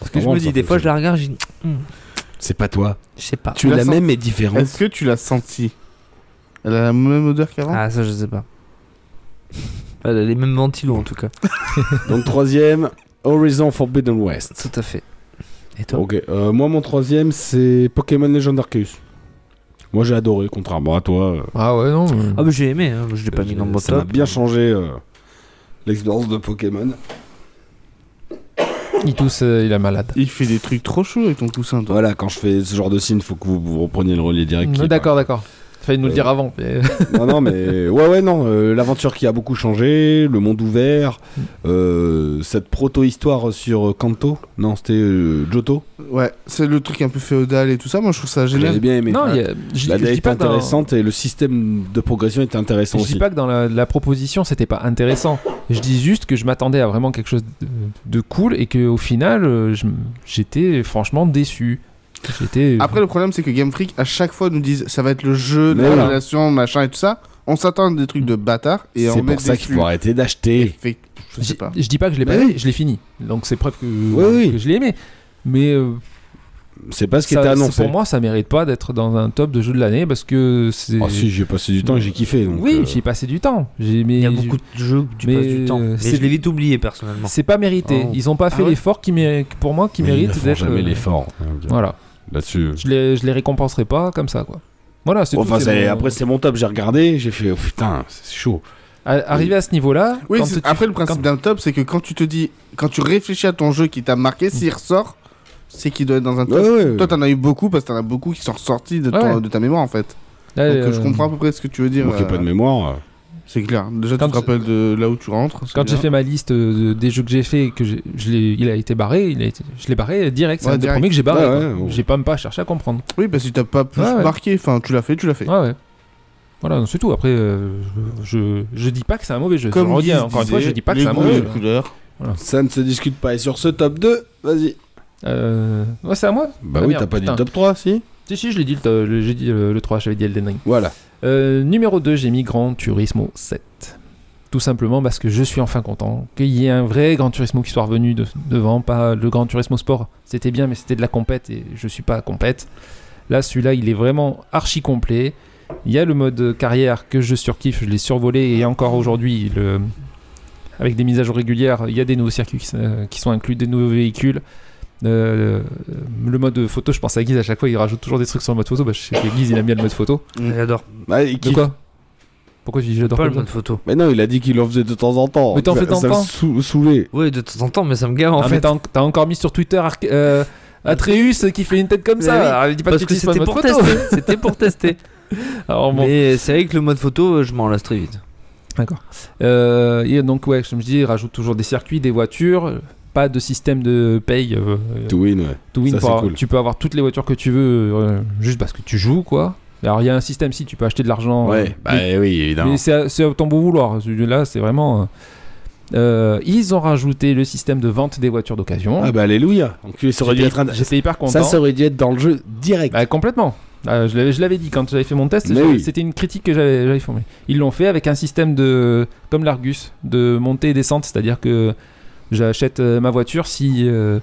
[SPEAKER 7] Parce que je me dis, des fois, je la regarde, je dis.
[SPEAKER 4] C'est pas toi.
[SPEAKER 7] Je sais pas.
[SPEAKER 4] Tu
[SPEAKER 5] La
[SPEAKER 4] la
[SPEAKER 5] sens-
[SPEAKER 4] même est différente.
[SPEAKER 5] Est-ce que tu l'as senti Elle a la même odeur qu'avant
[SPEAKER 7] Ah, ça, je sais pas. Elle a les mêmes ventilos en tout cas.
[SPEAKER 4] Donc troisième, Horizon Forbidden West.
[SPEAKER 7] Tout à fait. Et toi
[SPEAKER 4] Ok, euh, moi mon troisième c'est Pokémon Legend Arceus. Moi j'ai adoré, contrairement à toi. euh,
[SPEAKER 6] Ah ouais, non.
[SPEAKER 7] Ah, bah j'ai aimé, hein. je l'ai pas mis dans mon
[SPEAKER 4] ça m'a
[SPEAKER 7] top.
[SPEAKER 4] bien changé euh, l'expérience de Pokémon.
[SPEAKER 6] Il tousse, euh, il est malade.
[SPEAKER 5] Il fait des trucs trop chauds avec ton coussin, toi.
[SPEAKER 4] Voilà, quand je fais ce genre de signe, faut que vous, vous repreniez le relais direct. qui est
[SPEAKER 6] Mm, D'accord, d'accord. Fallait nous le
[SPEAKER 4] Euh,
[SPEAKER 6] dire avant. mais-
[SPEAKER 4] Non, non, mais ouais, ouais, non. euh, L'aventure qui a beaucoup changé, le monde ouvert,
[SPEAKER 6] Mm.
[SPEAKER 4] euh, cette proto-histoire sur euh, Kanto. Non, c'était euh, Johto.
[SPEAKER 5] Ouais, c'est le truc un peu féodal et tout ça. Moi, je trouve ça
[SPEAKER 4] J'avais
[SPEAKER 5] génial.
[SPEAKER 4] bien aimé.
[SPEAKER 6] Non, il y a- je
[SPEAKER 4] la
[SPEAKER 6] je
[SPEAKER 4] DA
[SPEAKER 6] dis
[SPEAKER 4] était
[SPEAKER 6] pas que dans-
[SPEAKER 4] intéressante et le système de progression était intéressant
[SPEAKER 6] Je
[SPEAKER 4] aussi.
[SPEAKER 6] dis pas que dans la, la proposition c'était pas intéressant. Je dis juste que je m'attendais à vraiment quelque chose de, de cool et que au final euh, je- j'étais franchement déçu. J'étais.
[SPEAKER 5] Après, le problème, c'est que Game Freak, à chaque fois, nous disent ça va être le jeu de
[SPEAKER 4] Mais
[SPEAKER 5] la
[SPEAKER 4] voilà.
[SPEAKER 5] relation, machin et tout ça. On s'attend à des trucs de bâtard et on
[SPEAKER 4] C'est
[SPEAKER 5] met
[SPEAKER 4] pour ça
[SPEAKER 5] des
[SPEAKER 4] qu'il
[SPEAKER 5] flux.
[SPEAKER 4] faut arrêter d'acheter.
[SPEAKER 5] Fait- Je sais
[SPEAKER 6] J'ai-
[SPEAKER 5] pas.
[SPEAKER 6] je dis pas que je l'ai pas
[SPEAKER 4] Bah
[SPEAKER 6] aimé,
[SPEAKER 4] oui.
[SPEAKER 6] je l'ai fini. Donc c'est preuve que,
[SPEAKER 4] Oui, oui.
[SPEAKER 6] que je l'ai aimé. Mais euh,
[SPEAKER 4] C'est pas ce qui
[SPEAKER 6] ça-
[SPEAKER 4] était
[SPEAKER 6] c'est-
[SPEAKER 4] annoncé.
[SPEAKER 6] pour moi ça mérite pas d'être dans un top de jeu de l'année parce que c'est. Mm.
[SPEAKER 4] Ah si, j'ai passé du temps et j'ai kiffé. donc,
[SPEAKER 6] oui,
[SPEAKER 4] euh,
[SPEAKER 6] j'y ai passé du temps. J'ai mais
[SPEAKER 7] Il y a
[SPEAKER 6] je-
[SPEAKER 7] beaucoup de jeux où tu
[SPEAKER 6] Mais
[SPEAKER 7] passes du temps.
[SPEAKER 6] euh,
[SPEAKER 7] Mais
[SPEAKER 6] c'est-
[SPEAKER 7] je l'ai vite oublié personnellement.
[SPEAKER 6] C'est pas mérité.
[SPEAKER 5] Oh.
[SPEAKER 6] Ils ont pas fait
[SPEAKER 5] ouais
[SPEAKER 6] l'effort qui mé- pour moi qui
[SPEAKER 4] mais ils ne
[SPEAKER 6] mérite
[SPEAKER 4] font
[SPEAKER 6] d'être.
[SPEAKER 4] jamais
[SPEAKER 6] euh,
[SPEAKER 4] l'effort. hein,
[SPEAKER 6] Voilà.
[SPEAKER 4] Là-dessus.
[SPEAKER 6] je les, je les récompenserai pas comme ça quoi. Voilà, c'est euh,
[SPEAKER 4] Enfin,
[SPEAKER 6] tout.
[SPEAKER 4] c'est-
[SPEAKER 6] mon-
[SPEAKER 4] après c'est mon top. J'ai regardé, j'ai fait oh, putain, c'est chaud.
[SPEAKER 6] À- Arrivé à ce niveau-là,
[SPEAKER 5] Oui,
[SPEAKER 6] quand
[SPEAKER 5] c'est-
[SPEAKER 6] tu-
[SPEAKER 5] après, le principe d'un top, c'est que quand tu te dis, quand tu réfléchis à ton jeu qui t'a marqué, s'il ressort, c'est qu'il doit être dans un top.
[SPEAKER 4] Ouais, ouais.
[SPEAKER 5] Toi, t'en as eu beaucoup parce que t'en as beaucoup qui sont ressortis de, ton-
[SPEAKER 6] Ouais.
[SPEAKER 5] de ta mémoire, en fait.
[SPEAKER 6] quand- là,
[SPEAKER 5] Donc, euh, je
[SPEAKER 6] euh,
[SPEAKER 5] comprends à peu près ce que tu veux dire.
[SPEAKER 4] Moi qui ai
[SPEAKER 5] euh,
[SPEAKER 4] pas de mémoire. euh,
[SPEAKER 5] C'est clair. Déjà,
[SPEAKER 6] Quand
[SPEAKER 5] tu te rappelles de là où tu rentres. c'est
[SPEAKER 6] Quand j'ai
[SPEAKER 5] bien.
[SPEAKER 6] fait ma liste euh, de- des jeux que j'ai fait, et que j'ai- je l'ai- il a été barré, il a été, je l'ai barré direct. C'est
[SPEAKER 5] Ouais,
[SPEAKER 6] un des
[SPEAKER 5] direct.
[SPEAKER 6] premiers que j'ai barré.
[SPEAKER 4] Ouais,
[SPEAKER 6] quoi.
[SPEAKER 4] ouais, ouais.
[SPEAKER 6] J'ai pas même pas cherché à comprendre.
[SPEAKER 5] Oui, parce que t'as pas plus
[SPEAKER 6] Ouais, ouais.
[SPEAKER 5] marqué. Enfin, tu l'as fait, tu l'as fait.
[SPEAKER 6] Ouais, ouais. Voilà, non, c'est tout. Après, euh, je, je je dis pas que c'est un mauvais jeu. je le redis hein,
[SPEAKER 5] Guise
[SPEAKER 6] encore une fois, je
[SPEAKER 5] disait,
[SPEAKER 6] dis pas que
[SPEAKER 5] les
[SPEAKER 6] c'est un
[SPEAKER 5] goûts,
[SPEAKER 6] mauvais
[SPEAKER 5] les
[SPEAKER 6] jeu.
[SPEAKER 5] couleurs.
[SPEAKER 4] Ça ne se discute pas. Et sur ce top 2, vas-y.
[SPEAKER 6] Euh, ouais, c'est à moi
[SPEAKER 4] Bah
[SPEAKER 6] Ah
[SPEAKER 4] oui,
[SPEAKER 6] merde,
[SPEAKER 4] t'as pas dit
[SPEAKER 6] putain.
[SPEAKER 4] top 3, si
[SPEAKER 6] Si, si, je l'ai dit, le, t- le- j'ai dit euh, le 3, j'avais dit Elden Ring.
[SPEAKER 4] Voilà.
[SPEAKER 6] Euh, numéro 2, j'ai mis Grand Turismo 7. Tout simplement parce que je suis enfin content qu'il y ait un vrai Grand Turismo qui soit revenu de- devant, pas le Grand Turismo Sport. C'était bien, mais c'était de la compète et je suis pas à compète. Là, celui-là, il est vraiment archi complet. Il y a le mode carrière que je surkiffe, je l'ai survolé et encore aujourd'hui, le- avec des mises à jour régulières, il y a des nouveaux circuits qui, s- euh, qui sont inclus, des nouveaux véhicules. Euh, le mode photo, je pense à Guise à chaque fois, il rajoute toujours des trucs sur le mode photo. Bah, je sais que Guise, il aime bien le mode photo.
[SPEAKER 7] J'adore.
[SPEAKER 4] Bah, il
[SPEAKER 6] De
[SPEAKER 4] kiffe.
[SPEAKER 6] quoi Pourquoi tu dis j'adore
[SPEAKER 7] Pas
[SPEAKER 6] pas
[SPEAKER 7] le mode photo.
[SPEAKER 4] Mais non, il a dit qu'il en faisait de temps en temps.
[SPEAKER 6] Mais t'en
[SPEAKER 4] Ça-
[SPEAKER 6] fais de temps en
[SPEAKER 4] ça
[SPEAKER 6] temps.
[SPEAKER 4] me sou- saoulait.
[SPEAKER 7] Oui, de temps en temps, mais ça me gave en fait.
[SPEAKER 6] Ah, T'as en- t'as encore mis sur Twitter Arc- euh, Atreus qui fait une tête comme
[SPEAKER 7] Mais oui,
[SPEAKER 6] ça. Ah, dis pas
[SPEAKER 7] Parce
[SPEAKER 6] tu
[SPEAKER 7] que
[SPEAKER 6] utilises pas le
[SPEAKER 7] c'était
[SPEAKER 6] mode
[SPEAKER 7] pour
[SPEAKER 6] photo.
[SPEAKER 7] tester. C'était pour tester.
[SPEAKER 6] Alors bon.
[SPEAKER 7] Mais c'est vrai que le mode photo, euh, je m'en lasse très vite.
[SPEAKER 6] D'accord. Euh, et donc, ouais, comme je dis, il rajoute toujours des circuits, des voitures. Pas de système de paye. euh,
[SPEAKER 4] To win, ouais.
[SPEAKER 6] to win
[SPEAKER 4] ça,
[SPEAKER 6] pour
[SPEAKER 4] c'est
[SPEAKER 6] avoir-
[SPEAKER 4] cool.
[SPEAKER 6] Tu peux avoir toutes les voitures que tu veux euh, juste parce que tu joues, quoi. Alors, il y a un système, si tu peux acheter de l'argent. euh,
[SPEAKER 4] Ouais, bah
[SPEAKER 6] mais-
[SPEAKER 4] oui, évidemment.
[SPEAKER 6] Mais c'est à, c'est à ton bon vouloir. Là, c'est vraiment. euh, euh, ils ont rajouté le système de vente des voitures d'occasion.
[SPEAKER 4] Ah bah alléluia. Enculé, ça aurait dû
[SPEAKER 6] J'étais-
[SPEAKER 4] être un-
[SPEAKER 6] J'étais hyper content.
[SPEAKER 4] Ça, ça aurait dû être dans le jeu direct.
[SPEAKER 6] Bah, complètement. Euh, je l'avais- je l'avais dit quand j'avais fait mon test,
[SPEAKER 4] Mais
[SPEAKER 6] je-
[SPEAKER 4] oui.
[SPEAKER 6] c'était une critique que j'avais j'avais formée. Ils l'ont fait avec un système de comme l'Argus, de montée et descente, c'est-à-dire que j'achète euh, ma voiture si euh,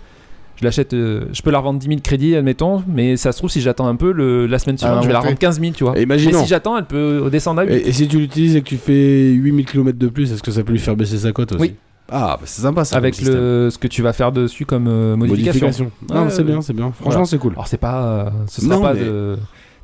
[SPEAKER 6] je l'achète, euh, je peux la revendre 10 000 crédits, admettons, mais ça se trouve si j'attends un peu le, la semaine suivante,
[SPEAKER 5] va
[SPEAKER 6] je vais la
[SPEAKER 5] monter.
[SPEAKER 6] revendre 15 000, tu vois.
[SPEAKER 4] Ah, Et
[SPEAKER 6] Mais
[SPEAKER 4] imaginons.
[SPEAKER 6] si j'attends, elle peut descendre à 8.
[SPEAKER 4] et, et si tu l'utilises et que tu fais 8000 km de plus, est-ce que ça peut lui faire baisser sa cote aussi
[SPEAKER 6] Oui.
[SPEAKER 4] Ah, bah c'est sympa ça.
[SPEAKER 6] avec
[SPEAKER 4] comme système.
[SPEAKER 6] le, ce que tu vas faire dessus comme euh, modification.
[SPEAKER 4] modification. Non,
[SPEAKER 6] Ouais,
[SPEAKER 4] c'est
[SPEAKER 6] ouais.
[SPEAKER 4] bien, c'est bien. Franchement,
[SPEAKER 6] Voilà.
[SPEAKER 4] c'est cool.
[SPEAKER 6] Alors c'est pas, euh, ce sera
[SPEAKER 4] Non,
[SPEAKER 6] pas
[SPEAKER 4] mais-
[SPEAKER 6] de,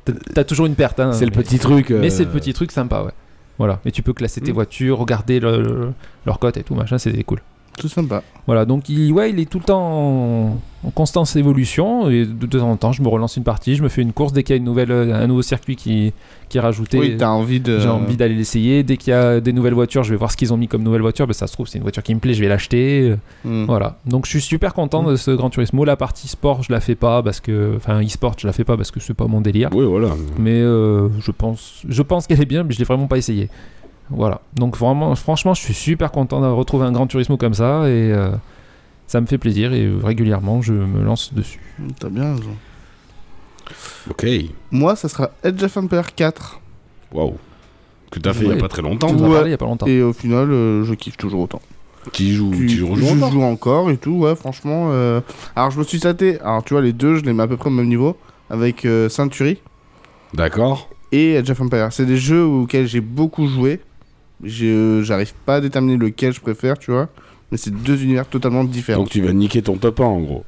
[SPEAKER 6] t'as- t'as toujours une perte. hein,
[SPEAKER 4] c'est le
[SPEAKER 6] mais-
[SPEAKER 4] petit truc. euh,
[SPEAKER 6] Mais c'est le petit truc sympa, ouais. Voilà. Et tu peux classer tes
[SPEAKER 4] Mm.
[SPEAKER 6] voitures, regarder le- le- leur cote et tout, machin, c'est cool.
[SPEAKER 5] Tout sympa.
[SPEAKER 6] Voilà, donc il, ouais, il est tout le temps en, en constante évolution. Et de, de temps en temps, je me relance une partie, je me fais une course. Dès qu'il y a une nouvelle, euh, un nouveau circuit qui, qui est rajouté,
[SPEAKER 5] Oui, t'as envie de.
[SPEAKER 4] euh,
[SPEAKER 6] j'ai envie d'aller l'essayer. Dès qu'il y a des nouvelles voitures, je vais voir ce qu'ils ont mis comme nouvelle voiture. Ben, ça se trouve, c'est une voiture qui me plaît, je vais l'acheter.
[SPEAKER 5] Hmm.
[SPEAKER 6] Voilà. Donc je suis super content de ce Gran Turismo. La partie sport, je la fais pas parce que. Enfin, e-sport, je la fais pas parce que c'est pas mon délire.
[SPEAKER 4] Oui, voilà.
[SPEAKER 6] Mais euh, je pense, je pense qu'elle est bien, mais je l'ai vraiment pas essayé. Voilà. Donc vraiment, franchement, je suis super content d'avoir retrouvé un Gran Turismo comme ça et euh, ça me fait plaisir et euh, régulièrement je me lance dessus.
[SPEAKER 5] Mm, T'as bien raison.
[SPEAKER 4] Ok.
[SPEAKER 5] Moi, ça sera Edge of Empire 4.
[SPEAKER 4] Waouh. Que t'as fait il y
[SPEAKER 6] Ouais.
[SPEAKER 4] a pas très
[SPEAKER 6] Tu
[SPEAKER 4] longtemps.
[SPEAKER 6] nous en
[SPEAKER 5] Ouais.
[SPEAKER 6] parlais il y a pas longtemps.
[SPEAKER 5] Et au final, euh, je kiffe toujours autant.
[SPEAKER 4] Qui joue,
[SPEAKER 5] Tu,
[SPEAKER 4] qui joue
[SPEAKER 5] je
[SPEAKER 4] rejoint encore.
[SPEAKER 5] joue encore et tout, ouais, franchement. euh, Alors, je me suis tâté. Alors, tu vois, les deux, je les mets à peu près au même niveau. Avec euh, Century
[SPEAKER 4] D'accord.
[SPEAKER 5] et Jeff Empire. C'est des jeux auxquels j'ai beaucoup joué. J'ai- euh, J'arrive pas à déterminer lequel je préfère, tu vois. Mais c'est deux univers totalement différents.
[SPEAKER 4] Donc tu vas niquer ton top 1 en gros.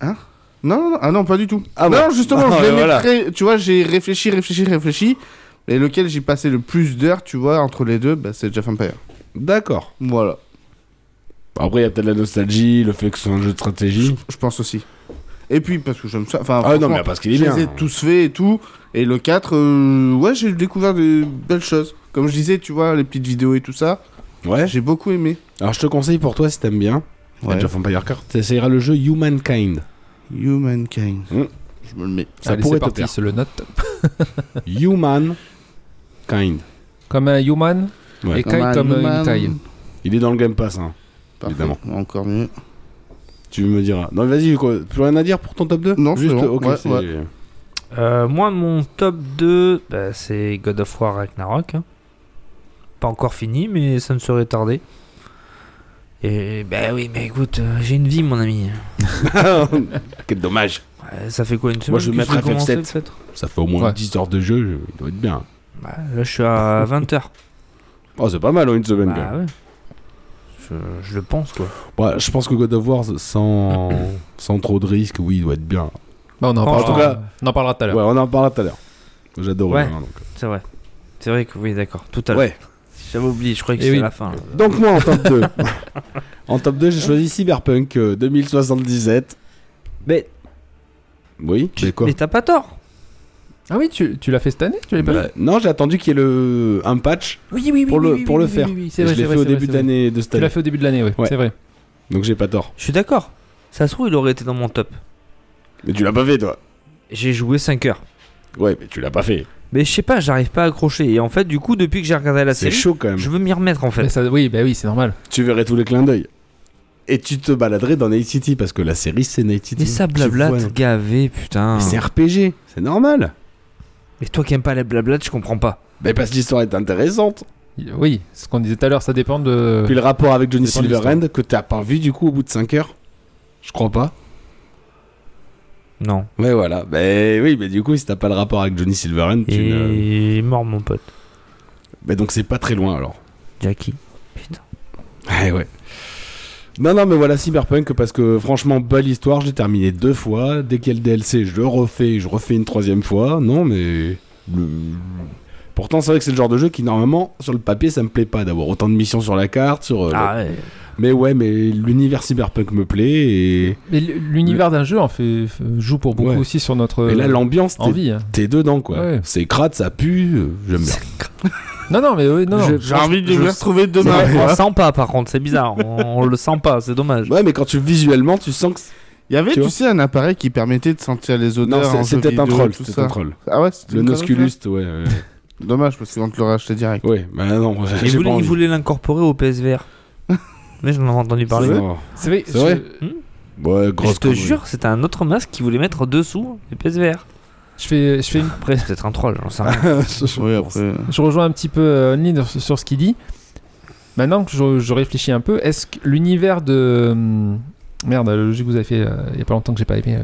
[SPEAKER 5] Non, non, non, ah non, pas du tout.
[SPEAKER 4] Ah
[SPEAKER 5] non,
[SPEAKER 4] bon.
[SPEAKER 5] justement,
[SPEAKER 4] Ah,
[SPEAKER 5] je l'aimais
[SPEAKER 4] voilà.
[SPEAKER 5] très- tu vois, j'ai réfléchi, réfléchi, réfléchi. Et lequel j'ai passé le plus d'heures, tu vois, entre les deux, bah, c'est Jeff Empire.
[SPEAKER 4] D'accord.
[SPEAKER 5] Voilà,
[SPEAKER 4] Après, il y a peut-être la nostalgie, le fait que c'est un jeu de stratégie.
[SPEAKER 5] je pense aussi. Et puis, parce que j'aime ça.
[SPEAKER 4] Ah
[SPEAKER 5] Enfin,
[SPEAKER 4] non,
[SPEAKER 5] franchement,
[SPEAKER 4] mais parce qu'il est
[SPEAKER 5] je
[SPEAKER 4] bien.
[SPEAKER 5] les ai tous faits et tout. Et le 4, euh, ouais, j'ai découvert de belles choses. Comme je disais, tu vois, les petites vidéos et tout ça,
[SPEAKER 4] Ouais.
[SPEAKER 5] j'ai beaucoup aimé.
[SPEAKER 4] Alors je te conseille pour toi si t'aimes bien.
[SPEAKER 5] Ouais.
[SPEAKER 4] Age of Empire 4, t'essayeras le jeu Humankind.
[SPEAKER 5] Humankind.
[SPEAKER 4] Mm.
[SPEAKER 5] Je me le mets.
[SPEAKER 4] Ça
[SPEAKER 6] Allez,
[SPEAKER 4] pourrait
[SPEAKER 6] c'est
[SPEAKER 4] te
[SPEAKER 6] parti,
[SPEAKER 4] plaire.
[SPEAKER 6] c'est le note.
[SPEAKER 4] Humankind.
[SPEAKER 6] Comme un human
[SPEAKER 4] Ouais.
[SPEAKER 6] et kite comme euh, une taille.
[SPEAKER 4] Il est dans le Game Pass, hein.
[SPEAKER 5] Parfait.
[SPEAKER 4] Évidemment.
[SPEAKER 5] Encore mieux.
[SPEAKER 4] Tu me diras. Non, vas-y, quoi. Plus rien à dire pour ton top 2
[SPEAKER 5] Non, c'est
[SPEAKER 4] Juste,
[SPEAKER 5] bon.
[SPEAKER 4] ok,
[SPEAKER 5] Ouais,
[SPEAKER 4] c'est-
[SPEAKER 7] Euh, moi, mon top 2, bah, c'est God of War Ragnarok. hein. Pas encore fini, mais ça ne serait tardé. Et bah oui, mais écoute, euh, j'ai une vie, mon ami.
[SPEAKER 4] Quel dommage.
[SPEAKER 7] Ouais, ça fait quoi une semaine
[SPEAKER 4] Moi, je vais
[SPEAKER 7] que
[SPEAKER 4] mettre
[SPEAKER 7] l'ai
[SPEAKER 4] FF7.
[SPEAKER 7] commencé, peut-être
[SPEAKER 4] Ça fait au moins
[SPEAKER 6] Ouais.
[SPEAKER 4] 10 heures de jeu, je- il doit être bien.
[SPEAKER 7] Bah, Là, je suis à 20h.
[SPEAKER 4] Oh, c'est pas mal en une semaine. quand
[SPEAKER 7] bah
[SPEAKER 4] même.
[SPEAKER 7] ouais. Je, je le pense, quoi.
[SPEAKER 4] Ouais, je pense que God of War, sans, sans trop de risques, oui, il doit être bien.
[SPEAKER 6] Bah, on, en
[SPEAKER 7] En
[SPEAKER 4] tout
[SPEAKER 6] parlera, on en parlera tout à
[SPEAKER 4] Ouais,
[SPEAKER 6] l'heure.
[SPEAKER 4] on en parlera tout à l'heure. J'adore.
[SPEAKER 7] Ouais.
[SPEAKER 4] hein, donc.
[SPEAKER 7] C'est vrai. C'est vrai que oui, d'accord. Tout à l'heure.
[SPEAKER 4] Ouais.
[SPEAKER 7] J'avais oublié, je croyais que
[SPEAKER 6] Eh
[SPEAKER 7] c'était
[SPEAKER 6] oui.
[SPEAKER 7] la fin. là.
[SPEAKER 4] Donc moi en top 2. en top 2, j'ai choisi Cyberpunk euh, 2077.
[SPEAKER 7] Mais,
[SPEAKER 4] Oui,
[SPEAKER 7] tu-
[SPEAKER 4] mais quoi
[SPEAKER 7] mais t'as pas tort.
[SPEAKER 6] Ah oui, tu, tu l'as fait cette année Tu l'as pas
[SPEAKER 4] Bah,
[SPEAKER 6] fait
[SPEAKER 4] Non, j'ai attendu qu'il y ait le un patch
[SPEAKER 6] Oui, oui, oui.
[SPEAKER 4] pour le pour le faire.
[SPEAKER 6] c'est
[SPEAKER 4] Et
[SPEAKER 6] vrai,
[SPEAKER 4] je
[SPEAKER 6] c'est
[SPEAKER 4] l'ai
[SPEAKER 6] vrai,
[SPEAKER 4] fait au
[SPEAKER 6] c'est vrai,
[SPEAKER 4] début
[SPEAKER 6] c'est
[SPEAKER 4] de
[SPEAKER 6] vrai.
[SPEAKER 4] l'année de cette
[SPEAKER 6] Tu l'as
[SPEAKER 4] année.
[SPEAKER 6] fait au début de l'année, oui.
[SPEAKER 4] Ouais.
[SPEAKER 6] C'est vrai.
[SPEAKER 4] Donc j'ai pas tort.
[SPEAKER 7] Je suis d'accord. Ça se trouve, il aurait été dans mon top.
[SPEAKER 4] Mais tu l'as pas fait toi.
[SPEAKER 7] J'ai joué 5 heures.
[SPEAKER 4] Ouais, mais tu l'as pas fait.
[SPEAKER 7] Mais je sais pas, j'arrive pas à accrocher. Et en fait, du coup, depuis que j'ai regardé la
[SPEAKER 4] C'est
[SPEAKER 7] série,
[SPEAKER 4] chaud quand même.
[SPEAKER 7] je veux m'y remettre en
[SPEAKER 6] Mais
[SPEAKER 7] fait.
[SPEAKER 6] ça- oui, bah oui, c'est normal.
[SPEAKER 4] Tu verrais tous les clins d'œil. Et tu te baladerais dans Night City parce que la série c'est Night City.
[SPEAKER 7] Mais ça
[SPEAKER 4] Tu
[SPEAKER 7] blablate,
[SPEAKER 4] vois,
[SPEAKER 7] gavé, putain.
[SPEAKER 4] mais c'est RPG, c'est normal.
[SPEAKER 7] Mais toi qui aimes pas les blablates, je comprends pas.
[SPEAKER 4] Mais parce que l'histoire est intéressante.
[SPEAKER 6] Oui, ce qu'on disait tout à l'heure, ça dépend de.
[SPEAKER 4] Puis le rapport avec Johnny
[SPEAKER 6] dépend de
[SPEAKER 4] Silverhand que t'as pas vu du coup au bout de 5 heures. Je crois pas.
[SPEAKER 7] Non.
[SPEAKER 4] Ouais, voilà. Mais oui, mais du coup, si t'as pas le rapport avec Johnny Silverhand, tu ne-
[SPEAKER 7] Et mort mon pote.
[SPEAKER 4] Mais donc, c'est pas très loin alors.
[SPEAKER 7] Jackie. Putain.
[SPEAKER 4] Ouais, Eh ouais. Non, non, mais voilà Cyberpunk parce que franchement, belle histoire. J'ai terminé deux fois. Dès qu'il y a le DLC, je le refais, je refais une troisième fois. Non, mais. le- Pourtant, c'est vrai que c'est le genre de jeu qui, normalement, sur le papier, ça me plaît pas d'avoir autant de missions sur la carte. Sur, euh,
[SPEAKER 7] Ah ouais.
[SPEAKER 4] le- Mais ouais, mais l'univers Cyberpunk me plaît et,
[SPEAKER 6] Mais l- l'univers d'un jeu en fait, f- joue pour beaucoup
[SPEAKER 4] Ouais.
[SPEAKER 6] aussi sur notre
[SPEAKER 4] et là, l'ambiance, t'es-
[SPEAKER 6] envie. hein.
[SPEAKER 4] t'es dedans quoi.
[SPEAKER 6] Ouais.
[SPEAKER 4] C'est crade, ça pue. euh, J'aime bien.
[SPEAKER 6] Non, non, mais oui, non. non.
[SPEAKER 5] J'ai envie de me retrouver demain. Ah,
[SPEAKER 7] on le sent pas par contre, c'est bizarre. On, on le sent pas, c'est dommage.
[SPEAKER 4] Ouais, mais quand tu visuellement, tu sens que.
[SPEAKER 5] Il y avait,
[SPEAKER 4] Tu
[SPEAKER 5] tu,
[SPEAKER 4] vois
[SPEAKER 5] sais, un appareil qui permettait de sentir les
[SPEAKER 4] Non,
[SPEAKER 5] odeurs.
[SPEAKER 4] c'est-
[SPEAKER 5] en jeu
[SPEAKER 4] c'était un
[SPEAKER 5] vidéo,
[SPEAKER 4] troll.
[SPEAKER 5] tout
[SPEAKER 4] C'était
[SPEAKER 5] ça.
[SPEAKER 4] un troll.
[SPEAKER 5] Ah ouais, c'était
[SPEAKER 4] Le
[SPEAKER 5] une connerie,
[SPEAKER 4] Nosculus, ouais. ouais.
[SPEAKER 5] ça Dommage parce qu'on te l'aurait acheté direct.
[SPEAKER 4] Ouais, bah non, j'ai
[SPEAKER 7] Il
[SPEAKER 4] pas
[SPEAKER 7] voulait, il
[SPEAKER 4] envie.
[SPEAKER 7] voulait l'incorporer au PSVR. Mais j'en ai entendu parler.
[SPEAKER 4] Non.
[SPEAKER 6] C'est vrai.
[SPEAKER 4] C'est vrai
[SPEAKER 6] je-
[SPEAKER 4] Ouais,
[SPEAKER 7] Et
[SPEAKER 4] grosse
[SPEAKER 7] Je te
[SPEAKER 4] connerie.
[SPEAKER 7] jure, c'était un autre masque qu'il voulait mettre dessous le PSVR.
[SPEAKER 6] Je fais, je fais une-
[SPEAKER 7] Après, c'est peut-être un troll, j'en sais rien.
[SPEAKER 5] Oui, après.
[SPEAKER 6] je rejoins un petit peu euh, Only sur, sur ce qu'il dit. Maintenant que je, je réfléchis un peu, est-ce que l'univers de hum, merde, le jeu que vous avez fait euh, il y a pas longtemps que j'ai pas aimé, euh,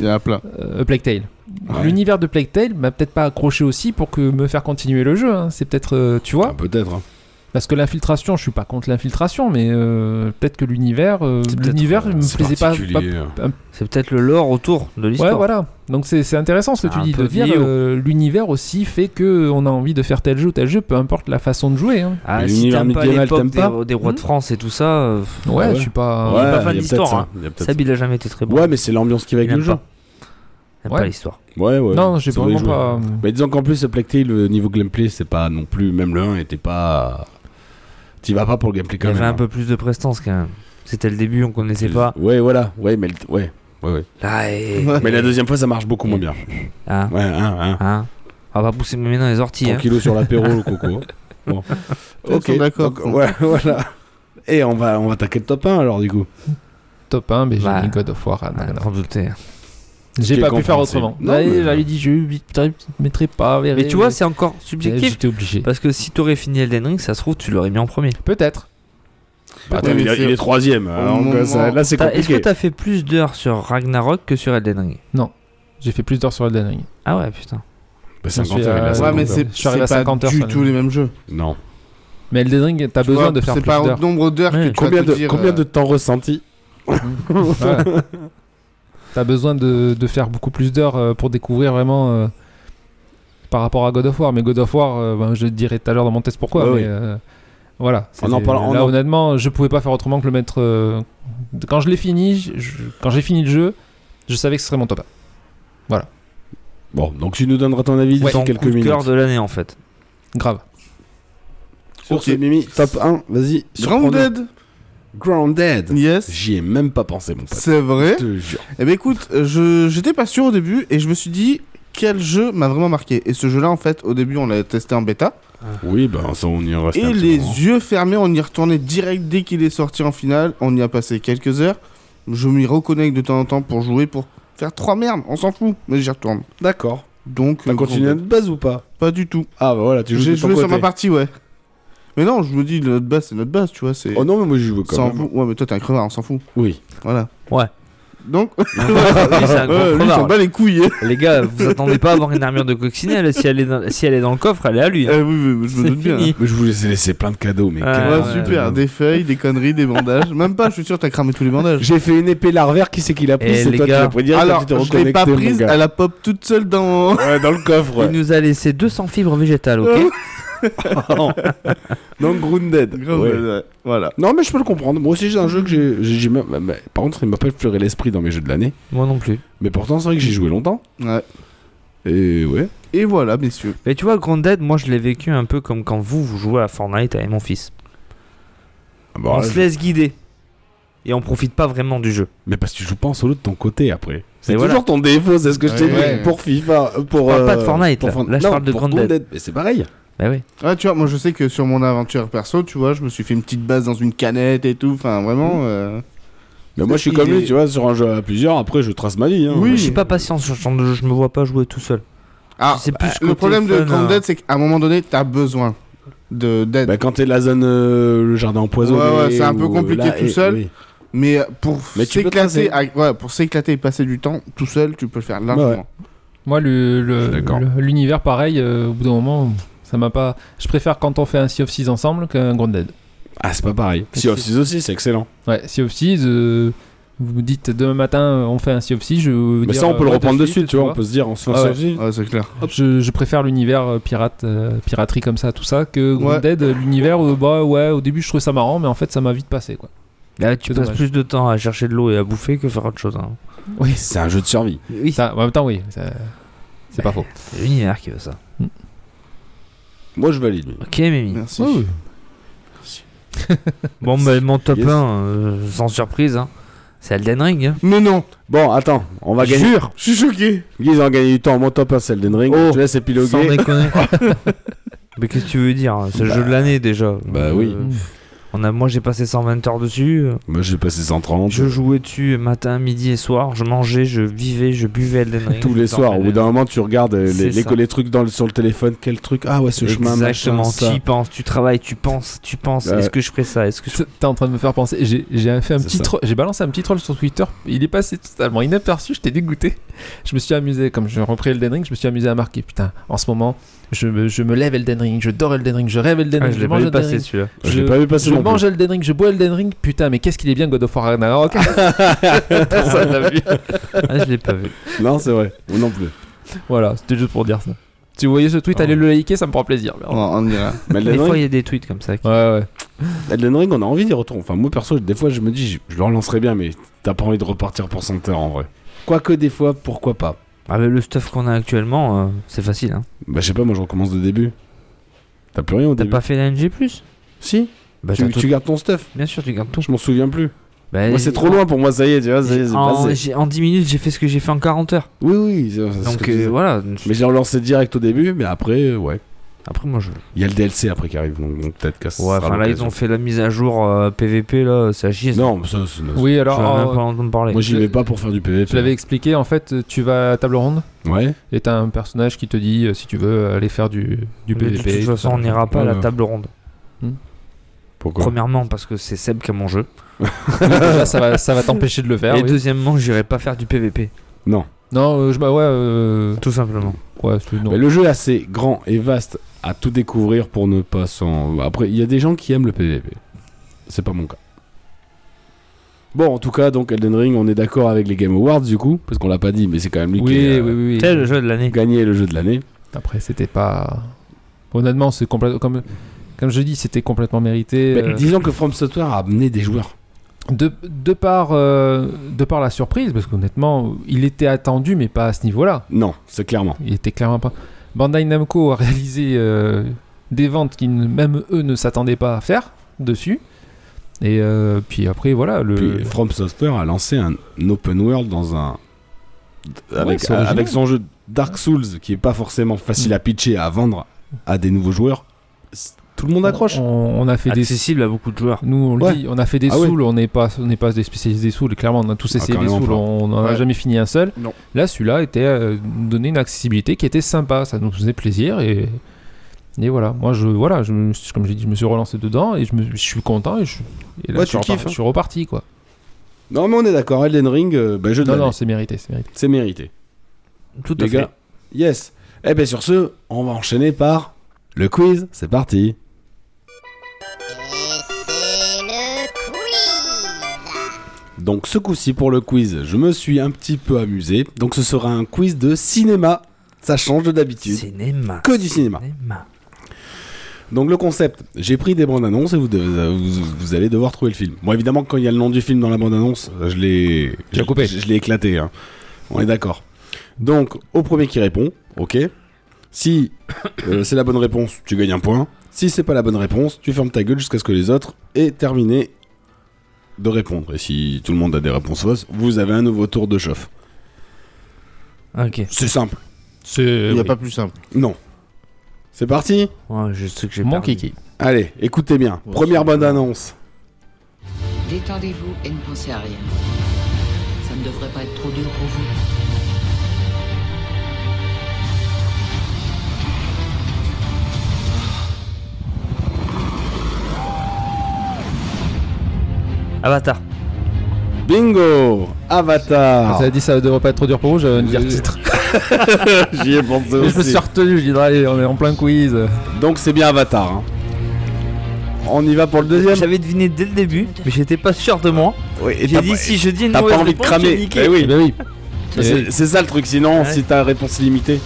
[SPEAKER 5] Il y en a plein.
[SPEAKER 6] euh, A Plague Tale.
[SPEAKER 4] Ouais.
[SPEAKER 6] L'univers de Plague Tale m'a peut-être pas accroché aussi pour que me faire continuer le jeu. hein. C'est peut-être, euh, tu vois,
[SPEAKER 4] Ah, peut-être. hein.
[SPEAKER 6] Parce que l'infiltration, je suis pas contre l'infiltration, mais euh, peut-être que l'univers, euh,
[SPEAKER 7] C'est peut-être,
[SPEAKER 6] l'univers il me
[SPEAKER 4] C'est
[SPEAKER 6] plaisait pas. pas-
[SPEAKER 4] particulier, hein.
[SPEAKER 7] C'est peut-être le lore autour de
[SPEAKER 6] Ouais,
[SPEAKER 7] l'histoire.
[SPEAKER 6] voilà. Donc c'est c'est intéressant ce que
[SPEAKER 7] C'est
[SPEAKER 6] tu
[SPEAKER 7] un
[SPEAKER 6] dis
[SPEAKER 7] peu
[SPEAKER 6] de dire.
[SPEAKER 7] vieillot.
[SPEAKER 6] euh, l'univers aussi fait que on a envie de faire tel jeu ou tel jeu, peu importe la façon de jouer. hein.
[SPEAKER 7] Ah,
[SPEAKER 4] Mais
[SPEAKER 7] si
[SPEAKER 4] l'univers
[SPEAKER 7] t'aimes pas
[SPEAKER 4] médiéval,
[SPEAKER 7] l'époque
[SPEAKER 4] t'aimes pas
[SPEAKER 7] des, des rois de
[SPEAKER 6] Hmm.
[SPEAKER 7] France et tout ça, euh, pff,
[SPEAKER 6] Ouais,
[SPEAKER 4] Ah ouais.
[SPEAKER 6] je suis pas. euh,
[SPEAKER 4] Ouais,
[SPEAKER 7] est pas fan
[SPEAKER 4] il y a peut-être
[SPEAKER 7] d'histoire,
[SPEAKER 4] ça,
[SPEAKER 7] hein.
[SPEAKER 4] il y a peut-être
[SPEAKER 7] Sab il a jamais été très
[SPEAKER 4] ça.
[SPEAKER 7] bon.
[SPEAKER 4] Ouais, mais c'est l'ambiance qui va
[SPEAKER 7] il
[SPEAKER 4] avec le
[SPEAKER 7] aime
[SPEAKER 4] jeu.
[SPEAKER 7] pas. Il aime
[SPEAKER 6] Ouais.
[SPEAKER 7] pas l'histoire.
[SPEAKER 4] Ouais, ouais.
[SPEAKER 6] non, j'ai
[SPEAKER 4] ça doit y
[SPEAKER 6] vraiment
[SPEAKER 4] jouer.
[SPEAKER 6] pas. euh,
[SPEAKER 4] Mais disons qu'en plus, ce Plague Tale, le niveau gameplay, c'est pas non plus. Même le 1 était pas. T'y vas pas pour le
[SPEAKER 7] Il
[SPEAKER 4] gameplay
[SPEAKER 7] y
[SPEAKER 4] quand
[SPEAKER 7] avait
[SPEAKER 4] même.
[SPEAKER 7] un
[SPEAKER 4] hein.
[SPEAKER 7] peu plus de prestance quand même. C'était le début, on connaissait pas.
[SPEAKER 4] Ouais, voilà. Ouais, mais, le- ouais. Ouais, ouais.
[SPEAKER 7] Là, et-
[SPEAKER 5] Ouais.
[SPEAKER 4] mais la deuxième fois, ça marche beaucoup moins bien.
[SPEAKER 7] Hein,
[SPEAKER 4] Ouais, hein, hein.
[SPEAKER 7] hein. On va pas pousser mes mains dans les orties. hein.
[SPEAKER 4] Tranquillo sur l'apéro, le coco. Bon. Ok,
[SPEAKER 5] sont d'accord.
[SPEAKER 4] donc, ouais, voilà. Et on va, on va attaquer le top 1 alors, du coup.
[SPEAKER 6] Top 1, mais j'ai
[SPEAKER 7] Ouais.
[SPEAKER 6] mis God of War.
[SPEAKER 7] Ah,
[SPEAKER 6] Ragnarok.
[SPEAKER 7] Sans douter.
[SPEAKER 6] J'ai
[SPEAKER 4] qui
[SPEAKER 6] pas
[SPEAKER 4] est
[SPEAKER 6] pu faire
[SPEAKER 4] compréhensible.
[SPEAKER 6] autrement.
[SPEAKER 4] Non,
[SPEAKER 6] Ouais,
[SPEAKER 4] mais-
[SPEAKER 6] J'avais dit, je ne mettrai pas. verrai,
[SPEAKER 7] Mais tu vois, c'est encore
[SPEAKER 6] mais
[SPEAKER 7] subjectif.
[SPEAKER 6] J'étais obligé.
[SPEAKER 7] Parce que si t'aurais fini Elden Ring, ça se trouve, tu l'aurais mis en premier.
[SPEAKER 6] Peut-être.
[SPEAKER 4] Bah, attends,
[SPEAKER 5] Oui, mais
[SPEAKER 4] il, est-
[SPEAKER 5] c'est-
[SPEAKER 4] il est troisième. alors,
[SPEAKER 5] moment-
[SPEAKER 4] quoi, ça- là, c'est
[SPEAKER 7] T'as- Est-ce que
[SPEAKER 4] compliqué.
[SPEAKER 7] t'as fait plus d'heures sur Ragnarok que sur Elden Ring
[SPEAKER 6] J'ai fait plus d'heures sur Elden Ring.
[SPEAKER 7] Ah ouais, putain.
[SPEAKER 4] Bah, 50
[SPEAKER 6] suis
[SPEAKER 4] heures,
[SPEAKER 6] à-
[SPEAKER 4] il a
[SPEAKER 6] Ouais,
[SPEAKER 5] Ouais,
[SPEAKER 4] 50
[SPEAKER 5] mais
[SPEAKER 4] heures.
[SPEAKER 5] c'est
[SPEAKER 6] euh, Je suis arrivé à
[SPEAKER 5] c'est
[SPEAKER 6] 50
[SPEAKER 5] pas
[SPEAKER 6] heures,
[SPEAKER 5] du
[SPEAKER 6] ça,
[SPEAKER 5] tout
[SPEAKER 6] mais-
[SPEAKER 5] les mêmes jeux.
[SPEAKER 4] Non.
[SPEAKER 6] Mais Elden Ring, t'as
[SPEAKER 5] Tu
[SPEAKER 6] besoin
[SPEAKER 5] vois,
[SPEAKER 6] de faire
[SPEAKER 5] C'est
[SPEAKER 6] plus
[SPEAKER 5] pas au
[SPEAKER 6] d'heures.
[SPEAKER 5] nombre d'heures
[SPEAKER 7] Ouais.
[SPEAKER 5] que tu
[SPEAKER 4] Combien
[SPEAKER 5] vas te
[SPEAKER 4] de,
[SPEAKER 5] dire,
[SPEAKER 4] combien
[SPEAKER 5] euh,
[SPEAKER 4] de temps ressenti
[SPEAKER 6] Ouais. T'as besoin de, de faire beaucoup plus d'heures euh, pour découvrir vraiment euh, par rapport à God of War. Mais God of War, euh, ben, je dirais tout à l'heure dans mon test pourquoi.
[SPEAKER 4] Ouais,
[SPEAKER 6] mais,
[SPEAKER 4] oui.
[SPEAKER 6] euh, voilà.
[SPEAKER 4] On en
[SPEAKER 6] C'était-
[SPEAKER 4] parle- on
[SPEAKER 6] Là,
[SPEAKER 4] en-
[SPEAKER 6] honnêtement, je pouvais pas faire autrement que le mettre. euh, quand je l'ai fini, je- je- quand j'ai fini le jeu, je savais que ce serait mon top 1.
[SPEAKER 4] Bon, donc tu nous donneras ton avis
[SPEAKER 7] Ouais,
[SPEAKER 4] d'ici
[SPEAKER 7] ton
[SPEAKER 4] quelques
[SPEAKER 7] coup de
[SPEAKER 4] minutes.
[SPEAKER 7] cœur de l'année en fait.
[SPEAKER 6] Grave.
[SPEAKER 4] Sur ce, Mimi, top 1, vas-y. surprenez-
[SPEAKER 5] Grounded
[SPEAKER 4] Grounded.
[SPEAKER 5] Yes.
[SPEAKER 4] J'y ai même pas pensé, mon pote.
[SPEAKER 5] C'est vrai.
[SPEAKER 4] Je te jure.
[SPEAKER 5] Eh ben écoute, euh, je j'étais pas sûr au début et je me suis dit quel jeu m'a vraiment marqué. Et ce jeu-là, en fait, au début, on l'a testé en bêta
[SPEAKER 4] Oui, ben ça, on y reste.
[SPEAKER 5] et les yeux fermés, on y retournait direct dès qu'il est sorti en finale. On y a passé quelques heures. Je m'y reconnecte de temps en temps pour jouer, pour faire trois merdes. On s'en fout, mais j'y retourne.
[SPEAKER 4] D'accord.
[SPEAKER 5] Donc,
[SPEAKER 4] On
[SPEAKER 5] euh,
[SPEAKER 4] continue
[SPEAKER 5] Grounded.
[SPEAKER 4] notre base ou pas
[SPEAKER 5] pas du tout.
[SPEAKER 4] Ah, bah voilà, tu joues
[SPEAKER 5] J'ai
[SPEAKER 4] de ton
[SPEAKER 5] joué sur
[SPEAKER 4] côté.
[SPEAKER 5] ma partie, ouais. Mais non, je me dis notre base, c'est notre base, tu vois. C'est.
[SPEAKER 4] Oh non, mais moi, j'y joue quand
[SPEAKER 5] s'en
[SPEAKER 4] même.
[SPEAKER 5] fout. Ouais, mais toi, t'es un crevard, on s'en fout.
[SPEAKER 4] Oui.
[SPEAKER 5] Voilà.
[SPEAKER 7] Ouais.
[SPEAKER 5] Donc,
[SPEAKER 7] Lui, c'est un gros
[SPEAKER 5] ouais, lui, il
[SPEAKER 7] crevard.
[SPEAKER 5] s'en bat les couilles. hein.
[SPEAKER 7] Les gars, vous attendez pas à avoir une armure de coccinelle. Si elle est dans, si elle est dans le coffre, elle est à lui. hein.
[SPEAKER 5] Eh oui, oui, oui, je me
[SPEAKER 7] C'est
[SPEAKER 5] doute bien.
[SPEAKER 7] fini. Ah
[SPEAKER 4] Mais je vous laisse laisser plein de cadeaux, mais.
[SPEAKER 7] Ouais,
[SPEAKER 4] quel hein.
[SPEAKER 5] Ouais,
[SPEAKER 4] bonheur.
[SPEAKER 5] super, des feuilles, des conneries, des bandages. Même pas, je suis sûr, t'as cramé tous les bandages.
[SPEAKER 4] J'ai fait une épée larvaire, qui c'est qui l'a
[SPEAKER 7] Eh,
[SPEAKER 4] prise C'est
[SPEAKER 7] les
[SPEAKER 4] toi qui
[SPEAKER 7] gars.
[SPEAKER 4] l'as prise direct
[SPEAKER 5] Alors,
[SPEAKER 4] quand tu t'es
[SPEAKER 5] je l'ai pas
[SPEAKER 4] reconnecté, mon
[SPEAKER 5] prise,
[SPEAKER 4] gars.
[SPEAKER 5] elle a pop toute seule dans.
[SPEAKER 4] Ouais, dans le coffre.
[SPEAKER 7] Il nous a laissé 200 fibres végétales, ok
[SPEAKER 4] non, Grounded.
[SPEAKER 5] Grave,
[SPEAKER 4] Ouais.
[SPEAKER 5] ouais, Voilà.
[SPEAKER 4] Non, mais je peux le comprendre. Moi aussi, j'ai un jeu que j'ai- j'ai. j'ai même- bah, bah, Par contre, il m'a pas effleuré l'esprit dans mes jeux de l'année.
[SPEAKER 7] Moi non plus.
[SPEAKER 4] Mais pourtant, c'est vrai que j'ai joué longtemps.
[SPEAKER 5] Ouais.
[SPEAKER 4] Et ouais.
[SPEAKER 5] Et voilà, messieurs.
[SPEAKER 7] Mais tu vois, Grounded, moi je l'ai vécu un peu comme quand vous, vous jouez à Fortnite avec mon fils.
[SPEAKER 4] Ah, bah,
[SPEAKER 7] on
[SPEAKER 4] ouais,
[SPEAKER 7] se laisse guider. Et on profite pas vraiment du jeu.
[SPEAKER 4] Mais parce que tu joues pas en solo de ton côté après. C'est
[SPEAKER 7] Mais
[SPEAKER 4] toujours
[SPEAKER 7] voilà.
[SPEAKER 4] ton défaut, c'est ce que je t'ai
[SPEAKER 5] Ouais,
[SPEAKER 4] dit
[SPEAKER 5] ouais.
[SPEAKER 4] pour FIFA, euh, pour.
[SPEAKER 7] parle
[SPEAKER 4] euh,
[SPEAKER 7] pas de Fortnite,
[SPEAKER 4] pour
[SPEAKER 7] là.
[SPEAKER 4] Fortnite.
[SPEAKER 7] Là, je
[SPEAKER 4] Non,
[SPEAKER 7] parle de
[SPEAKER 4] pour
[SPEAKER 7] Grand
[SPEAKER 4] Grand
[SPEAKER 7] Dead.
[SPEAKER 4] Mais c'est pareil.
[SPEAKER 7] Bah oui.
[SPEAKER 5] Ouais, Ah, tu vois, moi je sais que sur mon aventure perso, tu vois, je me suis fait une petite base dans une canette et tout. Enfin, vraiment.
[SPEAKER 4] Mm.
[SPEAKER 5] euh,
[SPEAKER 4] Mais moi, je suis
[SPEAKER 5] Il
[SPEAKER 4] comme lui,
[SPEAKER 5] est-
[SPEAKER 4] tu vois, sur un jeu à plusieurs. Après, je trace ma vie. hein.
[SPEAKER 5] Oui.
[SPEAKER 7] Je suis pas patient sur ce genre de jeu, je me vois pas jouer tout seul.
[SPEAKER 5] Ah,
[SPEAKER 7] C'est plus
[SPEAKER 5] le
[SPEAKER 7] côté
[SPEAKER 5] problème de
[SPEAKER 7] fun, hein.
[SPEAKER 5] Grounded, c'est qu'à un moment donné, t'as besoin de d'aide.
[SPEAKER 4] Bah, quand t'es de la zone, euh, le jardin empoisonné.
[SPEAKER 5] Ouais, ouais, c'est un peu
[SPEAKER 4] ou, euh,
[SPEAKER 5] compliqué
[SPEAKER 4] là,
[SPEAKER 5] tout
[SPEAKER 4] et-
[SPEAKER 5] seul.
[SPEAKER 4] oui.
[SPEAKER 5] Mais pour
[SPEAKER 4] Mais tu peux
[SPEAKER 5] s'éclater, à- ouais, pour s'éclater et passer du temps tout seul, tu peux le faire largement.
[SPEAKER 4] Ouais.
[SPEAKER 6] Moi, le-
[SPEAKER 4] Je suis
[SPEAKER 6] le-
[SPEAKER 4] d'accord.
[SPEAKER 6] le- l'univers, pareil, euh, au bout d'un moment, ça m'a pas. Je préfère quand on fait un Sea of Seas ensemble qu'un Grounded.
[SPEAKER 4] Ah, c'est pas pareil.
[SPEAKER 6] Et
[SPEAKER 4] Sea of
[SPEAKER 6] si-
[SPEAKER 4] Thieves aussi, c'est excellent.
[SPEAKER 6] Ouais, Sea of Seas, euh, vous me dites demain matin, euh, on fait un Sea of Seas. Je vais vous
[SPEAKER 4] Mais
[SPEAKER 6] dire,
[SPEAKER 4] ça, on
[SPEAKER 6] euh,
[SPEAKER 4] peut le
[SPEAKER 6] ouais,
[SPEAKER 4] reprendre
[SPEAKER 6] de suite,
[SPEAKER 4] dessus, tu vois. On peut se dire, on se lance
[SPEAKER 6] Ah
[SPEAKER 4] Sea
[SPEAKER 6] ouais.
[SPEAKER 4] of Thieves.
[SPEAKER 5] Ouais, c'est clair.
[SPEAKER 6] Je, je préfère l'univers euh, pirate, euh, piraterie comme ça, tout ça, que
[SPEAKER 5] Ouais.
[SPEAKER 6] Grounded, euh, l'univers où, bah ouais, au début je trouvais ça marrant, mais en fait ça m'a vite passé quoi.
[SPEAKER 7] Là, Bah, tu
[SPEAKER 6] C'est
[SPEAKER 7] passes
[SPEAKER 6] dommage.
[SPEAKER 7] plus de temps à chercher de l'eau et à bouffer que faire autre chose. hein.
[SPEAKER 6] Oui,
[SPEAKER 4] C'est un jeu de survie.
[SPEAKER 6] ça, en même temps, oui, ça- c'est pas faux.
[SPEAKER 7] C'est l'univers qui veut ça.
[SPEAKER 4] Moi, je valide.
[SPEAKER 7] Ok, Mimi.
[SPEAKER 5] Merci.
[SPEAKER 7] Bon, bah, mon top
[SPEAKER 4] Yes.
[SPEAKER 7] 1, euh, sans surprise, hein, c'est Elden Ring. hein.
[SPEAKER 5] Mais non,
[SPEAKER 4] Bon, attends, on va gagner.
[SPEAKER 5] jure, je suis choqué.
[SPEAKER 4] Ils ont gagné du temps. Mon top 1, c'est Elden Ring.
[SPEAKER 7] Oh.
[SPEAKER 4] Je laisse
[SPEAKER 7] Sans
[SPEAKER 4] épiloguer.
[SPEAKER 7] déconner. Mais qu'est-ce que tu veux dire hein, C'est le
[SPEAKER 4] Bah.
[SPEAKER 7] jeu de l'année déjà.
[SPEAKER 4] Bah oui.
[SPEAKER 7] Euh, on a, moi j'ai passé 120 heures dessus.
[SPEAKER 4] Moi, j'ai passé 130.
[SPEAKER 7] Je jouais dessus matin, midi et soir. Je mangeais, je vivais, je buvais Elden Ring.
[SPEAKER 4] tous les
[SPEAKER 7] Dans
[SPEAKER 4] soirs. Au bout
[SPEAKER 7] Elden
[SPEAKER 4] d'un moment, tu regardes euh, les,
[SPEAKER 7] C'est
[SPEAKER 4] les-
[SPEAKER 7] ça.
[SPEAKER 4] les trucs dans le- sur le téléphone. Quel truc Ah ouais, ce chemin, machin,
[SPEAKER 7] Exactement,
[SPEAKER 4] ça.
[SPEAKER 7] tu y penses, tu travailles, tu penses, tu penses.
[SPEAKER 4] Ouais.
[SPEAKER 7] Est-ce que je ferais ça Est-ce que je...
[SPEAKER 6] T- T'es en train de me faire penser. J'ai j'ai fait un
[SPEAKER 4] C'est
[SPEAKER 6] petit
[SPEAKER 4] ça.
[SPEAKER 6] troll- j'ai balancé un petit troll sur Twitter. Il est passé totalement inaperçu. J'étais dégoûté. Je me suis amusé comme j'ai repris Elden Ring. Je me suis amusé à marquer. Putain, en ce moment, je me, je me lève Elden Ring, je dors Elden Ring, je rêve Elden
[SPEAKER 7] Ah,
[SPEAKER 6] Ring,
[SPEAKER 7] je l'ai pas
[SPEAKER 6] mange
[SPEAKER 7] vu
[SPEAKER 6] Elden
[SPEAKER 7] passer
[SPEAKER 6] Ring.
[SPEAKER 7] celui-là.
[SPEAKER 4] Je l'ai pas vu passer
[SPEAKER 6] je
[SPEAKER 4] non plus.
[SPEAKER 6] mange Elden Ring, je bois Elden Ring. Putain, mais qu'est-ce qu'il est bien God of War Ragnarok. Personne l'a vu.
[SPEAKER 7] Ah, je l'ai pas vu.
[SPEAKER 4] Non, c'est vrai. Ou non plus.
[SPEAKER 6] Voilà, c'était juste pour dire ça. Ah Si vous voyez ce tweet, allez le liker, ça me prend plaisir.
[SPEAKER 5] Bon, on ira.
[SPEAKER 4] Mais
[SPEAKER 7] Des
[SPEAKER 4] Elden
[SPEAKER 7] fois, il
[SPEAKER 4] Ring,
[SPEAKER 7] y a des tweets comme ça. qui-
[SPEAKER 6] Ouais, ouais.
[SPEAKER 4] Elden Ring, on a envie d'y retourner. Enfin, moi perso, des fois, je me dis, je, je le relancerai bien, mais t'as pas envie de repartir pour 100 heures en vrai. Quoique, des fois, pourquoi pas
[SPEAKER 7] Ah, mais le stuff qu'on a actuellement, euh, c'est facile. Hein.
[SPEAKER 4] Bah, je sais pas, moi, je recommence de début. T'as plus rien au
[SPEAKER 7] T'as
[SPEAKER 4] début.
[SPEAKER 7] pas fait la NG plus
[SPEAKER 4] Si
[SPEAKER 7] Bah,
[SPEAKER 4] tu,
[SPEAKER 7] t'as tout-
[SPEAKER 4] tu gardes ton stuff.
[SPEAKER 7] Bien sûr, tu gardes tout.
[SPEAKER 4] Je m'en souviens plus.
[SPEAKER 7] Bah,
[SPEAKER 4] Moi, c'est trop loin pour moi, ça y est, tu vois, ça y est, c'est
[SPEAKER 7] En,
[SPEAKER 4] passé.
[SPEAKER 7] j'ai- en 10 minutes, j'ai fait ce que j'ai fait en 40 heures.
[SPEAKER 4] Oui, oui. c'est- c'est ce que
[SPEAKER 7] Donc
[SPEAKER 4] je
[SPEAKER 7] euh,
[SPEAKER 4] disais.
[SPEAKER 7] voilà.
[SPEAKER 4] Mais j'ai relancé direct au début, mais après, euh, ouais.
[SPEAKER 7] Après, moi, je.
[SPEAKER 4] Il y a le DLC après qui arrive, donc, donc peut-être que ça
[SPEAKER 7] Ouais,
[SPEAKER 4] sera
[SPEAKER 7] enfin là, ils
[SPEAKER 4] l'occasion.
[SPEAKER 7] ont fait la mise à jour euh, PVP, là, ça chie.
[SPEAKER 4] Non, mais ça, c'est-
[SPEAKER 6] Oui,
[SPEAKER 7] je
[SPEAKER 6] alors,
[SPEAKER 7] vais même
[SPEAKER 6] euh,
[SPEAKER 7] pas entendre parler.
[SPEAKER 4] moi j'y
[SPEAKER 6] je-
[SPEAKER 4] vais pas pour faire du PVP.
[SPEAKER 6] je l'avais expliqué. En fait, tu vas à table ronde.
[SPEAKER 4] hein. Ouais.
[SPEAKER 6] Et t'as un personnage qui te dit euh, si tu veux aller faire du, du
[SPEAKER 7] Mais
[SPEAKER 6] PVP.
[SPEAKER 7] de toute
[SPEAKER 6] tout
[SPEAKER 7] façon,
[SPEAKER 6] ça.
[SPEAKER 7] on n'ira pas à
[SPEAKER 4] Ouais,
[SPEAKER 7] la
[SPEAKER 4] ouais.
[SPEAKER 7] table ronde.
[SPEAKER 4] Pourquoi
[SPEAKER 7] Premièrement, parce que c'est Seb qui a mon jeu.
[SPEAKER 6] Déjà, ça va, ça va t'empêcher de le faire.
[SPEAKER 7] et
[SPEAKER 6] oui.
[SPEAKER 7] deuxièmement, j'irai pas faire du PVP.
[SPEAKER 4] Non.
[SPEAKER 6] Non, euh, je, bah ouais, euh,
[SPEAKER 7] Tout simplement.
[SPEAKER 6] ouais, c'est- non.
[SPEAKER 4] Mais le jeu est assez grand et vaste à tout découvrir pour ne pas s'en. Après, il y a des gens qui aiment le PvP. C'est pas mon cas. Bon, en tout cas, donc Elden Ring, on est d'accord avec les Game Awards du coup, parce qu'on l'a pas dit, mais c'est quand même lui qui
[SPEAKER 6] oui, oui,
[SPEAKER 4] a
[SPEAKER 6] oui, oui.
[SPEAKER 7] C'est le jeu de l'année.
[SPEAKER 4] gagné le jeu de l'année.
[SPEAKER 6] Après, c'était pas. Honnêtement, c'est complètement. Comme, comme je dis, c'était complètement mérité.
[SPEAKER 4] Mais
[SPEAKER 6] euh,
[SPEAKER 4] disons que From Software a amené des joueurs.
[SPEAKER 6] de, de, par, euh, de par la surprise, parce qu'honnêtement, il était attendu, mais pas à ce niveau-là.
[SPEAKER 4] Non, c'est clairement.
[SPEAKER 6] Il était clairement pas. Bandai Namco a réalisé euh, des ventes qui ne- même eux ne s'attendaient pas à faire dessus. Et euh, puis après, voilà. Le...
[SPEAKER 4] Puis From Software a lancé un open world dans un. Avec,
[SPEAKER 6] c'est original.
[SPEAKER 4] avec son jeu Dark Souls, qui est pas forcément facile à pitcher, à vendre à des nouveaux joueurs. C'est- Tout le monde accroche. Ah,
[SPEAKER 6] On, on a fait des.
[SPEAKER 7] Accessible à beaucoup de joueurs.
[SPEAKER 6] Nous, on le
[SPEAKER 4] Ouais.
[SPEAKER 6] dit, on a fait des
[SPEAKER 4] Ah ouais.
[SPEAKER 6] souls, on n'est pas, on n'est pas des spécialistes des souls. Clairement, on a tous essayé des
[SPEAKER 4] carrément
[SPEAKER 6] souls,
[SPEAKER 4] pas.
[SPEAKER 6] on n'en a
[SPEAKER 5] Ouais.
[SPEAKER 6] jamais fini un seul.
[SPEAKER 5] Non.
[SPEAKER 6] Là, celui-là était euh, nous donnait une accessibilité qui était sympa, ça nous faisait plaisir et et voilà. Moi, je voilà, je, me suis- comme j'ai dit, je me suis relancé dedans et je, me, je suis content et je, et là,
[SPEAKER 4] Ouais,
[SPEAKER 6] je, suis
[SPEAKER 4] tu
[SPEAKER 6] repar-
[SPEAKER 4] kiffes, hein.
[SPEAKER 6] je suis reparti quoi.
[SPEAKER 4] Non, mais on est d'accord, Elden Ring, euh, bah, jeu de
[SPEAKER 6] Non,
[SPEAKER 4] l'année.
[SPEAKER 6] non, c'est mérité, c'est mérité.
[SPEAKER 4] C'est mérité.
[SPEAKER 7] Tout à
[SPEAKER 4] Les
[SPEAKER 7] fait.
[SPEAKER 4] gars, yes. Eh bien, sur ce, on va enchaîner par le quiz. C'est parti. Donc, ce coup-ci, pour le quiz, je me suis un petit peu amusé. Donc, ce sera un quiz de cinéma. Ça change de d'habitude.
[SPEAKER 7] Cinéma.
[SPEAKER 4] Que du cinéma. Donc le concept, j'ai pris des bandes annonces et vous, devez- euh, vous, vous allez devoir trouver le film. Moi évidemment quand il y a le nom du film dans la bande annonce, je l'ai
[SPEAKER 6] Tu l'as coupé.
[SPEAKER 4] Je, je l'ai éclaté. hein. On est d'accord. Donc au premier qui répond, ok. Si euh, c'est la bonne réponse, tu gagnes un point. Si c'est pas la bonne réponse, tu fermes ta gueule jusqu'à ce que les autres aient terminé de répondre. Et si tout le monde a des réponses fausses, vous avez un nouveau tour de chauffe.
[SPEAKER 7] Ok.
[SPEAKER 4] C'est simple. Eh
[SPEAKER 6] C'est
[SPEAKER 5] Il n'y a
[SPEAKER 6] oui.
[SPEAKER 5] pas plus simple.
[SPEAKER 4] Non. C'est parti.
[SPEAKER 7] Ouais, je sais que j'ai
[SPEAKER 6] mon
[SPEAKER 7] perdu.
[SPEAKER 6] kiki.
[SPEAKER 4] Allez, écoutez bien.
[SPEAKER 5] Ouais,
[SPEAKER 4] Première
[SPEAKER 5] c'est
[SPEAKER 4] bande
[SPEAKER 5] bon.
[SPEAKER 4] annonce.
[SPEAKER 8] Détendez-vous et ne pensez à rien. Ça ne devrait pas être trop dur pour vous.
[SPEAKER 7] Avatar.
[SPEAKER 4] Bingo Avatar
[SPEAKER 6] Ça a dit ça devrait pas être trop dur pour vous, j'allais dire le titre.
[SPEAKER 4] J'y ai pensé
[SPEAKER 6] Mais je me suis retenu, je dis allez, on est en plein quiz.
[SPEAKER 4] Donc c'est bien Avatar. hein. On y va pour le deuxième
[SPEAKER 7] J'avais deviné dès le début, mais j'étais pas sûr de moi.
[SPEAKER 4] Oui, et
[SPEAKER 7] J'ai
[SPEAKER 4] t'as
[SPEAKER 7] dit
[SPEAKER 4] pas-
[SPEAKER 7] si je dis une
[SPEAKER 4] t'as
[SPEAKER 7] mauvaise
[SPEAKER 4] pas envie de
[SPEAKER 7] réponse, j'ai
[SPEAKER 4] cramer.
[SPEAKER 7] niqué.
[SPEAKER 4] Eh oui.
[SPEAKER 6] Ben oui.
[SPEAKER 4] Mais
[SPEAKER 6] Eh
[SPEAKER 4] c'est
[SPEAKER 6] oui.
[SPEAKER 4] c'est ça le truc, sinon
[SPEAKER 7] Ouais.
[SPEAKER 4] si ta réponse est limitée.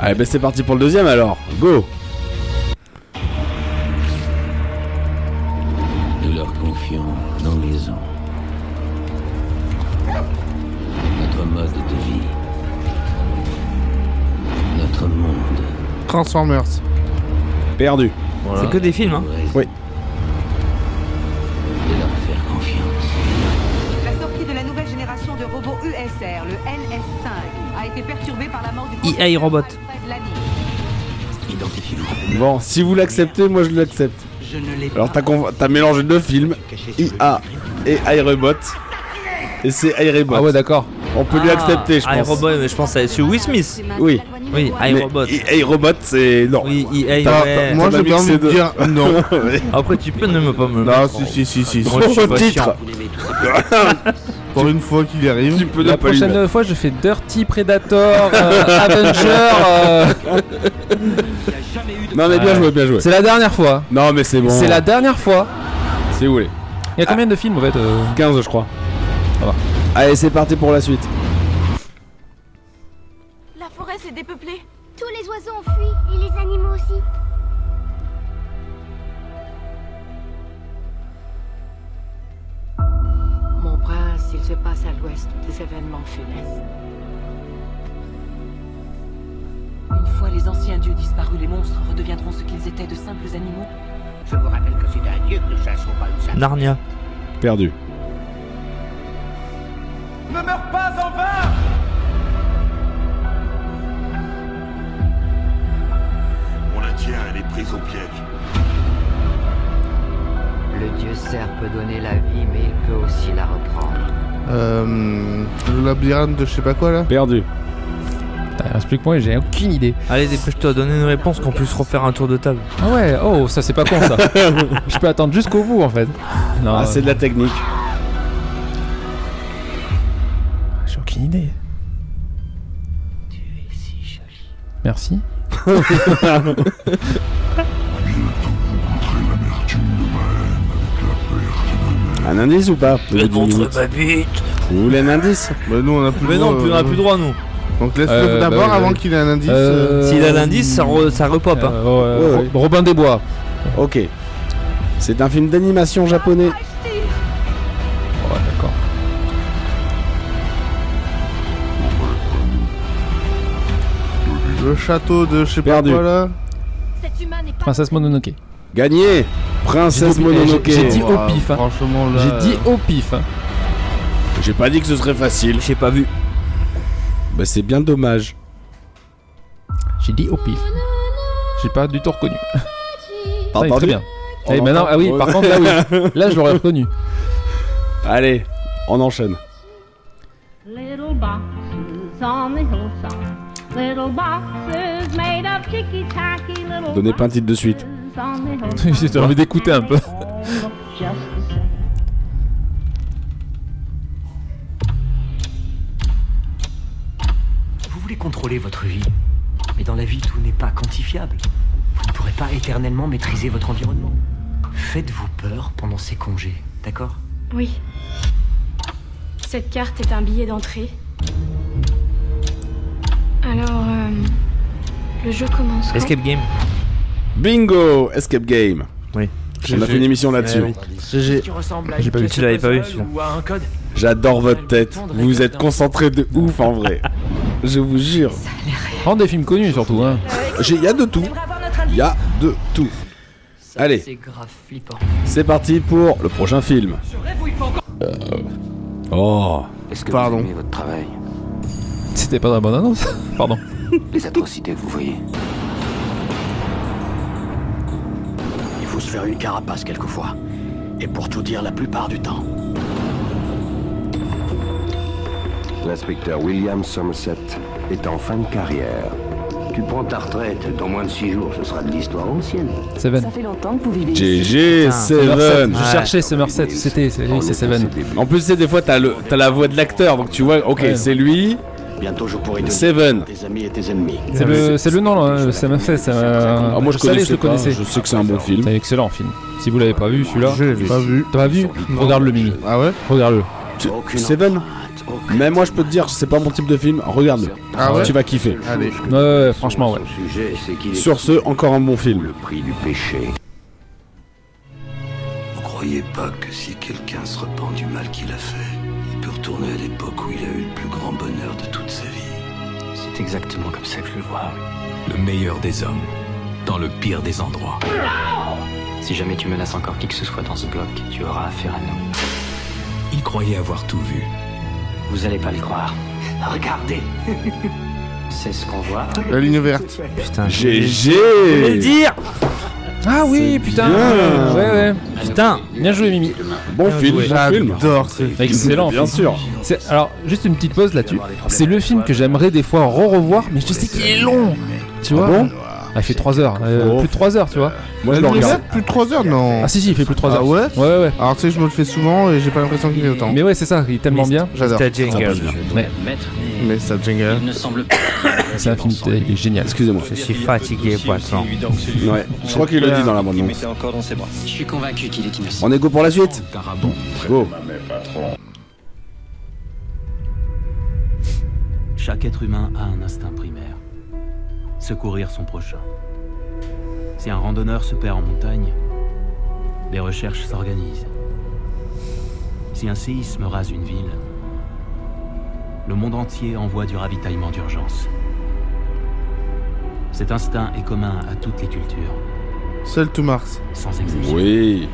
[SPEAKER 4] Allez, ben c'est parti pour le deuxième alors. Go
[SPEAKER 9] Nous leur confions nos maisons, notre mode de vie, notre monde.
[SPEAKER 5] Transformers.
[SPEAKER 4] Perdu.
[SPEAKER 7] C'est que des films, hein.
[SPEAKER 4] Oui.
[SPEAKER 9] De leur faire confiance.
[SPEAKER 10] La sortie de la nouvelle génération de robots USR, le NS5, a été perturbée par la mort du
[SPEAKER 7] EA Robot.
[SPEAKER 10] Alfred Lamy.
[SPEAKER 9] Identifiez-vous.
[SPEAKER 4] Bon, si vous l'acceptez, moi je l'accepte.
[SPEAKER 8] Je ne l'ai
[SPEAKER 4] Alors t'as con- t'as mélangé deux films, IA et iRobot. Et c'est iRobot.
[SPEAKER 6] Ah ouais, d'accord.
[SPEAKER 4] On peut lui accepter, je pense.
[SPEAKER 7] iRobot, mais je pense à sur Will Smith.
[SPEAKER 4] Oui.
[SPEAKER 7] Oui,
[SPEAKER 4] Mais
[SPEAKER 7] iRobot.
[SPEAKER 4] I- iRobot, c'est. Non.
[SPEAKER 7] Oui, EA.
[SPEAKER 5] Ah,
[SPEAKER 7] ouais.
[SPEAKER 5] moi,
[SPEAKER 4] Eh, t'as
[SPEAKER 5] j'ai bien
[SPEAKER 4] mixé
[SPEAKER 5] envie de
[SPEAKER 4] deux.
[SPEAKER 5] dire non.
[SPEAKER 7] Après, tu peux ne me pas me.
[SPEAKER 5] non, si, si, si, si.
[SPEAKER 7] Moi, je suis
[SPEAKER 4] Au
[SPEAKER 7] pas
[SPEAKER 4] titre.
[SPEAKER 5] Pour une fois qu'il y
[SPEAKER 4] Tu
[SPEAKER 5] arrive.
[SPEAKER 4] peux ne
[SPEAKER 6] La
[SPEAKER 4] pas lui
[SPEAKER 6] prochaine fois, je fais Dirty Predator, euh, Avenger. euh,
[SPEAKER 4] mettre. Non mais bien joué, bien joué.
[SPEAKER 6] C'est la dernière fois.
[SPEAKER 4] Non mais c'est bon.
[SPEAKER 6] C'est la dernière fois.
[SPEAKER 4] Si vous voulez.
[SPEAKER 6] Il y a combien de films en fait euh
[SPEAKER 4] 15 je crois.
[SPEAKER 6] va.
[SPEAKER 4] Allez, c'est parti pour la suite.
[SPEAKER 11] La forêt s'est dépeuplée.
[SPEAKER 12] Tous les oiseaux ont fui et les animaux aussi.
[SPEAKER 8] Mon prince, il se passe à l'ouest des événements funestes.
[SPEAKER 10] Une fois les anciens dieux disparus, les monstres redeviendront ce qu'ils étaient de simples animaux.
[SPEAKER 8] Je vous rappelle que c'est un dieu que nous chassons pas une salle.
[SPEAKER 7] Narnia.
[SPEAKER 4] Perdu.
[SPEAKER 1] On la tient, elle est prise au piège.
[SPEAKER 8] Le dieu cerf peut donner la vie, mais il peut aussi la reprendre.
[SPEAKER 5] Euh, le labyrinthe de je sais pas quoi là.
[SPEAKER 4] Perdu.
[SPEAKER 6] Putain, reste plus que moi et j'ai aucune idée.
[SPEAKER 7] Allez, dépêche-toi, donne une réponse qu'on puisse refaire un tour de table.
[SPEAKER 6] Ah ouais, oh, ça c'est pas con ça. Je peux attendre jusqu'au bout en fait. Non, euh,
[SPEAKER 4] Ah, c'est de la technique.
[SPEAKER 6] J'ai aucune idée. Merci.
[SPEAKER 4] Un indice ou pas Au bout d'une minute.
[SPEAKER 7] bite
[SPEAKER 4] Vous voulez un indice
[SPEAKER 5] Bah, nous, on a plus
[SPEAKER 7] Mais
[SPEAKER 5] le
[SPEAKER 7] non,
[SPEAKER 5] droit,
[SPEAKER 7] plus- on a
[SPEAKER 5] euh,
[SPEAKER 7] plus droit, nous.
[SPEAKER 5] Donc laisse-le
[SPEAKER 6] Euh, bah
[SPEAKER 5] d'abord
[SPEAKER 6] oui, bah
[SPEAKER 5] avant
[SPEAKER 6] oui.
[SPEAKER 5] qu'il ait un indice.
[SPEAKER 6] Euh,
[SPEAKER 7] S'il a l'indice, ça, re- ça repop. hein.
[SPEAKER 6] euh,
[SPEAKER 4] Ouais, ouais.
[SPEAKER 6] Ro- Robin des Bois.
[SPEAKER 4] Ok. C'est un film d'animation japonais.
[SPEAKER 6] Ouais, d'accord.
[SPEAKER 5] euh, Le château de je sais pas
[SPEAKER 4] Perdu.
[SPEAKER 5] quoi là.
[SPEAKER 12] Cet humain n'est pas.
[SPEAKER 6] Princesse Mononoke.
[SPEAKER 4] Euh. Gagné Princesse
[SPEAKER 6] J'ai dit-
[SPEAKER 4] Mononoke.
[SPEAKER 6] j'ai dit- au
[SPEAKER 5] Ouah,
[SPEAKER 6] pif, hein.
[SPEAKER 5] Franchement là.
[SPEAKER 6] J'ai dit
[SPEAKER 5] euh,
[SPEAKER 6] au pif. hein.
[SPEAKER 4] J'ai pas dit que ce serait facile.
[SPEAKER 7] J'ai pas vu.
[SPEAKER 4] Bah, c'est bien dommage.
[SPEAKER 6] J'ai dit au pif. J'ai pas du tout reconnu.
[SPEAKER 4] T'as
[SPEAKER 6] Ah, il est
[SPEAKER 4] entendu
[SPEAKER 6] très bien.
[SPEAKER 4] On
[SPEAKER 6] Eh, maintenant,
[SPEAKER 4] l'entend
[SPEAKER 6] ah oui, par contre, là, oui. là je l'aurais reconnu.
[SPEAKER 4] Allez, on enchaîne.
[SPEAKER 12] Little boxes on the hillside. Little boxes made of ticky tacky little.
[SPEAKER 4] Donnez pas un titre de suite.
[SPEAKER 12] boxes on the hillside.
[SPEAKER 6] J'ai envie d'écouter un peu.
[SPEAKER 12] All look just the same.
[SPEAKER 9] Vous voulez contrôler votre vie, mais dans la vie tout n'est pas quantifiable. Vous ne pourrez pas éternellement maîtriser votre environnement. Faites-vous peur pendant ces congés, d'accord
[SPEAKER 11] Oui. Cette carte est un billet d'entrée. Alors, euh, le jeu commence. quand
[SPEAKER 7] Escape game.
[SPEAKER 4] Bingo Escape Game.
[SPEAKER 7] Oui.
[SPEAKER 4] On a fait une émission là-dessus.
[SPEAKER 7] GG.
[SPEAKER 9] Tu ressembles à
[SPEAKER 7] J'ai
[SPEAKER 9] une
[SPEAKER 7] pas vu.
[SPEAKER 9] pièce
[SPEAKER 7] Tu l'avais
[SPEAKER 9] de
[SPEAKER 7] pas vu,
[SPEAKER 9] puzzle
[SPEAKER 7] celui-là.
[SPEAKER 9] ou à un code.
[SPEAKER 4] J'adore votre tête. Vous êtes concentrés de ouf en vrai. Je vous jure.
[SPEAKER 6] Prends des films connus surtout. Hein.
[SPEAKER 4] J'ai- y a de tout. Y a de tout.
[SPEAKER 9] Ça,
[SPEAKER 4] Allez.
[SPEAKER 9] C'est grave flippant.
[SPEAKER 4] C'est parti pour le prochain film. Oh,
[SPEAKER 9] Est-ce que
[SPEAKER 5] vous Pardon.
[SPEAKER 9] aimez votre travail
[SPEAKER 6] C'était pas dans la bonne annonce. Pardon.
[SPEAKER 9] Les atrocités que vous voyez. Il faut se faire une carapace quelquefois. Et pour tout dire, la plupart du temps.
[SPEAKER 13] L'inspecteur William Somerset est en fin de carrière.
[SPEAKER 9] Tu prends ta retraite, dans moins de six jours, ce sera de l'histoire ancienne.
[SPEAKER 6] Seven.
[SPEAKER 10] fait longtemps que vous vivez
[SPEAKER 4] GG
[SPEAKER 6] Somerset.
[SPEAKER 4] 7
[SPEAKER 6] Je cherchais Somerset. C'était c'est- oui, c'est Seven.
[SPEAKER 4] En plus, c'est des fois, t'as le- t'as la voix de l'acteur, donc tu vois, ok,
[SPEAKER 6] Ouais.
[SPEAKER 4] c'est lui.
[SPEAKER 9] Bientôt, je pourrai donner
[SPEAKER 4] Seven.
[SPEAKER 9] tes amis et tes ennemis.
[SPEAKER 6] C'est le, c'est le nom, là, euh, Somerset. c'est un-
[SPEAKER 4] Ah, moi, je
[SPEAKER 6] Ça,
[SPEAKER 4] connaissais
[SPEAKER 6] je le
[SPEAKER 4] pas,
[SPEAKER 6] connaissais.
[SPEAKER 4] Je sais que c'est un bon film.
[SPEAKER 6] C'est un excellent film. Si vous l'avez pas vu, celui-là,
[SPEAKER 5] Je l'ai vu. Pas vu.
[SPEAKER 6] t'as pas vu Regarde-le, Mimi.
[SPEAKER 5] Ah ouais
[SPEAKER 6] Regarde-le.
[SPEAKER 4] Tu-
[SPEAKER 9] Aucune
[SPEAKER 4] Seven
[SPEAKER 9] empreinte, aucune-
[SPEAKER 4] Même moi, je peux te dire, c'est pas mon type de film. Regarde-le.
[SPEAKER 5] Ah ouais
[SPEAKER 4] Tu vas kiffer.
[SPEAKER 5] Allez.
[SPEAKER 6] Ouais, ouais, franchement, ouais.
[SPEAKER 13] Son sujet, c'est qu'il est
[SPEAKER 4] Sur ce, encore un bon film.
[SPEAKER 13] le prix du péché.
[SPEAKER 9] Vous croyez pas que si quelqu'un se repent du mal qu'il a fait, il peut retourner à l'époque où il a eu le plus grand bonheur de toute sa vie C'est exactement comme ça que je le vois, oui. Le meilleur des hommes, dans le pire des endroits. si jamais tu menaces encore qui que ce soit dans ce bloc, tu auras affaire à nous. Il croyait avoir tout vu. Vous allez pas le croire. Regardez C'est ce qu'on voit.
[SPEAKER 5] La ligne verte.
[SPEAKER 7] Putain. Je vais le
[SPEAKER 4] GG
[SPEAKER 7] dire
[SPEAKER 6] Ah oui, putain.
[SPEAKER 4] bien.
[SPEAKER 6] Ouais, ouais.
[SPEAKER 7] Putain
[SPEAKER 6] Bien joué, Mimi.
[SPEAKER 4] Bon film, bon film.
[SPEAKER 5] J'adore ce
[SPEAKER 6] Excellent.
[SPEAKER 4] Bien
[SPEAKER 6] film.
[SPEAKER 4] sûr.
[SPEAKER 6] C'est- Alors, juste une petite pause là-dessus. C'est le film que j'aimerais des fois re-revoir, mais je sais qu'il est long. Tu vois
[SPEAKER 4] bon
[SPEAKER 6] Ah, Il fait 3 heures. euh,
[SPEAKER 4] Oh.
[SPEAKER 6] Plus de 3 heures, tu vois.
[SPEAKER 4] Moi, je le
[SPEAKER 5] La ligne
[SPEAKER 4] regarde.
[SPEAKER 5] verte, plus de 3 heures Non.
[SPEAKER 6] Ah si, si, il fait plus de 3
[SPEAKER 5] Ah
[SPEAKER 6] heures.
[SPEAKER 5] ouais
[SPEAKER 6] Ouais, ouais.
[SPEAKER 5] Alors tu sais, je me le fais souvent et j'ai pas l'impression qu'il fait autant.
[SPEAKER 6] Mais ouais, c'est ça, il est tellement bien.
[SPEAKER 5] J'adore.
[SPEAKER 7] T'as Jenga.
[SPEAKER 5] Mais ça jingle.
[SPEAKER 9] ne semble pas.
[SPEAKER 6] C'est un film, il est génial.
[SPEAKER 4] Excusez-moi.
[SPEAKER 7] Je suis fatigué, poisson.
[SPEAKER 4] Ouais, je crois qu'il le dit dans la bande annonce.
[SPEAKER 9] Je suis convaincu qu'il est innocent.
[SPEAKER 4] On est go pour la suite Go.
[SPEAKER 9] Chaque être humain a un instinct primaire. Secourir son prochain. Si un randonneur se perd en montagne, des recherches s'organisent. Si un séisme rase une ville, le monde entier envoie du ravitaillement d'urgence. Cet instinct est commun à toutes les cultures,
[SPEAKER 5] Seul to Mars.
[SPEAKER 9] sans exception.
[SPEAKER 4] Oui.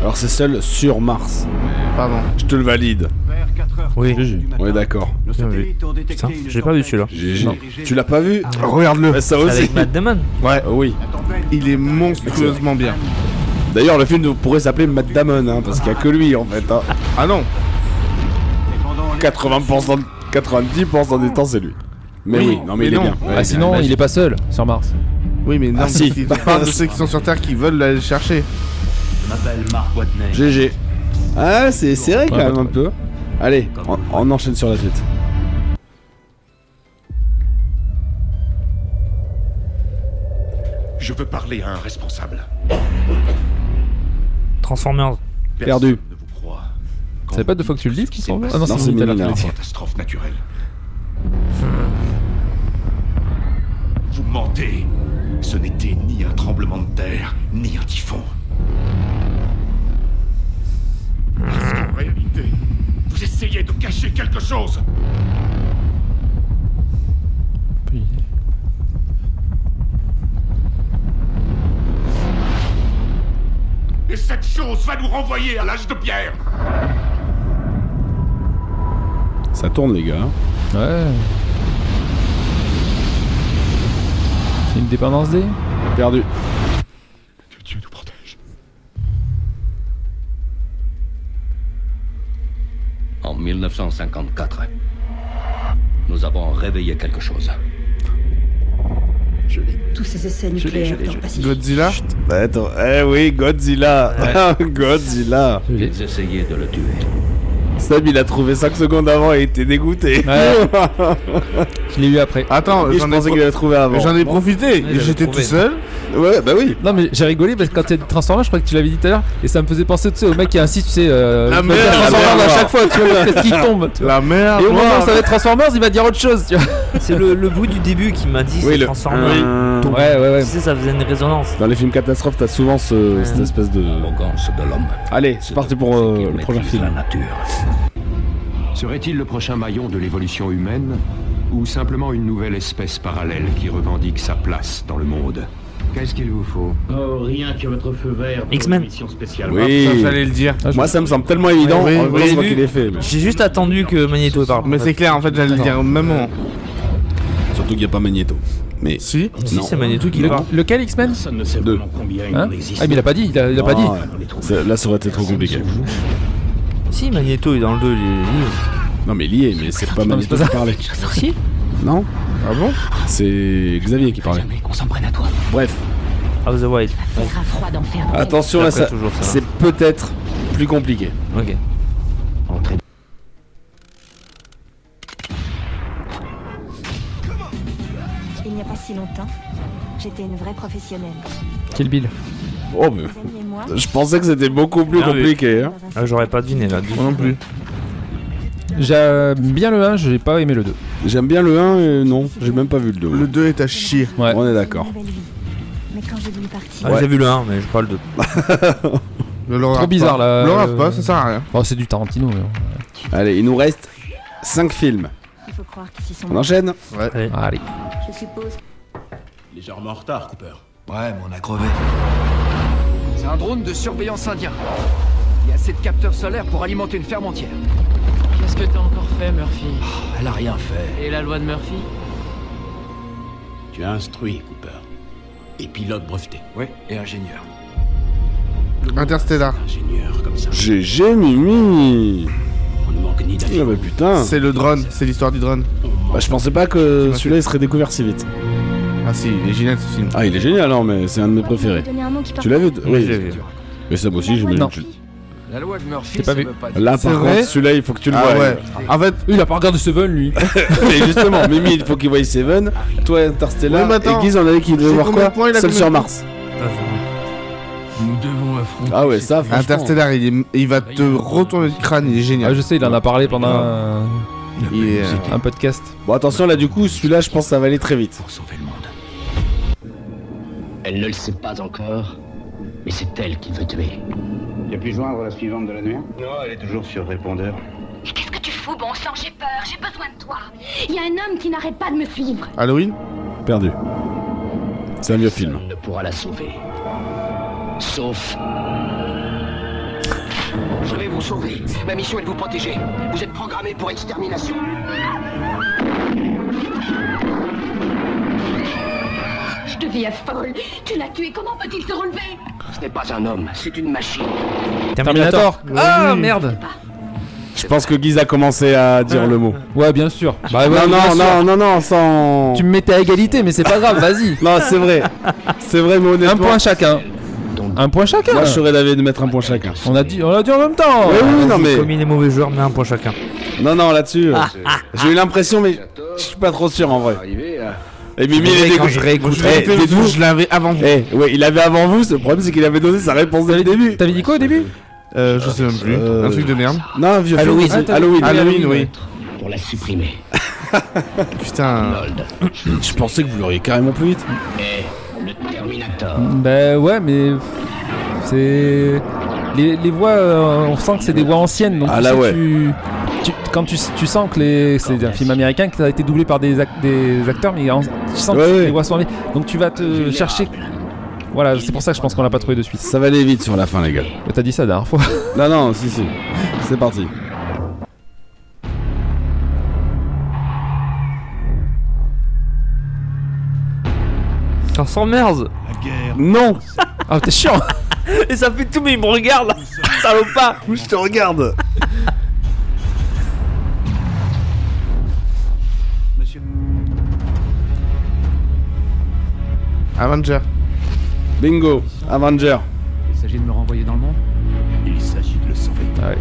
[SPEAKER 4] Alors, c'est seul sur Mars.
[SPEAKER 5] Pardon.
[SPEAKER 4] Je te le valide.
[SPEAKER 7] Oui.
[SPEAKER 4] On est d'accord.
[SPEAKER 7] Putain, j'ai pas vu celui-là.
[SPEAKER 4] GG. Tu l'as pas vu
[SPEAKER 5] Regarde-le.
[SPEAKER 4] Bah, Ça aussi.
[SPEAKER 7] Avec Matt Damon.
[SPEAKER 4] Ouais, oui.
[SPEAKER 5] Il est monstrueusement bien.
[SPEAKER 4] D'ailleurs, le film pourrait s'appeler Matt Damon, hein, parce qu'il n'y a que lui en fait. hein.
[SPEAKER 5] Ah non
[SPEAKER 4] 80%, de- 90% des temps, c'est lui. Mais oui, non, mais il est bien. Ouais,
[SPEAKER 6] Ah,
[SPEAKER 4] il est
[SPEAKER 6] sinon,
[SPEAKER 4] bien.
[SPEAKER 6] il est pas seul sur Mars.
[SPEAKER 5] Oui, mais non,
[SPEAKER 6] Ah, si.
[SPEAKER 5] il parle de ceux qui sont sur Terre qui veulent aller le chercher.
[SPEAKER 9] Je m'appelle Mark Watney.
[SPEAKER 4] GG. Ah, c'est serré quand
[SPEAKER 9] Ouais,
[SPEAKER 4] même un peu. Allez, on, on enchaîne sur la suite.
[SPEAKER 14] Je veux parler à un responsable.
[SPEAKER 7] Transformers.
[SPEAKER 4] Perdu.
[SPEAKER 6] Ça fait pas deux fois que tu le dis qui sont Ah non,
[SPEAKER 4] Non,
[SPEAKER 6] c'est
[SPEAKER 4] c'est
[SPEAKER 6] Mimi, t'as
[SPEAKER 4] Mimi,
[SPEAKER 6] l'air
[SPEAKER 4] là.
[SPEAKER 6] de le dire.
[SPEAKER 14] Catastrophe naturelle.
[SPEAKER 7] Hmm.
[SPEAKER 14] Vous mentez. Ce n'était ni un tremblement de terre, ni un typhon. Parce qu'en réalité, vous essayez de cacher quelque chose. Et cette chose va nous renvoyer à l'âge de pierre.
[SPEAKER 4] Ça tourne, les gars. hein.
[SPEAKER 6] Ouais. C'est une dépendance D
[SPEAKER 4] Perdu.
[SPEAKER 15] En 1954, nous avons réveillé quelque chose.
[SPEAKER 16] Tous ces essais nucléaires dans
[SPEAKER 9] Ah,
[SPEAKER 16] le Pacifique.
[SPEAKER 4] Godzilla Attends, eh oui, Godzilla Godzilla
[SPEAKER 15] Ils essayaient de le tuer.
[SPEAKER 4] Seb, il a trouvé 5 secondes avant et il était dégoûté.
[SPEAKER 6] je l'ai eu après.
[SPEAKER 5] Attends,
[SPEAKER 4] je
[SPEAKER 5] j'en ai
[SPEAKER 4] pensais
[SPEAKER 5] pro-
[SPEAKER 4] qu'il l'avait trouvé avant.
[SPEAKER 5] J'en ai profité,
[SPEAKER 6] Ouais, j'avais
[SPEAKER 5] j'étais
[SPEAKER 6] trouvé.
[SPEAKER 5] tout seul.
[SPEAKER 4] Ouais, bah oui.
[SPEAKER 6] Non, mais j'ai rigolé parce que quand il y a des Transformers, je crois que tu l'avais dit tout à l'heure, et ça me faisait penser tu sais, au mec qui insiste, tu sais, euh,
[SPEAKER 5] La
[SPEAKER 6] tu
[SPEAKER 5] merde,
[SPEAKER 6] vois,
[SPEAKER 5] la
[SPEAKER 6] Transformers
[SPEAKER 5] merde.
[SPEAKER 6] à chaque fois, tu vois, parce qu'il tombe. tu vois.
[SPEAKER 5] La merde,
[SPEAKER 6] Et au moment où
[SPEAKER 5] moi.
[SPEAKER 6] ça va être Transformers, il va dire autre chose, tu vois.
[SPEAKER 7] C'est le, le bruit du début qui m'a dit
[SPEAKER 4] Oui,
[SPEAKER 7] c'est
[SPEAKER 4] le-
[SPEAKER 7] Transformers.
[SPEAKER 4] oui.
[SPEAKER 7] Ton-
[SPEAKER 4] Ouais, ouais, ouais.
[SPEAKER 7] Tu sais, ça faisait une résonance.
[SPEAKER 4] Dans les films catastrophes, t'as souvent ce- cette espèce de.
[SPEAKER 15] de l'homme.
[SPEAKER 4] Allez, c'est parti pour euh, le prochain film.
[SPEAKER 14] Serait-il le prochain maillon de l'évolution humaine ou simplement une nouvelle espèce parallèle qui revendique sa place dans le monde Qu'est-ce qu'il vous faut
[SPEAKER 9] Oh, rien que votre feu vert. pour
[SPEAKER 7] X-Men.
[SPEAKER 9] une mission spéciale.
[SPEAKER 4] Oui.
[SPEAKER 9] Ah, putain, j'allais-
[SPEAKER 5] le dire.
[SPEAKER 4] Moi, ça me semble tellement évident.
[SPEAKER 5] Oui,
[SPEAKER 4] en
[SPEAKER 5] oui,
[SPEAKER 4] même temps, c'est moi
[SPEAKER 5] oui.
[SPEAKER 4] qui l'ai fait. mais-
[SPEAKER 7] J'ai juste attendu que Magneto parle.
[SPEAKER 5] Mais c'est clair, en fait, j'allais le dire au même moment.
[SPEAKER 4] Surtout qu'il n'y a pas Magneto. Mais.
[SPEAKER 5] Si,
[SPEAKER 7] Si, c'est Magneto qui
[SPEAKER 4] Non.
[SPEAKER 7] parle.
[SPEAKER 6] Lequel X-Men
[SPEAKER 4] Deux.
[SPEAKER 6] Hein Ah, mais il a pas dit, il a, il a pas dit.
[SPEAKER 4] Non, ouais. C'est- Là, ça aurait été trop compliqué.
[SPEAKER 7] Si, Magneto est dans le 2, il est lié.
[SPEAKER 4] Non, mais lié, mais c'est pas
[SPEAKER 7] Non,
[SPEAKER 4] Magneto
[SPEAKER 7] Ah, c'est pas
[SPEAKER 4] qui
[SPEAKER 7] ça.
[SPEAKER 4] parlait.
[SPEAKER 7] Si
[SPEAKER 4] Non
[SPEAKER 7] Ah bon
[SPEAKER 4] C'est Xavier qui parlait.
[SPEAKER 7] Qu'on s'en prenne à toi.
[SPEAKER 4] Bref.
[SPEAKER 7] Out of the Wild.
[SPEAKER 16] Ultra froid d'enfer.
[SPEAKER 4] Attention, là,
[SPEAKER 7] Après,
[SPEAKER 4] ça,
[SPEAKER 7] toujours, ça va.
[SPEAKER 4] c'est peut-être plus compliqué.
[SPEAKER 7] Ok.
[SPEAKER 16] Il n'y a pas si longtemps, j'étais une vraie professionnelle.
[SPEAKER 6] Kill Bill.
[SPEAKER 4] Oh,
[SPEAKER 16] Mes
[SPEAKER 4] mais.
[SPEAKER 16] amis et moi,
[SPEAKER 4] Je pensais que c'était beaucoup plus
[SPEAKER 7] Bien vu.
[SPEAKER 4] compliqué. Hein.
[SPEAKER 7] Ah, j'aurais pas deviné là. Moi non plus.
[SPEAKER 6] J'aime bien le 1, j'ai pas aimé le 2.
[SPEAKER 4] J'aime bien le 1 et non, j'ai même pas vu le 2. Le
[SPEAKER 5] 2 est à chier.
[SPEAKER 6] Ouais.
[SPEAKER 4] On est d'accord.
[SPEAKER 16] mais quand j'ai voulu partir,
[SPEAKER 7] Ah,
[SPEAKER 4] Ouais.
[SPEAKER 7] J'ai vu le 1, mais je parle de.
[SPEAKER 6] Trop bizarre là.
[SPEAKER 5] Le
[SPEAKER 6] euh,
[SPEAKER 5] pas, ça sert à rien.
[SPEAKER 6] Oh, c'est du Tarantino. Mais...
[SPEAKER 4] Allez, il nous reste 5 films.
[SPEAKER 16] il faut croire qu'ils s'y sont.
[SPEAKER 4] On enchaîne
[SPEAKER 6] Ouais. Allez.
[SPEAKER 16] Je suppose.
[SPEAKER 9] Légèrement en retard, Cooper. Ouais, mais on a crevé. C'est un drone de surveillance indien. Il y a assez de capteurs solaires pour alimenter une ferme entière. Ah,
[SPEAKER 17] Qu'est-ce que t'as encore fait, Murphy
[SPEAKER 9] Elle a rien fait.
[SPEAKER 17] Et la loi de Murphy
[SPEAKER 9] Tu as instruit, Cooper. Et pilote breveté. Oui, et ingénieur.
[SPEAKER 5] Interstellar.
[SPEAKER 9] Ingénieur comme ça.
[SPEAKER 4] GG Mimi
[SPEAKER 9] On ne manque ni
[SPEAKER 4] Ah
[SPEAKER 9] d'avion.
[SPEAKER 4] bah putain
[SPEAKER 5] C'est le drone, c'est l'histoire du drone.
[SPEAKER 4] Bah, Je pensais pas que celui-là il serait découvert si vite.
[SPEAKER 5] Ah si, il est génial ce film.
[SPEAKER 4] Ah il est génial alors mais c'est un de mes préférés. Tu l'as vu t-
[SPEAKER 7] Oui, j'ai vu.
[SPEAKER 4] Mais ça moi aussi j'imagine. que
[SPEAKER 9] La loi de Murphy,
[SPEAKER 6] T'es pas vu.
[SPEAKER 4] tu- Là
[SPEAKER 5] C'est
[SPEAKER 4] par
[SPEAKER 5] vrai
[SPEAKER 4] contre celui-là il faut que tu le
[SPEAKER 5] Ah
[SPEAKER 4] vois.
[SPEAKER 5] ouais. En fait,
[SPEAKER 6] Il a pas regardé Seven lui.
[SPEAKER 4] Mais justement Mimi il faut qu'il voie Seven, toi
[SPEAKER 5] Oui,
[SPEAKER 4] Interstellar
[SPEAKER 5] mais attends.
[SPEAKER 4] et Guise on avait qu'il devait
[SPEAKER 5] J'ai
[SPEAKER 4] voir
[SPEAKER 5] combien de
[SPEAKER 4] quoi
[SPEAKER 5] points, il a
[SPEAKER 4] Seul
[SPEAKER 5] combien
[SPEAKER 4] sur
[SPEAKER 5] de
[SPEAKER 4] Mars.
[SPEAKER 9] Nous devons affronter.
[SPEAKER 4] Ah ouais ça franchement.
[SPEAKER 5] Interstellar, il, est- il va te retourner le crâne, il est génial.
[SPEAKER 6] Ah, je sais, il en a parlé pendant un,
[SPEAKER 5] Il est, euh,
[SPEAKER 6] un podcast.
[SPEAKER 4] Bon attention là du coup celui-là je pense que ça va aller très vite.
[SPEAKER 17] Elle ne le sait pas encore, mais c'est elle qui veut tuer.
[SPEAKER 9] Il a pu joindre la suivante de la nuit Non, elle est toujours sur répondeur.
[SPEAKER 11] Qu'est-ce que tu fous, bon sang J'ai peur, j'ai besoin de toi. Il y a un homme qui n'arrête pas de me suivre.
[SPEAKER 5] Halloween
[SPEAKER 4] Perdu. C'est un vieux film.
[SPEAKER 17] ne pourra la sauver. Sauf. Je vais vous sauver. Ma mission est de vous protéger. Vous êtes programmé pour extermination.
[SPEAKER 11] Je deviens folle. Tu l'as tué, comment peut-il se relever
[SPEAKER 17] Ce n'est pas un homme, c'est une machine.
[SPEAKER 6] Terminator. Ah merde.
[SPEAKER 4] Je pense que Guise a commencé à dire le mot.
[SPEAKER 6] Ouais, bien sûr.
[SPEAKER 4] Ah, non, non, non, non, non, sans.
[SPEAKER 6] Tu me mettais à égalité, mais c'est pas grave, vas-y.
[SPEAKER 4] non, c'est vrai. C'est vrai, mais honnêtement.
[SPEAKER 6] Un point chacun. Un point chacun.
[SPEAKER 4] Moi, je serais d'avis de mettre un point chacun.
[SPEAKER 6] On a dit, on a dit en même temps.
[SPEAKER 4] Oui, oui, non, mais.
[SPEAKER 7] Commis les mauvais joueurs, mais un point chacun.
[SPEAKER 4] Non, non, là-dessus. euh, J'ai eu l'impression, mais je suis pas trop sûr en vrai. Et Mimi,
[SPEAKER 7] Je
[SPEAKER 4] il
[SPEAKER 7] verrai
[SPEAKER 4] est
[SPEAKER 7] quand je réécouterai.
[SPEAKER 4] Eh, dites-vous-
[SPEAKER 5] Je l'avais avant vous.
[SPEAKER 4] Eh, ouais, il avait avant vous. Le problème, c'est qu'il avait donné sa réponse dès le début.
[SPEAKER 6] T'avais dit quoi au début
[SPEAKER 5] Euh, je sais même plus.
[SPEAKER 4] Euh,
[SPEAKER 5] Un truc de merde.
[SPEAKER 4] Non, un vieux film.
[SPEAKER 5] Halloween.
[SPEAKER 4] Ah, t'as- Halloween.
[SPEAKER 5] Halloween, oui.
[SPEAKER 9] Pour la supprimer.
[SPEAKER 5] Putain.
[SPEAKER 9] Arnold,
[SPEAKER 4] Je pensais que vous l'auriez carrément plus vite.
[SPEAKER 9] est le Terminator.
[SPEAKER 6] Bah ouais, mais c'est les, les voix, euh, on sent que c'est des voix anciennes. Donc
[SPEAKER 4] Ah,
[SPEAKER 6] tu
[SPEAKER 4] là,
[SPEAKER 6] sais,
[SPEAKER 4] ouais.
[SPEAKER 6] tu, tu- quand tu, tu sens que les, c'est un film américain qui a été doublé par des, ac- des acteurs, mais en- tu sens que
[SPEAKER 4] Ouais, ouais.
[SPEAKER 6] les voix sont enlevées. Donc tu vas te chercher. Voilà, c'est pour ça que je pense qu'on l'a pas trouvé de suite.
[SPEAKER 4] Ça va aller vite sur la fin, les gars.
[SPEAKER 6] Mais T'as dit ça la dernière fois.
[SPEAKER 4] Non, non, si, si. C'est parti.
[SPEAKER 7] Ça s'emmerde.
[SPEAKER 4] Non
[SPEAKER 6] Ah t'es chiant.
[SPEAKER 7] Et ça fait tout, mais il me regarde. Salopard.
[SPEAKER 4] Je te regarde
[SPEAKER 5] Avenger.
[SPEAKER 4] Bingo Avenger
[SPEAKER 18] Il s'agit de me renvoyer dans le monde
[SPEAKER 9] Il s'agit de le sauver.
[SPEAKER 6] Ah ouais.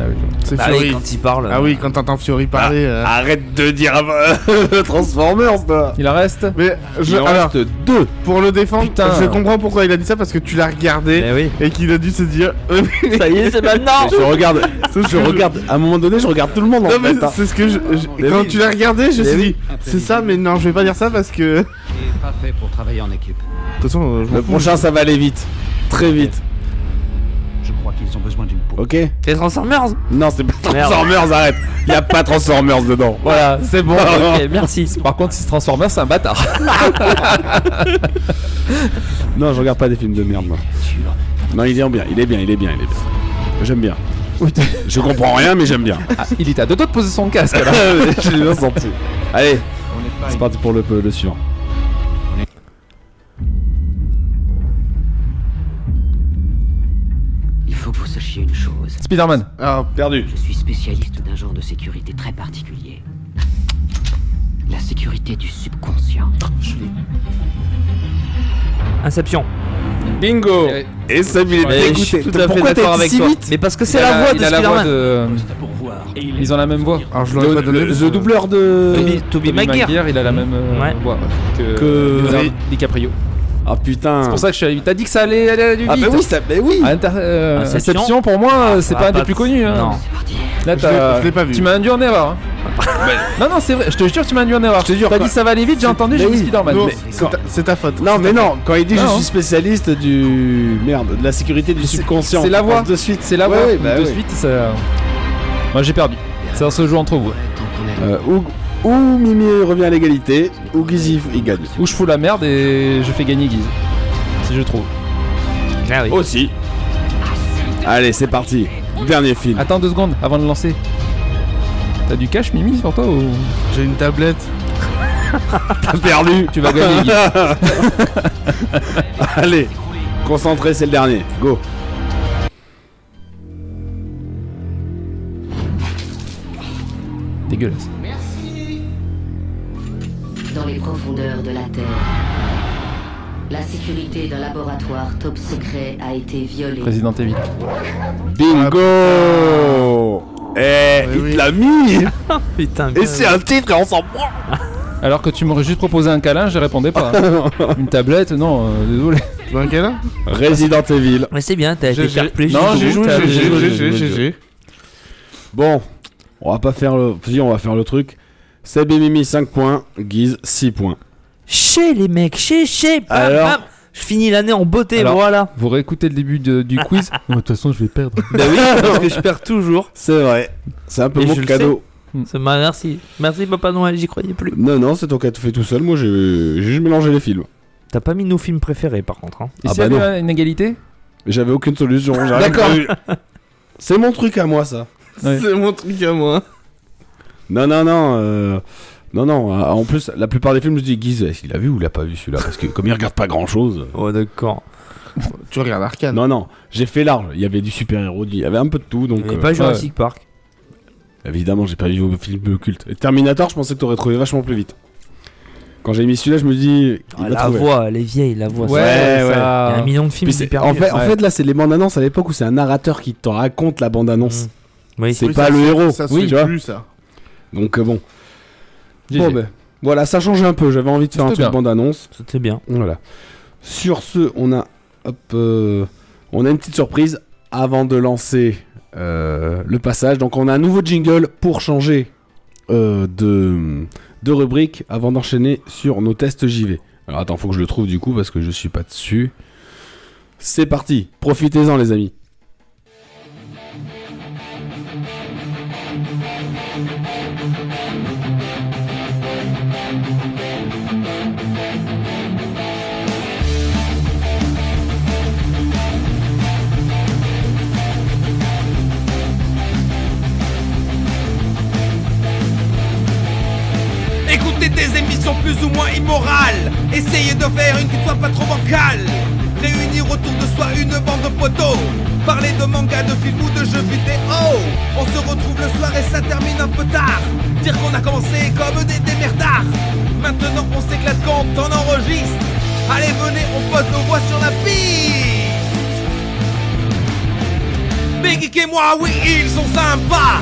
[SPEAKER 6] Ah ouais, je-
[SPEAKER 5] C'est
[SPEAKER 7] Bah oui,
[SPEAKER 5] Fury.
[SPEAKER 7] quand il parle.
[SPEAKER 5] Ah oui, quand t'entends Fury parler. euh,
[SPEAKER 4] Arrête de dire Ah. Transformers, toi
[SPEAKER 6] Il en reste.
[SPEAKER 5] Mais je,
[SPEAKER 4] Il en
[SPEAKER 5] alors,
[SPEAKER 4] reste deux
[SPEAKER 5] pour le défendre,
[SPEAKER 6] Putain.
[SPEAKER 5] je comprends pourquoi il a dit ça parce que tu l'as regardé
[SPEAKER 7] Eh oui.
[SPEAKER 5] et qu'il a dû se dire. euh, mais-
[SPEAKER 7] Ça y est, c'est maintenant.
[SPEAKER 4] Mais Je regarde,
[SPEAKER 5] C'est ce
[SPEAKER 4] je
[SPEAKER 5] que
[SPEAKER 4] regarde, à un moment donné, je regarde tout le monde en
[SPEAKER 5] Non, mais
[SPEAKER 4] fait. hein.
[SPEAKER 5] c'est ce que je. je-
[SPEAKER 4] Mais
[SPEAKER 5] quand
[SPEAKER 4] oui.
[SPEAKER 5] tu l'as regardé, je me suis
[SPEAKER 4] Mais
[SPEAKER 5] dit, c'est ça, mais non, je vais pas dire ça parce que. De
[SPEAKER 18] Ah, Il est pas fait pour travailler en équipe.
[SPEAKER 5] toute façon, euh, je m'en
[SPEAKER 4] Le
[SPEAKER 5] fous.
[SPEAKER 4] prochain, ça va aller vite. Très vite.
[SPEAKER 18] Je crois qu'ils ont besoin d'une peau.
[SPEAKER 4] Ok
[SPEAKER 7] C'est Transformers.
[SPEAKER 4] Non, c'est pas
[SPEAKER 7] Merde.
[SPEAKER 4] Transformers, arrête Y a pas Transformers dedans
[SPEAKER 7] Voilà, c'est bon. ok, merci.
[SPEAKER 6] Par contre, si se transforme, c'est un bâtard.
[SPEAKER 4] Non, je regarde pas des films de merde, moi. Non, il est en bien, il est bien, il est bien, il est bien. J'aime bien. Je comprends rien, mais j'aime bien.
[SPEAKER 6] Ah, il était à deux doigts de poser son casque. Là.
[SPEAKER 4] Je l'ai bien senti. Allez,
[SPEAKER 18] On n'est pas
[SPEAKER 4] c'est parti pour le, le suivant.
[SPEAKER 17] Il faut que vous sachiez une chose.
[SPEAKER 6] Spider-Man.
[SPEAKER 5] Ah,
[SPEAKER 4] Perdu.
[SPEAKER 17] Je suis spécialiste d'un genre de sécurité très particulier. La sécurité du subconscient.
[SPEAKER 7] Inception.
[SPEAKER 4] Bingo
[SPEAKER 6] Eh,
[SPEAKER 4] Et ça, il est
[SPEAKER 6] Ouais,
[SPEAKER 7] Et je suis
[SPEAKER 4] dégoûté.
[SPEAKER 7] tout à fait
[SPEAKER 4] Pourquoi
[SPEAKER 7] d'accord
[SPEAKER 4] t'as été
[SPEAKER 7] avec
[SPEAKER 4] si
[SPEAKER 7] toi.
[SPEAKER 4] vite
[SPEAKER 7] Mais parce que
[SPEAKER 6] il
[SPEAKER 7] c'est
[SPEAKER 6] a
[SPEAKER 7] la voix de
[SPEAKER 6] il a la voix
[SPEAKER 7] Spider-Man.
[SPEAKER 6] de.
[SPEAKER 18] à pourvoir. Et il
[SPEAKER 6] Ils ont la même voix.
[SPEAKER 5] Alors, je l'aurais
[SPEAKER 4] Le,
[SPEAKER 5] pas donné.
[SPEAKER 4] le-
[SPEAKER 5] parce
[SPEAKER 4] le
[SPEAKER 5] que-
[SPEAKER 4] doubleur de...
[SPEAKER 7] Toby, Toby
[SPEAKER 6] Tobey
[SPEAKER 7] Maguire.
[SPEAKER 6] Maguire, il a la même euh,
[SPEAKER 7] Ouais.
[SPEAKER 6] voix que,
[SPEAKER 4] Que-
[SPEAKER 6] Leonardo
[SPEAKER 4] Oui.
[SPEAKER 6] DiCaprio.
[SPEAKER 4] Ah putain
[SPEAKER 6] C'est pour ça que je suis allé vite. T'as dit que ça allait aller aller vite.
[SPEAKER 4] Ah bah oui, ça... bah oui
[SPEAKER 6] Inter- euh,
[SPEAKER 7] Inception.
[SPEAKER 6] Inception. pour moi, euh, c'est
[SPEAKER 7] Ah,
[SPEAKER 6] pas un
[SPEAKER 7] pas
[SPEAKER 6] des plus connus. hein.
[SPEAKER 7] Non.
[SPEAKER 6] Là,
[SPEAKER 5] Je
[SPEAKER 6] t'as-
[SPEAKER 5] l'ai- je l'ai pas vu.
[SPEAKER 6] Tu m'as induit en erreur. hein. non, non, c'est vrai. Je te jure, tu m'as induit en erreur.
[SPEAKER 4] Je te jure,
[SPEAKER 6] T'as
[SPEAKER 4] quoi.
[SPEAKER 6] dit ça va aller vite. J'ai entendu.
[SPEAKER 4] Mais
[SPEAKER 6] J'ai dit
[SPEAKER 4] oui.
[SPEAKER 6] Spider-Man.
[SPEAKER 5] Non,
[SPEAKER 6] Mais-
[SPEAKER 5] c'est ta- c'est ta faute.
[SPEAKER 4] Non mais non, quand il dit je
[SPEAKER 6] Non. hein.
[SPEAKER 4] suis spécialiste du... Merde, de la sécurité du
[SPEAKER 6] C'est-
[SPEAKER 4] subconscient.
[SPEAKER 6] c'est la
[SPEAKER 4] je pense
[SPEAKER 6] voix.
[SPEAKER 4] De suite,
[SPEAKER 6] C'est la voix.
[SPEAKER 4] Ouais, ouais, bah
[SPEAKER 6] de
[SPEAKER 4] ouais.
[SPEAKER 6] suite, ça. Moi, j'ai perdu. Ça se joue entre vous.
[SPEAKER 4] Euh, ou, ou Mimi revient à l'égalité, ou Guizy il gagne.
[SPEAKER 6] Ou je fous la merde et je fais gagner Guise. Si je trouve.
[SPEAKER 7] Ah oui.
[SPEAKER 4] Aussi. Allez, c'est parti. Dernier film.
[SPEAKER 6] Attends deux secondes avant de lancer. T'as du cash, Mimi, sur toi ou...
[SPEAKER 5] J'ai une tablette.
[SPEAKER 4] T'as perdu.
[SPEAKER 6] Tu vas gagner. Guise.
[SPEAKER 4] Allez, concentré, c'est le dernier. Go.
[SPEAKER 6] Dégueulasse.
[SPEAKER 8] Dans les profondeurs de la Terre, la sécurité d'un laboratoire top secret a été violée.
[SPEAKER 6] Président Evil.
[SPEAKER 4] Bingo. Eh, il te
[SPEAKER 5] oui.
[SPEAKER 4] l'a mis.
[SPEAKER 7] Putain.
[SPEAKER 4] Et c'est un titre et on s'en prend.
[SPEAKER 6] Alors que tu m'aurais juste proposé un câlin, je répondais pas. Une tablette, non, euh, désolé.
[SPEAKER 5] Tu veux un câlin
[SPEAKER 4] Resident Evil.
[SPEAKER 7] Mais c'est bien, t'as été
[SPEAKER 5] J'ai- j'ai-
[SPEAKER 7] fair play
[SPEAKER 6] Non,
[SPEAKER 7] jusqu'au
[SPEAKER 6] j'ai
[SPEAKER 7] bout.
[SPEAKER 6] joué,
[SPEAKER 7] T'as-
[SPEAKER 6] j'ai- j'ai-
[SPEAKER 5] GG,
[SPEAKER 6] j'ai-
[SPEAKER 5] GG, GG.
[SPEAKER 4] Bon, on va pas faire le. Si, on va faire le truc. Seb et Mimi 5 points, Guise 6 points.
[SPEAKER 7] Chez les mecs, chez, chez. Bam,
[SPEAKER 4] Alors-
[SPEAKER 7] bam. Je finis l'année en beauté,
[SPEAKER 6] Alors-
[SPEAKER 7] voilà.
[SPEAKER 6] Vous réécoutez le début de- du quiz De toute façon, je vais perdre.
[SPEAKER 7] Bah oui, parce que je perds toujours.
[SPEAKER 4] C'est vrai. C'est un peu
[SPEAKER 7] Et
[SPEAKER 4] mon
[SPEAKER 7] je le
[SPEAKER 4] cadeau.
[SPEAKER 7] C'est ma- merci. Merci, Papa Noël, j'y croyais plus.
[SPEAKER 4] Non, non, c'est ton cadeau fait tout seul. Moi, j'ai j'ai juste mélangé les films.
[SPEAKER 7] T'as pas mis nos films préférés, par contre. Hein.
[SPEAKER 6] Et
[SPEAKER 4] Ah
[SPEAKER 6] s'il y
[SPEAKER 4] bah
[SPEAKER 6] avait une égalité
[SPEAKER 4] Mais J'avais aucune solution. j'ai rien
[SPEAKER 6] D'accord.
[SPEAKER 4] prévu. C'est mon truc à moi, ça.
[SPEAKER 6] Ouais.
[SPEAKER 5] C'est mon truc à moi.
[SPEAKER 4] Non, non, non. euh, Non, non. euh, En plus, la plupart des films, je dis Guise, est-ce qu'il l'a vu ou il l'a pas vu celui-là Parce que comme il regarde pas grand-chose.
[SPEAKER 7] Oh, d'accord.
[SPEAKER 5] Tu regardes Arcane.
[SPEAKER 7] Ah
[SPEAKER 4] Non, non. J'ai fait large. Il y avait du super-héros, il y avait un peu de tout. Donc,
[SPEAKER 7] Mais
[SPEAKER 4] euh,
[SPEAKER 7] pas Jurassic Park.
[SPEAKER 4] Évidemment, j'ai pas vu vos films occultes. Et Terminator, je pensais que t'aurais trouvé vachement plus vite. Quand j'ai mis celui-là, je me dis. il
[SPEAKER 7] Ah,
[SPEAKER 4] va
[SPEAKER 7] la
[SPEAKER 4] trouver.
[SPEAKER 7] voix, elle est vieille, la voix.
[SPEAKER 4] Ouais,
[SPEAKER 7] ça- Il
[SPEAKER 4] ouais.
[SPEAKER 7] y a un million de films
[SPEAKER 4] Puis c'est-
[SPEAKER 7] hyper
[SPEAKER 4] en
[SPEAKER 7] vieux.
[SPEAKER 4] fait, en
[SPEAKER 7] Ouais.
[SPEAKER 4] fait, là, c'est les bandes annonces à l'époque où c'est un narrateur qui te raconte la bande annonce.
[SPEAKER 7] Oui.
[SPEAKER 4] C'est
[SPEAKER 7] Oui,
[SPEAKER 4] pas
[SPEAKER 7] ça
[SPEAKER 4] le
[SPEAKER 7] se-
[SPEAKER 4] héros.
[SPEAKER 7] ça se
[SPEAKER 4] oui,
[SPEAKER 7] fait
[SPEAKER 4] tu vois.
[SPEAKER 5] plus, ça.
[SPEAKER 7] Mm.
[SPEAKER 4] Donc euh, bon.
[SPEAKER 7] GG.
[SPEAKER 4] Bon ben, voilà, ça change un peu. J'avais envie de faire un
[SPEAKER 7] C'était
[SPEAKER 4] truc
[SPEAKER 7] bien.
[SPEAKER 4] bande annonce.
[SPEAKER 7] C'était bien.
[SPEAKER 4] Voilà. Sur ce, on a, hop, euh, on a une petite surprise avant de lancer euh, le passage. Donc on a un nouveau jingle pour changer euh, de, de rubrique avant d'enchaîner sur nos tests JV. Alors attends, faut que je le trouve du coup parce que je suis pas dessus. C'est parti, profitez-en les amis.
[SPEAKER 19] Écoutez des émissions plus ou moins immorales. Essayez de faire une qui ne soit pas trop bancale. Réunir autour de soi une bande de poteaux. Parler de manga, de films ou de jeux vidéo. On se retrouve le soir et ça termine un peu tard. Dire qu'on a commencé comme des démerdards. Maintenant on s'éclate quand on enregistre. Allez venez, on pose nos voix sur la piste. Mais Geek et moi, oui, ils sont sympas.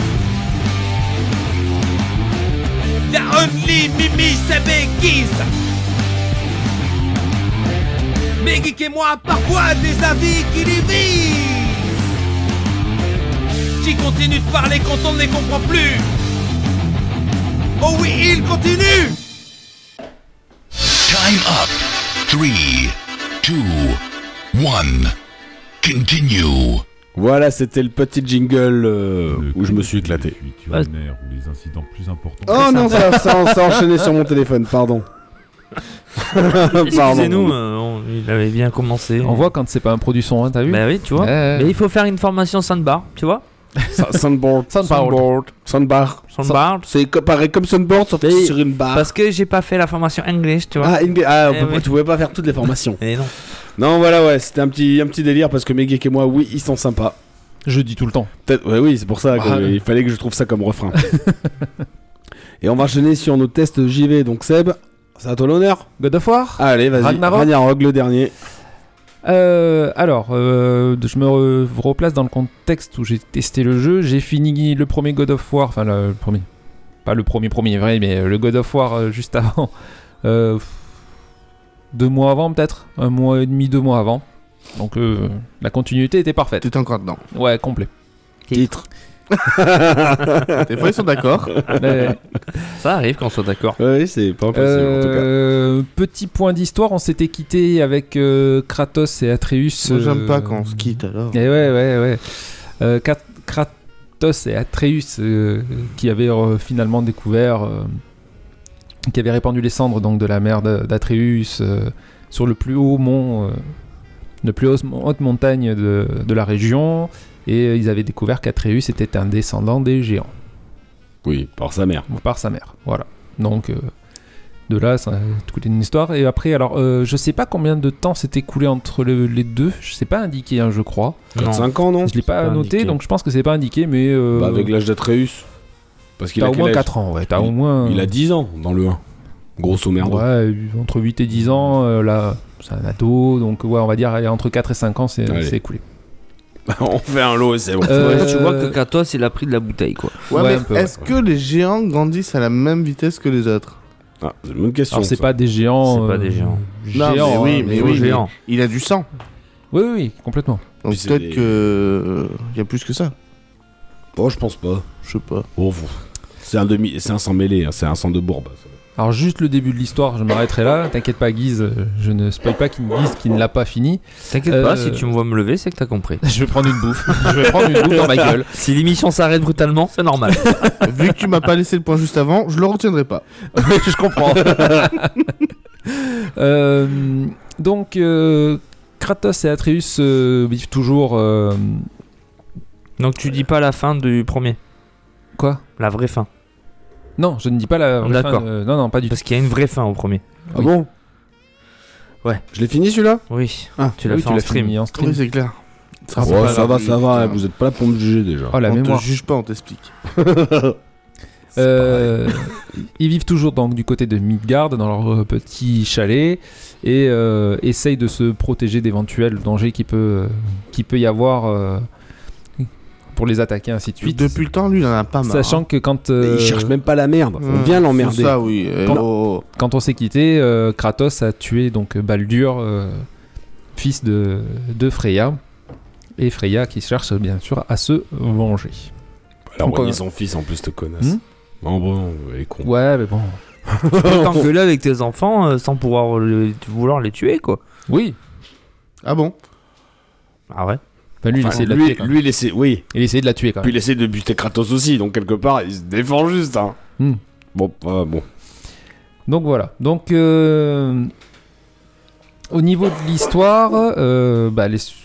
[SPEAKER 19] Y'a Only, Mimi, c'est Bégis Mais Geek et moi, parfois des avis qui divisent Qui continue de parler quand on ne les comprend plus Oh oui, il continue
[SPEAKER 20] Time up. Three, two, one. Continue.
[SPEAKER 4] Voilà, c'était le petit jingle euh, où je me suis éclaté.
[SPEAKER 21] Urinaires ou les incidents plus importants.
[SPEAKER 4] Oh non, ça, ça, ça a enchaîné sur mon téléphone, pardon.
[SPEAKER 7] Excusez-nous, euh, on- il avait bien commencé.
[SPEAKER 6] On voit quand c'est pas un produit son, hein, t'as vu
[SPEAKER 7] Bah oui, tu vois.
[SPEAKER 6] Ouais.
[SPEAKER 7] Mais il faut faire une formation sandbar, tu vois.
[SPEAKER 4] Soundboard. Soundboard. Soundbar.
[SPEAKER 7] Soundbar.
[SPEAKER 4] C'est co- pareil comme soundboard, sauf que c'est sur une barre.
[SPEAKER 7] Parce que j'ai pas fait la formation English, tu vois.
[SPEAKER 4] Ah, une... ah, on
[SPEAKER 7] Eh
[SPEAKER 4] peut pas-
[SPEAKER 7] oui.
[SPEAKER 4] tu pouvais pas faire toutes les formations.
[SPEAKER 7] Et non.
[SPEAKER 4] Non, voilà, ouais, c'était un petit, un petit délire parce que mes geeks et moi, oui, ils sont sympas.
[SPEAKER 6] Je dis tout le temps.
[SPEAKER 4] Peut-être- ouais, oui, c'est pour ça
[SPEAKER 6] Ah,
[SPEAKER 4] qu'il
[SPEAKER 6] ouais.
[SPEAKER 4] fallait que je trouve ça comme refrain. et on va enchaîner sur nos tests JV. Donc, Seb, c'est à toi l'honneur.
[SPEAKER 6] God of War
[SPEAKER 4] Allez, vas-y.
[SPEAKER 6] Ragnarok
[SPEAKER 4] Ragnarok, le dernier.
[SPEAKER 6] Euh, alors, euh, je me re- replace dans le contexte où j'ai testé le jeu. J'ai fini le premier God of War, enfin le, le premier, pas le premier premier vrai, mais le God of War euh, juste avant, Euh, pff, deux mois avant peut-être, un mois et demi, deux mois avant. Donc euh, la continuité était parfaite.
[SPEAKER 5] T'étais encore dedans.
[SPEAKER 6] Ouais, complet.
[SPEAKER 4] Titre.
[SPEAKER 5] Des fois, ils sont d'accord.
[SPEAKER 6] Ouais.
[SPEAKER 7] Ça arrive qu'on soit d'accord.
[SPEAKER 4] Oui, c'est pas impossible en tout cas.
[SPEAKER 6] Euh, Petit point d'histoire, on s'était quitté avec euh, Kratos et Atreus.
[SPEAKER 5] Moi,
[SPEAKER 6] euh,
[SPEAKER 5] j'aime pas quand on se quitte, alors.
[SPEAKER 6] Et ouais, ouais, ouais. Euh, Krat- Kratos et Atreus euh, qui avaient euh, finalement découvert, euh, qui avaient répandu les cendres donc de la mer de- d'Atreus euh, sur le plus haut mont, euh, le plus haute, haute montagne de, de la région, et euh, ils avaient découvert qu'Atreus était un descendant des géants.
[SPEAKER 4] Oui, par sa mère.
[SPEAKER 6] Par sa mère, voilà. Donc euh, de là, ça toute une histoire. Et après, alors, euh, je sais pas combien de temps s'est écoulé entre le- les deux. Je sais pas indiqué, hein, je crois.
[SPEAKER 4] Non. 4-5 ans, non
[SPEAKER 6] Je l'ai pas,
[SPEAKER 4] C'est pas
[SPEAKER 6] noté,
[SPEAKER 4] indiqué.
[SPEAKER 6] donc je pense que c'est pas indiqué, mais. euh,
[SPEAKER 4] Bah, avec l'âge d'Atreus. Parce qu'il
[SPEAKER 6] T'as
[SPEAKER 4] a
[SPEAKER 6] au
[SPEAKER 4] quel
[SPEAKER 6] moins
[SPEAKER 4] âge
[SPEAKER 6] 4 ans, ouais, t'as
[SPEAKER 4] Il-
[SPEAKER 6] au moins-
[SPEAKER 4] Il a 10 ans dans le 1. Grosso merdo.
[SPEAKER 6] Ouais, entre 8 et 10 ans, euh, là, c'est un ado, donc ouais, on va dire allez, entre 4 et 5 ans, c'est
[SPEAKER 4] Allez.
[SPEAKER 6] c'est écoulé.
[SPEAKER 4] on fait un lot et c'est bon.
[SPEAKER 6] Euh,
[SPEAKER 7] Tu vois que Kratos, il a pris de la bouteille, quoi.
[SPEAKER 5] Ouais, mais est-ce que les géants grandissent à la même vitesse que les autres
[SPEAKER 4] Ah, c'est une bonne question.
[SPEAKER 6] Alors, c'est pas des
[SPEAKER 7] Oh,
[SPEAKER 6] géants. euh,
[SPEAKER 5] Non, mais
[SPEAKER 6] géants,
[SPEAKER 5] oui,
[SPEAKER 7] eh
[SPEAKER 6] hein,
[SPEAKER 5] mais
[SPEAKER 6] des
[SPEAKER 5] oui, mais
[SPEAKER 6] géants.
[SPEAKER 5] il a du sang.
[SPEAKER 6] Oui, oui, oui, complètement.
[SPEAKER 5] Donc
[SPEAKER 6] Puis c'est
[SPEAKER 5] peut-être
[SPEAKER 6] des-
[SPEAKER 5] que euh, il y a plus que ça.
[SPEAKER 4] Bon, Oh, je pense pas.
[SPEAKER 5] Je sais pas.
[SPEAKER 4] Bon, pff, c'est un demi, c'est un sang mêlé, hein, c'est un sang de bourbe.
[SPEAKER 6] Alors juste le début de l'histoire, je m'arrêterai là. T'inquiète pas, Guise, euh, je ne spoil pas qu'il Guise qui ne l'a pas fini.
[SPEAKER 7] T'inquiète pas, si tu me vois me lever, c'est que t'as compris.
[SPEAKER 6] Je vais prendre une bouffe. Je vais prendre une bouffe dans ma gueule.
[SPEAKER 7] Si l'émission s'arrête brutalement, c'est normal.
[SPEAKER 5] Vu que tu m'as pas laissé le point juste avant, je le retiendrai pas.
[SPEAKER 6] je comprends. Euh, donc, euh, Kratos et Atreus euh, vivent toujours. euh,
[SPEAKER 7] Donc tu dis pas la fin du premier.
[SPEAKER 6] Quoi
[SPEAKER 7] La vraie fin.
[SPEAKER 6] Non, je ne dis pas la. vraie
[SPEAKER 7] D'accord.
[SPEAKER 6] fin, euh, non, non, pas du
[SPEAKER 7] Parce qu'il y a une vraie fin au premier.
[SPEAKER 4] Ah bon
[SPEAKER 7] Ouais.
[SPEAKER 4] Je l'ai fini celui-là
[SPEAKER 7] Oui.
[SPEAKER 4] Ah.
[SPEAKER 7] tu l'as
[SPEAKER 6] Oui,
[SPEAKER 7] fait
[SPEAKER 6] tu
[SPEAKER 7] en
[SPEAKER 6] l'as
[SPEAKER 7] stream.
[SPEAKER 6] fini en stream.
[SPEAKER 5] Oui, c'est clair.
[SPEAKER 4] Ça, oh, ça va, ça va, vous êtes pas là pour me juger déjà.
[SPEAKER 6] Oh, la
[SPEAKER 5] on
[SPEAKER 6] mémoire.
[SPEAKER 5] te juge pas, on t'explique.
[SPEAKER 6] Euh, ils vivent toujours donc du côté de Midgard dans leur euh, petit chalet et euh, essayent de se protéger d'éventuels dangers qui peut euh, qui peut y avoir euh, pour les attaquer ainsi de suite.
[SPEAKER 5] Depuis hein. le temps, lui, il en a pas marre.
[SPEAKER 6] Sachant que quand euh,
[SPEAKER 4] Il cherche même pas la merde, on
[SPEAKER 5] Ouais,
[SPEAKER 4] vient l'emmerder.
[SPEAKER 5] c'est ça, oui. Euh, oh,
[SPEAKER 6] Quand-
[SPEAKER 5] Hello.
[SPEAKER 6] quand on s'est quitté, euh, Kratos a tué donc Baldur, euh, fils de, de Freya, et Freya qui cherche bien sûr à se venger.
[SPEAKER 4] Alors,
[SPEAKER 6] Donc,
[SPEAKER 4] ouais,
[SPEAKER 6] on-
[SPEAKER 4] son fils en plus, de connasse.
[SPEAKER 6] Hmm
[SPEAKER 4] Bon, bon, elle est con.
[SPEAKER 6] Ouais, mais bon.
[SPEAKER 7] Tu peux t'engueuler avec tes enfants euh, sans pouvoir le- vouloir les tuer, quoi.
[SPEAKER 6] Oui.
[SPEAKER 5] Ah bon
[SPEAKER 7] Ah ouais
[SPEAKER 6] Bah, lui, il
[SPEAKER 4] Enfin,
[SPEAKER 6] essayait de la
[SPEAKER 4] lui-
[SPEAKER 6] tuer. quand même.
[SPEAKER 4] lui, il essaie- oui.
[SPEAKER 6] Il essayait de la tuer quand
[SPEAKER 4] Puis
[SPEAKER 6] même.
[SPEAKER 4] il essaie de buter Kratos aussi, donc quelque part, il se défend juste. Hein.
[SPEAKER 6] Hmm.
[SPEAKER 4] Bon, euh, bon.
[SPEAKER 6] Donc voilà. Donc euh, au niveau de l'histoire, euh, bah, elle, est, su-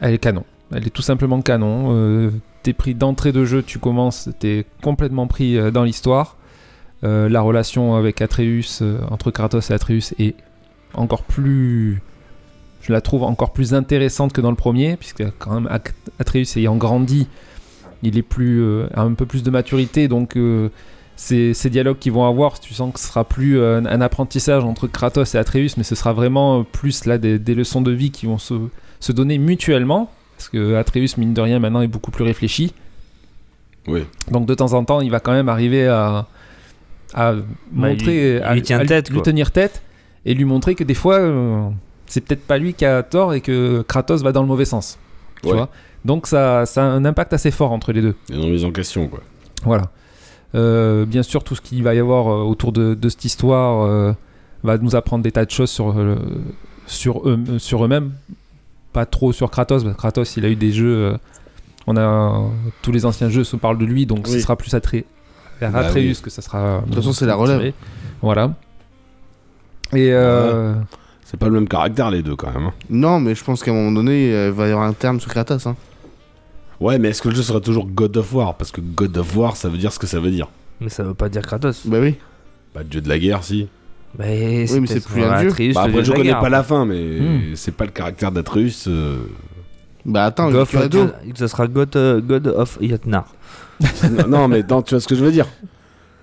[SPEAKER 6] elle est canon. Elle est tout simplement canon. Euh, t'es pris d'entrée de jeu, tu commences, t'es complètement pris euh, dans l'histoire. Euh, la relation avec Atreus, euh, entre Kratos et Atreus, est encore plus. Je la trouve encore plus intéressante que dans le premier, puisque quand même Ac- Atreus ayant grandi, il est plus euh, a un peu plus de maturité, donc euh, ces, ces dialogues qu'ils vont avoir, tu sens que ce sera plus euh, un, un apprentissage entre Kratos et Atreus, mais ce sera vraiment euh, plus là des, des leçons de vie qui vont se, se donner mutuellement, parce que Atreus mine de rien maintenant est beaucoup plus réfléchi.
[SPEAKER 4] Oui.
[SPEAKER 6] Donc de temps en temps, il va quand même arriver à, à montrer,
[SPEAKER 7] Bah, il- il
[SPEAKER 6] à,
[SPEAKER 7] lui tient
[SPEAKER 6] à lui-
[SPEAKER 7] tête,
[SPEAKER 6] lui
[SPEAKER 7] quoi.
[SPEAKER 6] tenir tête et lui montrer que des fois, euh, c'est peut-être pas lui qui a tort et que Kratos va dans le mauvais sens. Tu
[SPEAKER 4] Ouais.
[SPEAKER 6] vois Donc ça, ça a un impact assez fort entre les deux.
[SPEAKER 4] Il y a une remise en question, quoi.
[SPEAKER 6] Voilà. Euh, bien sûr, tout ce qu'il va y avoir euh, autour de, de cette histoire euh, va nous apprendre des tas de choses sur, euh, sur, eux, euh, sur eux-mêmes. Pas trop sur Kratos, parce que Kratos, il a eu des jeux. euh, on a euh, tous les anciens jeux se parlent de lui, donc ce
[SPEAKER 5] Oui.
[SPEAKER 6] sera plus attré vers
[SPEAKER 5] Bah
[SPEAKER 6] Atreus
[SPEAKER 5] oui.
[SPEAKER 6] que ça sera.
[SPEAKER 5] De toute façon, c'est la relève.
[SPEAKER 6] Voilà. Et euh,
[SPEAKER 4] C'est pas le même caractère, les deux, quand même. hein.
[SPEAKER 5] Non, mais je pense qu'à un moment donné, euh, il va y avoir un terme sur Kratos. Hein.
[SPEAKER 4] Ouais, mais est-ce que le jeu sera toujours God of War Parce que God of War, ça veut dire ce que ça veut dire.
[SPEAKER 7] Mais ça veut pas dire Kratos.
[SPEAKER 5] Bah oui.
[SPEAKER 4] Bah, dieu de la guerre, si.
[SPEAKER 7] Bah,
[SPEAKER 5] Oui, mais c'est
[SPEAKER 7] peut-être
[SPEAKER 5] plus un dieu.
[SPEAKER 7] Atreus,
[SPEAKER 4] Bah,
[SPEAKER 7] le dieu
[SPEAKER 4] après,
[SPEAKER 7] de
[SPEAKER 4] je
[SPEAKER 7] la
[SPEAKER 4] connais
[SPEAKER 7] guerre.
[SPEAKER 4] pas la fin, mais
[SPEAKER 7] Hmm.
[SPEAKER 4] c'est pas le caractère d'Atreus. euh,
[SPEAKER 5] Bah attends,
[SPEAKER 7] God
[SPEAKER 5] le
[SPEAKER 7] of-
[SPEAKER 5] Kratos.
[SPEAKER 7] euh, ça sera God, euh, God of Yatnar.
[SPEAKER 4] non, non, mais non, tu vois ce que je veux dire.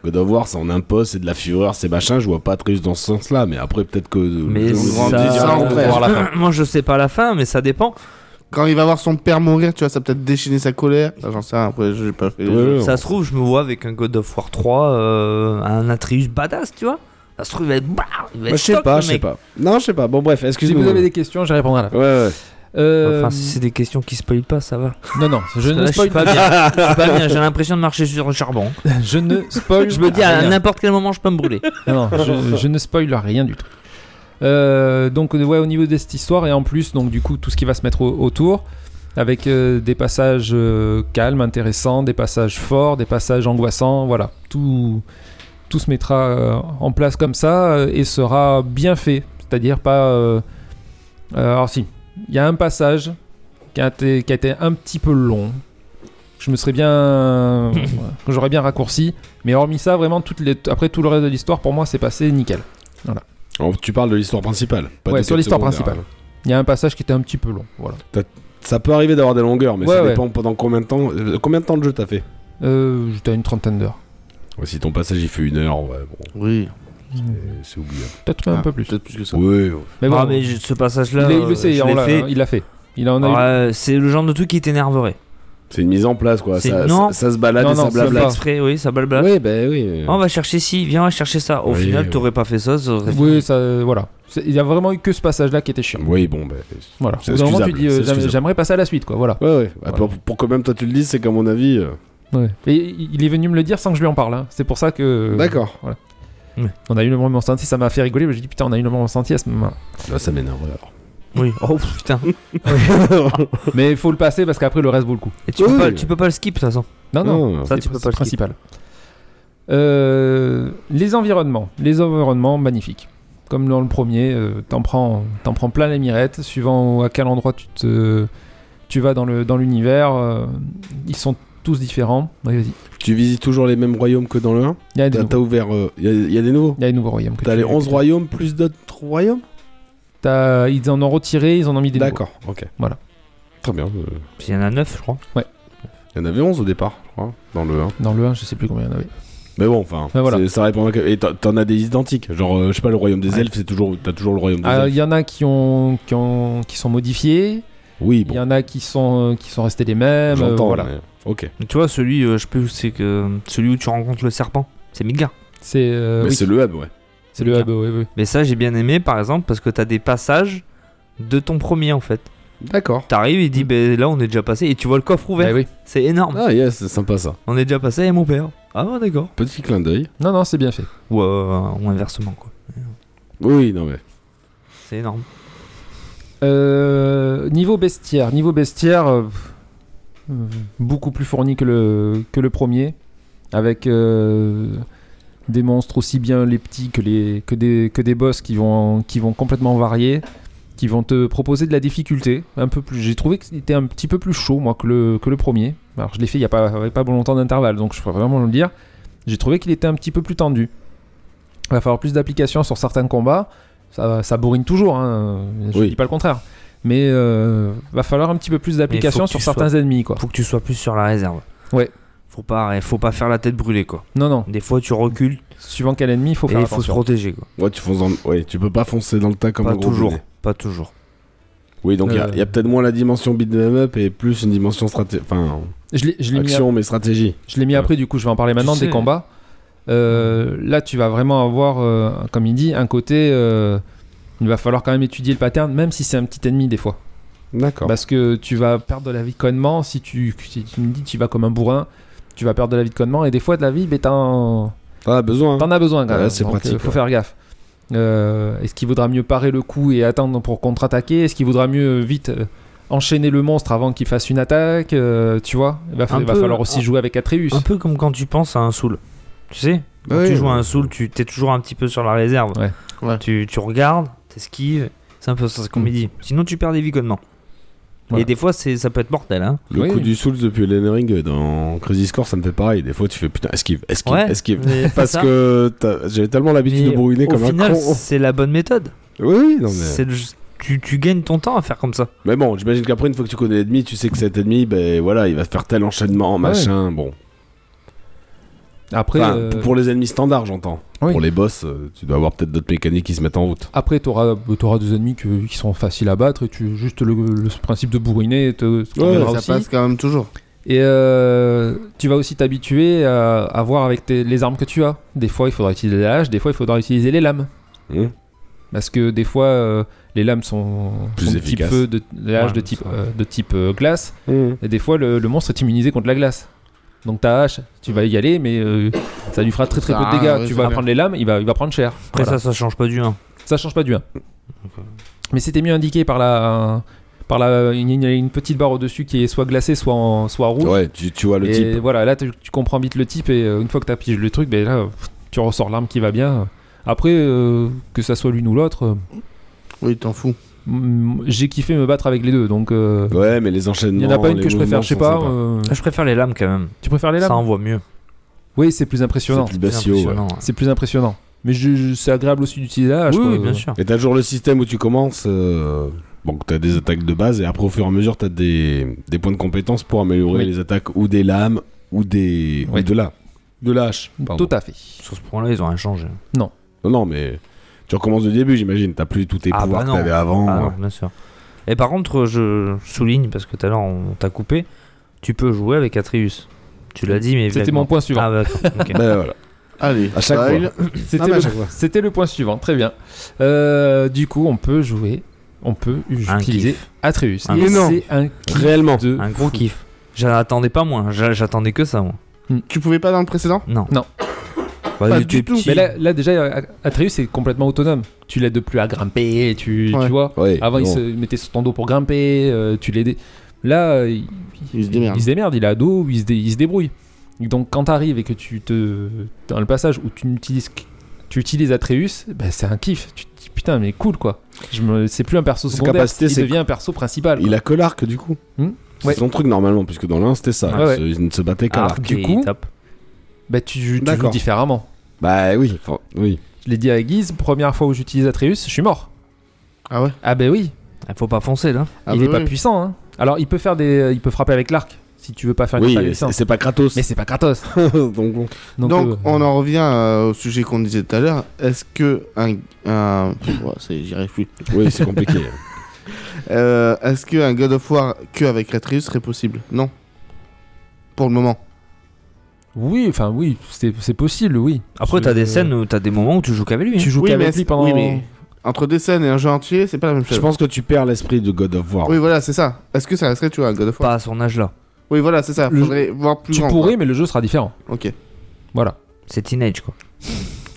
[SPEAKER 4] God of War, c'est en impôt, c'est de la fureur, c'est machin. Je vois pas Atreus dans ce sens-là, mais après, peut-être que. euh,
[SPEAKER 7] Mais
[SPEAKER 4] le jeu grandit, Bah, il y a
[SPEAKER 7] ça,
[SPEAKER 4] un
[SPEAKER 7] on
[SPEAKER 4] autre
[SPEAKER 7] va
[SPEAKER 4] War
[SPEAKER 7] voir la
[SPEAKER 4] à la fin.
[SPEAKER 7] fin. Moi, je sais pas la fin, mais ça dépend.
[SPEAKER 5] Quand il va voir son père mourir, tu vois, ça va peut-être déchaîner sa colère. Ah, J'en sais rien, après, j'ai pas fait. les jeux.
[SPEAKER 7] Ça se trouve, je me vois avec un God of War 3, euh, un Atreus badass, tu vois. Ça se trouve, il va être. bah, il va
[SPEAKER 4] Bah,
[SPEAKER 7] être
[SPEAKER 4] je sais
[SPEAKER 7] stock,
[SPEAKER 4] pas,
[SPEAKER 7] le
[SPEAKER 4] je sais
[SPEAKER 7] mec.
[SPEAKER 4] pas. Non, je sais pas. Bon, bref,
[SPEAKER 6] si
[SPEAKER 4] excusez-moi.
[SPEAKER 6] vous avez des questions, j'y répondrai à la fin.
[SPEAKER 4] Ouais, ouais.
[SPEAKER 6] Euh,
[SPEAKER 7] Enfin, si c'est des questions qui spoilent pas, ça va.
[SPEAKER 6] Non, non, je
[SPEAKER 7] Parce que
[SPEAKER 6] ne
[SPEAKER 7] là, je suis
[SPEAKER 6] spoil
[SPEAKER 7] pas bien. Je suis pas bien, j'ai l'impression de marcher sur un charbon. Ah,
[SPEAKER 6] Je ne spoil.
[SPEAKER 7] Je me dis, à
[SPEAKER 6] rien.
[SPEAKER 7] n'importe quel moment, je peux me brûler.
[SPEAKER 6] Non, non, je, je ne spoil rien du tout. Euh, donc ouais, au niveau de cette histoire et en plus donc du coup tout ce qui va se mettre au- autour avec euh, des passages euh, calmes, intéressants, des passages forts, des passages angoissants, voilà, tout tout se mettra euh, en place comme ça euh, et sera bien fait, c'est-à-dire pas euh, euh, alors si, il y a un passage qui a, été, qui a été un petit peu long. Je me serais bien. que J'aurais bien raccourci. Mais hormis ça, vraiment, toutes les... après tout le reste de l'histoire, pour moi, c'est passé nickel. Voilà.
[SPEAKER 4] Alors, tu parles de l'histoire principale. pas
[SPEAKER 6] ouais,
[SPEAKER 4] des
[SPEAKER 6] sur l'histoire
[SPEAKER 4] secondaires.
[SPEAKER 6] principale. Il y a un passage qui était un petit peu long. Voilà.
[SPEAKER 4] T'as- Ça peut arriver d'avoir des longueurs, mais
[SPEAKER 6] Ouais,
[SPEAKER 4] ça
[SPEAKER 6] ouais.
[SPEAKER 4] dépend pendant combien de temps. euh, combien de temps de jeu t'as fait
[SPEAKER 6] Euh, J'étais à une trentaine d'heures.
[SPEAKER 4] Ouais, Si ton passage il fait une heure, ouais, bon,
[SPEAKER 5] Oui.
[SPEAKER 4] c'est- c'est oubliable.
[SPEAKER 6] Peut-être même
[SPEAKER 5] Ah,
[SPEAKER 6] un peu plus.
[SPEAKER 5] Peut-être plus que ça.
[SPEAKER 4] Oui, ouais.
[SPEAKER 6] Mais bon,
[SPEAKER 7] ah, mais je- ce passage-là,
[SPEAKER 6] il, est- il
[SPEAKER 7] euh,
[SPEAKER 6] le sait,
[SPEAKER 7] je
[SPEAKER 6] on
[SPEAKER 7] l'ai
[SPEAKER 6] l'a-
[SPEAKER 7] fait.
[SPEAKER 6] hein, il l'a fait. Il en a eu-
[SPEAKER 7] Alors, euh, c'est le genre de truc qui t'énerverait.
[SPEAKER 4] c'est une mise en place quoi.
[SPEAKER 7] C'est-
[SPEAKER 4] Ça,
[SPEAKER 7] non.
[SPEAKER 4] ça, ça se balade
[SPEAKER 6] Non,
[SPEAKER 4] et
[SPEAKER 6] non,
[SPEAKER 4] ça
[SPEAKER 6] ça
[SPEAKER 4] blabla.
[SPEAKER 6] va.
[SPEAKER 7] Exprès, oui, ça blabla.
[SPEAKER 4] Oui, bah oui.
[SPEAKER 7] Oh, on va chercher ci, viens, on va chercher ça. Au
[SPEAKER 4] Oui,
[SPEAKER 7] final,
[SPEAKER 4] oui.
[SPEAKER 7] t'aurais pas fait ça. ça aurait-
[SPEAKER 6] Oui, ça, euh, voilà. C'est- Il y a vraiment eu que ce passage-là qui était chiant.
[SPEAKER 4] Oui, bon, bah.
[SPEAKER 6] Voilà.
[SPEAKER 4] C'est
[SPEAKER 6] Au bout d'un moment, tu
[SPEAKER 4] excusable,
[SPEAKER 6] dis, euh,
[SPEAKER 4] c'est
[SPEAKER 6] j'aime-
[SPEAKER 4] excusable.
[SPEAKER 6] j'aimerais passer à la suite, quoi. Voilà.
[SPEAKER 4] Ouais, ouais. Bah, Pour, pour que même toi tu le dises, c'est qu'à mon avis. euh,
[SPEAKER 6] Ouais. Et il est venu me le dire sans que je lui en parle. hein. C'est pour ça que.
[SPEAKER 4] D'accord.
[SPEAKER 6] Voilà. On a eu le moment ressenti, ça m'a fait rigoler, mais j'ai dit putain, on a eu le moment ressenti à ce moment.
[SPEAKER 4] Là, ça m'énerve alors.
[SPEAKER 7] Oui. Oh putain.
[SPEAKER 6] mais il faut le passer parce qu'après le reste vaut le coup.
[SPEAKER 7] Et tu, peux
[SPEAKER 4] Oui.
[SPEAKER 7] pas, tu peux pas le skip, de toute façon.
[SPEAKER 6] Non, Ah non,
[SPEAKER 4] Non,
[SPEAKER 7] Ça,
[SPEAKER 6] c'est
[SPEAKER 7] tu peux
[SPEAKER 6] le
[SPEAKER 7] pas le skip.
[SPEAKER 6] principal. Euh, les environnements, les environnements magnifiques. Comme dans le premier, euh, t'en prends, t'en prends plein les mirettes. Suivant à quel endroit tu te, tu vas dans le dans l'univers, euh, ils sont tous différents. Ouais, vas-y.
[SPEAKER 4] Tu visites toujours les mêmes royaumes que dans le 1
[SPEAKER 6] Il y a des
[SPEAKER 4] T'as
[SPEAKER 6] nouveaux,
[SPEAKER 4] t'as ouvert. Il y, a des nouveaux
[SPEAKER 6] il y a des nouveaux royaumes. que
[SPEAKER 4] T'as
[SPEAKER 6] tu-
[SPEAKER 4] les
[SPEAKER 6] que
[SPEAKER 4] 11
[SPEAKER 6] tu-
[SPEAKER 4] royaumes plus d'autres royaumes
[SPEAKER 6] t'as- ils en ont retiré, ils en ont mis des nouveaux.
[SPEAKER 4] D'accord, ok.
[SPEAKER 6] Voilà.
[SPEAKER 4] Très bien.
[SPEAKER 7] Il y en a 9, je crois.
[SPEAKER 6] Ouais.
[SPEAKER 4] Il y en avait 11 au départ, je crois, dans le 1.
[SPEAKER 6] Dans le 1, je sais plus combien ah il y en avait.
[SPEAKER 4] Mais bon, enfin,
[SPEAKER 6] Ouais, voilà.
[SPEAKER 4] c'est- ça répond à... Et t'en- t'en as des identiques. Genre, euh, je sais pas, le royaume des elfes, c'est toujours... T'as toujours le royaume des
[SPEAKER 6] Alors,
[SPEAKER 4] elfes.
[SPEAKER 6] Ah, il y en a qui ont qui ont qui sont modifiés.
[SPEAKER 4] Oui,
[SPEAKER 6] Il y en a qui sont euh, qui sont restés les mêmes. euh,
[SPEAKER 7] J'entends,
[SPEAKER 6] voilà.
[SPEAKER 7] mais-
[SPEAKER 4] Ok.
[SPEAKER 7] Tu vois, celui, euh, je sais plus où c'est que. Celui où tu rencontres le serpent, c'est Midgar.
[SPEAKER 6] C'est. euh,
[SPEAKER 7] Mais
[SPEAKER 6] oui.
[SPEAKER 7] c'est le hub, ouais.
[SPEAKER 6] C'est le hub, ouais, ouais.
[SPEAKER 7] Mais ça, j'ai bien aimé par exemple parce que t'as des passages de ton premier en fait.
[SPEAKER 4] D'accord.
[SPEAKER 7] T'arrives, il
[SPEAKER 6] Mm.
[SPEAKER 7] dit, ben là on est déjà passé et tu vois le coffre
[SPEAKER 6] Bah Eh
[SPEAKER 7] ouvert. C'est énorme.
[SPEAKER 4] Ah yes, c'est sympa ça.
[SPEAKER 7] On est déjà passé et mon père. Ah ouais, d'accord.
[SPEAKER 4] Petit clin d'œil.
[SPEAKER 6] Non, non, c'est bien fait.
[SPEAKER 7] Ou, euh, ou inversement quoi.
[SPEAKER 4] Oui, non mais...
[SPEAKER 7] C'est énorme.
[SPEAKER 6] Euh, niveau bestiaire, niveau bestiaire, euh, euh, beaucoup plus fourni que le, que le premier, avec euh, des monstres aussi bien les petits que, les, que, des, que des boss qui vont, qui vont complètement varier, qui vont te proposer de la difficulté. Un peu plus, j'ai trouvé que c'était un petit peu plus chaud moi que le, que le premier. Alors je l'ai fait il n'y a pas, avec pas bon longtemps d'intervalle, donc je peux vraiment le dire. J'ai trouvé qu'il était un petit peu plus tendu. Il va falloir plus d'applications sur certains combats. Ça, ça bourrine toujours, hein. je
[SPEAKER 7] Oui.
[SPEAKER 6] dis pas le contraire. Mais euh, va falloir un petit peu plus d'applications sur certains ennemis quoi.
[SPEAKER 7] Faut que tu sois plus sur la réserve.
[SPEAKER 6] Ouais.
[SPEAKER 7] Faut pas, faut pas faire la tête brûlée quoi.
[SPEAKER 6] Non, non.
[SPEAKER 7] Des fois tu recules.
[SPEAKER 6] Suivant quel ennemi, il faut
[SPEAKER 7] Et
[SPEAKER 6] faire
[SPEAKER 7] il faut se
[SPEAKER 6] attention.
[SPEAKER 7] protéger quoi.
[SPEAKER 4] Ouais, tu fonces dans le- ouais, tu peux pas foncer dans le tas comme
[SPEAKER 7] Pas
[SPEAKER 4] un gros
[SPEAKER 7] toujours,
[SPEAKER 4] bonnet.
[SPEAKER 7] Pas toujours.
[SPEAKER 4] Oui, donc il y a-
[SPEAKER 6] Euh.
[SPEAKER 4] il y a, peut-être moins la dimension beat 'em up et plus une dimension stratégie. Enfin,
[SPEAKER 6] Je l'ai- je l'ai mis
[SPEAKER 4] action
[SPEAKER 6] à-
[SPEAKER 4] mais stratégie.
[SPEAKER 6] Je l'ai mis après, du coup, je vais en parler maintenant
[SPEAKER 4] sais.
[SPEAKER 6] des combats. Euh,
[SPEAKER 7] Mm.
[SPEAKER 6] là, tu vas vraiment avoir, euh, comme il dit, un côté. euh, il va falloir quand même étudier le pattern, même si c'est un petit ennemi des fois.
[SPEAKER 4] D'accord.
[SPEAKER 7] Bah,
[SPEAKER 6] Parce que tu vas perdre de la vie de connement si tu, si tu me dis tu vas comme un bourrin, tu vas perdre de la vie de connement et des fois de la vie, ben t'en.
[SPEAKER 4] T'en as besoin. hein.
[SPEAKER 6] T'en as besoin quand
[SPEAKER 4] Ouais,
[SPEAKER 6] même.
[SPEAKER 4] c'est
[SPEAKER 6] Donc,
[SPEAKER 4] pratique,
[SPEAKER 6] euh, faut
[SPEAKER 4] ouais.
[SPEAKER 6] faire gaffe. Euh, Est-ce qu'il vaudra mieux parer le coup et attendre pour contre-attaquer Est-ce qu'il vaudra mieux euh, vite euh, enchaîner le monstre avant qu'il fasse une attaque Euh, Tu vois Il va, fa-
[SPEAKER 7] Un
[SPEAKER 6] il va
[SPEAKER 7] peu-
[SPEAKER 6] falloir aussi
[SPEAKER 7] un-
[SPEAKER 6] jouer avec Atreus.
[SPEAKER 7] Un peu comme quand tu penses à un soul. Tu sais Quand
[SPEAKER 6] Ouais,
[SPEAKER 7] tu
[SPEAKER 6] ouais.
[SPEAKER 7] joues à un soul, tu t'es toujours un petit peu sur la réserve. Tu, tu regardes, t'esquives. C'est un peu ça, c'est comme il dit. Sinon, tu perds des vies connement.
[SPEAKER 4] Mm. Voilà.
[SPEAKER 7] Et des fois, c'est- ça peut être mortel. Hein.
[SPEAKER 4] Le coup du Souls depuis Elden Ring euh, dans Crisis Core, ça me fait pareil. Des fois, tu fais putain, esquive, esquive,
[SPEAKER 7] Ouais,
[SPEAKER 4] esquive.
[SPEAKER 7] mais c'est
[SPEAKER 4] Parce
[SPEAKER 7] ça.
[SPEAKER 4] que t'as- j'avais tellement l'habitude de
[SPEAKER 7] Mais
[SPEAKER 4] brouiller
[SPEAKER 7] au
[SPEAKER 4] comme
[SPEAKER 7] final,
[SPEAKER 4] un con.
[SPEAKER 7] c'est la bonne méthode.
[SPEAKER 4] Oui, oui, non, mais-
[SPEAKER 7] C'est le- tu, tu gagnes ton temps à faire comme ça.
[SPEAKER 4] Mais bon, j'imagine qu'après, une fois que tu connais l'ennemi, tu sais que cet ennemi, ben voilà, il va faire tel enchaînement, machin. Bon.
[SPEAKER 6] Après,
[SPEAKER 4] Enfin,
[SPEAKER 6] euh,
[SPEAKER 4] pour les ennemis standards, j'entends.
[SPEAKER 6] Oui.
[SPEAKER 4] Pour les boss, euh, tu dois avoir peut-être d'autres mécaniques qui se mettent en route.
[SPEAKER 6] Après, t'auras auras des ennemis que- qui sont faciles à battre et tu juste le, le principe de bourriner te, te
[SPEAKER 5] Ouais,
[SPEAKER 6] conviendra
[SPEAKER 5] ça
[SPEAKER 6] aussi.
[SPEAKER 5] passe quand même toujours.
[SPEAKER 6] Et euh, tu vas aussi t'habituer à, à voir avec tes- les armes que tu as. Des fois, il faudra utiliser les haches, des fois, il faudra utiliser les lames.
[SPEAKER 4] Mmh.
[SPEAKER 6] Parce que des fois, euh, les lames sont,
[SPEAKER 4] Plus
[SPEAKER 6] sont de type
[SPEAKER 4] efficaces.
[SPEAKER 6] feu, de, les haches
[SPEAKER 4] Ouais,
[SPEAKER 6] de type, euh, de type euh, glace.
[SPEAKER 4] Mmh.
[SPEAKER 6] Et des fois, le, le monstre est immunisé contre la glace. Donc ta hache, tu vas y aller, mais euh, ça lui fera très très peu
[SPEAKER 7] Ah,
[SPEAKER 6] de dégâts.
[SPEAKER 7] ouais,
[SPEAKER 6] tu
[SPEAKER 7] c'est
[SPEAKER 6] vas
[SPEAKER 7] bien.
[SPEAKER 6] prendre les lames, il va, il va prendre cher.
[SPEAKER 7] Après,
[SPEAKER 6] Voilà.
[SPEAKER 7] ça, ça change pas du 1.
[SPEAKER 6] Ça change pas du 1. Mais c'était mieux indiqué par la. Par la, il y a une petite barre au-dessus qui est soit glacée, soit, en- soit rouge.
[SPEAKER 4] Ouais, tu, tu vois le
[SPEAKER 6] et
[SPEAKER 4] type.
[SPEAKER 6] voilà, là tu, tu comprends vite le type et euh, une fois que tu pigé le truc, ben là pff, tu ressors l'arme qui va bien. Après, euh, que ça soit l'une ou l'autre. euh,
[SPEAKER 5] Oui, t'en fous.
[SPEAKER 6] J'ai kiffé me battre avec les deux, donc. euh,
[SPEAKER 4] Ouais, mais les enchaînements.
[SPEAKER 6] Il n'y en a pas une
[SPEAKER 4] les
[SPEAKER 6] que je préfère, je sais
[SPEAKER 4] mouvements
[SPEAKER 6] pas.
[SPEAKER 4] sont sympas.
[SPEAKER 6] euh,
[SPEAKER 7] Je préfère les lames quand même.
[SPEAKER 6] Tu préfères les lames
[SPEAKER 7] Ça envoie mieux.
[SPEAKER 6] Oui, c'est plus impressionnant.
[SPEAKER 4] C'est plus bacio,
[SPEAKER 7] impressionnant, ouais.
[SPEAKER 6] C'est plus impressionnant. Mais je- je- c'est agréable aussi d'utiliser
[SPEAKER 4] Ah,
[SPEAKER 6] la hache, quoi.
[SPEAKER 4] Et t'as toujours le système où tu commences. euh, Donc t'as des attaques de base et après au fur et à mesure t'as des, des points de compétence pour améliorer
[SPEAKER 6] Oui.
[SPEAKER 4] les attaques ou des lames ou des ou de la de la hache. pardon.
[SPEAKER 6] Tout à fait.
[SPEAKER 7] Sur ce point-là, ils ont rien changé.
[SPEAKER 6] Non.
[SPEAKER 4] Non non mais tu recommences du début j'imagine t'as plus tous tes
[SPEAKER 7] Ah
[SPEAKER 4] pouvoirs
[SPEAKER 7] bah
[SPEAKER 4] que
[SPEAKER 7] non.
[SPEAKER 4] t'avais avant.
[SPEAKER 7] Ah non, bien sûr. Et par contre, je souligne, parce que tout à l'heure on t'a coupé, tu peux jouer avec Atreus. Tu l'as dit, mais.
[SPEAKER 6] C'était
[SPEAKER 7] vaguement.
[SPEAKER 6] mon point suivant.
[SPEAKER 7] Ah, bah, d'accord, ok.
[SPEAKER 4] Ben,
[SPEAKER 5] Allez,
[SPEAKER 4] À chaque
[SPEAKER 5] bah,
[SPEAKER 4] fois.
[SPEAKER 5] il-
[SPEAKER 6] C'était
[SPEAKER 5] Ah, bah, à
[SPEAKER 6] le,
[SPEAKER 5] chaque fois.
[SPEAKER 6] c'était le point suivant, très bien. Euh, du coup, on peut jouer, on peut
[SPEAKER 7] Un
[SPEAKER 6] utiliser
[SPEAKER 7] kiff.
[SPEAKER 6] Atreus.
[SPEAKER 7] Un
[SPEAKER 6] Et
[SPEAKER 7] kiff.
[SPEAKER 6] c'est un kiff de
[SPEAKER 7] Un gros
[SPEAKER 6] fou.
[SPEAKER 7] kiff. J'attendais pas moins, j'a- j'attendais que ça moi.
[SPEAKER 5] Tu pouvais pas dans le précédent
[SPEAKER 7] Non.
[SPEAKER 6] Non.
[SPEAKER 7] Bah, il était petit.
[SPEAKER 6] Mais là, là, déjà, euh, Atreus est complètement autonome. Tu l'aides plus à grimper, tu,
[SPEAKER 5] Ouais.
[SPEAKER 6] tu vois.
[SPEAKER 5] Ouais,
[SPEAKER 6] Avant, il
[SPEAKER 5] bon.
[SPEAKER 6] se mettait sur ton dos pour grimper, euh, tu l'aidais. Là, euh, il, il se démerde. Il se démerde, il a dos, il se, dé- il se débrouille. Donc, quand t'arrives et que tu te. Dans le passage où tu n'utilises que- tu utilises Atreus, bah, c'est un kiff. Tu te dis putain, mais cool quoi. Je me... C'est plus un perso
[SPEAKER 4] Ses
[SPEAKER 6] secondaire,
[SPEAKER 4] capacités,
[SPEAKER 6] il
[SPEAKER 4] c'est-
[SPEAKER 6] devient un perso principal.
[SPEAKER 4] Il a que l'arc du coup. C'est
[SPEAKER 6] Hmm. Ouais.
[SPEAKER 4] son truc normalement puisque dans l'un c'était ça.
[SPEAKER 6] Ouais, ouais.
[SPEAKER 4] Ils se- Ils ne se battaient qu'à
[SPEAKER 6] Arc
[SPEAKER 4] l'arc.
[SPEAKER 6] du coup, bah, tu, tu joues
[SPEAKER 4] D'accord.
[SPEAKER 6] différemment.
[SPEAKER 4] Bah oui enfin, oui.
[SPEAKER 6] Je l'ai dit à Guise, première fois où j'utilise Atreus, je suis mort.
[SPEAKER 5] Ah ouais
[SPEAKER 6] Ah bah oui.
[SPEAKER 7] Faut pas foncer là.
[SPEAKER 5] Ah bah
[SPEAKER 6] il est pas puissant. Hein. Alors, il peut faire des, il peut frapper avec l'arc si tu veux pas faire une
[SPEAKER 4] Oui,
[SPEAKER 6] attaque
[SPEAKER 4] c'est
[SPEAKER 6] puissante.
[SPEAKER 4] c'est pas Kratos.
[SPEAKER 6] Mais c'est pas Kratos.
[SPEAKER 4] Donc bon.
[SPEAKER 6] Donc,
[SPEAKER 5] Donc,
[SPEAKER 6] euh,
[SPEAKER 5] on en revient euh, au sujet qu'on disait tout à l'heure. Est-ce que un, un... Pff, ouais, c'est- j'y arrive plus.
[SPEAKER 4] Oui, c'est compliqué.
[SPEAKER 5] Euh, Est-ce que un God of War que avec Atreus serait possible Non. Pour le moment.
[SPEAKER 6] Oui, enfin oui, c'est c'est possible, oui.
[SPEAKER 7] Après,
[SPEAKER 6] Je-
[SPEAKER 7] t'as des scènes où t'as des moments où tu joues qu'avec lui. hein.
[SPEAKER 6] Tu joues
[SPEAKER 5] Oui,
[SPEAKER 6] qu'avec
[SPEAKER 5] mais-
[SPEAKER 6] lui pendant.
[SPEAKER 5] oui, mais entre des scènes et un jeu entier, c'est pas la même chose.
[SPEAKER 4] Je pense que tu perds l'esprit de God of War.
[SPEAKER 5] Oui, voilà, c'est ça. Est-ce que ça resterait, tu vois, un God of War
[SPEAKER 7] Pas à son âge là.
[SPEAKER 5] Oui, voilà, c'est ça.
[SPEAKER 6] Le-
[SPEAKER 5] Faudrait voir plus
[SPEAKER 6] Tu
[SPEAKER 5] grand.
[SPEAKER 6] pourrais, mais le jeu sera différent.
[SPEAKER 5] quoi. Ok.
[SPEAKER 6] Voilà.
[SPEAKER 7] C'est teenage quoi.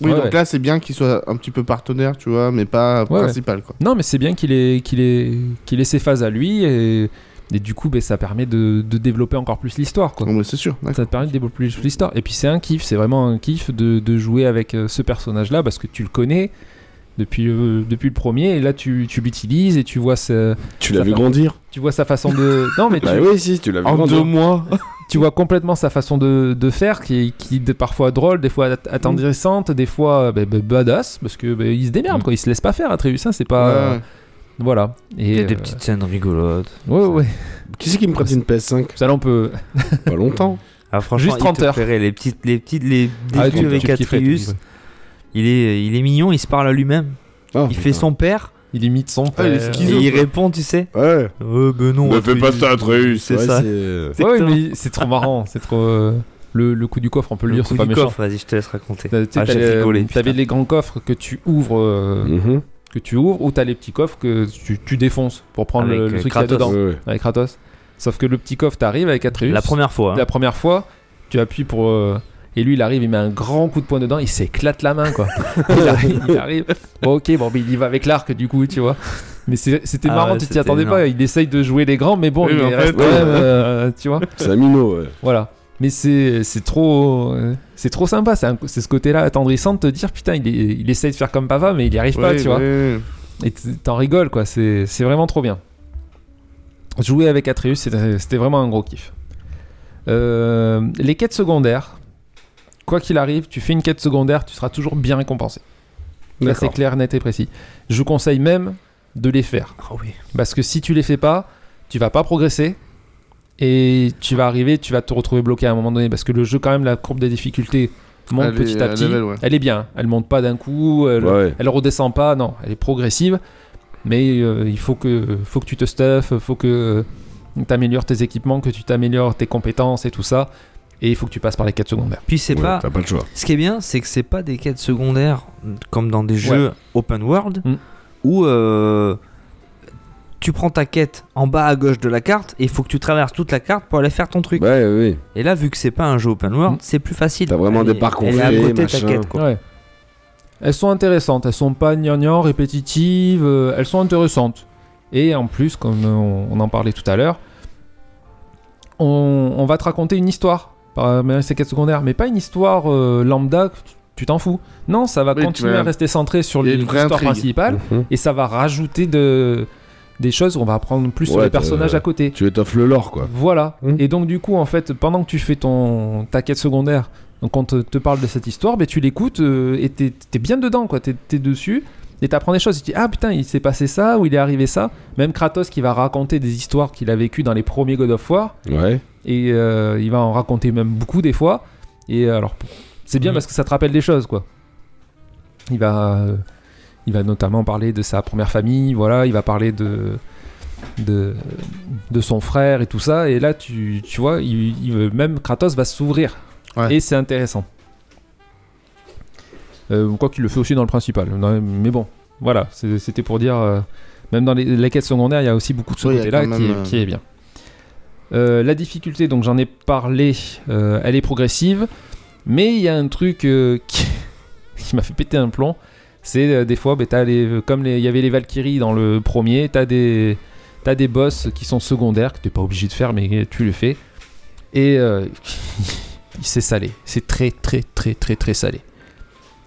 [SPEAKER 5] Oui,
[SPEAKER 6] Ouais,
[SPEAKER 5] donc
[SPEAKER 6] ouais.
[SPEAKER 5] là, c'est bien qu'il soit un petit peu partenaire, tu vois, mais pas
[SPEAKER 6] Ouais,
[SPEAKER 5] principal,
[SPEAKER 6] ouais.
[SPEAKER 5] quoi.
[SPEAKER 6] Non, mais c'est bien qu'il ait, qu'il ait, qu'il ait ses phases à lui et, et du coup, ben, ça permet de, de développer encore plus l'histoire. quoi.
[SPEAKER 5] Non, mais c'est sûr.
[SPEAKER 6] Ça te permet de développer plus l'histoire. Et puis, c'est un kiff, c'est vraiment un kiff de, de jouer avec euh, ce personnage-là parce que tu le connais depuis, le- depuis le premier et là, tu, tu l'utilises et tu vois ce.
[SPEAKER 4] Tu l'as
[SPEAKER 6] sa
[SPEAKER 4] vu
[SPEAKER 6] fa-
[SPEAKER 4] grandir.
[SPEAKER 6] Tu vois sa façon de. Non, mais tu,
[SPEAKER 4] Bah oui, si, tu l'as vu grandir.
[SPEAKER 5] mois.
[SPEAKER 6] tu vois complètement sa façon de, de faire qui est, qui est de- parfois drôle, des fois at- attendrissante, des fois bah, bah, badass parce que bah, il se
[SPEAKER 7] Mm.
[SPEAKER 6] démerde quoi, il se laisse pas faire Atreus, hein, c'est pas
[SPEAKER 5] Ouais, ouais.
[SPEAKER 6] voilà.
[SPEAKER 7] Il y
[SPEAKER 6] Et,
[SPEAKER 7] a des
[SPEAKER 6] euh,
[SPEAKER 7] petites scènes rigolotes.
[SPEAKER 6] Ouais ouais.
[SPEAKER 4] Qui c'est qui me prête une PS5
[SPEAKER 6] Ça là on peut
[SPEAKER 4] Pas longtemps.
[SPEAKER 7] Ah, franchement,
[SPEAKER 6] Juste 30
[SPEAKER 7] il te
[SPEAKER 6] heures.
[SPEAKER 7] ferait Les petites, les petites, les
[SPEAKER 6] Ah,
[SPEAKER 7] débuts
[SPEAKER 6] tu-
[SPEAKER 7] avec
[SPEAKER 6] tu kifferais, tu
[SPEAKER 7] Atreus.
[SPEAKER 6] kifferais.
[SPEAKER 7] Il est, il est mignon, il se parle à lui-même.
[SPEAKER 4] Oh,
[SPEAKER 7] il fait son père
[SPEAKER 6] il imite son
[SPEAKER 5] Ah, il est
[SPEAKER 6] père.
[SPEAKER 5] schizo,
[SPEAKER 7] et il
[SPEAKER 5] quoi.
[SPEAKER 7] répond, tu sais.
[SPEAKER 4] Ouais.
[SPEAKER 7] Euh, ben non.
[SPEAKER 4] Ne fais pas ça, Atreus.
[SPEAKER 7] C'est euh,
[SPEAKER 4] Ouais,
[SPEAKER 7] ça.
[SPEAKER 4] c'est-
[SPEAKER 6] Ouais, ouais, mais c'est trop marrant, c'est trop euh, le, le coup du coffre, on peut le,
[SPEAKER 7] Le
[SPEAKER 6] dire,
[SPEAKER 7] coup
[SPEAKER 6] c'est pas
[SPEAKER 7] du
[SPEAKER 6] méchant.
[SPEAKER 7] coffre, vas-y, je te laisse raconter.
[SPEAKER 6] T'as- tu sais,
[SPEAKER 7] Ah,
[SPEAKER 6] t'as
[SPEAKER 7] j'ai
[SPEAKER 6] les-
[SPEAKER 7] rigolé,
[SPEAKER 6] T'avais
[SPEAKER 7] putain. Mm.
[SPEAKER 6] les grands coffres que tu ouvres euh,
[SPEAKER 4] Mhm.
[SPEAKER 6] que tu ouvres ou t'as les petits coffres que tu, tu défonces pour prendre le,
[SPEAKER 7] Avec,
[SPEAKER 6] le
[SPEAKER 7] euh,
[SPEAKER 6] truc qu'il y a
[SPEAKER 7] Kratos.
[SPEAKER 6] dedans
[SPEAKER 4] Ouais, ouais.
[SPEAKER 6] avec Kratos. Sauf que le petit coffre t'arrive avec Atreus.
[SPEAKER 7] La première fois. hein.
[SPEAKER 6] La première fois, tu appuies pour. euh, et lui, il arrive, il met un grand coup de poing dedans, il s'éclate la main, quoi. il arrive, il arrive. Bon, ok, bon, mais il y va avec l'arc, du coup, tu vois. Mais c'est- c'était
[SPEAKER 7] Ah
[SPEAKER 6] marrant,
[SPEAKER 7] ouais,
[SPEAKER 6] tu t'y
[SPEAKER 7] c'était
[SPEAKER 6] attendais
[SPEAKER 7] énorme.
[SPEAKER 6] pas. Il essaye de jouer les grands, mais bon,
[SPEAKER 5] Oui,
[SPEAKER 6] il
[SPEAKER 5] mais en
[SPEAKER 6] reste
[SPEAKER 5] fait,
[SPEAKER 6] quand même, euh, tu vois.
[SPEAKER 4] C'est un minot, ouais.
[SPEAKER 6] Voilà. Mais c'est c'est trop, euh, c'est trop sympa. C'est un- c'est ce côté-là attendrissant de te dire, putain, il, est- il essaye de faire comme papa, mais il n'y arrive pas,
[SPEAKER 5] Ouais,
[SPEAKER 6] tu vois.
[SPEAKER 5] ouais.
[SPEAKER 6] Et t- t'en rigoles, quoi. C'est c'est vraiment trop bien. Jouer avec Atreus, c'était c'était vraiment un gros kiff. Euh, les quêtes secondaires, quoi qu'il arrive, tu fais une quête secondaire, tu seras toujours bien récompensé. Là,
[SPEAKER 4] D'accord.
[SPEAKER 6] c'est clair, net et précis. Je vous conseille même de les faire.
[SPEAKER 7] Ah oui.
[SPEAKER 6] Parce que si tu les fais pas, tu vas pas progresser. Et tu vas arriver, tu vas te retrouver bloqué à un moment donné. Parce que le jeu, quand même, la courbe des difficultés monte
[SPEAKER 5] Elle est-
[SPEAKER 6] petit à
[SPEAKER 5] elle
[SPEAKER 6] petit.
[SPEAKER 5] level, ouais.
[SPEAKER 6] Elle est bien. hein. Elle monte pas d'un coup. Elle,
[SPEAKER 4] Ouais.
[SPEAKER 6] elle redescend pas. Non, elle est progressive. Mais euh, il faut que, faut que tu te stuffes. faut que tu améliores tes équipements, que tu t'améliores tes compétences et tout ça. Et il faut que tu passes par les quêtes secondaires.
[SPEAKER 7] Puis c'est
[SPEAKER 4] Ouais,
[SPEAKER 7] pas.
[SPEAKER 4] T'as pas le choix.
[SPEAKER 7] Ce qui est bien, c'est que c'est pas des quêtes secondaires comme dans des jeux open world
[SPEAKER 6] Mm.
[SPEAKER 7] où euh, tu prends ta quête en bas à gauche de la carte et il faut que tu traverses toute la carte pour aller faire ton truc.
[SPEAKER 4] Ouais, oui.
[SPEAKER 7] Et là, vu que c'est pas un jeu open world, c'est plus facile.
[SPEAKER 4] T'as vraiment
[SPEAKER 7] Elle
[SPEAKER 4] des
[SPEAKER 7] est-
[SPEAKER 4] parcours
[SPEAKER 7] Elle est à
[SPEAKER 4] faits,
[SPEAKER 7] côté de ta
[SPEAKER 4] machin.
[SPEAKER 7] quête quoi.
[SPEAKER 6] Ouais. Elles sont intéressantes, elles sont pas gnangnans, répétitives, euh, elles sont intéressantes. Et en plus, comme euh, on, on en parlait tout à l'heure, on, on va te raconter une histoire par par ces quêtes secondaires, mais pas une histoire euh, lambda, tu- tu t'en fous. Non, ça va
[SPEAKER 5] Oui, tu
[SPEAKER 6] continuer
[SPEAKER 5] vas-
[SPEAKER 6] à rester centré sur
[SPEAKER 5] Il y a
[SPEAKER 6] les-
[SPEAKER 5] une vraie
[SPEAKER 6] l'histoire
[SPEAKER 5] intrigue.
[SPEAKER 6] principale,
[SPEAKER 4] Mhm.
[SPEAKER 6] et ça va rajouter de, des choses, on va apprendre plus sur
[SPEAKER 4] Ouais,
[SPEAKER 6] les personnages
[SPEAKER 4] t'as-
[SPEAKER 6] à côté.
[SPEAKER 4] Tu étoffes le lore, quoi.
[SPEAKER 6] Voilà.
[SPEAKER 4] Mm.
[SPEAKER 6] Et donc du coup, en fait, pendant que tu fais ton ta quête secondaire, donc on te, te parle de cette histoire, mais tu l'écoutes euh, et t'es t'es bien dedans, quoi. T'es t'es dessus et t'apprends des choses. Tu te dis ah putain, il s'est passé ça ou il est arrivé ça. Même Kratos qui va raconter des histoires qu'il a vécues dans les premiers God of War
[SPEAKER 4] Ouais.
[SPEAKER 6] et euh, il va en raconter même beaucoup des fois. Et euh, alors c'est bien
[SPEAKER 7] Mm.
[SPEAKER 6] parce que ça te rappelle des choses, quoi. Il va euh, il va notamment parler de sa première famille, voilà, il va parler de de, de son frère et tout ça. Et là, tu, tu vois, il, il veut- même Kratos va s'ouvrir.
[SPEAKER 5] Ouais.
[SPEAKER 6] Et c'est intéressant. Euh, quoi qu'il le fait aussi dans le principal. Non, mais bon, voilà, c'est- c'était pour dire, euh, même dans les, les quêtes secondaires, il y a aussi beaucoup de ce
[SPEAKER 5] Oui, il y a
[SPEAKER 6] côté-là
[SPEAKER 5] quand
[SPEAKER 6] qui,
[SPEAKER 5] même,
[SPEAKER 6] est-
[SPEAKER 5] euh,
[SPEAKER 6] qui est bien. Euh, la difficulté, donc j'en ai parlé, euh, elle est progressive, mais il y a un truc euh, qui, qui m'a fait péter un plomb. C'est euh, des fois, ben, t'as les, comme les- il y avait les Valkyries dans le premier, t'as des, t'as des boss qui sont secondaires que t'es pas obligé de faire, mais tu le fais. Et euh, c'est salé, c'est très très très très très salé.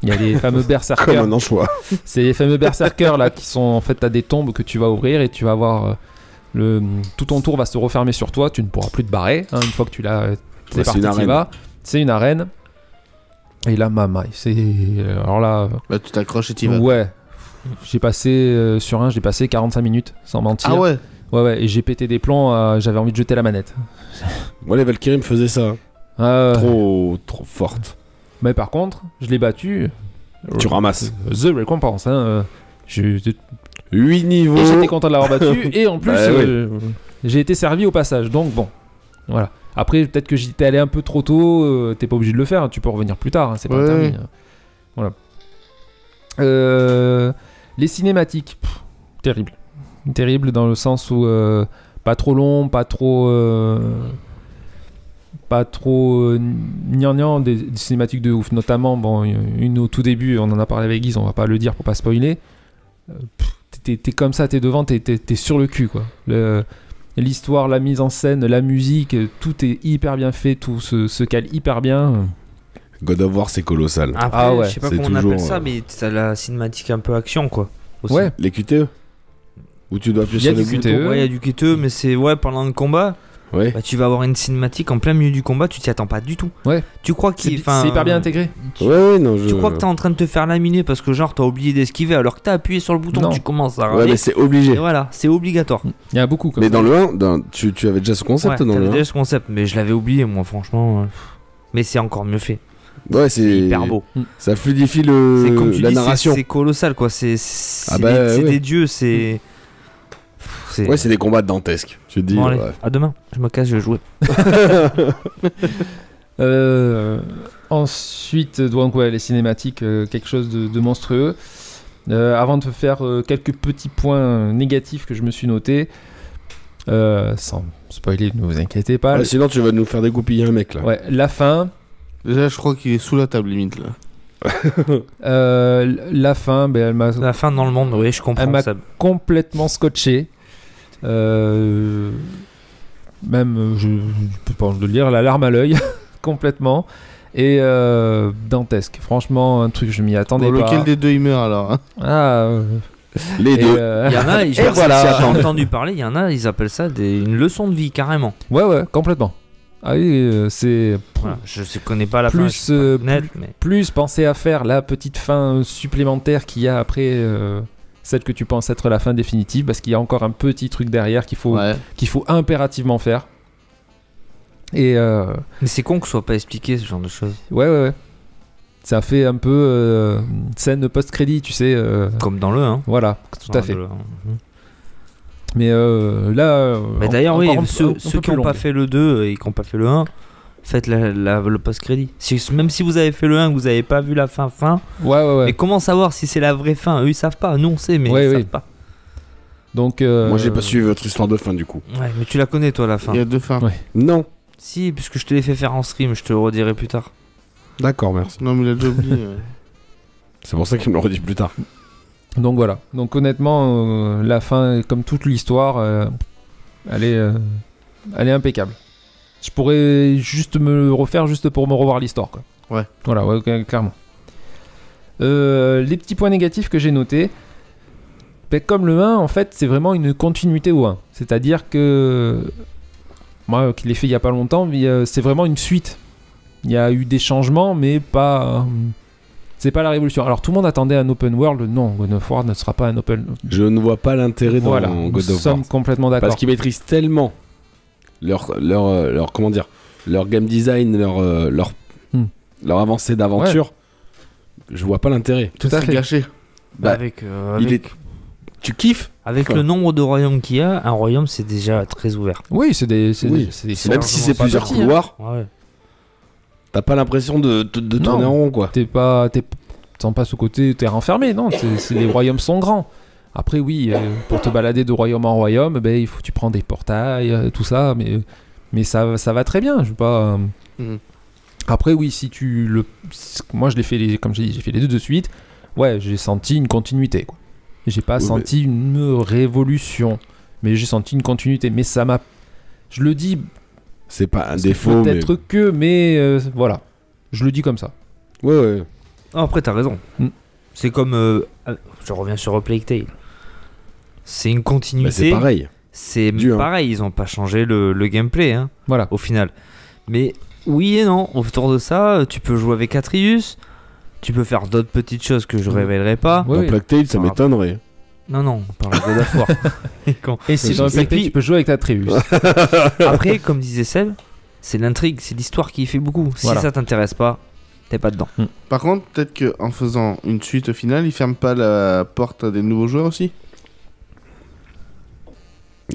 [SPEAKER 6] Il y a les fameux
[SPEAKER 4] Comme
[SPEAKER 6] berserkers.
[SPEAKER 4] un anchois.
[SPEAKER 6] C'est les fameux berserkers là qui sont en fait t'as des tombes que tu vas ouvrir et tu vas avoir euh, le tout ton tour va se refermer sur toi, tu ne pourras plus te barrer hein, une fois que tu l'as euh, c'est
[SPEAKER 4] Ouais, c'est
[SPEAKER 6] parti
[SPEAKER 4] une
[SPEAKER 6] t'y
[SPEAKER 4] arène.
[SPEAKER 6] vas. C'est une arène. Et là mamaille, c'est euh, alors là
[SPEAKER 5] Bah, tu t'accroches et t'y vas.
[SPEAKER 6] euh, ouais. J'ai passé euh, sur un, j'ai passé 45 minutes sans mentir.
[SPEAKER 5] Ah ouais
[SPEAKER 6] Ouais, ouais, et j'ai pété des plans, euh, j'avais envie de jeter la manette. Euh,
[SPEAKER 4] Moi, les Valkyries me faisaient ça. Trop, trop forte.
[SPEAKER 6] Mais par contre, je l'ai battu. Euh,
[SPEAKER 4] Tu ramasses.
[SPEAKER 6] The récompense, hein. euh, je- je-
[SPEAKER 4] 8 niveaux.
[SPEAKER 6] Et j'étais content de l'avoir battu. Et en plus,
[SPEAKER 4] Oh. Bah
[SPEAKER 6] euh, j'ai été servi au passage. Donc bon, voilà. Après, peut-être que j'étais allé un peu trop tôt. euh, T'es pas obligé de le faire. hein, Tu peux revenir plus tard. hein, C'est pas
[SPEAKER 5] Ouais.
[SPEAKER 6] interdit. hein. Voilà. Euh, les cinématiques, pff, terrible, terrible dans le sens où euh, pas trop long, pas trop. euh, pas trop euh, gnangnan, des, des cinématiques de ouf, notamment bon, une au tout début, on en a parlé avec Guise, on va pas le dire pour pas spoiler, Euh, t'es- t'es t'es comme ça, t'es devant, t'es- t'es t'es sur le cul, quoi. Le- L'histoire, la mise en scène, la musique, euh, tout est hyper bien fait, tout se, se cale hyper bien.
[SPEAKER 4] God of War, c'est colossal.
[SPEAKER 7] Après,
[SPEAKER 6] Ah ouais.
[SPEAKER 7] je sais pas
[SPEAKER 4] C'est
[SPEAKER 7] comment on appelle
[SPEAKER 4] toujours,
[SPEAKER 7] ça,
[SPEAKER 4] euh,
[SPEAKER 7] mais t'as la cinématique un peu action, quoi. aussi.
[SPEAKER 6] Ouais.
[SPEAKER 4] Les QTE Où tu dois appuyer
[SPEAKER 7] Il y a
[SPEAKER 4] sur
[SPEAKER 7] du
[SPEAKER 4] le
[SPEAKER 7] QTE.
[SPEAKER 6] E.
[SPEAKER 4] bouton.
[SPEAKER 7] Ouais, il y a du QTE, mais c'est ouais, pendant le combat.
[SPEAKER 4] Ouais.
[SPEAKER 7] bah, tu vas avoir une cinématique en plein milieu du combat, tu t'y attends pas du tout.
[SPEAKER 6] Ouais.
[SPEAKER 7] Tu crois qu'il.
[SPEAKER 6] C'est-
[SPEAKER 7] enfin,
[SPEAKER 6] c'est hyper bien intégré.
[SPEAKER 7] Tu,
[SPEAKER 4] Ouais, ouais, non, je-
[SPEAKER 7] tu crois que t'es en train de te faire laminer parce que, genre, t'as oublié d'esquiver alors que t'as appuyé sur le bouton,
[SPEAKER 6] Non.
[SPEAKER 7] tu commences à.
[SPEAKER 4] Ouais,
[SPEAKER 7] râler.
[SPEAKER 4] mais c'est obligé.
[SPEAKER 7] Et voilà, c'est obligatoire.
[SPEAKER 6] Il y en a beaucoup. Comme
[SPEAKER 4] Mais
[SPEAKER 6] ça.
[SPEAKER 4] dans le 1, dans- tu, tu avais déjà ce concept
[SPEAKER 7] Ouais,
[SPEAKER 4] hein. dans
[SPEAKER 7] t'avais
[SPEAKER 4] le 1.
[SPEAKER 7] déjà ce concept, mais je l'avais oublié, moi, franchement. euh. Mais c'est encore mieux fait.
[SPEAKER 4] Ouais, c'est
[SPEAKER 7] hyper beau.
[SPEAKER 4] Ça fluidifie le
[SPEAKER 7] C'est comme tu
[SPEAKER 4] la
[SPEAKER 7] dis, c'est-
[SPEAKER 4] narration.
[SPEAKER 7] C'est colossal, quoi. C'est c'est
[SPEAKER 4] Ah bah,
[SPEAKER 7] des, c'est
[SPEAKER 4] ouais.
[SPEAKER 7] des dieux, c'est.
[SPEAKER 4] Ouais, c'est des combats dantesques. Tu te dis
[SPEAKER 7] Bon, allez,
[SPEAKER 4] ouais.
[SPEAKER 7] à demain, je me casse, je vais jouer.
[SPEAKER 6] Euh, ensuite, donc ouais, les cinématiques, euh, quelque chose de, de monstrueux. Euh, avant de faire euh, quelques petits points négatifs que je me suis noté, sans spoiler, ne vous inquiétez pas.
[SPEAKER 4] Ouais, sinon, tu vas nous faire dégoupiller un mec là.
[SPEAKER 6] Ouais, la fin.
[SPEAKER 5] Déjà, je crois qu'il est sous la table limite là.
[SPEAKER 6] Euh, la fin, ben, elle m'a
[SPEAKER 7] La fin dans le monde, oui, je comprends.
[SPEAKER 6] Elle m'a
[SPEAKER 7] ça.
[SPEAKER 6] complètement scotché. Euh, même, euh, je, je peux pas le lire, la larme à l'œil, complètement. Et euh, dantesque. Franchement, un truc, je m'y attendais
[SPEAKER 5] Bon,
[SPEAKER 6] pas.
[SPEAKER 5] lequel des deux il meurt alors hein
[SPEAKER 6] Ah, euh,
[SPEAKER 4] Les
[SPEAKER 6] et,
[SPEAKER 4] deux.
[SPEAKER 6] euh,
[SPEAKER 7] Il y en a,
[SPEAKER 6] et
[SPEAKER 7] j'ai
[SPEAKER 6] voilà.
[SPEAKER 7] entendu parler, il y en a, ils appellent ça des- une leçon de vie, carrément.
[SPEAKER 6] Ouais, ouais, complètement. Ah oui, euh, c'est.
[SPEAKER 7] Voilà, je ne connais pas la fin, je
[SPEAKER 6] plus,
[SPEAKER 7] suis pas
[SPEAKER 6] euh,
[SPEAKER 7] honnête,
[SPEAKER 6] plus,
[SPEAKER 7] mais-
[SPEAKER 6] plus penser à faire la petite fin supplémentaire qu'il y a après euh, celle que tu penses être la fin définitive, parce qu'il y a encore un petit truc derrière qu'il faut, qu'il faut impérativement faire. Et euh,
[SPEAKER 7] Mais c'est con que ce soit pas expliqué ce genre de choses.
[SPEAKER 6] ouais, ouais, ouais. Ça fait un peu euh, scène post-crédit, tu sais. euh.
[SPEAKER 7] Comme dans le 1.
[SPEAKER 6] Voilà, tout
[SPEAKER 7] Dans
[SPEAKER 6] à fait.
[SPEAKER 7] le 1.
[SPEAKER 6] Mais euh, là. euh,
[SPEAKER 7] Mais
[SPEAKER 6] en-
[SPEAKER 7] d'ailleurs, oui,
[SPEAKER 6] encore un- un-
[SPEAKER 7] ceux,
[SPEAKER 6] un peu
[SPEAKER 7] ceux qui
[SPEAKER 6] plus
[SPEAKER 7] n'ont pas
[SPEAKER 6] longue.
[SPEAKER 7] fait le 2 et qui n'ont pas fait le 1, faites la, la- le post-crédit. Si- même si vous avez fait le 1 que vous n'avez pas vu la fin, fin.
[SPEAKER 6] Ouais, ouais, ouais.
[SPEAKER 7] Mais comment savoir si c'est la vraie fin Eux, ils savent pas. Nous, on sait, mais
[SPEAKER 6] Ouais,
[SPEAKER 7] ils
[SPEAKER 6] ouais.
[SPEAKER 7] savent pas.
[SPEAKER 6] Donc, euh,
[SPEAKER 4] Moi, j'ai pas suivi votre histoire de fin du coup.
[SPEAKER 7] Ouais, mais tu la connais, toi, la fin.
[SPEAKER 5] Il y a deux fins.
[SPEAKER 6] Ouais.
[SPEAKER 4] Non.
[SPEAKER 7] Si, puisque je te l'ai fait faire en stream, je te le redirai plus tard.
[SPEAKER 4] D'accord, merci.
[SPEAKER 5] Non, mais il a déjà oublié. euh.
[SPEAKER 4] C'est pour ça qu'il me le redit plus tard.
[SPEAKER 6] Donc voilà. Donc honnêtement, euh, la fin, comme toute l'histoire, euh, elle, est, euh, elle est impeccable. Je pourrais juste me le refaire juste pour me revoir l'histoire. Quoi.
[SPEAKER 5] Ouais.
[SPEAKER 6] Voilà, ouais, cl- clairement. Euh, les petits points négatifs que j'ai notés. ben, comme le 1, en fait, c'est vraiment une continuité au 1. C'est-à-dire que. Moi euh, qui l'ai fait il n'y a pas longtemps, mais, euh, c'est vraiment une suite. Il y a eu des changements, mais pas. euh, c'est pas la révolution. Alors tout le monde attendait un open world. Non, God of War ne sera pas un open.
[SPEAKER 4] Je ne vois pas l'intérêt dans
[SPEAKER 6] Voilà, nous
[SPEAKER 4] God of War.
[SPEAKER 6] sommes complètement d'accord.
[SPEAKER 4] Parce qu'ils maîtrisent tellement leur, leur, euh, leur- comment dire, leur game design, leur, euh, leur,
[SPEAKER 6] Hmm.
[SPEAKER 4] leur avancée d'aventure. Je vois pas l'intérêt.
[SPEAKER 6] Tout à
[SPEAKER 5] C'est
[SPEAKER 6] fait.
[SPEAKER 5] gâché.
[SPEAKER 4] Bah,
[SPEAKER 7] avec euh,
[SPEAKER 4] il
[SPEAKER 7] avec,
[SPEAKER 4] est- Tu kiffes
[SPEAKER 7] avec
[SPEAKER 4] quoi.
[SPEAKER 7] le nombre de royaumes qu'il y a, un royaume, c'est déjà très ouvert.
[SPEAKER 6] Oui, c'est des. c'est
[SPEAKER 4] Oui.
[SPEAKER 6] des- c'est des-
[SPEAKER 7] C'est
[SPEAKER 4] Même si
[SPEAKER 7] largement
[SPEAKER 4] c'est
[SPEAKER 7] pas
[SPEAKER 4] plusieurs
[SPEAKER 7] petit, hein.
[SPEAKER 4] couloirs,
[SPEAKER 7] Ouais.
[SPEAKER 4] t'as pas l'impression de, de- de
[SPEAKER 6] Non.
[SPEAKER 4] tourner en rond quoi.
[SPEAKER 6] T'es pas. T'es, t'en passes au côté, t'es renfermé. Non, c'est- c'est- les royaumes sont grands. Après, oui, euh, pour te balader de royaume en royaume, ben, il faut tu prends des portails, euh, tout ça, mais, mais ça, ça va très bien. Je veux pas. euh,
[SPEAKER 4] Mm.
[SPEAKER 5] Mhm.
[SPEAKER 6] Après, oui, si tu le. Moi, je l'ai fait, les- comme j'ai dit, j'ai fait les deux de suite. Ouais, j'ai senti une continuité. Quoi. J'ai pas
[SPEAKER 4] Oui,
[SPEAKER 6] senti une révolution, mais j'ai senti une continuité. Mais ça m'a. Je le dis
[SPEAKER 4] C'est pas un défaut, mais.
[SPEAKER 6] peut-être que, mais euh, voilà. Je le dis comme ça.
[SPEAKER 4] Ouais, ouais.
[SPEAKER 7] Non, après, t'as raison.
[SPEAKER 6] Mm.
[SPEAKER 7] C'est comme. euh, euh, je reviens sur Replay Tale. C'est une continuité.
[SPEAKER 4] Bah, c'est pareil.
[SPEAKER 7] C'est
[SPEAKER 4] Du, hein.
[SPEAKER 7] pareil, ils ont pas changé le, le gameplay, hein,
[SPEAKER 6] Voilà.
[SPEAKER 7] au final. Mais oui et non, autour de ça, euh, tu peux jouer avec Atrius, tu peux faire d'autres petites choses que je révélerai pas.
[SPEAKER 6] Ouais,
[SPEAKER 4] Dans
[SPEAKER 6] ouais.
[SPEAKER 4] Plague Tale, ça
[SPEAKER 7] Par rapport-
[SPEAKER 4] m'étonnerait.
[SPEAKER 7] Non, non, on parle de God of War. quand-
[SPEAKER 6] Et si dans le pack,
[SPEAKER 7] puis-
[SPEAKER 6] tu peux jouer avec ta tribu.
[SPEAKER 7] Après, comme disait Seb, c'est l'intrigue, c'est l'histoire qui y fait beaucoup. Si
[SPEAKER 5] Voilà.
[SPEAKER 7] ça t'intéresse pas, t'es pas dedans.
[SPEAKER 5] Par contre, peut-être qu'en faisant une suite au final, ils ferment pas la porte à des nouveaux joueurs aussi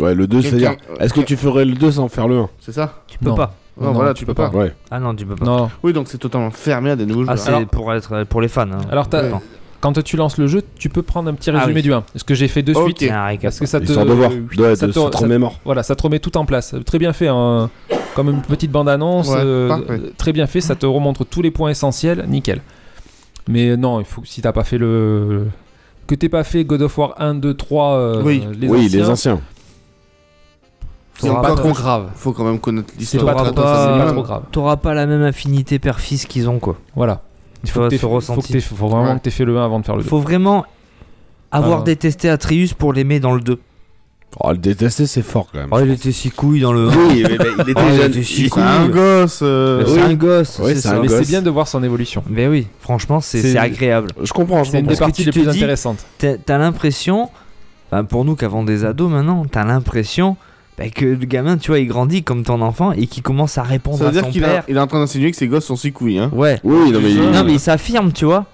[SPEAKER 4] Ouais, le 2,
[SPEAKER 5] Quelqu'un-
[SPEAKER 4] c'est-à-dire, est-ce que tu ferais le 2 sans faire le 1
[SPEAKER 5] C'est ça
[SPEAKER 7] Tu peux Non. pas.
[SPEAKER 5] Ouais,
[SPEAKER 7] Non,
[SPEAKER 5] voilà,
[SPEAKER 7] tu
[SPEAKER 5] tu,
[SPEAKER 7] peux
[SPEAKER 5] peux pas.
[SPEAKER 7] pas. Ouais. Ah non, tu peux pas.
[SPEAKER 6] Non.
[SPEAKER 5] Oui, donc c'est totalement fermé à des nouveaux
[SPEAKER 7] Ah,
[SPEAKER 5] joueurs.
[SPEAKER 7] c'est pour, être, euh, pour les fans. hein.
[SPEAKER 6] Alors, t'as-
[SPEAKER 7] Attends.
[SPEAKER 6] quand tu lances le jeu, tu peux prendre un petit
[SPEAKER 7] Ah
[SPEAKER 6] résumé
[SPEAKER 7] oui.
[SPEAKER 6] du 1. Ce que j'ai fait de
[SPEAKER 7] Ok.
[SPEAKER 6] suite.
[SPEAKER 7] Ah, récap.
[SPEAKER 6] Parce que ça te.
[SPEAKER 4] Histoire de voir, de- de
[SPEAKER 6] te-
[SPEAKER 4] se remémorer.
[SPEAKER 6] Voilà, ça te remet tout en place. Très bien fait, hein. comme une petite bande-annonce.
[SPEAKER 5] Ouais,
[SPEAKER 6] euh,
[SPEAKER 5] parfait.
[SPEAKER 6] très bien fait, ça te remontre tous les points essentiels. Nickel. Mais non, il faut, si t'as pas fait le. Que t'aies pas fait God of War 1, 2, 3, euh,
[SPEAKER 5] Oui.
[SPEAKER 6] les
[SPEAKER 4] Oui,
[SPEAKER 6] anciens.
[SPEAKER 4] les anciens.
[SPEAKER 5] C'est
[SPEAKER 7] T'auras
[SPEAKER 5] pas
[SPEAKER 7] pas-
[SPEAKER 5] trop grave. Faut quand même connaître l'histoire.
[SPEAKER 7] T'auras
[SPEAKER 5] Attends, ça, c'est
[SPEAKER 7] pas,
[SPEAKER 5] minimum.
[SPEAKER 7] T'auras pas la même affinité père-fils qu'ils ont, quoi.
[SPEAKER 6] Voilà. Il faut, que t'aies-
[SPEAKER 7] se
[SPEAKER 6] faut, que t'aies-
[SPEAKER 7] ressentir.
[SPEAKER 6] faut vraiment que t'aies fait le 1 avant de faire le 2.
[SPEAKER 7] Faut vraiment avoir
[SPEAKER 6] Ah.
[SPEAKER 7] détesté Atreus pour l'aimer dans le 2.
[SPEAKER 4] Oh, le détester, c'est fort quand même.
[SPEAKER 7] Oh, il était si couille dans le.
[SPEAKER 4] Oui, mais- mais il était jeune.
[SPEAKER 7] si
[SPEAKER 4] Il-
[SPEAKER 7] couille.
[SPEAKER 4] c'est un
[SPEAKER 5] gosse. euh,
[SPEAKER 7] Mais
[SPEAKER 4] oui.
[SPEAKER 7] C'est un gosse.
[SPEAKER 4] Ouais, c'est un
[SPEAKER 6] Mais
[SPEAKER 4] gosse.
[SPEAKER 6] c'est bien de voir son évolution.
[SPEAKER 7] Mais oui, franchement, c'est
[SPEAKER 6] C'est-
[SPEAKER 7] c'est agréable.
[SPEAKER 4] Je comprends, je
[SPEAKER 6] C'est une des
[SPEAKER 7] Parce que
[SPEAKER 6] parties
[SPEAKER 7] tu
[SPEAKER 6] les
[SPEAKER 7] te
[SPEAKER 6] plus
[SPEAKER 7] dis,
[SPEAKER 6] intéressantes.
[SPEAKER 7] T'as t'as l'impression, enfin, pour nous qui avons des ados maintenant, t'as l'impression bah, que le gamin, tu vois, il grandit comme ton enfant et qu'il commence à répondre
[SPEAKER 5] Ça veut
[SPEAKER 7] à
[SPEAKER 5] dire
[SPEAKER 7] son
[SPEAKER 5] qu'il
[SPEAKER 7] père.
[SPEAKER 5] a- il est en train d'insinuer que ses gosses sont si couilles. Hein.
[SPEAKER 7] Ouais.
[SPEAKER 4] Oui, non, mais il-
[SPEAKER 7] Non, mais il s'affirme, tu vois.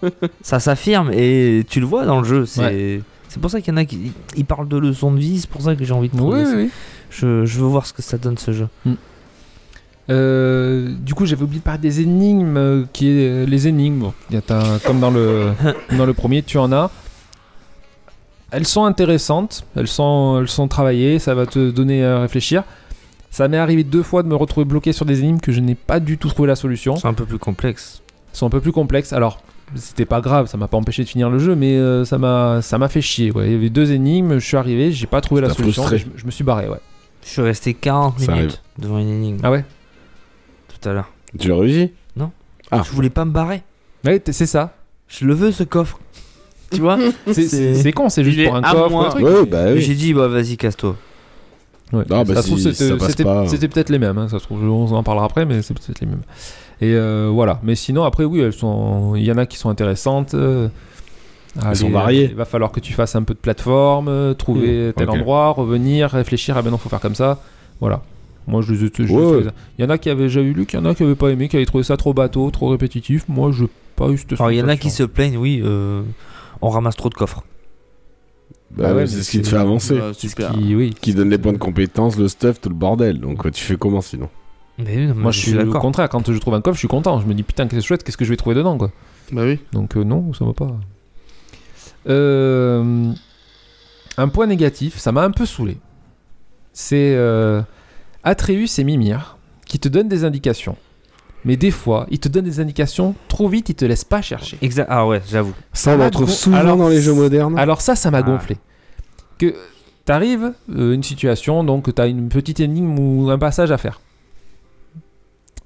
[SPEAKER 7] ça s'affirme et tu le vois dans le jeu. C'est c'est pour ça qu'il y en a qui ils parlent de leçons de vie. C'est pour ça que j'ai envie de progresser.
[SPEAKER 6] oui, oui.
[SPEAKER 7] Je, je veux voir ce que ça donne ce jeu.
[SPEAKER 6] Euh, du coup, j'avais oublié de parler des énigmes. euh, qui est, les énigmes, bon, il y a ta- comme dans le, dans le premier, tu en as. Elles sont intéressantes, elles sont, elles sont travaillées, ça va te donner à réfléchir. Ça m'est arrivé deux fois de me retrouver bloqué sur des énigmes que je n'ai pas du tout trouvé la solution.
[SPEAKER 7] C'est un peu plus complexe.
[SPEAKER 6] Elles sont un peu plus complexes. Alors, c'était pas grave, ça m'a pas empêché de finir le jeu, mais euh, ça m'a ça m'a fait chier. ouais. Il y avait deux énigmes, je suis arrivé, j'ai pas trouvé la
[SPEAKER 4] T'as
[SPEAKER 6] solution,
[SPEAKER 4] frustré.
[SPEAKER 6] je, je me suis barré, ouais.
[SPEAKER 7] Je suis resté 40
[SPEAKER 4] Ça
[SPEAKER 7] minutes
[SPEAKER 4] arrive.
[SPEAKER 7] devant une énigme
[SPEAKER 6] Ah ouais
[SPEAKER 7] tout à l'heure.
[SPEAKER 4] Tu l'as réussi
[SPEAKER 7] Non.
[SPEAKER 4] Ah.
[SPEAKER 7] Je voulais pas me barrer.
[SPEAKER 6] Ouais, t- c'est ça.
[SPEAKER 7] Je le veux ce coffre. Tu vois
[SPEAKER 6] C'est- c'est con, c'est juste
[SPEAKER 7] Il est
[SPEAKER 6] pour un
[SPEAKER 7] à
[SPEAKER 6] coffre euh,
[SPEAKER 7] moi.
[SPEAKER 6] ou un truc.
[SPEAKER 4] Ouais, bah oui.
[SPEAKER 7] J'ai dit bah vas-y casse-toi.
[SPEAKER 6] Ouais.
[SPEAKER 4] Non, bah
[SPEAKER 6] ça se
[SPEAKER 4] si
[SPEAKER 6] trouve, c'était-
[SPEAKER 4] ça passe
[SPEAKER 6] c'était
[SPEAKER 4] pas.
[SPEAKER 6] c'était peut-être les mêmes. hein, Ça se trouve, on en parlera après, mais c'est peut-être les mêmes. Et euh, voilà. Mais sinon, après, oui, elles sont. Il y en a qui sont intéressantes. euh, à
[SPEAKER 4] sont
[SPEAKER 6] les-
[SPEAKER 4] variées.
[SPEAKER 6] Il va falloir que tu fasses un peu de plateforme, euh, trouver
[SPEAKER 4] Mmh.
[SPEAKER 6] tel
[SPEAKER 4] Ok.
[SPEAKER 6] endroit, revenir, réfléchir. Ah ben non, faut faire comme ça. Voilà. Moi, je les ai. je les ai
[SPEAKER 4] Ouais.
[SPEAKER 6] fait comme ça. Il y en a qui avaient déjà eu lu, il y en a qui avaient pas aimé, qui avaient trouvé ça trop bateau, trop répétitif. Moi, je pas eu cette.
[SPEAKER 7] Alors il y en a
[SPEAKER 6] sensation.
[SPEAKER 7] qui se plaignent, oui, euh, on ramasse trop de coffres.
[SPEAKER 4] Bah
[SPEAKER 6] Ah ouais,
[SPEAKER 4] ouais,
[SPEAKER 6] mais
[SPEAKER 4] c'est euh, ce qui te
[SPEAKER 6] c'est-
[SPEAKER 4] fait avancer.
[SPEAKER 5] Ouais, super.
[SPEAKER 6] Qui, oui.
[SPEAKER 4] Qui donne les points de compétence, le stuff, tout le bordel. Donc euh, tu fais comment sinon
[SPEAKER 7] Mais oui, non, mais
[SPEAKER 6] Moi, je suis au
[SPEAKER 7] Mmh, d'accord.
[SPEAKER 6] contraire. Quand je trouve un coffre, je suis content. Je me dis putain, qu'est-ce que c'est chouette, qu'est-ce que je vais trouver dedans, quoi.
[SPEAKER 5] Bah oui.
[SPEAKER 6] Donc euh, non, ça va pas. Euh, un point négatif, ça m'a un peu saoulé. C'est euh, Atreus et Mimir qui te donnent des indications. Mais des fois, ils te donnent des indications trop vite, ils te laissent pas chercher.
[SPEAKER 7] Exa- ah ouais, j'avoue.
[SPEAKER 4] Ça, on en
[SPEAKER 6] Ah,
[SPEAKER 4] trouve
[SPEAKER 6] bon,
[SPEAKER 4] souvent
[SPEAKER 6] alors,
[SPEAKER 4] dans les jeux modernes.
[SPEAKER 6] Alors ça, ça m'a
[SPEAKER 7] Ah.
[SPEAKER 6] gonflé. Que t'arrives, euh, une situation, donc t'as une petite énigme ou un passage à faire.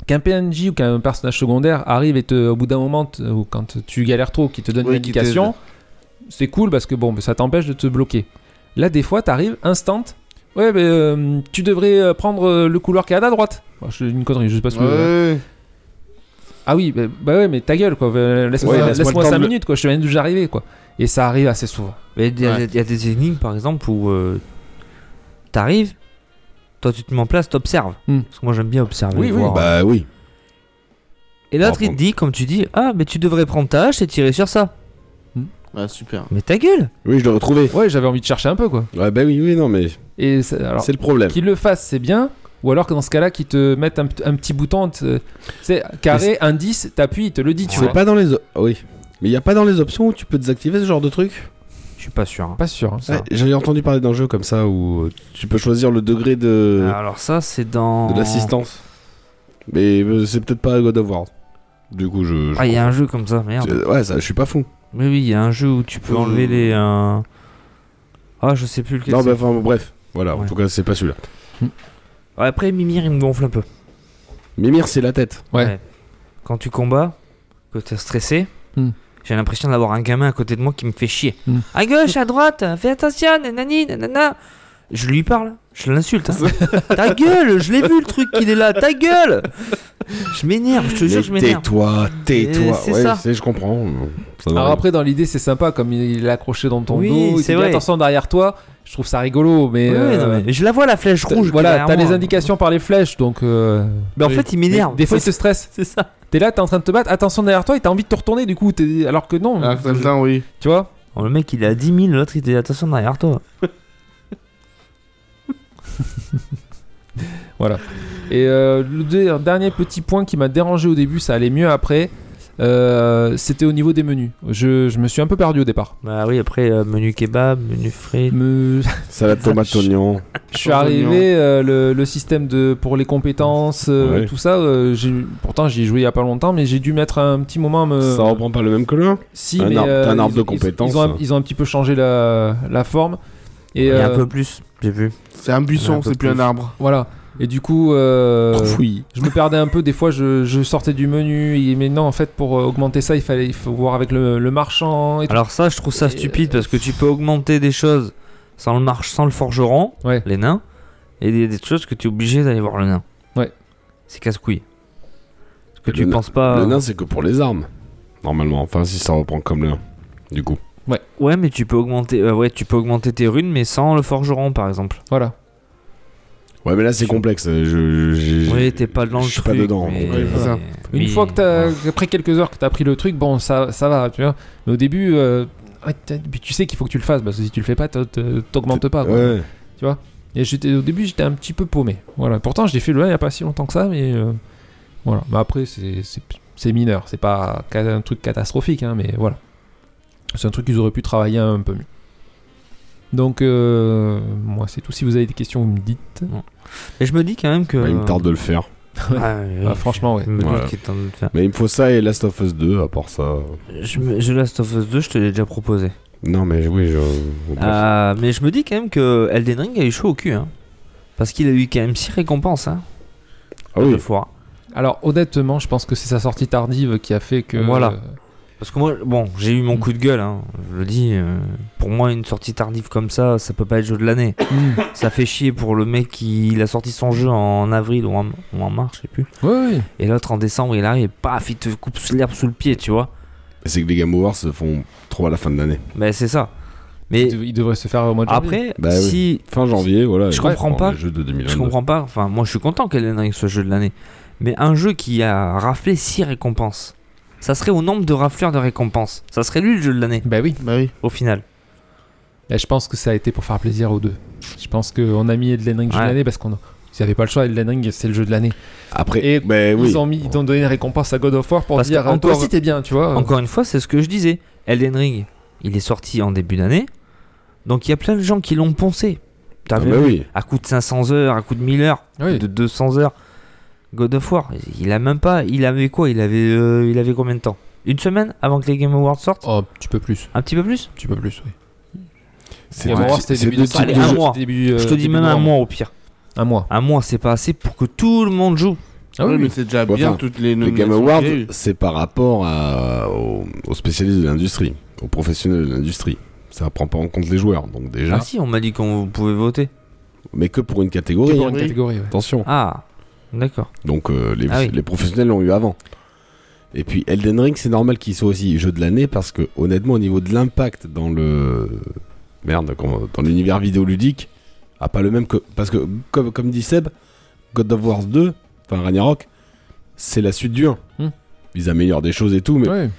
[SPEAKER 6] Qu'un PNJ ou qu'un personnage secondaire arrive et te, au bout d'un moment, te- ou quand tu galères trop, qui te donne une
[SPEAKER 5] Oui, qui t'aide.
[SPEAKER 6] indication, c'est cool parce que bon, ça t'empêche de te bloquer. Là, des fois, t'arrives instant. Ouais, mais euh, tu devrais euh, prendre euh, le couloir qui est à ta droite. Bon, je- une connerie, je sais pas ce que.
[SPEAKER 5] Ouais.
[SPEAKER 6] Ah oui, bah, bah ouais, mais ta gueule quoi. Euh, Laisse-moi
[SPEAKER 4] Ouais, laisse-moi le temps
[SPEAKER 6] 5
[SPEAKER 4] de le-
[SPEAKER 6] minutes quoi, je viens déjà arriver quoi. Et ça arrive assez souvent.
[SPEAKER 7] Mais il y, a-
[SPEAKER 5] Ouais.
[SPEAKER 7] il y a des énigmes par exemple où euh, t'arrives, toi tu te mets en place, t'observes.
[SPEAKER 6] Hmm.
[SPEAKER 7] Parce que moi j'aime bien observer.
[SPEAKER 6] Oui, oui,
[SPEAKER 7] voir.
[SPEAKER 4] Bah oui.
[SPEAKER 7] Et l'autre il
[SPEAKER 4] bon.
[SPEAKER 7] te dit, comme tu dis, ah mais tu devrais prendre ta hache et tirer sur ça.
[SPEAKER 5] Ah, super.
[SPEAKER 7] Mais ta gueule
[SPEAKER 4] Oui, je l'ai retrouvé.
[SPEAKER 6] Ouais, j'avais envie de chercher un peu quoi.
[SPEAKER 4] Ouais, bah oui, oui, non, mais
[SPEAKER 6] Et ça- alors,
[SPEAKER 4] c'est le problème.
[SPEAKER 6] qu'ils le fassent, c'est bien. Ou alors que dans ce cas-là, qu'ils te mettent un, p- un petit bouton, te- tu sais, carré, indice, t'appuies, il te le dit, tu
[SPEAKER 4] C'est
[SPEAKER 6] vois.
[SPEAKER 4] pas dans les. o- ah Oui. Mais il y a pas dans les options où tu peux désactiver ce genre de truc
[SPEAKER 7] Je suis pas sûr. hein.
[SPEAKER 6] Pas sûr. hein.
[SPEAKER 4] Ouais, J'avais entendu parler d'un jeu comme ça où euh, tu peux choisir le degré de,
[SPEAKER 7] Alors ça c'est dans...
[SPEAKER 4] Euh, de l'assistance. Mais euh, c'est peut-être pas God of War. Du coup, je. je-
[SPEAKER 7] Ah il y a un jeu comme ça, merde.
[SPEAKER 4] C'est- Ouais, ça, je suis pas fou.
[SPEAKER 7] Mais oui, il y a un jeu où tu peux
[SPEAKER 5] Euh,
[SPEAKER 7] enlever les... euh, Ah je sais plus lequel
[SPEAKER 4] Non,
[SPEAKER 7] c'est.
[SPEAKER 4] bah enfin, bref. Voilà, en
[SPEAKER 7] Ouais.
[SPEAKER 4] tout cas, c'est pas celui-là.
[SPEAKER 7] Ouais, Après Mimir il me gonfle un peu.
[SPEAKER 4] Mimir, c'est la tête.
[SPEAKER 6] Ouais.
[SPEAKER 7] Quand tu combats, que t'es stressé,
[SPEAKER 6] Hmm.
[SPEAKER 7] j'ai l'impression d'avoir un gamin à côté de moi qui me fait chier.
[SPEAKER 6] Hmm.
[SPEAKER 7] À gauche, à droite, fais attention, nanani, nanana. Je lui parle, je l'insulte. hein. ta gueule, je l'ai vu le truc qu'il est là, ta gueule Je m'énerve, je te jure,
[SPEAKER 4] Mais
[SPEAKER 7] je m'énerve.
[SPEAKER 4] Tais-toi,
[SPEAKER 7] Et
[SPEAKER 4] tais-toi.
[SPEAKER 7] c'est
[SPEAKER 4] Ouais,
[SPEAKER 7] ça.
[SPEAKER 4] c'est- je comprends. Ça va.
[SPEAKER 6] Alors après, dans l'idée, c'est sympa, comme il il est accroché dans ton
[SPEAKER 7] Oui,
[SPEAKER 6] dos, il
[SPEAKER 7] c'est
[SPEAKER 6] fait
[SPEAKER 7] vrai.
[SPEAKER 6] attention derrière toi. Je trouve ça rigolo, mais,
[SPEAKER 7] Ouais,
[SPEAKER 6] euh,
[SPEAKER 7] non, mais je la vois la flèche
[SPEAKER 6] t'as-
[SPEAKER 7] rouge. qui est
[SPEAKER 6] Voilà,
[SPEAKER 7] derrière
[SPEAKER 6] t'as
[SPEAKER 7] moi.
[SPEAKER 6] les indications par les flèches, donc. euh,
[SPEAKER 7] Mais en
[SPEAKER 6] oui.
[SPEAKER 7] fait, il m'énerve.
[SPEAKER 6] Mais Des fois, il
[SPEAKER 7] C'est-
[SPEAKER 6] te stresse.
[SPEAKER 7] C'est ça.
[SPEAKER 6] T'es là, t'es en train de te battre, attention derrière toi, et t'as envie de te retourner du coup, t'es- alors que non.
[SPEAKER 5] Ah,
[SPEAKER 6] euh,
[SPEAKER 5] putain, oui.
[SPEAKER 6] Tu vois
[SPEAKER 7] Oh, le mec il est à 10 000, l'autre il était attention derrière toi.
[SPEAKER 6] Voilà. Et euh, le de- dernier petit point qui m'a dérangé au début, ça allait mieux après, euh, c'était au niveau des menus. Je, je me suis un peu perdu au départ.
[SPEAKER 7] Bah oui, après euh, menu kebab, menu frites.
[SPEAKER 4] Salade tomate oignon.
[SPEAKER 6] Je suis arrivé, euh, le, le système de, pour les compétences, euh,
[SPEAKER 4] Ouais.
[SPEAKER 6] tout ça, euh, j'ai- pourtant j'y ai joué il y a pas longtemps, mais j'ai dû mettre un petit moment à me...
[SPEAKER 7] Euh.
[SPEAKER 4] Ça reprend pas le même que le
[SPEAKER 6] Si,
[SPEAKER 4] un
[SPEAKER 6] mais,
[SPEAKER 4] arbre,
[SPEAKER 6] euh,
[SPEAKER 4] t'as un
[SPEAKER 6] ils
[SPEAKER 4] arbre
[SPEAKER 6] ont-
[SPEAKER 4] de
[SPEAKER 6] ils-
[SPEAKER 4] compétences.
[SPEAKER 6] Ils,
[SPEAKER 4] hein.
[SPEAKER 6] ont un- ils ont un petit peu changé la, la forme. Et,
[SPEAKER 7] Il y a
[SPEAKER 6] euh,
[SPEAKER 7] un peu plus, j'ai vu.
[SPEAKER 5] C'est un
[SPEAKER 7] Il y a
[SPEAKER 5] buisson,
[SPEAKER 7] peu
[SPEAKER 5] c'est plus un arbre.
[SPEAKER 6] Voilà. Et du coup, euh,
[SPEAKER 4] Oui.
[SPEAKER 6] je me perdais un peu. Des fois, je, je sortais du menu. et- Mais non, en fait, pour euh, augmenter ça, il fallait il faut voir avec le, le marchand. Et euh, tout.
[SPEAKER 7] Alors ça, je trouve ça stupide parce que tu peux augmenter des choses sans le marche, sans le forgeron, les nains, et des, des choses que tu es obligé d'aller voir le nain.
[SPEAKER 6] Ouais.
[SPEAKER 7] C'est casse-couille. Parce que
[SPEAKER 4] Le
[SPEAKER 7] tu
[SPEAKER 4] nain-
[SPEAKER 7] penses pas.
[SPEAKER 4] Le nain, c'est que pour les armes. Normalement. Enfin, si ça reprend comme le. Du coup.
[SPEAKER 7] Ouais, mais tu peux augmenter. euh, ouais, tu peux augmenter tes runes, mais sans le forgeron, par exemple.
[SPEAKER 6] Voilà.
[SPEAKER 4] Ouais, mais là, c'est complexe. Je, je, j'ai-
[SPEAKER 7] Oui, t'es pas dans le
[SPEAKER 4] je suis pas
[SPEAKER 7] truc,
[SPEAKER 4] dedans.
[SPEAKER 7] mais-
[SPEAKER 4] donc, euh,
[SPEAKER 7] Ouais, c'est ça.
[SPEAKER 6] Une
[SPEAKER 7] Oui.
[SPEAKER 6] fois que t'as, après quelques heures que t'as pris le truc, bon, ça, ça va, tu vois. Mais au début, euh, ouais, t'as- puis tu sais qu'il faut que tu le fasses parce que si tu le fais pas, t'as- t'as- t'augmentes pas. quoi.
[SPEAKER 4] ouais.
[SPEAKER 6] Tu vois. Et j'étais, au début, j'étais un petit peu paumé. Voilà. Pourtant, j'ai fait le 1 il y a pas si longtemps que ça, mais euh, voilà. Mais après, c'est, c'est, c'est mineur. C'est pas ca- un truc catastrophique, hein, mais voilà. C'est un truc qu'ils auraient pu travailler un peu mieux. Donc, euh, moi, c'est tout. Si vous avez des questions, vous me dites.
[SPEAKER 7] Et je me dis quand même que.
[SPEAKER 4] bah, il me tarde de le faire.
[SPEAKER 7] Ah, oui.
[SPEAKER 6] Ah, franchement, ouais.
[SPEAKER 7] Je me dis
[SPEAKER 4] Voilà.
[SPEAKER 7] qu'il est temps de le faire.
[SPEAKER 4] Mais il me faut ça et Last of Us 2, à part ça.
[SPEAKER 7] Je, me- je Last of Us 2, je te l'ai déjà proposé.
[SPEAKER 4] Non, mais oui, je.
[SPEAKER 7] Ah, mais je me dis quand même que Elden Ring a eu chaud au cul. hein. Parce qu'il a eu quand même 6 récompenses. Hein.
[SPEAKER 4] Ah oui.
[SPEAKER 7] Deux fois.
[SPEAKER 6] Alors, honnêtement, je pense que c'est sa sortie tardive qui a fait que.
[SPEAKER 7] Voilà.
[SPEAKER 6] euh,
[SPEAKER 7] Parce que moi, bon, j'ai eu mon coup de gueule, hein. je le dis. euh, pour moi, une sortie tardive comme ça, ça peut pas être jeu de l'année. ça fait chier pour le mec qui il a sorti son jeu en avril ou en, ou en mars, je sais plus.
[SPEAKER 6] Ouais, ouais.
[SPEAKER 7] Et l'autre en décembre, il arrive, paf, il te coupe l'herbe sous le pied, tu vois.
[SPEAKER 4] Mais C'est que les Game Awards se font trop à la fin de l'année.
[SPEAKER 7] Mais Ben, c'est ça. Mais
[SPEAKER 6] il dev- il devrait se faire au mois de janvier.
[SPEAKER 7] après,
[SPEAKER 4] Bah oui.
[SPEAKER 7] si
[SPEAKER 4] Fin janvier, voilà.
[SPEAKER 7] je
[SPEAKER 4] et
[SPEAKER 7] comprends
[SPEAKER 4] on prend
[SPEAKER 7] pas.
[SPEAKER 4] les jeux de
[SPEAKER 7] je
[SPEAKER 4] 2022.
[SPEAKER 7] comprends pas. Enfin, moi, je suis content qu'Elden Ring soit jeu de l'année. Mais un jeu qui a raflé 6 récompenses, ça serait au nombre de rafleurs de récompenses. Ça serait lui le jeu de l'année.
[SPEAKER 6] Bah oui.
[SPEAKER 5] Bah oui.
[SPEAKER 7] Au final.
[SPEAKER 6] Et je pense que ça a été pour faire plaisir aux deux. Je pense qu'on a mis Elden Ring jeu de
[SPEAKER 7] Ouais.
[SPEAKER 6] l'année parce qu'on ils avaient pas le choix. Elden Ring, c'est le jeu de l'année.
[SPEAKER 4] Après,
[SPEAKER 6] Et
[SPEAKER 4] bah
[SPEAKER 6] ils
[SPEAKER 4] oui.
[SPEAKER 6] ont mis, ils ont donné une récompense à God of War pour
[SPEAKER 7] Parce que
[SPEAKER 6] dire encore
[SPEAKER 7] encore-
[SPEAKER 6] si t'es bien, tu vois.
[SPEAKER 7] Encore une fois, c'est ce que je disais. Elden Ring, il est sorti en début d'année. Donc il y a plein de gens qui l'ont poncé. T'as
[SPEAKER 4] Ah
[SPEAKER 7] vu
[SPEAKER 4] bah oui.
[SPEAKER 7] À coup de 500 heures, à coup de 1000 heures,
[SPEAKER 6] Oui.
[SPEAKER 7] de 200 heures. God of War, il a même pas. Il avait quoi il avait, euh, il avait combien de temps Une semaine avant que les Game Awards sortent
[SPEAKER 6] Oh, un petit peu plus.
[SPEAKER 7] Un petit peu plus
[SPEAKER 6] Un petit peu plus, oui.
[SPEAKER 4] C'est
[SPEAKER 6] Game
[SPEAKER 4] deux-
[SPEAKER 6] Awards, c'était
[SPEAKER 4] c'est
[SPEAKER 6] début
[SPEAKER 4] deux
[SPEAKER 6] décembre.
[SPEAKER 4] types
[SPEAKER 7] Allez,
[SPEAKER 4] de
[SPEAKER 7] un
[SPEAKER 4] jeux.
[SPEAKER 7] mois.
[SPEAKER 6] début, euh,
[SPEAKER 7] je te dis
[SPEAKER 6] début
[SPEAKER 7] même un
[SPEAKER 6] novembre.
[SPEAKER 7] mois au pire.
[SPEAKER 6] Un mois.
[SPEAKER 7] Un mois, c'est pas assez pour que tout le monde joue.
[SPEAKER 6] Ah oui,
[SPEAKER 5] Ouais,
[SPEAKER 6] oui.
[SPEAKER 5] mais c'est déjà
[SPEAKER 4] Ouais,
[SPEAKER 5] bien
[SPEAKER 4] enfin,
[SPEAKER 5] toutes les
[SPEAKER 4] Les
[SPEAKER 5] nominations.
[SPEAKER 4] Game Awards,
[SPEAKER 5] qu'il y a eu.
[SPEAKER 4] c'est par rapport à- aux, aux spécialistes de l'industrie, aux professionnels de l'industrie. Ça prend pas en compte les joueurs, donc déjà.
[SPEAKER 7] Ah si, on m'a dit qu'on pouvait voter.
[SPEAKER 4] Mais que pour une catégorie.
[SPEAKER 6] Que pour une
[SPEAKER 4] hein.
[SPEAKER 6] catégorie, ouais.
[SPEAKER 4] Attention.
[SPEAKER 7] Ah, d'accord.
[SPEAKER 4] Donc euh, les,
[SPEAKER 7] Ah oui.
[SPEAKER 4] les professionnels l'ont eu avant. Et puis Elden Ring, c'est normal qu'il soit aussi jeu de l'année parce que honnêtement, au niveau de l'impact dans le merde, comment- dans l'univers vidéoludique, a pas le même que parce que comme, comme dit Seb, God of War 2, enfin Ragnarok, c'est la suite du 1.
[SPEAKER 6] Hmm.
[SPEAKER 4] Ils améliorent des choses et tout, mais il
[SPEAKER 6] Ouais.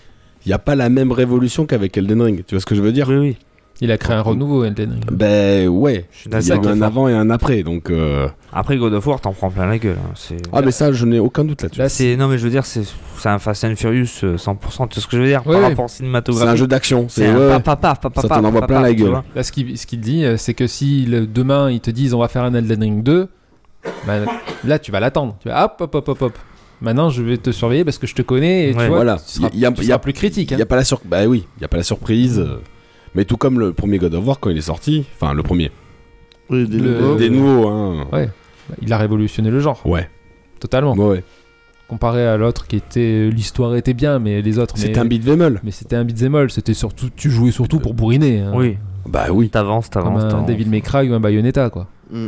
[SPEAKER 4] n'y a pas la même révolution qu'avec Elden Ring. Tu vois ce que je veux dire
[SPEAKER 7] Oui, oui.
[SPEAKER 6] Il a créé un renouveau, Elden Ring.
[SPEAKER 4] Ben ouais.
[SPEAKER 7] Je suis
[SPEAKER 4] Il y a
[SPEAKER 7] d'accord.
[SPEAKER 4] eu un avant et un après, donc. euh,
[SPEAKER 7] Après God of War, t'en prends plein la gueule. hein. C'est...
[SPEAKER 4] Ah bah, mais ça, je n'ai aucun doute là-dessus.
[SPEAKER 7] Là, c'est non mais je veux dire c'est c'est un Fast and Furious euh, 100%. Tu vois ce que je veux dire
[SPEAKER 6] Ouais,
[SPEAKER 7] par
[SPEAKER 6] ouais.
[SPEAKER 7] rapport au
[SPEAKER 4] C'est
[SPEAKER 7] cinématographique.
[SPEAKER 4] un jeu d'action.
[SPEAKER 7] C'est
[SPEAKER 4] C'est
[SPEAKER 7] un
[SPEAKER 4] ouais, ouais.
[SPEAKER 7] paf, paf, paf, paf,
[SPEAKER 4] Ça
[SPEAKER 7] paf,
[SPEAKER 4] t'en envoie
[SPEAKER 7] paf,
[SPEAKER 4] plein
[SPEAKER 7] paf,
[SPEAKER 4] la
[SPEAKER 7] tu
[SPEAKER 4] gueule.
[SPEAKER 7] vois.
[SPEAKER 6] Là, ce qu'il ce qu'il dit, euh, c'est que si le- demain ils te disent on va faire un Elden Ring 2, bah, là tu vas l'attendre. Tu vas hop, hop, hop, hop, hop. Maintenant je vais te surveiller parce que je te connais et tu
[SPEAKER 7] Ouais.
[SPEAKER 6] vois,
[SPEAKER 4] Voilà.
[SPEAKER 6] tu seras,
[SPEAKER 4] Y a- y a-
[SPEAKER 6] tu
[SPEAKER 4] y a-
[SPEAKER 6] seras plus critique.
[SPEAKER 4] Il
[SPEAKER 6] hein.
[SPEAKER 4] y a pas la sur... bah oui, il y a pas la surprise. euh, Mais tout comme le premier God of War quand il est sorti, enfin le premier,
[SPEAKER 5] Oui, des
[SPEAKER 6] Le-
[SPEAKER 5] nouveaux.
[SPEAKER 4] des nouveaux hein.
[SPEAKER 6] Ouais. Il a révolutionné le genre,
[SPEAKER 4] Ouais.
[SPEAKER 6] totalement.
[SPEAKER 4] Ouais. ouais.
[SPEAKER 6] Comparé à l'autre qui était. euh, L'histoire était bien, mais les autres.
[SPEAKER 4] C'était
[SPEAKER 6] mais-
[SPEAKER 4] un beat'em all.
[SPEAKER 6] Mais c'était un beat'em all, c'était surtout. Tu jouais surtout pour bourriner. hein.
[SPEAKER 7] Oui.
[SPEAKER 4] Bah oui.
[SPEAKER 7] T'avances,
[SPEAKER 6] Comme euh,
[SPEAKER 7] t'avances,
[SPEAKER 6] un
[SPEAKER 7] t'avances.
[SPEAKER 6] Devil May Cry ou un Bayonetta, quoi.
[SPEAKER 5] Mm.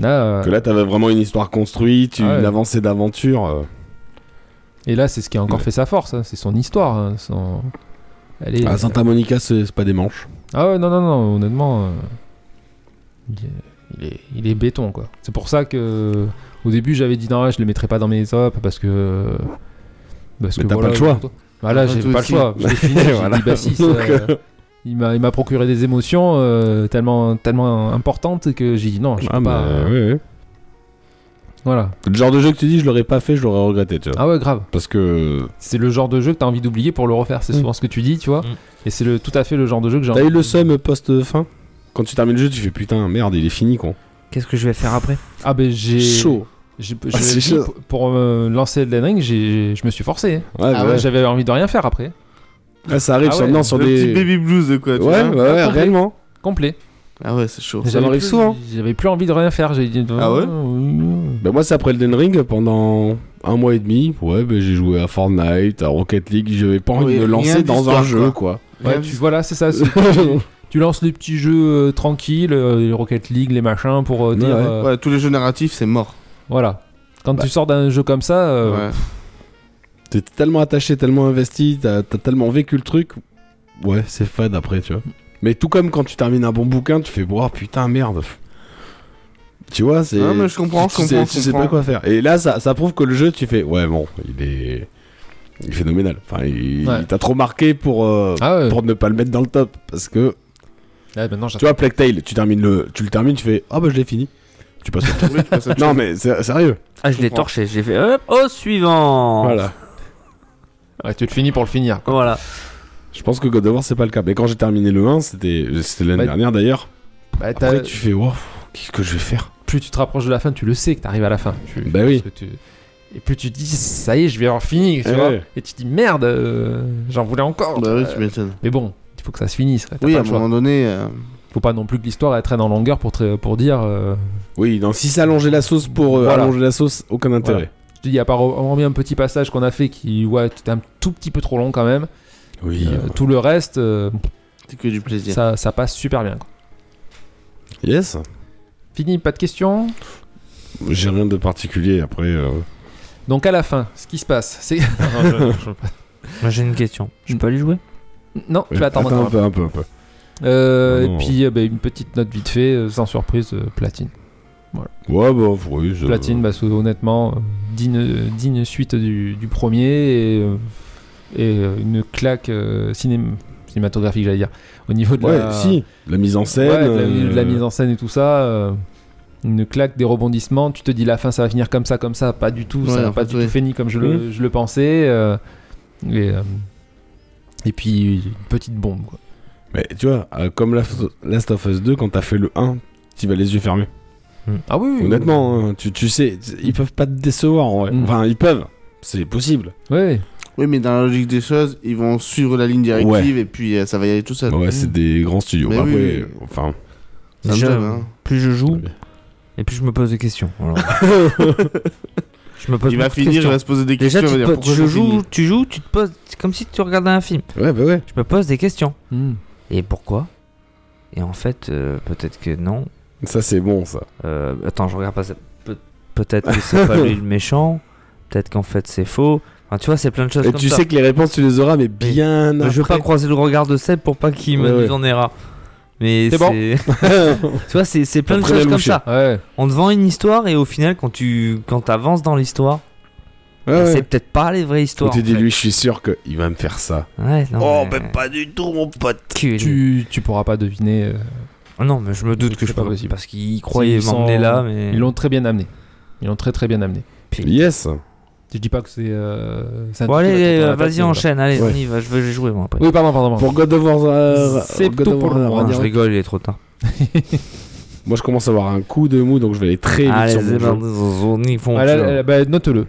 [SPEAKER 6] Là, euh,
[SPEAKER 4] Que là, t'avais vraiment une histoire construite, une
[SPEAKER 6] Ah ouais.
[SPEAKER 4] avancée d'aventure. euh.
[SPEAKER 6] Et là, c'est ce qui a encore fait sa force, hein, c'est son histoire. hein, son- Elle est-
[SPEAKER 4] Ah, Santa Monica, c'est c'est pas des manches.
[SPEAKER 6] Ah ouais, non, non, non, honnêtement, euh, il, est- il est, il est béton, quoi. C'est pour ça que, euh, au début, j'avais dit, non, ouais, je le mettrai pas dans mes tops, parce que... Parce
[SPEAKER 4] Mais
[SPEAKER 6] que
[SPEAKER 4] t'as
[SPEAKER 6] voilà,
[SPEAKER 4] pas le choix.
[SPEAKER 6] Voilà, j'ai
[SPEAKER 4] Toi
[SPEAKER 6] pas le
[SPEAKER 4] aussi.
[SPEAKER 6] choix. Je l'ai fini, j'ai
[SPEAKER 4] Voilà.
[SPEAKER 6] dit, bah si, ça-
[SPEAKER 4] Donc, euh,
[SPEAKER 6] il m'a il m'a procuré des émotions euh, tellement, tellement importantes que j'ai dit, non, je peux
[SPEAKER 4] Ah,
[SPEAKER 6] pas...
[SPEAKER 4] bah, ouais, ouais.
[SPEAKER 6] Voilà.
[SPEAKER 4] Le genre de jeu que tu dis, je l'aurais pas fait, je l'aurais regretté, tu vois.
[SPEAKER 6] Ah ouais, grave.
[SPEAKER 4] Parce que.
[SPEAKER 6] C'est le genre de jeu que t'as envie d'oublier pour le refaire, c'est souvent ce que tu dis, tu vois. Et c'est le- tout à fait le genre de jeu que j'ai
[SPEAKER 4] Mm. T'as
[SPEAKER 6] envie-
[SPEAKER 4] eu le seum post-fin Quand tu termines le jeu, tu fais putain, merde, il est fini, con.
[SPEAKER 7] Qu'est-ce que je vais faire après
[SPEAKER 6] Ah ben j'ai
[SPEAKER 4] Chaud.
[SPEAKER 6] j'ai-
[SPEAKER 4] Ah,
[SPEAKER 6] je-
[SPEAKER 4] c'est
[SPEAKER 6] je-
[SPEAKER 4] chaud.
[SPEAKER 6] pour, pour, euh, lancer Elden Ring, j'ai- je me suis forcé. hein.
[SPEAKER 4] Ouais, bah
[SPEAKER 6] ouais,
[SPEAKER 4] ouais.
[SPEAKER 6] J'avais envie de rien faire après.
[SPEAKER 4] Ah, ça arrive
[SPEAKER 6] Ah
[SPEAKER 4] sur,
[SPEAKER 6] ouais,
[SPEAKER 4] non, sur
[SPEAKER 5] le
[SPEAKER 4] des.
[SPEAKER 5] petit baby blues, quoi. Tu
[SPEAKER 4] Ouais, ouais,
[SPEAKER 5] vois
[SPEAKER 4] ouais,
[SPEAKER 6] Complet.
[SPEAKER 4] réellement.
[SPEAKER 6] Complet.
[SPEAKER 5] Ah ouais, c'est chaud.
[SPEAKER 4] Ça m'arrive
[SPEAKER 6] plus-
[SPEAKER 4] souvent.
[SPEAKER 6] J'avais plus envie de rien faire. J'ai dit.
[SPEAKER 5] Ah ouais
[SPEAKER 4] Bah, moi, c'est après Elden Ring, pendant un mois et demi, ouais, bah, j'ai joué à Fortnite, à Rocket League, j'avais pas envie
[SPEAKER 5] Oui,
[SPEAKER 4] de me
[SPEAKER 5] rien
[SPEAKER 4] lancer dans un
[SPEAKER 5] d'histoire,
[SPEAKER 4] jeu,
[SPEAKER 5] quoi.
[SPEAKER 4] quoi.
[SPEAKER 6] Ouais, tu, voilà, c'est ça. c'est- tu, tu lances les petits jeux euh, tranquilles, euh, les Rocket League, les machins, pour euh, dire.
[SPEAKER 5] Ouais.
[SPEAKER 6] euh,
[SPEAKER 5] Ouais, tous les jeux narratifs, c'est mort.
[SPEAKER 6] Voilà. Quand
[SPEAKER 4] Bah.
[SPEAKER 6] tu sors d'un jeu comme ça, euh,
[SPEAKER 5] Ouais.
[SPEAKER 4] T'es tellement attaché, tellement investi, t'as t'as tellement vécu le truc. Ouais, c'est fade après, tu vois. Mais tout comme quand tu termines un bon bouquin, tu fais, boah, putain, merde. Tu vois, c'est.
[SPEAKER 5] Ouais, mais je comprends,
[SPEAKER 4] tu,
[SPEAKER 5] je
[SPEAKER 4] tu sais-
[SPEAKER 5] comprends,
[SPEAKER 4] Tu
[SPEAKER 5] je
[SPEAKER 4] sais pas
[SPEAKER 5] comprends.
[SPEAKER 4] quoi faire. Et là, ça, ça prouve que le jeu, tu fais, ouais, bon, il est. Il est phénoménal. Enfin, il,
[SPEAKER 6] Ouais.
[SPEAKER 4] il t'a trop marqué pour, euh,
[SPEAKER 6] Ah ouais.
[SPEAKER 4] pour ne pas le mettre dans le top. Parce que,
[SPEAKER 6] là, maintenant,
[SPEAKER 4] tu vois, Plague Tale, tu, termines le, tu le termines, tu fais, ah bah je l'ai fini. Tu passes au
[SPEAKER 5] Oui, tu passes à autre
[SPEAKER 4] Non,
[SPEAKER 5] chose.
[SPEAKER 4] mais c'est- sérieux.
[SPEAKER 7] Ah, je l'ai
[SPEAKER 5] comprends.
[SPEAKER 7] torché, j'ai fait hop, au suivant
[SPEAKER 4] Voilà.
[SPEAKER 6] ouais, tu le finis pour le finir. quoi.
[SPEAKER 7] Voilà.
[SPEAKER 4] Je pense que God of War, c'est pas le cas. Mais quand j'ai terminé le 1, c'était c'était l'année
[SPEAKER 6] Bah,
[SPEAKER 4] dernière d'ailleurs.
[SPEAKER 6] Bah, t'as-
[SPEAKER 4] Après, tu fais, wow, qu'est-ce que je vais faire
[SPEAKER 6] plus tu te rapproches de la fin, tu le sais que t'arrives à la fin. Tu-
[SPEAKER 4] Bah oui.
[SPEAKER 6] parce que tu- Et plus tu te dis, ça y est, je vais avoir fini, tu
[SPEAKER 4] Eh
[SPEAKER 6] vois.
[SPEAKER 4] ouais.
[SPEAKER 6] Et tu te dis, merde, euh, j'en voulais encore.
[SPEAKER 5] Bah oui,
[SPEAKER 6] Euh,
[SPEAKER 5] tu m'étonnes.
[SPEAKER 6] Mais bon, il faut que ça se finisse. quoi. T'as
[SPEAKER 5] Oui,
[SPEAKER 6] pas
[SPEAKER 5] à un
[SPEAKER 6] le choix.
[SPEAKER 5] moment donné. euh,
[SPEAKER 6] Faut pas non plus que l'histoire elle traîne en longueur pour, tra- pour dire. euh,
[SPEAKER 4] Oui, donc si ça allongeait la sauce pour euh,
[SPEAKER 6] Voilà.
[SPEAKER 4] allonger la sauce, aucun
[SPEAKER 6] voilà.
[SPEAKER 4] intérêt.
[SPEAKER 6] Je te dis, à part hormis un petit passage qu'on a fait qui, ouais, était un tout petit peu trop long quand même.
[SPEAKER 4] Oui.
[SPEAKER 6] euh, tout le reste, euh,
[SPEAKER 5] C'est que du plaisir.
[SPEAKER 6] ça, ça passe super bien. quoi.
[SPEAKER 4] Yes.
[SPEAKER 6] Fini, pas de questions.
[SPEAKER 4] J'ai rien de particulier après. euh.
[SPEAKER 6] Donc à la fin, ce qui se passe, c'est.
[SPEAKER 7] Moi, j'ai une question. Je peux aller jouer
[SPEAKER 6] non, tu
[SPEAKER 4] Ouais,
[SPEAKER 6] vas attendre
[SPEAKER 4] Attends
[SPEAKER 6] encore
[SPEAKER 4] un peu, un peu, un peu.
[SPEAKER 6] Euh,
[SPEAKER 4] Non.
[SPEAKER 6] et puis euh, bah, une petite note vite fait, euh, sans surprise, euh, platine.
[SPEAKER 4] Ouais, bah, oui. je-
[SPEAKER 6] Platine, parce que honnêtement, euh, digne, euh, digne suite du, du premier et, euh, et, euh, une claque euh, ciné- cinématographique, j'allais dire. Au niveau de
[SPEAKER 4] Ouais,
[SPEAKER 6] bah, la,
[SPEAKER 4] si. La mise en scène.
[SPEAKER 6] Ouais, de la,
[SPEAKER 4] euh,
[SPEAKER 6] de la mise en scène et tout ça, euh, une claque, des rebondissements. Tu te dis la fin, ça va finir comme ça, comme ça, pas du tout,
[SPEAKER 5] Ouais,
[SPEAKER 6] ça n'a
[SPEAKER 5] en
[SPEAKER 6] pas
[SPEAKER 5] fait,
[SPEAKER 6] du
[SPEAKER 5] oui.
[SPEAKER 6] tout fini comme je, le,
[SPEAKER 4] Mmh.
[SPEAKER 6] je le pensais. euh, et, euh, et puis une petite bombe. Quoi.
[SPEAKER 4] Mais tu vois, euh, comme Last- Last of Us 2, quand t'as fait le 1, t'y vas les yeux fermés.
[SPEAKER 6] Ah oui, oui,
[SPEAKER 7] Mmh.
[SPEAKER 6] oui.
[SPEAKER 4] Honnêtement, hein, tu, tu sais, t- ils peuvent pas te décevoir en vrai.
[SPEAKER 6] Mm.
[SPEAKER 4] Enfin, ils peuvent. C'est possible.
[SPEAKER 6] Ouais.
[SPEAKER 5] Oui, mais dans la logique des choses, ils vont suivre la ligne directive et puis euh, ça va y aller tout seul.
[SPEAKER 4] Bah ouais, c'est des grands studios.
[SPEAKER 5] Mais
[SPEAKER 4] Après,
[SPEAKER 5] oui, oui.
[SPEAKER 4] enfin.
[SPEAKER 5] C'est un
[SPEAKER 7] Déjà,
[SPEAKER 5] job, hein.
[SPEAKER 7] Plus je joue,
[SPEAKER 4] bien.
[SPEAKER 7] et plus je me pose des questions. Alors, je me pose
[SPEAKER 5] Il va
[SPEAKER 7] beaucoup de
[SPEAKER 5] finir, il
[SPEAKER 7] questions.
[SPEAKER 5] va se poser des
[SPEAKER 7] Déjà,
[SPEAKER 5] questions.
[SPEAKER 7] tu,
[SPEAKER 5] il va
[SPEAKER 7] te
[SPEAKER 5] dire,
[SPEAKER 7] poses-
[SPEAKER 5] pourquoi
[SPEAKER 7] je
[SPEAKER 5] j'ai
[SPEAKER 7] joue,
[SPEAKER 5] fini
[SPEAKER 7] tu joues, tu te poses. C'est comme si tu regardais un film.
[SPEAKER 4] Ouais, bah ouais.
[SPEAKER 7] Je me pose des questions.
[SPEAKER 6] Hmm.
[SPEAKER 7] Et pourquoi Et en fait, euh, peut-être que non.
[SPEAKER 4] Ça, c'est bon, ça.
[SPEAKER 7] Euh, attends, je regarde pas ça. Pe- peut-être que c'est pas lui le méchant. Peut-être qu'en fait, c'est faux. Enfin, tu vois, c'est plein de choses
[SPEAKER 4] Et
[SPEAKER 7] comme
[SPEAKER 4] tu
[SPEAKER 7] ça.
[SPEAKER 4] sais que les réponses, tu les auras, mais bien
[SPEAKER 7] Je veux
[SPEAKER 4] après.
[SPEAKER 7] pas croiser le regard de Seb pour pas qu'il me
[SPEAKER 4] Ouais, ouais.
[SPEAKER 7] dise on est rare. Mais
[SPEAKER 6] C'est bon.
[SPEAKER 7] tu vois, c'est c'est plein de
[SPEAKER 4] très
[SPEAKER 7] choses
[SPEAKER 4] bien
[SPEAKER 7] comme
[SPEAKER 4] louché.
[SPEAKER 7] ça.
[SPEAKER 6] Ouais.
[SPEAKER 7] On te vend une histoire et au final, quand tu quand avances dans l'histoire, bah,
[SPEAKER 4] Ouais, ouais.
[SPEAKER 7] c'est peut-être pas les vraies
[SPEAKER 4] Ou
[SPEAKER 7] histoires.
[SPEAKER 4] tu
[SPEAKER 7] en
[SPEAKER 4] dis
[SPEAKER 7] fait.
[SPEAKER 4] lui, je suis sûr qu'il va me faire ça.
[SPEAKER 7] Ouais, non,
[SPEAKER 1] Oh,
[SPEAKER 7] mais...
[SPEAKER 1] mais pas du tout, mon pote.
[SPEAKER 7] Culé.
[SPEAKER 6] Tu, tu pourras pas deviner. euh,
[SPEAKER 7] Ah Non, mais je me doute que je
[SPEAKER 6] C'est pas
[SPEAKER 7] peux
[SPEAKER 6] possible.
[SPEAKER 7] parce qu'ils croyaient
[SPEAKER 6] Ils sont-
[SPEAKER 7] m'emmener là, mais
[SPEAKER 6] Ils l'ont très bien amené. Ils l'ont très très bien amené.
[SPEAKER 4] Yes.
[SPEAKER 6] Je dis pas que c'est. euh, c'est un
[SPEAKER 7] Bon
[SPEAKER 6] truc qui va
[SPEAKER 7] allez,
[SPEAKER 6] te
[SPEAKER 7] euh,
[SPEAKER 6] rentrer dans la
[SPEAKER 7] vas-y
[SPEAKER 6] tête,
[SPEAKER 7] enchaîne, allez,
[SPEAKER 4] Ouais.
[SPEAKER 7] on y va, je vais jouer moi après. Oh,
[SPEAKER 6] mais- Oui, pardon, pardon. pardon.
[SPEAKER 4] Pour God of War. euh,
[SPEAKER 6] C'est
[SPEAKER 4] God
[SPEAKER 6] tout
[SPEAKER 4] of
[SPEAKER 6] pour
[SPEAKER 4] War,
[SPEAKER 6] le moment.
[SPEAKER 4] on va
[SPEAKER 7] je
[SPEAKER 4] dire-
[SPEAKER 7] rigole, il est trop tard.
[SPEAKER 4] Moi, je commence à avoir un coup de mou, donc je vais aller très vite
[SPEAKER 7] Allez,
[SPEAKER 4] sur
[SPEAKER 7] c'est
[SPEAKER 4] mon jeu.
[SPEAKER 7] parti, on y fonce.
[SPEAKER 6] Ah, là, là, bah, note-le.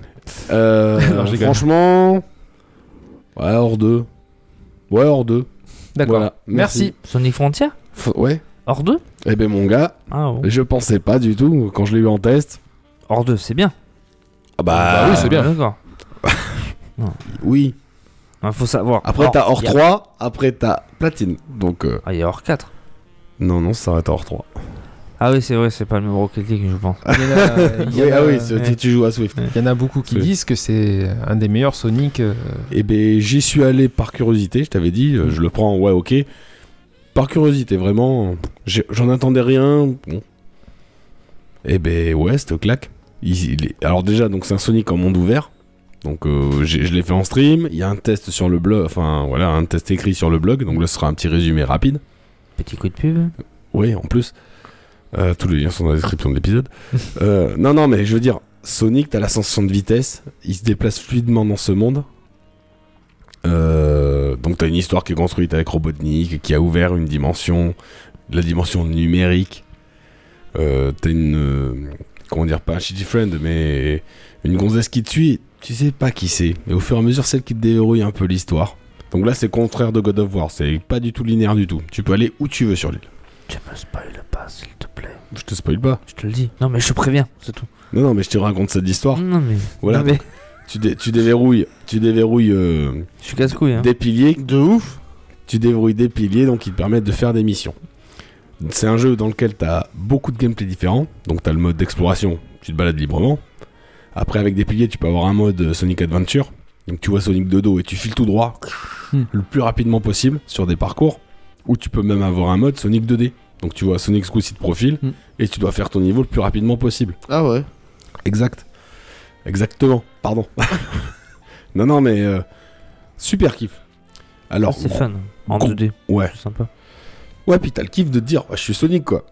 [SPEAKER 4] Euh,
[SPEAKER 6] Non, je rigole.
[SPEAKER 4] franchement. Ouais, hors 2. Ouais, hors 2.
[SPEAKER 6] D'accord.
[SPEAKER 4] Voilà,
[SPEAKER 6] Merci.
[SPEAKER 4] merci.
[SPEAKER 7] Sonic Frontier
[SPEAKER 4] Ouais.
[SPEAKER 7] Hors 2
[SPEAKER 4] Eh ben, mon gars,
[SPEAKER 7] Ah bon.
[SPEAKER 4] je pensais pas du tout quand je l'ai eu en test.
[SPEAKER 7] Hors 2, c'est bien.
[SPEAKER 4] Ah
[SPEAKER 6] Bah oui, c'est bien.
[SPEAKER 7] D'accord.
[SPEAKER 4] Oui.
[SPEAKER 7] Bah, faut savoir.
[SPEAKER 4] Après,
[SPEAKER 7] Hors-
[SPEAKER 4] t'as hors
[SPEAKER 7] y a-
[SPEAKER 4] 3, après, t'as platine. Donc, euh,
[SPEAKER 7] Ah, il y a hors 4.
[SPEAKER 4] Non, non, ça s'arrête en hors 3.
[SPEAKER 7] Ah oui, c'est vrai, c'est pas le même Rocket League, je pense.
[SPEAKER 6] Il y en
[SPEAKER 4] Ah
[SPEAKER 6] a- il y en a- ouais.
[SPEAKER 4] joues à Swift.
[SPEAKER 6] Il y en a beaucoup qui
[SPEAKER 4] Swift.
[SPEAKER 6] disent que c'est un des meilleurs Sonic. euh,
[SPEAKER 4] Eh ben, j'y suis allé par curiosité, je t'avais dit, euh, je le prends, ouais, ok. Par curiosité, vraiment, j'ai- j'en attendais rien. Bon. Eh ben, ouais, c'était au claque. Il- il est- Alors, déjà, donc c'est un Sonic en monde ouvert. Donc, euh, j'ai- je l'ai fait en stream. Il y a un test sur le blog, enfin, voilà, un test écrit sur le blog. Donc, là, ce sera un petit résumé rapide.
[SPEAKER 7] Petit coup de pub.
[SPEAKER 4] Oui, en plus. Euh, tous les liens sont dans la description de l'épisode. Euh, non, non, mais je veux dire, Sonic, t'as l'ascension de vitesse, il se déplace fluidement dans ce monde. Euh, donc t'as une histoire qui est construite avec Robotnik, qui a ouvert une dimension, la dimension numérique. Euh, t'as une, euh, comment dire, pas un shitty friend, mais une gonzesse qui te suit, tu sais pas qui c'est. Mais au fur et à mesure, celle qui te déverrouille un peu l'histoire. Donc là, c'est contraire de God of War, c'est pas du tout linéaire du tout. Tu peux aller où tu veux sur l'île.
[SPEAKER 7] Tu me spoil pas, s'il te plaît.
[SPEAKER 4] Je te spoil pas.
[SPEAKER 7] Je te le dis. Non, mais je préviens, c'est tout.
[SPEAKER 4] Non, non, mais je te raconte cette histoire.
[SPEAKER 7] Non, mais.
[SPEAKER 4] Voilà.
[SPEAKER 7] Non, mais-
[SPEAKER 4] donc, Tu, dé- tu déverrouilles. Tu déverrouilles. je
[SPEAKER 7] suis casse-couille. hein.
[SPEAKER 4] Des piliers. Ah. De ouf. Tu déverrouilles des piliers, donc ils te permettent de faire des missions. C'est un jeu dans lequel tu as beaucoup de gameplay différents. Donc tu as le mode d'exploration, tu te balades librement. Après, avec des piliers, tu peux avoir un mode euh, Sonic Adventure. Donc tu vois Sonic de dos et tu files tout droit
[SPEAKER 6] Hmm.
[SPEAKER 4] le plus rapidement possible sur des parcours. Ou tu peux même avoir un mode Sonic 2D. Donc tu vois Sonic ce coup-ci de profil
[SPEAKER 6] Hmm.
[SPEAKER 4] et tu dois faire ton niveau le plus rapidement possible.
[SPEAKER 5] Ah ouais.
[SPEAKER 4] Exact. Exactement, pardon. non, non, mais euh, super kiff. Alors,
[SPEAKER 7] Ah, c'est
[SPEAKER 4] bon,
[SPEAKER 7] fun, en
[SPEAKER 4] con-
[SPEAKER 7] 2D.
[SPEAKER 4] Ouais.
[SPEAKER 7] C'est sympa.
[SPEAKER 4] Ouais, puis t'as le kiff de te dire, ouais, je suis Sonic quoi.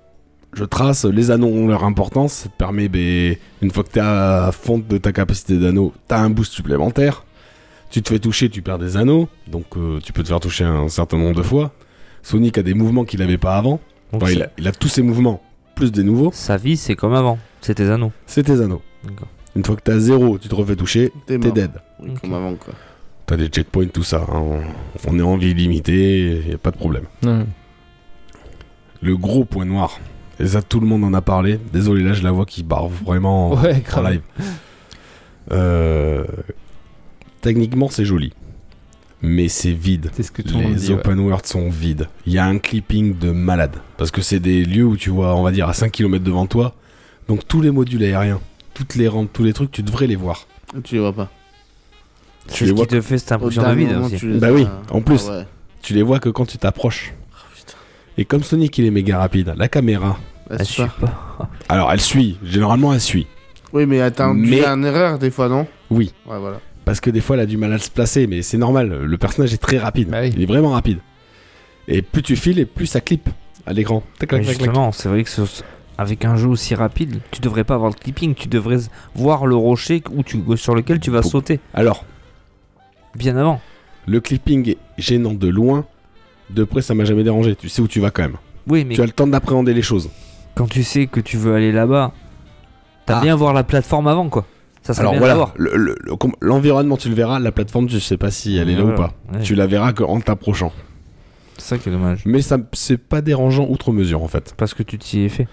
[SPEAKER 4] Je trace, les anneaux ont leur importance, ça te permet, ben, une fois que t'es à fond de ta capacité d'anneau, t'as un boost supplémentaire. Tu te fais toucher, tu perds des anneaux, donc euh, tu peux te faire toucher un certain nombre de fois. Sonic a des mouvements qu'il n'avait pas avant.
[SPEAKER 7] Donc
[SPEAKER 4] Enfin, il,
[SPEAKER 7] c'est-
[SPEAKER 4] a, il a tous ses mouvements, plus des nouveaux.
[SPEAKER 7] Sa vie, c'est comme avant. C'est tes anneaux.
[SPEAKER 4] C'est tes anneaux.
[SPEAKER 7] D'accord.
[SPEAKER 4] Une fois que t'as zéro, tu te refais toucher,
[SPEAKER 5] T'es
[SPEAKER 4] t'es
[SPEAKER 5] mort.
[SPEAKER 4] dead.
[SPEAKER 5] Oui, comme avant, quoi.
[SPEAKER 4] T'as des checkpoints, tout ça. hein. On- On est en vie limitée, y a pas de problème.
[SPEAKER 6] non.
[SPEAKER 4] Le gros point noir, et ça tout le monde en a parlé. Désolé, là je la vois qui barre vraiment en-
[SPEAKER 6] Ouais,
[SPEAKER 4] en
[SPEAKER 6] grave.
[SPEAKER 4] live. Euh, Techniquement, c'est joli, mais c'est vide.
[SPEAKER 6] C'est ce que tout le monde
[SPEAKER 4] Les
[SPEAKER 6] dit, ouais.
[SPEAKER 4] open world sont vides. Il y a un clipping de malade parce que c'est des lieux où tu vois, on va dire, à 5 km devant toi. Donc tous les modules aériens, toutes les rampes, tous les trucs, tu devrais les voir.
[SPEAKER 5] Tu les vois pas.
[SPEAKER 4] Tu
[SPEAKER 7] C'est
[SPEAKER 4] les
[SPEAKER 7] ce
[SPEAKER 4] vois
[SPEAKER 7] qui te fait cette impression de
[SPEAKER 5] dernier
[SPEAKER 7] vide
[SPEAKER 5] moment,
[SPEAKER 7] aussi.
[SPEAKER 5] tu les
[SPEAKER 4] bah
[SPEAKER 5] as-
[SPEAKER 4] oui, en plus,
[SPEAKER 5] Ah ouais.
[SPEAKER 4] tu les vois que quand tu t'approches. et comme Sonic il est méga rapide, la caméra.
[SPEAKER 7] Ah,
[SPEAKER 5] Elle suit
[SPEAKER 4] Alors elle suit, généralement elle suit.
[SPEAKER 5] Oui, mais attends, tu
[SPEAKER 4] Mais-
[SPEAKER 5] as une erreur des fois, non
[SPEAKER 4] Oui.
[SPEAKER 5] Ouais, voilà.
[SPEAKER 4] Parce que des fois elle a du mal à se placer, mais c'est normal, le personnage est très rapide.
[SPEAKER 7] Bah
[SPEAKER 4] Il est vraiment rapide. Et plus tu files et plus ça clip à l'écran. Tac,
[SPEAKER 7] Mais
[SPEAKER 4] tac, tac, tac.
[SPEAKER 7] justement, c'est vrai que ce- avec un jeu aussi rapide, tu devrais pas avoir le clipping, tu devrais voir le rocher où tu, sur lequel tu vas sauter.
[SPEAKER 4] Alors
[SPEAKER 7] Bien avant.
[SPEAKER 4] Le clipping est gênant de loin, de près ça m'a jamais dérangé, tu sais où tu vas quand même.
[SPEAKER 7] Oui, mais
[SPEAKER 4] Tu as le temps d'appréhender les choses.
[SPEAKER 7] quand tu sais que tu veux aller là-bas, t'as bien voir la plateforme avant quoi. Ça serait
[SPEAKER 4] Ah. Alors
[SPEAKER 7] bien à
[SPEAKER 4] voilà,
[SPEAKER 7] voir.
[SPEAKER 4] le- le- le- com- l'environnement tu le verras, la plateforme tu sais pas si elle est là ou
[SPEAKER 7] Voilà,
[SPEAKER 4] pas.
[SPEAKER 7] ouais.
[SPEAKER 4] Tu la verras qu'en t'approchant.
[SPEAKER 7] C'est ça qui est dommage.
[SPEAKER 4] Mais ça c'est pas dérangeant outre mesure en fait.
[SPEAKER 7] Parce que tu t'y es fait.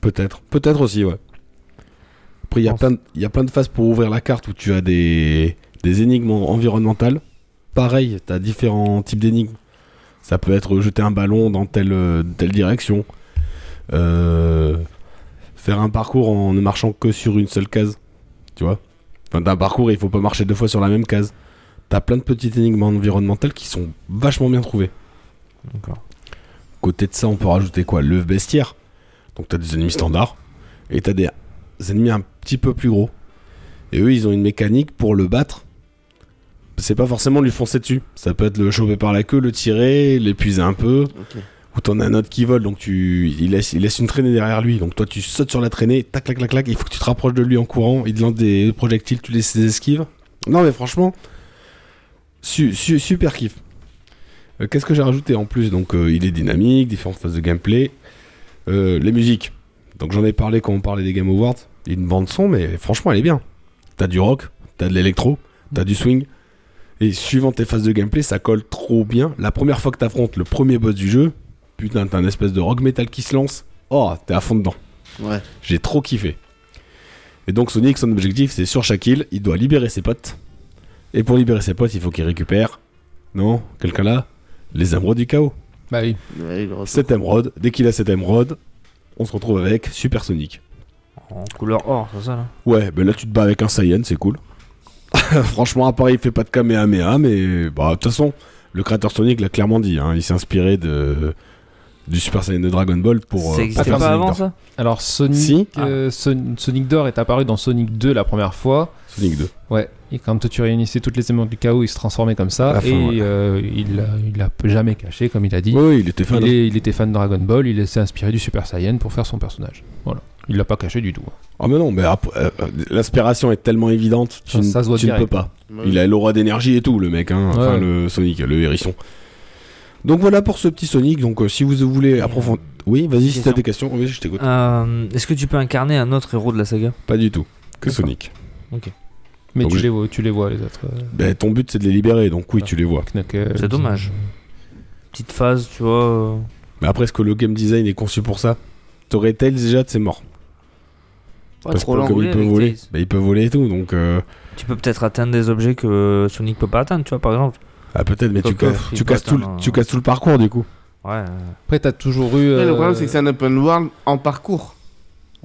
[SPEAKER 4] Peut-être, peut-être aussi ouais. Après il y a plein de- il y a plein de phases pour ouvrir la carte où tu as des des énigmes en- environnementales. Pareil, tu as différents types d'énigmes. Ça peut être jeter un ballon dans telle euh, telle direction. Euh, faire un parcours en ne marchant que sur une seule case. Tu vois Enfin, d'un parcours, il faut pas marcher deux fois sur la même case. T'as plein de petites énigmes environnementales qui sont vachement bien trouvées.
[SPEAKER 7] D'accord.
[SPEAKER 4] Côté de ça, on peut rajouter quoi Le bestiaire. Donc t'as des ennemis standards et t'as des ennemis un petit peu plus gros. Et eux, ils ont une mécanique pour le battre. C'est pas forcément lui foncer dessus. Ça peut être le choper par la queue, le tirer, l'épuiser un peu. Ou t'en as un autre qui vole, donc tu, il laisse, il laisse une traînée derrière lui. Donc toi, tu sautes sur la traînée, tac, clac, clac, clac. Il faut que tu te rapproches de lui en courant. Il te lance des projectiles, tu laisses des esquives. Non, mais franchement, su- su- super kiff. Euh, Qu'est-ce que j'ai rajouté en plus Donc, euh, il est dynamique, différentes phases de gameplay. Euh, les musiques. Donc, j'en ai parlé quand on parlait des Game Awards. Il y a Une bande son, mais franchement, elle est bien. T'as du rock, t'as de l'électro, t'as du swing. Et suivant tes phases de gameplay, ça colle trop bien. La première fois que t'affrontes le premier boss du jeu, putain, t'as un espèce de rock metal qui se lance. Oh, t'es à fond dedans.
[SPEAKER 5] Ouais.
[SPEAKER 4] J'ai trop kiffé. Et donc Sonic, son objectif, c'est sur chaque île, il doit libérer ses potes. Et pour libérer ses potes, il faut qu'il récupère, non, quelqu'un là, les émeraudes du chaos.
[SPEAKER 6] Bah oui.
[SPEAKER 4] Cette émeraude, dès qu'il a cette émeraude, on se retrouve avec Super Sonic.
[SPEAKER 7] En couleur or, c'est ça là
[SPEAKER 4] Ouais, ben là tu te bats avec un Saiyan, c'est cool. Franchement, à part il fait pas de Kamehameha, mais bah de toute façon, le créateur Sonic l'a clairement dit, hein, il s'est inspiré de du Super Saiyan de Dragon Ball pour. euh, pour faire Sonic D'or.
[SPEAKER 6] Alors Sonic,
[SPEAKER 4] Si. Ah.
[SPEAKER 6] euh, Son- Sonic d'or est apparu dans Sonic 2 la première fois.
[SPEAKER 4] Sonic 2.
[SPEAKER 6] Ouais, et quand tu réunissais toutes les émotions du chaos, il se transformait comme ça.
[SPEAKER 4] À la fin,
[SPEAKER 6] et
[SPEAKER 4] ouais.
[SPEAKER 6] euh, il l'a- il l'a jamais caché, comme il a dit.
[SPEAKER 4] Oui, il était fan.
[SPEAKER 6] Il, est- il était fan de Dragon Ball, il s'est inspiré du Super Saiyan pour faire son personnage. Voilà. Il l'a pas caché du tout. hein.
[SPEAKER 4] Ah mais non, mais après, euh, euh, l'aspiration est tellement évidente, tu,
[SPEAKER 6] Ça,
[SPEAKER 4] ne-
[SPEAKER 6] ça se voit
[SPEAKER 4] tu ne peux
[SPEAKER 6] direct.
[SPEAKER 4] pas.
[SPEAKER 6] Ouais.
[SPEAKER 4] Il a l'aura d'énergie et tout, le mec, hein. enfin
[SPEAKER 6] Ouais.
[SPEAKER 4] le Sonic, le hérisson. Donc voilà pour ce petit Sonic. Donc euh, si vous voulez approfondir, oui, vas-y si t'as des questions, oui, je t'écoute.
[SPEAKER 7] Euh, Est-ce que tu peux incarner un autre héros de la saga
[SPEAKER 4] Pas du tout, que Sonic.
[SPEAKER 7] Ok.
[SPEAKER 6] Mais
[SPEAKER 4] Donc
[SPEAKER 6] tu
[SPEAKER 4] je-
[SPEAKER 6] les, vois, tu les vois, les autres. euh,
[SPEAKER 4] Ben, ton but c'est de les libérer, donc oui, tu les vois.
[SPEAKER 6] Knuckles.
[SPEAKER 7] C'est dommage. Petite phase, tu vois. euh,
[SPEAKER 4] Mais après, est-ce que le game design est conçu pour ça T'aurais Tails déjà, c'est mort.
[SPEAKER 7] Ouais,
[SPEAKER 4] Parce que
[SPEAKER 7] trop lent.
[SPEAKER 4] comme
[SPEAKER 7] Voler
[SPEAKER 4] il peut
[SPEAKER 7] avec
[SPEAKER 4] voler,
[SPEAKER 7] Tails.
[SPEAKER 4] ben, il peut voler et tout, donc euh,
[SPEAKER 7] Tu peux peut-être atteindre des objets que Sonic peut pas atteindre, tu vois, par exemple.
[SPEAKER 4] ah, peut-être, mais tu,
[SPEAKER 7] Coffre,
[SPEAKER 4] casses-
[SPEAKER 7] il
[SPEAKER 4] tu
[SPEAKER 7] peut
[SPEAKER 4] casses tout, le-
[SPEAKER 7] atteindre un-
[SPEAKER 4] tu casses tout le parcours du coup.
[SPEAKER 7] Ouais. euh,
[SPEAKER 6] Après, t'as toujours eu.
[SPEAKER 5] Après, Le
[SPEAKER 6] euh,
[SPEAKER 5] problème, c'est que c'est un open world en parcours.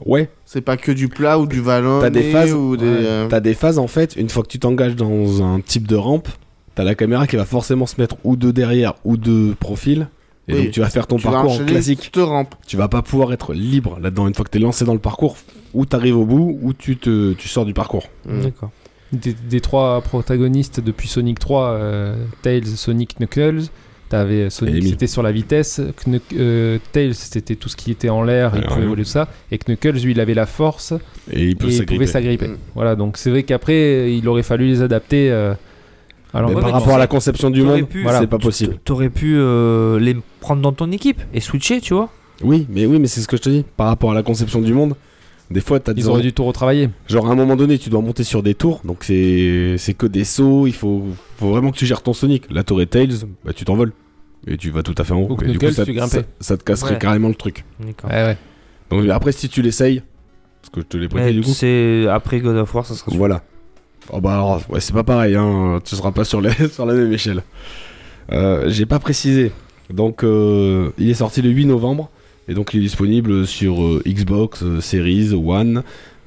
[SPEAKER 4] Ouais.
[SPEAKER 5] C'est pas que du plat ou du vallon.
[SPEAKER 4] T'as des phases,
[SPEAKER 5] ou des.
[SPEAKER 4] ouais.
[SPEAKER 5] euh,
[SPEAKER 4] T'as des phases en fait. Une fois que tu t'engages dans un type de rampe, t'as la caméra qui va forcément se mettre ou de derrière ou de profil. Et
[SPEAKER 5] Oui.
[SPEAKER 4] donc tu vas faire ton
[SPEAKER 5] Tu vas
[SPEAKER 4] parcours en
[SPEAKER 5] enchaîner
[SPEAKER 4] classique.
[SPEAKER 5] Te rampe.
[SPEAKER 4] Tu vas pas pouvoir être libre là-dedans. Une fois que t'es lancé dans le parcours, ou t'arrives au bout, ou tu te, tu sors du parcours.
[SPEAKER 7] D'accord.
[SPEAKER 6] Des, des trois protagonistes depuis Sonic 3, euh, Tails, Sonic, Knuckles. T'avais Sonic,
[SPEAKER 4] Amy.
[SPEAKER 6] c'était sur la vitesse. Knuck- euh, Tails, c'était tout ce qui était en l'air, il
[SPEAKER 4] Ouais,
[SPEAKER 6] pouvait
[SPEAKER 4] ouais.
[SPEAKER 6] voler tout ça. Et Knuckles, lui, il avait la force.
[SPEAKER 4] Et il peut s'agripper.
[SPEAKER 6] pouvait s'agripper.
[SPEAKER 4] Mm.
[SPEAKER 6] Voilà, donc c'est vrai qu'après, il aurait fallu les adapter. euh, alors,
[SPEAKER 4] Mais par rapport à la conception du
[SPEAKER 7] T'aurais
[SPEAKER 4] monde,
[SPEAKER 7] pu-
[SPEAKER 4] c'est
[SPEAKER 7] voilà.
[SPEAKER 4] pas possible.
[SPEAKER 7] T'aurais pu euh, les prendre dans ton équipe et switcher, tu vois.
[SPEAKER 4] Oui, mais oui, mais c'est ce que je te dis. Par rapport à la conception du monde, des fois, t'as des
[SPEAKER 6] ils auraient dû tout retravailler.
[SPEAKER 4] Genre à un moment donné, tu dois monter sur des tours, donc c'est c'est que des sauts, il faut, faut vraiment que tu gères ton Sonic. La tour est Tails, bah tu t'envoles. Et tu vas tout à fait en haut.
[SPEAKER 6] Ou
[SPEAKER 4] Et du
[SPEAKER 6] Knuckles,
[SPEAKER 4] coup, ça,
[SPEAKER 6] tu
[SPEAKER 4] ça,
[SPEAKER 6] grimpais.
[SPEAKER 4] ça te casserait
[SPEAKER 7] Ouais.
[SPEAKER 4] carrément le truc.
[SPEAKER 7] D'accord.
[SPEAKER 6] Ouais, ouais.
[SPEAKER 4] Donc après, si tu l'essayes, parce que je te l'ai prêté
[SPEAKER 7] Mais
[SPEAKER 4] du coup.
[SPEAKER 7] c'est après God of War, ça sera.
[SPEAKER 4] Voilà. Oh bah alors, ouais, c'est pas pareil, hein. tu seras pas sur, les, sur la même échelle. Euh, J'ai pas précisé. Donc euh, il est sorti le 8 novembre et donc il est disponible sur euh, Xbox, euh, Series, One,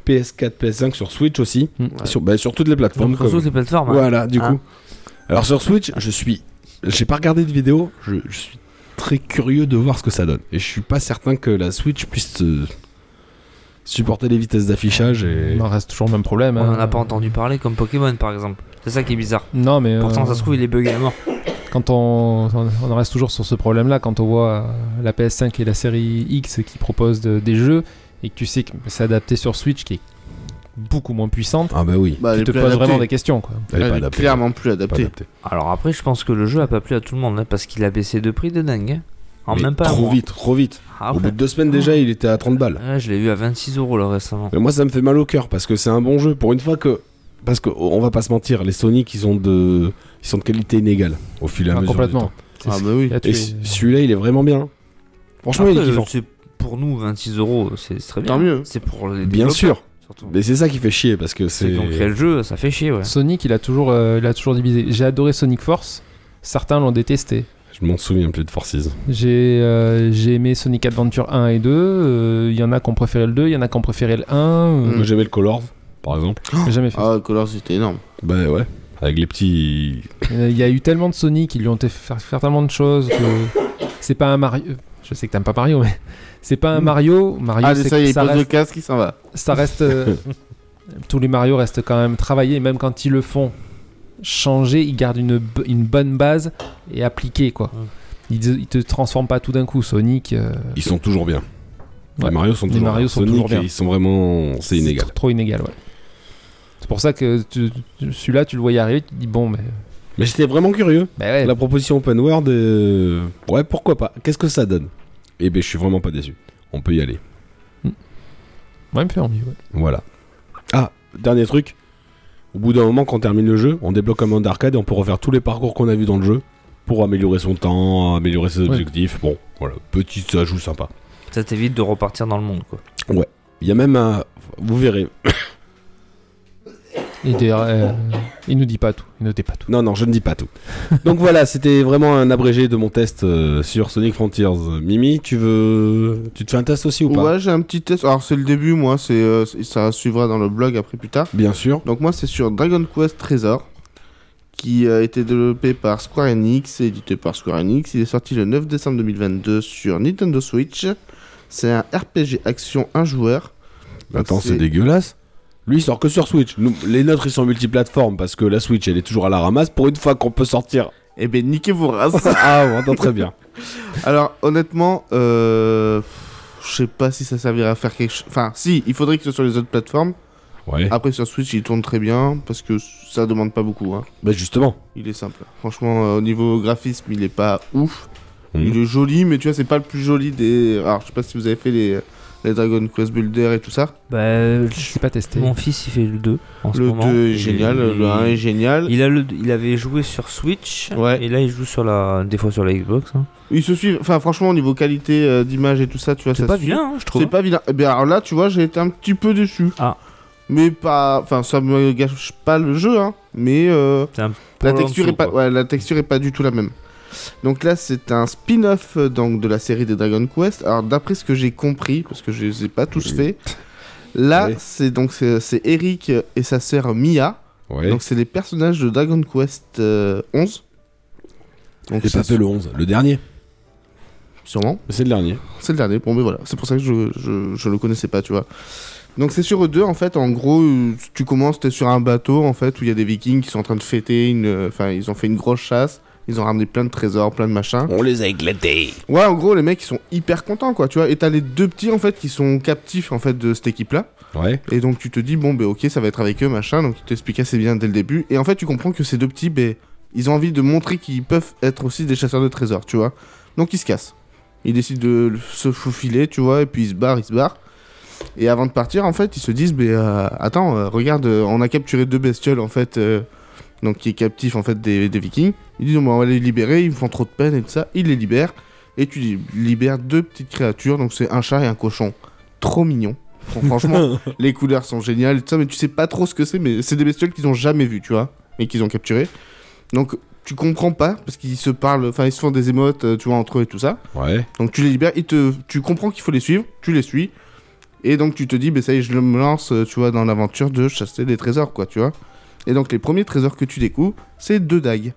[SPEAKER 4] PS4, PS5, sur Switch aussi, sur, bah, sur toutes les plateformes.
[SPEAKER 7] Donc, sur toutes les plateformes, hein.
[SPEAKER 4] Voilà, du
[SPEAKER 7] Hein.
[SPEAKER 4] coup. Alors sur Switch, je suis, j'ai pas regardé de vidéo, je, je suis très curieux de voir ce que ça donne et je suis pas certain que la Switch puisse euh, supporter les vitesses d'affichage et.
[SPEAKER 6] Il en reste toujours le même problème.
[SPEAKER 7] On
[SPEAKER 6] hein.
[SPEAKER 7] en
[SPEAKER 4] euh,
[SPEAKER 7] a pas entendu parler comme Pokémon par exemple. C'est ça qui est bizarre.
[SPEAKER 6] Non, mais.
[SPEAKER 7] Pourtant,
[SPEAKER 6] euh,
[SPEAKER 7] ça se trouve, il est bugué à mort.
[SPEAKER 6] quand on, on- on en reste toujours sur ce problème-là, quand on voit euh, la PS5 et la série X qui proposent de- des jeux et que tu sais que c'est adapté sur Switch qui est beaucoup moins puissante,
[SPEAKER 4] Ah bah oui.
[SPEAKER 5] Bah, elle
[SPEAKER 6] tu
[SPEAKER 5] est
[SPEAKER 6] te
[SPEAKER 5] plus
[SPEAKER 6] poses
[SPEAKER 5] adaptée.
[SPEAKER 6] vraiment des questions. Quoi.
[SPEAKER 4] Elle est pas
[SPEAKER 5] Elle est
[SPEAKER 4] adaptée.
[SPEAKER 5] clairement plus adaptée.
[SPEAKER 7] Alors après, je pense que le jeu a pas plu à tout le monde hein, parce qu'il a baissé de prix de dingue. hein. En
[SPEAKER 4] Mais
[SPEAKER 7] même pas. un
[SPEAKER 4] Trop
[SPEAKER 7] mois.
[SPEAKER 4] vite, trop vite.
[SPEAKER 7] Ah
[SPEAKER 4] Au
[SPEAKER 7] ouais.
[SPEAKER 4] bout de deux semaines déjà, il était à 30 balles.
[SPEAKER 7] Ouais, je l'ai eu à 26 euros là récemment.
[SPEAKER 4] Mais moi, ça me fait mal au cœur parce que c'est un bon jeu. Pour une fois que. Parce qu'on va pas se mentir, les Sonic, ils, ont de... ils sont de qualité inégale au fil et à
[SPEAKER 6] Ah,
[SPEAKER 4] mesure.
[SPEAKER 6] complètement.
[SPEAKER 4] Du temps.
[SPEAKER 6] C'est- Ah, bah oui. là, tu
[SPEAKER 4] Et
[SPEAKER 6] es-
[SPEAKER 4] ce- celui-là, il est vraiment bien. Franchement, il est
[SPEAKER 7] Après, euh,
[SPEAKER 6] euh,
[SPEAKER 4] kiffant.
[SPEAKER 7] c'est pour nous 26 euros, c'est c'est très bien.
[SPEAKER 5] Tant mieux.
[SPEAKER 7] C'est pour les
[SPEAKER 4] Bien
[SPEAKER 7] développeurs.
[SPEAKER 4] sûr. Mais c'est ça qui fait chier parce que c'est.
[SPEAKER 7] Ceux qui ont créé le jeu, ça fait chier, ouais.
[SPEAKER 6] Sonic, il a toujours, euh, il a toujours divisé. J'ai adoré Sonic Force, certains l'ont détesté.
[SPEAKER 4] Je m'en souviens plus de Forces.
[SPEAKER 6] J'ai euh, j'ai aimé Sonic Adventure 1 et 2, euh, il y en a qui ont préféré le 2, il y en a qui ont préféré le 1. euh,
[SPEAKER 4] Moi, j'aimais le Colors, par exemple.
[SPEAKER 6] j'ai jamais fait.
[SPEAKER 5] Ah, Colors, c'était énorme.
[SPEAKER 4] Bah ouais. Avec les petits.
[SPEAKER 6] Euh, Il y a eu tellement de Sonic, ils lui ont fait faire, faire tellement de choses que c'est pas un Mario. euh, Je sais que t'aimes pas Mario, mais c'est pas un Mario. Mario,
[SPEAKER 5] Allez,
[SPEAKER 6] c'est
[SPEAKER 5] Ah, ça y
[SPEAKER 6] que
[SPEAKER 5] est, il
[SPEAKER 6] Mm. Ah, ça
[SPEAKER 5] pose le
[SPEAKER 6] reste,
[SPEAKER 5] casque, il s'en va.
[SPEAKER 6] ça reste. euh, tous les Mario restent quand même travaillés, même quand ils le font changer, ils gardent une, b- une bonne base et appliquée quoi. Ils, ils te transforment pas tout d'un coup, Sonic. euh,
[SPEAKER 4] Ils sont toujours bien.
[SPEAKER 6] Ouais.
[SPEAKER 4] Les Mario sont
[SPEAKER 6] Les
[SPEAKER 4] toujours
[SPEAKER 6] Mario
[SPEAKER 4] bien.
[SPEAKER 6] sont
[SPEAKER 4] Sonic,
[SPEAKER 6] toujours bien.
[SPEAKER 4] Ils sont vraiment. C'est inégal.
[SPEAKER 6] trop inégal, ouais. C'est pour ça que tu- tu- celui-là, tu le voyais arriver, tu te dis bon, mais bah
[SPEAKER 4] Mais j'étais vraiment curieux.
[SPEAKER 6] ouais.
[SPEAKER 4] La proposition open world, euh, ouais, pourquoi pas Qu'est-ce que ça donne Eh ben, je suis vraiment pas déçu. On peut y aller.
[SPEAKER 6] moi, il me fait envie. ouais.
[SPEAKER 4] Voilà. Ah, dernier truc. Au bout d'un moment, quand on termine le jeu, on débloque un mode arcade et on peut refaire tous les parcours qu'on a vus dans le jeu pour améliorer son temps, améliorer ses objectifs. Bon, voilà, petit ajout sympa.
[SPEAKER 7] Ça t'évite de repartir dans le monde, quoi.
[SPEAKER 4] Ouais. Il y a même un. Vous verrez.
[SPEAKER 6] Et des, euh, Il nous dit pas tout. Il ne dit pas tout.
[SPEAKER 4] Non, non, je ne dis pas tout. Donc voilà, c'était vraiment un abrégé de mon test euh, sur Sonic Frontiers. Mimi, tu veux. Tu te fais un test aussi ou pas
[SPEAKER 5] Ouais, j'ai un petit test. Alors, c'est le début, moi. C'est euh, c'est- ça suivra dans le blog après plus tard.
[SPEAKER 4] Bien sûr.
[SPEAKER 5] Donc, moi, c'est sur Dragon Quest Trésor, qui a été développé par Square Enix et édité par Square Enix. Il est sorti le 9 décembre 2022 sur Nintendo Switch. C'est un RPG action un joueur.
[SPEAKER 4] Bah, Attends,
[SPEAKER 5] Donc,
[SPEAKER 4] c'est dégueulasse. Lui, il sort que sur Switch. Nous, les nôtres, ils sont multiplateformes parce que la Switch, elle est toujours à la ramasse pour une fois qu'on peut sortir.
[SPEAKER 5] Eh ben, niquez vos races.
[SPEAKER 4] ah, on entend très bien.
[SPEAKER 5] Alors honnêtement, euh, pff, je sais pas si ça servira à faire quelque chose. Enfin, si, il faudrait que ce soit sur les autres plateformes.
[SPEAKER 4] Ouais.
[SPEAKER 5] Après sur Switch, il tourne très bien parce que ça demande pas beaucoup. Hein.
[SPEAKER 4] Bah, justement.
[SPEAKER 5] Il est simple. Franchement, euh, au niveau graphisme, il est pas ouf.
[SPEAKER 7] Mmh.
[SPEAKER 4] Mhm.
[SPEAKER 5] Il est joli, mais tu vois, c'est pas le plus joli des. Alors, je sais pas si vous avez fait les, les Dragon Quest Builder et tout ça.
[SPEAKER 7] Bah, je suis
[SPEAKER 6] pas testé.
[SPEAKER 7] Mon fils, il fait le 2 en ce
[SPEAKER 5] Le
[SPEAKER 7] moment.
[SPEAKER 5] 2 est
[SPEAKER 7] Et
[SPEAKER 5] génial, le 1 est génial.
[SPEAKER 7] Il, a le, il avait joué sur Switch, et là, il joue sur la, des fois sur la Xbox. hein.
[SPEAKER 5] Ils se suivent. Enfin, franchement, au niveau qualité euh, d'image et tout ça, tu vois,
[SPEAKER 7] C'est
[SPEAKER 5] ça
[SPEAKER 7] pas
[SPEAKER 5] se suit.
[SPEAKER 7] vilain, hein, je trouve.
[SPEAKER 5] C'est pas vilain. Eh bien, alors là, tu vois, j'ai été un petit peu déçu.
[SPEAKER 7] Ah.
[SPEAKER 5] Mais pas. Enfin, ça me gâche pas le jeu, hein. Mais. euh, la
[SPEAKER 7] poil en
[SPEAKER 5] texture est
[SPEAKER 7] dessous,
[SPEAKER 5] pas. ouais, la texture est pas du tout la même. Donc là, c'est un spin-off euh, donc de la série des Dragon Quest. Alors d'après ce que j'ai compris, parce que je les ai pas tous faits, là c'est donc c'est c'est Eric et sa sœur Mia.
[SPEAKER 4] Ouais.
[SPEAKER 5] Donc c'est les personnages de Dragon Quest euh, 11.
[SPEAKER 4] Et pas fait le 11, le dernier.
[SPEAKER 5] Sûrement.
[SPEAKER 4] C'est le dernier.
[SPEAKER 5] C'est le dernier. Bon, mais voilà. C'est pour ça que je, je, je le connaissais pas, tu vois. Donc c'est sur eux deux, en fait. En gros, euh, tu commences, t'es sur un bateau, en fait, où il y a des vikings qui sont en train de fêter une. euh, Enfin, ils ont fait une grosse chasse. Ils ont ramené plein de trésors, plein de machins.
[SPEAKER 4] On les a éclatés.
[SPEAKER 5] Ouais, en gros, les mecs, ils sont hyper contents, quoi, tu vois. Et t'as les deux petits, en fait, qui sont captifs, en fait, de cette équipe-là.
[SPEAKER 4] Ouais.
[SPEAKER 5] Et donc, tu te dis, bon, ben, ok, ça va être avec eux, machin. Donc, tu t'expliques assez bien dès le début. Et en fait, tu comprends que ces deux petits, ben, ils ont envie de montrer qu'ils peuvent être aussi des chasseurs de trésors, tu vois. Donc, ils se cassent. Ils décident de se faufiler, tu vois, et puis ils se barrent, ils se barrent. Et avant de partir, en fait, ils se disent, ben, euh, attends, euh, regarde, euh, on a capturé deux bestioles, en fait, euh, donc qui est captif, en fait, des, des vikings. Ils disent, bon, on va les libérer, ils me font trop de peine et tout ça. Ils les libèrent, et tu li- libères deux petites créatures, donc c'est un chat et un cochon. Trop mignon. Fran- Franchement, les couleurs sont géniales et tout ça, mais tu sais pas trop ce que c'est, mais c'est des bestioles qu'ils ont jamais vues, tu vois, et qu'ils ont capturées. Donc, tu comprends pas, parce qu'ils se parlent, enfin, ils se font des émotes, euh, tu vois, entre eux et tout ça.
[SPEAKER 4] Ouais.
[SPEAKER 5] Donc tu les libères, ils te, tu comprends qu'il faut les suivre, tu les suis, et donc tu te dis, ben ça y est, je me lance, euh, tu vois, dans l'aventure de chasser des trésors, quoi, tu vois. Et donc les premiers trésors que tu découvres, c'est deux dagues.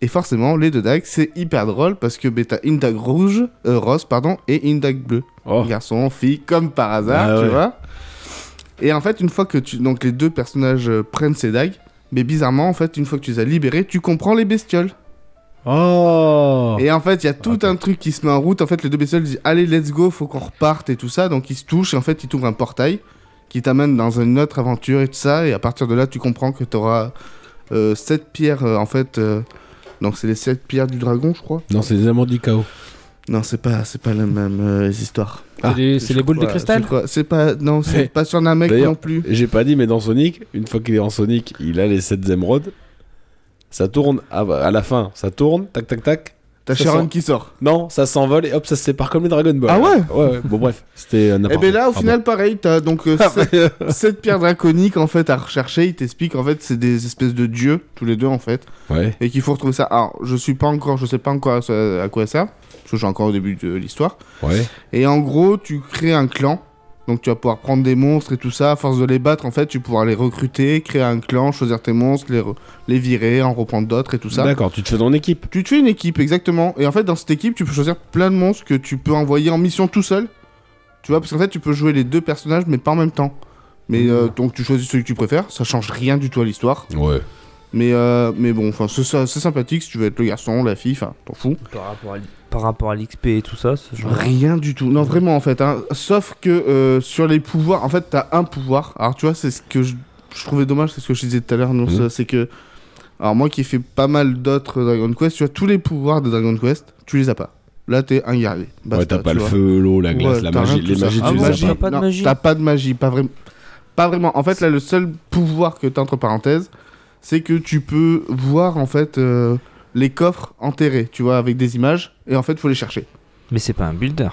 [SPEAKER 5] Et forcément, les deux dagues, c'est hyper drôle parce que ben, t'as une dague rouge, euh, rose, pardon, et une dague bleue. Garçon, fille, comme par hasard,
[SPEAKER 4] Oh. Ah
[SPEAKER 5] tu
[SPEAKER 4] ouais.
[SPEAKER 5] vois. Et en fait, une fois que tu, donc les deux personnages euh, prennent ces dagues, mais bizarrement, en fait, une fois que tu les as libérés, tu comprends les bestioles.
[SPEAKER 4] Oh
[SPEAKER 5] Et en fait, il y a tout un truc qui se met en route. En fait, les deux bestioles disent Allez, let's go, faut qu'on reparte et tout ça. Donc, ils se touchent et en fait, ils t'ouvrent un portail qui t'amène dans une autre aventure et tout ça. Et à partir de là, tu comprends que t'auras auras 7 pierres euh, en fait. euh, donc, c'est les 7 pierres du dragon, je crois.
[SPEAKER 4] Non, c'est les amants du chaos.
[SPEAKER 5] Non, c'est pas, c'est pas la même euh, histoire.
[SPEAKER 6] C'est les- c'est
[SPEAKER 5] je
[SPEAKER 6] les boules de
[SPEAKER 5] crois-
[SPEAKER 6] cristal
[SPEAKER 5] je crois- C'est pas. Non,
[SPEAKER 4] Ouais.
[SPEAKER 5] c'est pas sur Namek
[SPEAKER 4] D'ailleurs,
[SPEAKER 5] non plus.
[SPEAKER 4] J'ai pas dit, mais dans Sonic, une fois qu'il est en Sonic, il a les 7 émeraudes. Ça tourne à, à la fin, ça tourne, tac tac tac.
[SPEAKER 5] T'as
[SPEAKER 4] Ça
[SPEAKER 5] Sharon
[SPEAKER 4] s'en-
[SPEAKER 5] qui sort.
[SPEAKER 4] Non, ça s'envole et hop, ça se sépare comme les Dragon Ball.
[SPEAKER 5] Ah ouais
[SPEAKER 4] Ouais, ouais. Bon, bref, c'était un
[SPEAKER 5] Et
[SPEAKER 4] aparté.
[SPEAKER 5] bien Eh ben là, au
[SPEAKER 4] Pardon.
[SPEAKER 5] final, pareil, t'as donc euh, sept- sept pierres draconiques en fait à rechercher. Il t'explique en fait, c'est des espèces de dieux, tous les deux en fait.
[SPEAKER 4] Ouais.
[SPEAKER 5] Et qu'il faut retrouver ça. Alors, je suis pas encore, je sais pas encore à ça- à quoi ça, parce que j'ai encore au début de l'histoire.
[SPEAKER 4] Ouais.
[SPEAKER 5] Et en gros, tu crées un clan. Donc tu vas pouvoir prendre des monstres et tout ça, à force de les battre en fait, tu pourras les recruter, créer un clan, choisir tes monstres, les, re- les virer, en reprendre d'autres et tout ça.
[SPEAKER 4] D'accord, tu te fais ton équipe.
[SPEAKER 5] Tu te fais une équipe, exactement. Et en fait, dans cette équipe, tu peux choisir plein de monstres que tu peux envoyer en mission tout seul. Tu vois, parce qu'en fait, tu peux jouer les deux personnages, mais pas en même temps. Mais euh, donc, tu choisis celui que tu préfères. Ça change rien du tout à l'histoire.
[SPEAKER 4] Ouais.
[SPEAKER 5] Mais, euh, mais bon, enfin, c'est ça- c'est sympathique si tu veux être le garçon, la fille, enfin, t'en fous.
[SPEAKER 7] Par rapport à, l- par rapport à l'XP et tout ça, ce genre.
[SPEAKER 5] Rien du tout. Non, vraiment, en fait. hein. Sauf que euh, sur les pouvoirs, en fait, t'as un pouvoir. Alors, tu vois, c'est ce que je, je trouvais dommage, c'est ce que je disais tout à l'heure, non,
[SPEAKER 4] Mhm.
[SPEAKER 5] ça, c'est que. Alors, moi qui ai fait pas mal d'autres Dragon Quest, tu vois, tous les pouvoiers de Dragon Quest, tu les as pas. Là, t'es un guerrier.
[SPEAKER 4] Ouais, t'as
[SPEAKER 5] Bah, tu
[SPEAKER 4] pas le
[SPEAKER 5] vois.
[SPEAKER 4] feu, l'eau, la glace, la
[SPEAKER 5] t'as
[SPEAKER 4] magie-
[SPEAKER 5] rien de
[SPEAKER 4] les
[SPEAKER 5] tout ça.
[SPEAKER 4] magies, tu
[SPEAKER 5] Ah
[SPEAKER 4] les
[SPEAKER 5] ouais,
[SPEAKER 4] as
[SPEAKER 5] magie,
[SPEAKER 4] pas. T'as pas de
[SPEAKER 5] non,
[SPEAKER 4] magie
[SPEAKER 5] T'as pas de magie, pas vraiment. Pas vraiment. En fait, là, le seul pouvoir que t'as entre parenthèses, c'est que tu peux voir, en fait, euh, les coffres enterrés, tu vois, avec des images, et en fait, faut les chercher.
[SPEAKER 7] Mais c'est pas un builder.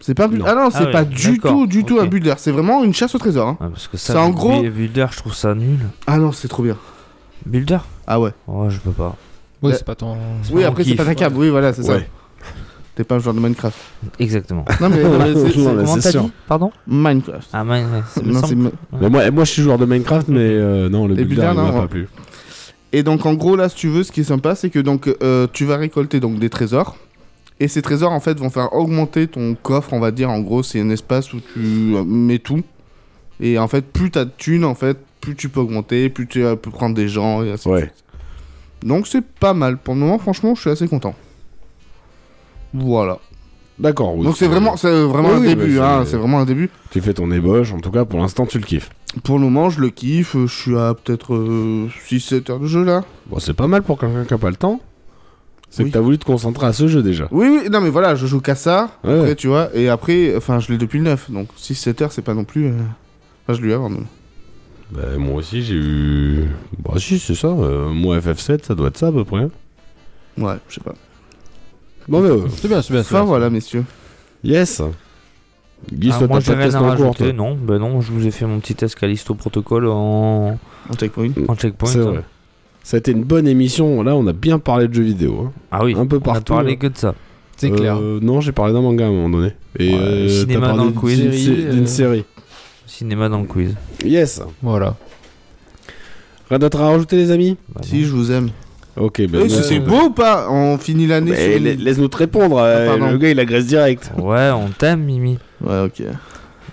[SPEAKER 5] C'est pas un builder. Ah non, c'est
[SPEAKER 7] ouais,
[SPEAKER 5] pas du
[SPEAKER 7] d'accord,
[SPEAKER 5] tout, du tout
[SPEAKER 7] ok.
[SPEAKER 5] un builder. C'est vraiment une chasse au trésor. hein.
[SPEAKER 7] Ah, parce que ça,
[SPEAKER 5] C'est en
[SPEAKER 7] le
[SPEAKER 5] gros.
[SPEAKER 7] bu- builder, je trouve ça nul.
[SPEAKER 5] Ah non, c'est trop bien.
[SPEAKER 7] Builder
[SPEAKER 5] Ah ouais.
[SPEAKER 7] Ouais, je peux pas.
[SPEAKER 6] Oui,
[SPEAKER 5] Euh,
[SPEAKER 6] c'est pas ton. c'est
[SPEAKER 5] Oui,
[SPEAKER 6] pas
[SPEAKER 5] après,
[SPEAKER 6] ton
[SPEAKER 5] c'est pas
[SPEAKER 6] kiff.
[SPEAKER 5] ta cam, oui, voilà, c'est ça.
[SPEAKER 6] Ouais.
[SPEAKER 5] T'es pas un joueur de Minecraft.
[SPEAKER 7] Exactement.
[SPEAKER 5] Non, mais
[SPEAKER 4] Ouais,
[SPEAKER 5] mais c'est-
[SPEAKER 4] ouais,
[SPEAKER 5] Ah, c'est-
[SPEAKER 4] ouais,
[SPEAKER 5] comment
[SPEAKER 4] c'est
[SPEAKER 5] t'as
[SPEAKER 4] sûr.
[SPEAKER 5] dit
[SPEAKER 7] Pardon
[SPEAKER 5] Minecraft.
[SPEAKER 7] Ah, Minecraft.
[SPEAKER 5] Non, c'est me-
[SPEAKER 4] Mais moi, moi, je suis joueur de Minecraft, mais euh, non, le
[SPEAKER 5] Et
[SPEAKER 4] builder,
[SPEAKER 5] builder,
[SPEAKER 4] il
[SPEAKER 5] non,
[SPEAKER 4] m'a
[SPEAKER 5] ouais.
[SPEAKER 4] pas plu.
[SPEAKER 5] Et donc en gros là, si tu veux, ce qui est sympa, c'est que donc euh, tu vas récolter donc des trésors. Et ces trésors en fait vont faire augmenter ton coffre, on va dire. En gros, c'est un espace où tu euh, mets tout. Et en fait, plus t'as de thunes, en fait, plus tu peux augmenter, plus tu euh, peux prendre des gens et ainsi de suite. Donc c'est pas mal. Pour le moment, franchement, je suis assez content. Voilà.
[SPEAKER 4] D'accord. oui,
[SPEAKER 5] donc c'est vraiment, c'est vraiment un
[SPEAKER 4] Oui, oui,
[SPEAKER 5] début.
[SPEAKER 4] bah,
[SPEAKER 5] hein, c'est vraiment un début.
[SPEAKER 4] Tu fais ton ébauche, en tout cas, pour l'instant, tu le kiffes.
[SPEAKER 5] Pour le moment, je le kiffe. Je suis à peut-être 6-7 heures de jeu là.
[SPEAKER 4] Bon, c'est pas mal pour quelqu'un qui a pas le temps. C'est
[SPEAKER 5] Oui.
[SPEAKER 4] que t'as voulu te concentrer à ce jeu déjà.
[SPEAKER 5] Oui, oui, non, mais voilà, je joue qu'à ça.
[SPEAKER 4] Ouais.
[SPEAKER 5] Après, tu vois, et après, enfin, je l'ai depuis le 9, donc 6-7 heures, c'est pas non plus. euh, Enfin, je l'ai eu avant même.
[SPEAKER 4] Bah, moi aussi, j'ai eu. Bah, si, c'est ça. euh, moi, FF7, ça doit être ça à peu près.
[SPEAKER 5] Ouais, je sais pas.
[SPEAKER 4] Bon, mais. euh,
[SPEAKER 6] C'est bien, c'est bien. c'est
[SPEAKER 5] Enfin,
[SPEAKER 6] bien.
[SPEAKER 5] voilà, messieurs.
[SPEAKER 4] yes Guy,
[SPEAKER 7] Ah,
[SPEAKER 4] toi,
[SPEAKER 7] moi, j'ai
[SPEAKER 4] t'as pas de
[SPEAKER 7] rien
[SPEAKER 4] test
[SPEAKER 7] à
[SPEAKER 4] en cours,
[SPEAKER 7] rajouter.
[SPEAKER 4] toi
[SPEAKER 7] Non, bah non, je vous ai fait mon petit test Callisto Protocol en,
[SPEAKER 5] en checkpoint.
[SPEAKER 7] En checkpoint.
[SPEAKER 4] C'est vrai. Ça a été une bonne émission. Là, on a bien parlé de jeux vidéo. hein.
[SPEAKER 7] Ah oui,
[SPEAKER 4] Un peu
[SPEAKER 7] on a
[SPEAKER 4] partout.
[SPEAKER 7] parlé
[SPEAKER 4] hein.
[SPEAKER 7] que de ça.
[SPEAKER 6] C'est clair.
[SPEAKER 4] Euh, non, j'ai parlé d'un manga à un moment donné. Et
[SPEAKER 7] Ouais,
[SPEAKER 4] euh,
[SPEAKER 7] cinéma
[SPEAKER 4] t'as parlé
[SPEAKER 7] dans le
[SPEAKER 4] d'une
[SPEAKER 7] quiz.
[SPEAKER 4] série,
[SPEAKER 7] Série, euh,
[SPEAKER 4] D'une série.
[SPEAKER 7] Cinéma dans le quiz.
[SPEAKER 4] Yes.
[SPEAKER 6] Voilà.
[SPEAKER 4] Rien d'autre à rajouter, les amis
[SPEAKER 5] Si, je vous aime.
[SPEAKER 4] Ok, ben.
[SPEAKER 5] Eh,
[SPEAKER 4] euh,
[SPEAKER 5] c'est beau ou pas On finit l'année.
[SPEAKER 4] Mais
[SPEAKER 5] sur une- Ah,
[SPEAKER 4] la- Laisse-nous te répondre. euh,
[SPEAKER 5] pardon.
[SPEAKER 4] le gars, il agresse direct.
[SPEAKER 7] Ouais, on t'aime, Mimi.
[SPEAKER 5] Ouais, ok.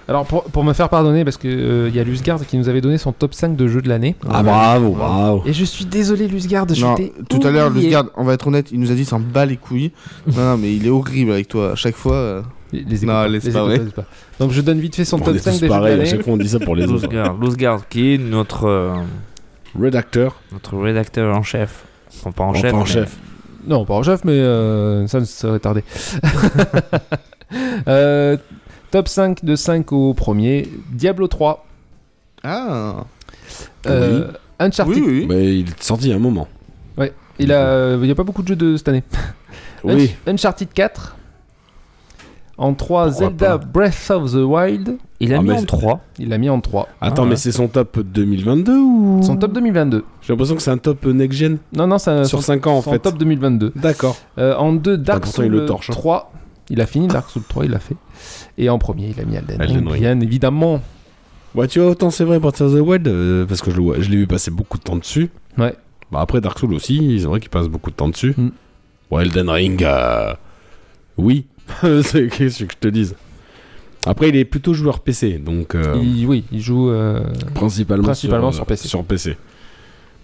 [SPEAKER 6] Alors pour, pour me faire pardonner, parce que euh, il y a Lusgard qui nous avait donné son top 5 de jeux de l'année.
[SPEAKER 4] Ah, bravo, bravo.
[SPEAKER 6] Et je suis désolé, Lusgard, je
[SPEAKER 5] bah. Non,
[SPEAKER 6] t'ai
[SPEAKER 5] tout à l'heure,
[SPEAKER 6] oublié.
[SPEAKER 5] Lusgard, on va être honnête, il nous a dit s'en bat les couilles. non, non, mais il est horrible avec toi à chaque fois. euh.
[SPEAKER 6] Les- les écoute
[SPEAKER 5] non,
[SPEAKER 6] pas,
[SPEAKER 5] laisse
[SPEAKER 6] les
[SPEAKER 5] pas,
[SPEAKER 6] écoute
[SPEAKER 5] ouais.
[SPEAKER 6] pas, laisse pas. Donc je donne vite fait son
[SPEAKER 4] On
[SPEAKER 6] top
[SPEAKER 4] est
[SPEAKER 6] 5
[SPEAKER 4] tous
[SPEAKER 6] des jeux de
[SPEAKER 4] pareil, à
[SPEAKER 6] l'année.
[SPEAKER 4] chaque fois, on dit ça pour les autres.
[SPEAKER 7] Losgard, Losgard, qui est notre, euh,
[SPEAKER 4] Redacteur.
[SPEAKER 7] notre rédacteur en chef. Enfin, pas en
[SPEAKER 4] Enfin,
[SPEAKER 7] chef.
[SPEAKER 4] en
[SPEAKER 7] mais-
[SPEAKER 4] chef.
[SPEAKER 6] Non, pas en chef, mais euh, ça ne serait tardé. Euh, top 5 de 5 au premier. Diablo 3.
[SPEAKER 5] Ah
[SPEAKER 6] Euh, Uncharted.
[SPEAKER 5] Oui, oui.
[SPEAKER 4] Mais il est sorti il y a un moment.
[SPEAKER 6] Ouais. Il a, il y a pas beaucoup de jeux de cette année.
[SPEAKER 4] Oui.
[SPEAKER 6] Unch- Uncharted 4. En 3,
[SPEAKER 4] Pourquoi
[SPEAKER 6] Zelda Breath of the Wild.
[SPEAKER 7] Il a
[SPEAKER 4] Ah,
[SPEAKER 7] mis
[SPEAKER 4] mais-
[SPEAKER 7] en 3.
[SPEAKER 6] Il l'a mis en 3.
[SPEAKER 4] Attends,
[SPEAKER 7] Ah,
[SPEAKER 4] mais
[SPEAKER 7] ouais.
[SPEAKER 4] c'est son top 2022 ou
[SPEAKER 6] Son top 2022.
[SPEAKER 4] J'ai l'impression que c'est un top next-gen.
[SPEAKER 6] Non, non, ça,
[SPEAKER 4] Sur
[SPEAKER 6] son-
[SPEAKER 4] 5 ans, en
[SPEAKER 6] son
[SPEAKER 4] fait.
[SPEAKER 6] top 2022.
[SPEAKER 4] D'accord.
[SPEAKER 6] Euh, en 2, Dark
[SPEAKER 4] pourtant, il
[SPEAKER 6] Souls
[SPEAKER 4] le torche, hein.
[SPEAKER 6] 3. Il a fini Dark Souls 3, il l'a fait. Et en premier, il a mis Elden
[SPEAKER 4] Elden
[SPEAKER 6] Ring,
[SPEAKER 4] Ring.
[SPEAKER 6] bien évidemment.
[SPEAKER 4] Ouais, Bah, tu vois, autant c'est vrai Breath of the Wild, euh, parce que je, le vois- je l'ai vu passer beaucoup de temps dessus.
[SPEAKER 6] Ouais.
[SPEAKER 4] Bah après, Dark Souls aussi, c'est vrai qu'il passe beaucoup de temps dessus.
[SPEAKER 6] Mm.
[SPEAKER 4] Bon, Elden Ring, euh, oui. c'est qu'est-ce que je te dise. Après, il est plutôt joueur PC, donc euh,
[SPEAKER 6] Il- oui, il joue. euh,
[SPEAKER 4] principalement,
[SPEAKER 6] principalement
[SPEAKER 4] sur,
[SPEAKER 6] sur PC.
[SPEAKER 4] sur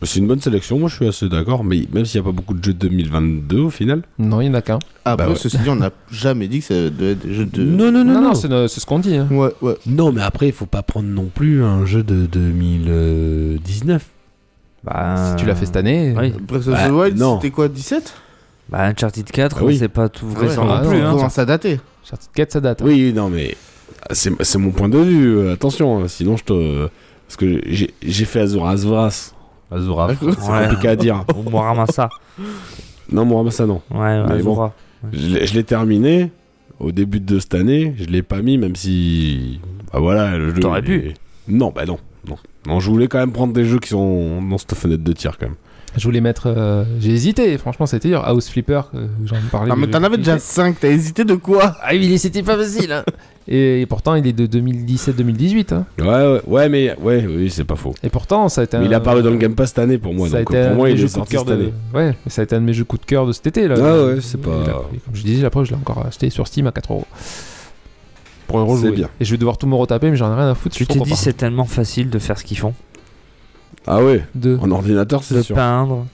[SPEAKER 4] Mais C'est une bonne sélection, moi je suis assez d'accord, mais même s'il n'y a pas beaucoup de jeux de 2022 au final.
[SPEAKER 6] Non, il n'y en a qu'un.
[SPEAKER 5] Après,
[SPEAKER 4] ouais.
[SPEAKER 5] ceci dit, on n'a jamais dit que ça devait être des jeux de.
[SPEAKER 6] non, c'est no- c'est ce qu'on dit. hein.
[SPEAKER 5] Ouais, ouais.
[SPEAKER 4] Non, mais après, il faut pas prendre non plus un jeu de 2019.
[SPEAKER 7] Bah,
[SPEAKER 4] Ah.
[SPEAKER 6] Si tu l'as fait cette année.
[SPEAKER 7] Oui.
[SPEAKER 5] Breath of
[SPEAKER 4] Bah,
[SPEAKER 5] the Wild,
[SPEAKER 4] non.
[SPEAKER 5] c'était quoi, 17
[SPEAKER 7] Bah, Uncharted 4,
[SPEAKER 4] Ah oui.
[SPEAKER 7] c'est pas tout vrai
[SPEAKER 5] Ouais,
[SPEAKER 7] non
[SPEAKER 6] ah
[SPEAKER 7] plus.
[SPEAKER 6] non,
[SPEAKER 7] hein.
[SPEAKER 5] Comment ça datait
[SPEAKER 6] Uncharted 4, ça date. hein.
[SPEAKER 4] Oui, non, mais c'est c'est mon point de vue. euh, Attention, hein, sinon je te. Parce que j'ai j'ai fait Azuras Vras. Azuras, c'est
[SPEAKER 7] Ouais.
[SPEAKER 4] compliqué à dire.
[SPEAKER 7] Ou Moramasa.
[SPEAKER 4] Non, moi, bah, ça non.
[SPEAKER 7] Ouais, ouais,
[SPEAKER 4] Mais bon.
[SPEAKER 7] Azora.
[SPEAKER 4] Je l'ai je l'ai terminé au début de cette année. Je l'ai pas mis, même si. Bah voilà, le jeu.
[SPEAKER 7] T'aurais
[SPEAKER 4] il
[SPEAKER 7] pu.
[SPEAKER 4] est- Non, bah non. Non. Non, je voulais quand même prendre des jeux qui sont dans cette fenêtre de tir quand même.
[SPEAKER 6] Je voulais mettre. euh, J'ai hésité, franchement, c'était dur. House Flipper, euh, j'en parlais.
[SPEAKER 5] Ah, mais
[SPEAKER 6] j'ai-
[SPEAKER 5] t'en avais déjà 5, t'as hésité de quoi
[SPEAKER 6] Ah oui, c'était pas facile. hein. et, et pourtant, il est de 2017-2018. hein.
[SPEAKER 4] Ouais, ouais, ouais, mais ouais, oui, c'est pas faux.
[SPEAKER 6] Et pourtant, ça a été.
[SPEAKER 4] Mais
[SPEAKER 6] un-
[SPEAKER 4] il est apparu dans le Game Pass cette année pour moi.
[SPEAKER 6] ça a
[SPEAKER 4] Donc
[SPEAKER 6] été
[SPEAKER 4] euh,
[SPEAKER 6] un
[SPEAKER 4] pour moi,
[SPEAKER 6] des
[SPEAKER 4] il est
[SPEAKER 6] jeux coup de
[SPEAKER 4] sorti
[SPEAKER 6] cœur
[SPEAKER 4] cette
[SPEAKER 6] de.
[SPEAKER 4] année.
[SPEAKER 6] Ouais, mais ça a été un de mes jeux coup de cœur de cet été là.
[SPEAKER 4] Ah ouais, c'est
[SPEAKER 6] Et
[SPEAKER 4] pas-
[SPEAKER 6] là, Comme je disais, après, je l'ai encore acheté sur Steam à 4 euros. Pour le rejouer.
[SPEAKER 4] C'est bien.
[SPEAKER 6] Et je vais devoir tout me retaper, mais j'en ai rien à foutre. je
[SPEAKER 7] Tu
[SPEAKER 6] suis
[SPEAKER 7] t'es
[SPEAKER 6] trop
[SPEAKER 7] dit,
[SPEAKER 6] content.
[SPEAKER 7] c'est tellement facile de faire ce qu'ils font.
[SPEAKER 4] Ah ouais,
[SPEAKER 6] de.
[SPEAKER 4] en ordinateur, c'est
[SPEAKER 7] De
[SPEAKER 4] sûr.
[SPEAKER 7] peindre.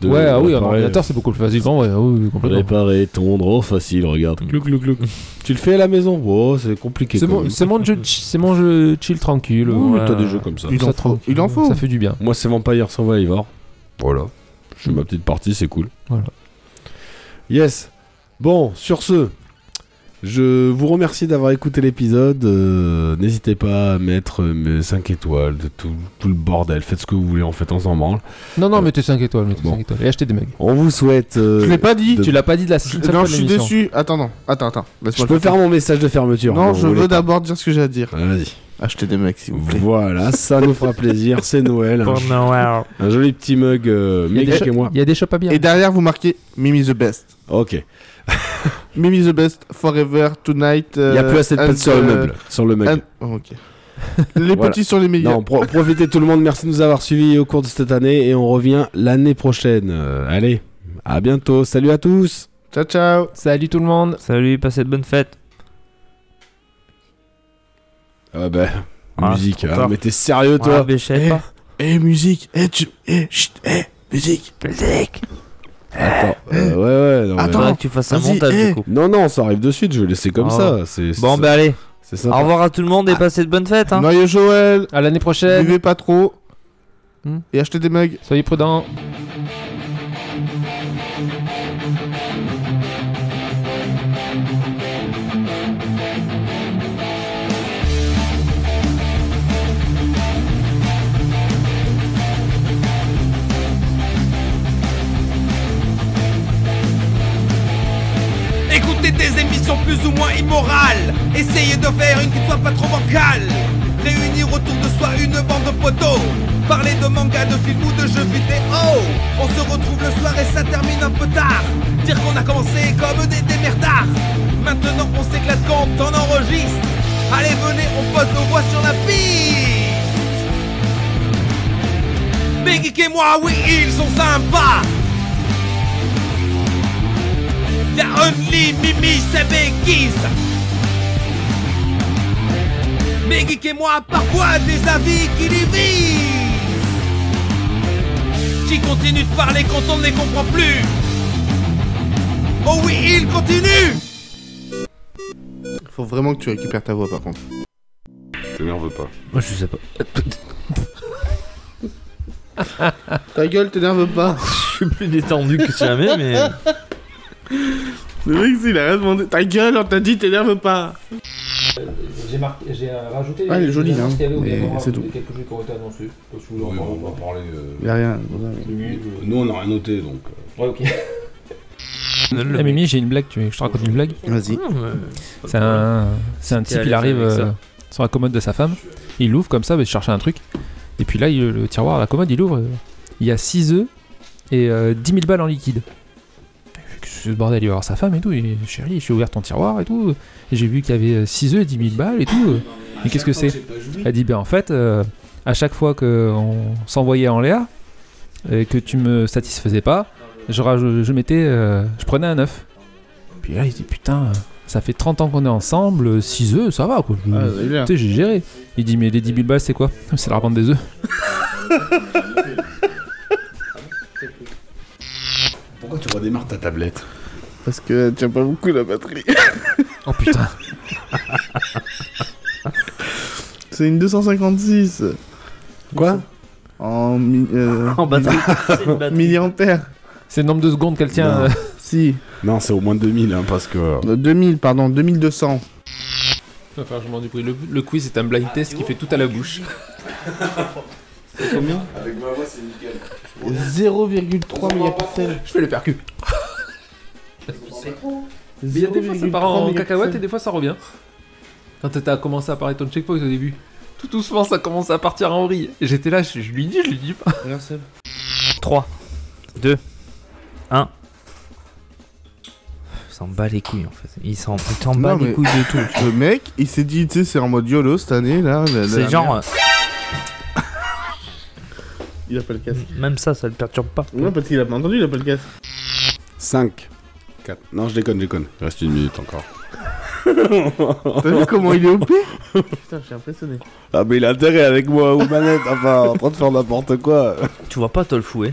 [SPEAKER 4] De-
[SPEAKER 6] ouais, ah oui,
[SPEAKER 4] de
[SPEAKER 6] un
[SPEAKER 4] réparer-
[SPEAKER 6] ordinateur, c'est beaucoup plus facile. Non, ouais, oui, oui, complètement.
[SPEAKER 4] Réparer ton drone facile, regarde. Clouc, clouc, clouc. tu le fais à la maison Oh, c'est compliqué.
[SPEAKER 6] C'est
[SPEAKER 4] quand
[SPEAKER 6] mon,
[SPEAKER 4] même.
[SPEAKER 6] c'est mon jeu, de chi- c'est mon jeu chill tranquille.
[SPEAKER 4] Oui, mais
[SPEAKER 7] Ouais.
[SPEAKER 4] t'as des jeux comme ça.
[SPEAKER 5] Il
[SPEAKER 6] Ça
[SPEAKER 5] en faut.
[SPEAKER 6] tranquille,
[SPEAKER 5] Il en faut.
[SPEAKER 6] Ça fait du bien.
[SPEAKER 4] Moi, c'est Vampire Survivor. Voilà. Je fais ma petite partie, c'est cool.
[SPEAKER 6] Voilà.
[SPEAKER 4] Yes. Bon, sur ce, Je vous remercie d'avoir écouté l'épisode. euh, N'hésitez pas à mettre 5 étoiles, de tout, tout le bordel. Faites ce que vous voulez, en fait, on s'en branle.
[SPEAKER 6] Non,
[SPEAKER 4] Euh,
[SPEAKER 6] non, mettez 5 étoiles, mettez 5 étoiles. Et achetez des mugs.
[SPEAKER 4] On vous souhaite. euh,
[SPEAKER 5] Je l'ai pas dit.
[SPEAKER 6] Tu l'as pas dit de la
[SPEAKER 5] Je- Non, je suis déçu. Attends, non. attends, attends.
[SPEAKER 4] Je peux faire mon message de fermeture.
[SPEAKER 5] Non,
[SPEAKER 4] vous
[SPEAKER 5] je
[SPEAKER 4] voulez
[SPEAKER 5] veux
[SPEAKER 4] pas.
[SPEAKER 5] d'abord dire ce que j'ai à dire.
[SPEAKER 4] Vas-y.
[SPEAKER 5] Achetez des mecs, s'il vous plaît.
[SPEAKER 4] Voilà, ça nous fera plaisir. C'est Noël.
[SPEAKER 5] Pour
[SPEAKER 4] Un- Un joli petit mug, euh, méga chez moi.
[SPEAKER 6] Il y a des shops à bien.
[SPEAKER 5] Et derrière, vous marquez Mimi the Best.
[SPEAKER 4] Ok.
[SPEAKER 5] Euh, Mimi the Best, Forever, Tonight. euh,
[SPEAKER 4] Il n'y a plus assez de pain sur le meuble. Sur le mug.
[SPEAKER 5] oh, Les
[SPEAKER 4] Voilà.
[SPEAKER 5] petits sont les meilleurs.
[SPEAKER 4] Non, pro- profitez tout le monde. Merci de nous avoir suivis au cours de cette année et on revient l'année prochaine. Euh, allez, à bientôt. Salut à tous.
[SPEAKER 5] Ciao, ciao.
[SPEAKER 6] Salut tout le monde.
[SPEAKER 7] Salut, passez de bonnes fêtes.
[SPEAKER 4] Ah bah,
[SPEAKER 7] Ah,
[SPEAKER 4] musique.
[SPEAKER 7] c'est trop
[SPEAKER 4] hein.
[SPEAKER 7] tard.
[SPEAKER 4] mais t'es sérieux
[SPEAKER 7] Ouais,
[SPEAKER 4] toi
[SPEAKER 7] mais je sais pas.
[SPEAKER 5] Eh, musique. Eh, tu... eh, chut, eh, musique.
[SPEAKER 7] Musique.
[SPEAKER 4] Attends. euh, ouais ouais. Non, mais-
[SPEAKER 5] Attends. Faudrait que tu
[SPEAKER 7] fasses un Vas-y, montage, eh. du coup.
[SPEAKER 4] Non non, ça arrive de suite. Je vais laisser comme
[SPEAKER 7] Ah ouais.
[SPEAKER 4] ça. C'est-
[SPEAKER 7] Bon,
[SPEAKER 4] c'est-
[SPEAKER 7] bah allez.
[SPEAKER 4] C'est
[SPEAKER 7] Au
[SPEAKER 4] sympa.
[SPEAKER 7] revoir à tout le
[SPEAKER 5] Ah.
[SPEAKER 7] monde et passez de bonnes fêtes. hein.
[SPEAKER 5] Noyau Joël.
[SPEAKER 6] À l'année prochaine.
[SPEAKER 5] Buvez pas trop. Et achetez des mugs.
[SPEAKER 6] Soyez prudents.
[SPEAKER 9] Écoutez des émissions plus ou moins immorales. Essayez de faire une qui ne soit pas trop bancale. Réunir autour de soi une bande de poteaux. Parler de manga, de films ou de jeux vidéo. On se retrouve le soir et ça termine un peu tard. Dire qu'on a commencé comme des démerdards. Maintenant on s'éclate quand on enregistre. Allez, venez, on pose nos voix sur la piste. Mais Geek et moi, oui, ils sont sympas. Y'a Only, Mimi, c'est Béguise Mais Geek et moi, parfois des avis qui divisent Qui continuent de parler quand on ne les comprend plus Oh oui, ils continuent
[SPEAKER 5] Faut vraiment que tu récupères ta voix, par contre.
[SPEAKER 4] Je m'en veux pas.
[SPEAKER 7] Moi, je sais pas.
[SPEAKER 5] Ta gueule, t'énerve pas.
[SPEAKER 7] Je suis plus détendu que jamais, mais.
[SPEAKER 5] Le mec, il a rien demandé. Ta gueule, on t'a dit, t'énerve pas.
[SPEAKER 6] J'ai marqué- j'ai, euh, rajouté.
[SPEAKER 5] Ah, elle est jolie,
[SPEAKER 6] les annonces
[SPEAKER 5] hein,
[SPEAKER 6] qu'il y avait au
[SPEAKER 5] mais
[SPEAKER 6] Gamora,
[SPEAKER 5] c'est tout.
[SPEAKER 6] quelques jeux qui ont été annoncés. Je sais pas si vous voulez en parler ou
[SPEAKER 4] Oui, bon, on va
[SPEAKER 6] pas.
[SPEAKER 4] parler. euh,
[SPEAKER 5] Y'a rien.
[SPEAKER 4] Nous on a rien noté donc. euh.
[SPEAKER 6] Ouais, ok. Eh, Mimi, j'ai une blague, tu veux que je te raconte une blague
[SPEAKER 5] Vas-y.
[SPEAKER 7] euh,
[SPEAKER 6] C'est un, c'est un
[SPEAKER 7] C'était
[SPEAKER 6] type, il
[SPEAKER 7] à l'aise
[SPEAKER 6] arrive
[SPEAKER 7] avec ça.
[SPEAKER 6] euh, sur la commode de sa femme, il l'ouvre comme ça, mais je cherchais un truc. Et puis là, il- le tiroir à la commode, il ouvre. euh, Il y a 6 œufs et euh, 10 000 balles en liquide. Il fait, Qu'est-ce que c'est ce bordel, il va voir sa femme et tout. Il dit, Chérie, j'ai ouvert ton tiroir et tout. Et j'ai vu qu'il y avait euh, 6 œufs, 10 000 balles et tout. Mais qu'est-ce que c'est Elle dit Ben en fait, euh, à chaque fois qu'on s'envoyait en l'air et que tu me satisfaisais pas, je, raj- je mettais, euh, je prenais un œuf. Puis là, il dit Putain, ça fait 30 ans qu'on est ensemble, 6 œufs, ça va quoi. Je-
[SPEAKER 5] Ah, c'est bien.
[SPEAKER 6] Tu sais, j'ai géré. Il dit Mais les 10 000 balles, c'est quoi C'est la revente des œufs.
[SPEAKER 4] Pourquoi tu redémarres ta tablette
[SPEAKER 5] Parce que tiens pas beaucoup la batterie.
[SPEAKER 6] Oh putain.
[SPEAKER 5] C'est une 256.
[SPEAKER 4] Quoi
[SPEAKER 5] En, mi- euh,
[SPEAKER 7] En batterie.
[SPEAKER 5] Milliampères.
[SPEAKER 6] C'est le nombre de secondes qu'elle tient.
[SPEAKER 4] Non.
[SPEAKER 6] euh.
[SPEAKER 5] Si.
[SPEAKER 4] Non, c'est au moins 2000 hein, parce que.
[SPEAKER 5] Euh, 2000, pardon, 2200.
[SPEAKER 6] Enfin, je m'en du bruit. Le, le quiz est un blind test qui fait tout à la bouche.
[SPEAKER 5] Combien
[SPEAKER 4] Avec ma voix, c'est nickel.
[SPEAKER 5] 0,3 mégapixels.
[SPEAKER 6] Je fais le percu. Mais il y a des fois ça part en cacahuète et des fois ça revient. Quand t'as commencé à parler de ton checkpoint au début, tout doucement ça commence à partir en vrille. Et J'étais là, je, je lui dis, je lui dis pas.
[SPEAKER 7] 3, 2, 1. Il s'en bat les couilles en fait. Il s'en il s'en bat
[SPEAKER 5] Non,
[SPEAKER 7] les
[SPEAKER 5] mais-
[SPEAKER 7] couilles de tout.
[SPEAKER 5] Le mec, il s'est dit, tu sais, c'est en mode YOLO cette année là. la- la
[SPEAKER 7] C'est
[SPEAKER 5] dernière.
[SPEAKER 7] genre. euh,
[SPEAKER 5] Il a pas le casque.
[SPEAKER 7] Même ça, ça le perturbe pas.
[SPEAKER 5] Non, parce qu'il a pas entendu, il a pas le casque.
[SPEAKER 4] 5, 4. Non, je déconne, je déconne. Il reste une minute encore.
[SPEAKER 5] T'as vu comment il est OP Putain, je suis impressionné.
[SPEAKER 4] Ah, mais il a intérêt avec moi ou manette, enfin, en train de faire n'importe quoi.
[SPEAKER 7] Tu vois pas Tolfou, hein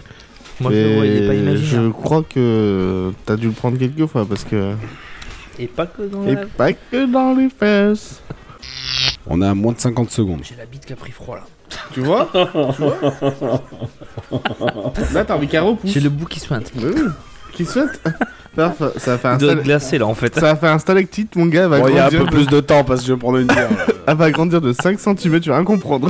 [SPEAKER 7] Moi je
[SPEAKER 5] Mais
[SPEAKER 7] le vois, il est pas imaginaire.
[SPEAKER 5] Je crois que t'as dû le prendre quelques fois parce que.
[SPEAKER 7] Et pas que dans
[SPEAKER 5] Et
[SPEAKER 7] la.
[SPEAKER 5] pas que dans les fesses.
[SPEAKER 4] On a moins de 50 secondes.
[SPEAKER 7] J'ai la bite qui a pris froid là.
[SPEAKER 5] Tu vois Tu vois Là, t'as envie qu'elle repousse.
[SPEAKER 7] J'ai le bout qui sointe.
[SPEAKER 5] Mais oui. Qui souhaite Paf, ça va faire un
[SPEAKER 7] Il doit
[SPEAKER 5] stal-
[SPEAKER 7] être glacé là en fait.
[SPEAKER 5] Ça va faire un stalactite, mon gars. Va
[SPEAKER 4] Bon, il y a un
[SPEAKER 5] grandir
[SPEAKER 4] peu plus de temps parce que je vais prendre une bière. là.
[SPEAKER 5] Elle va grandir de 5 cm, tu vas rien comprendre.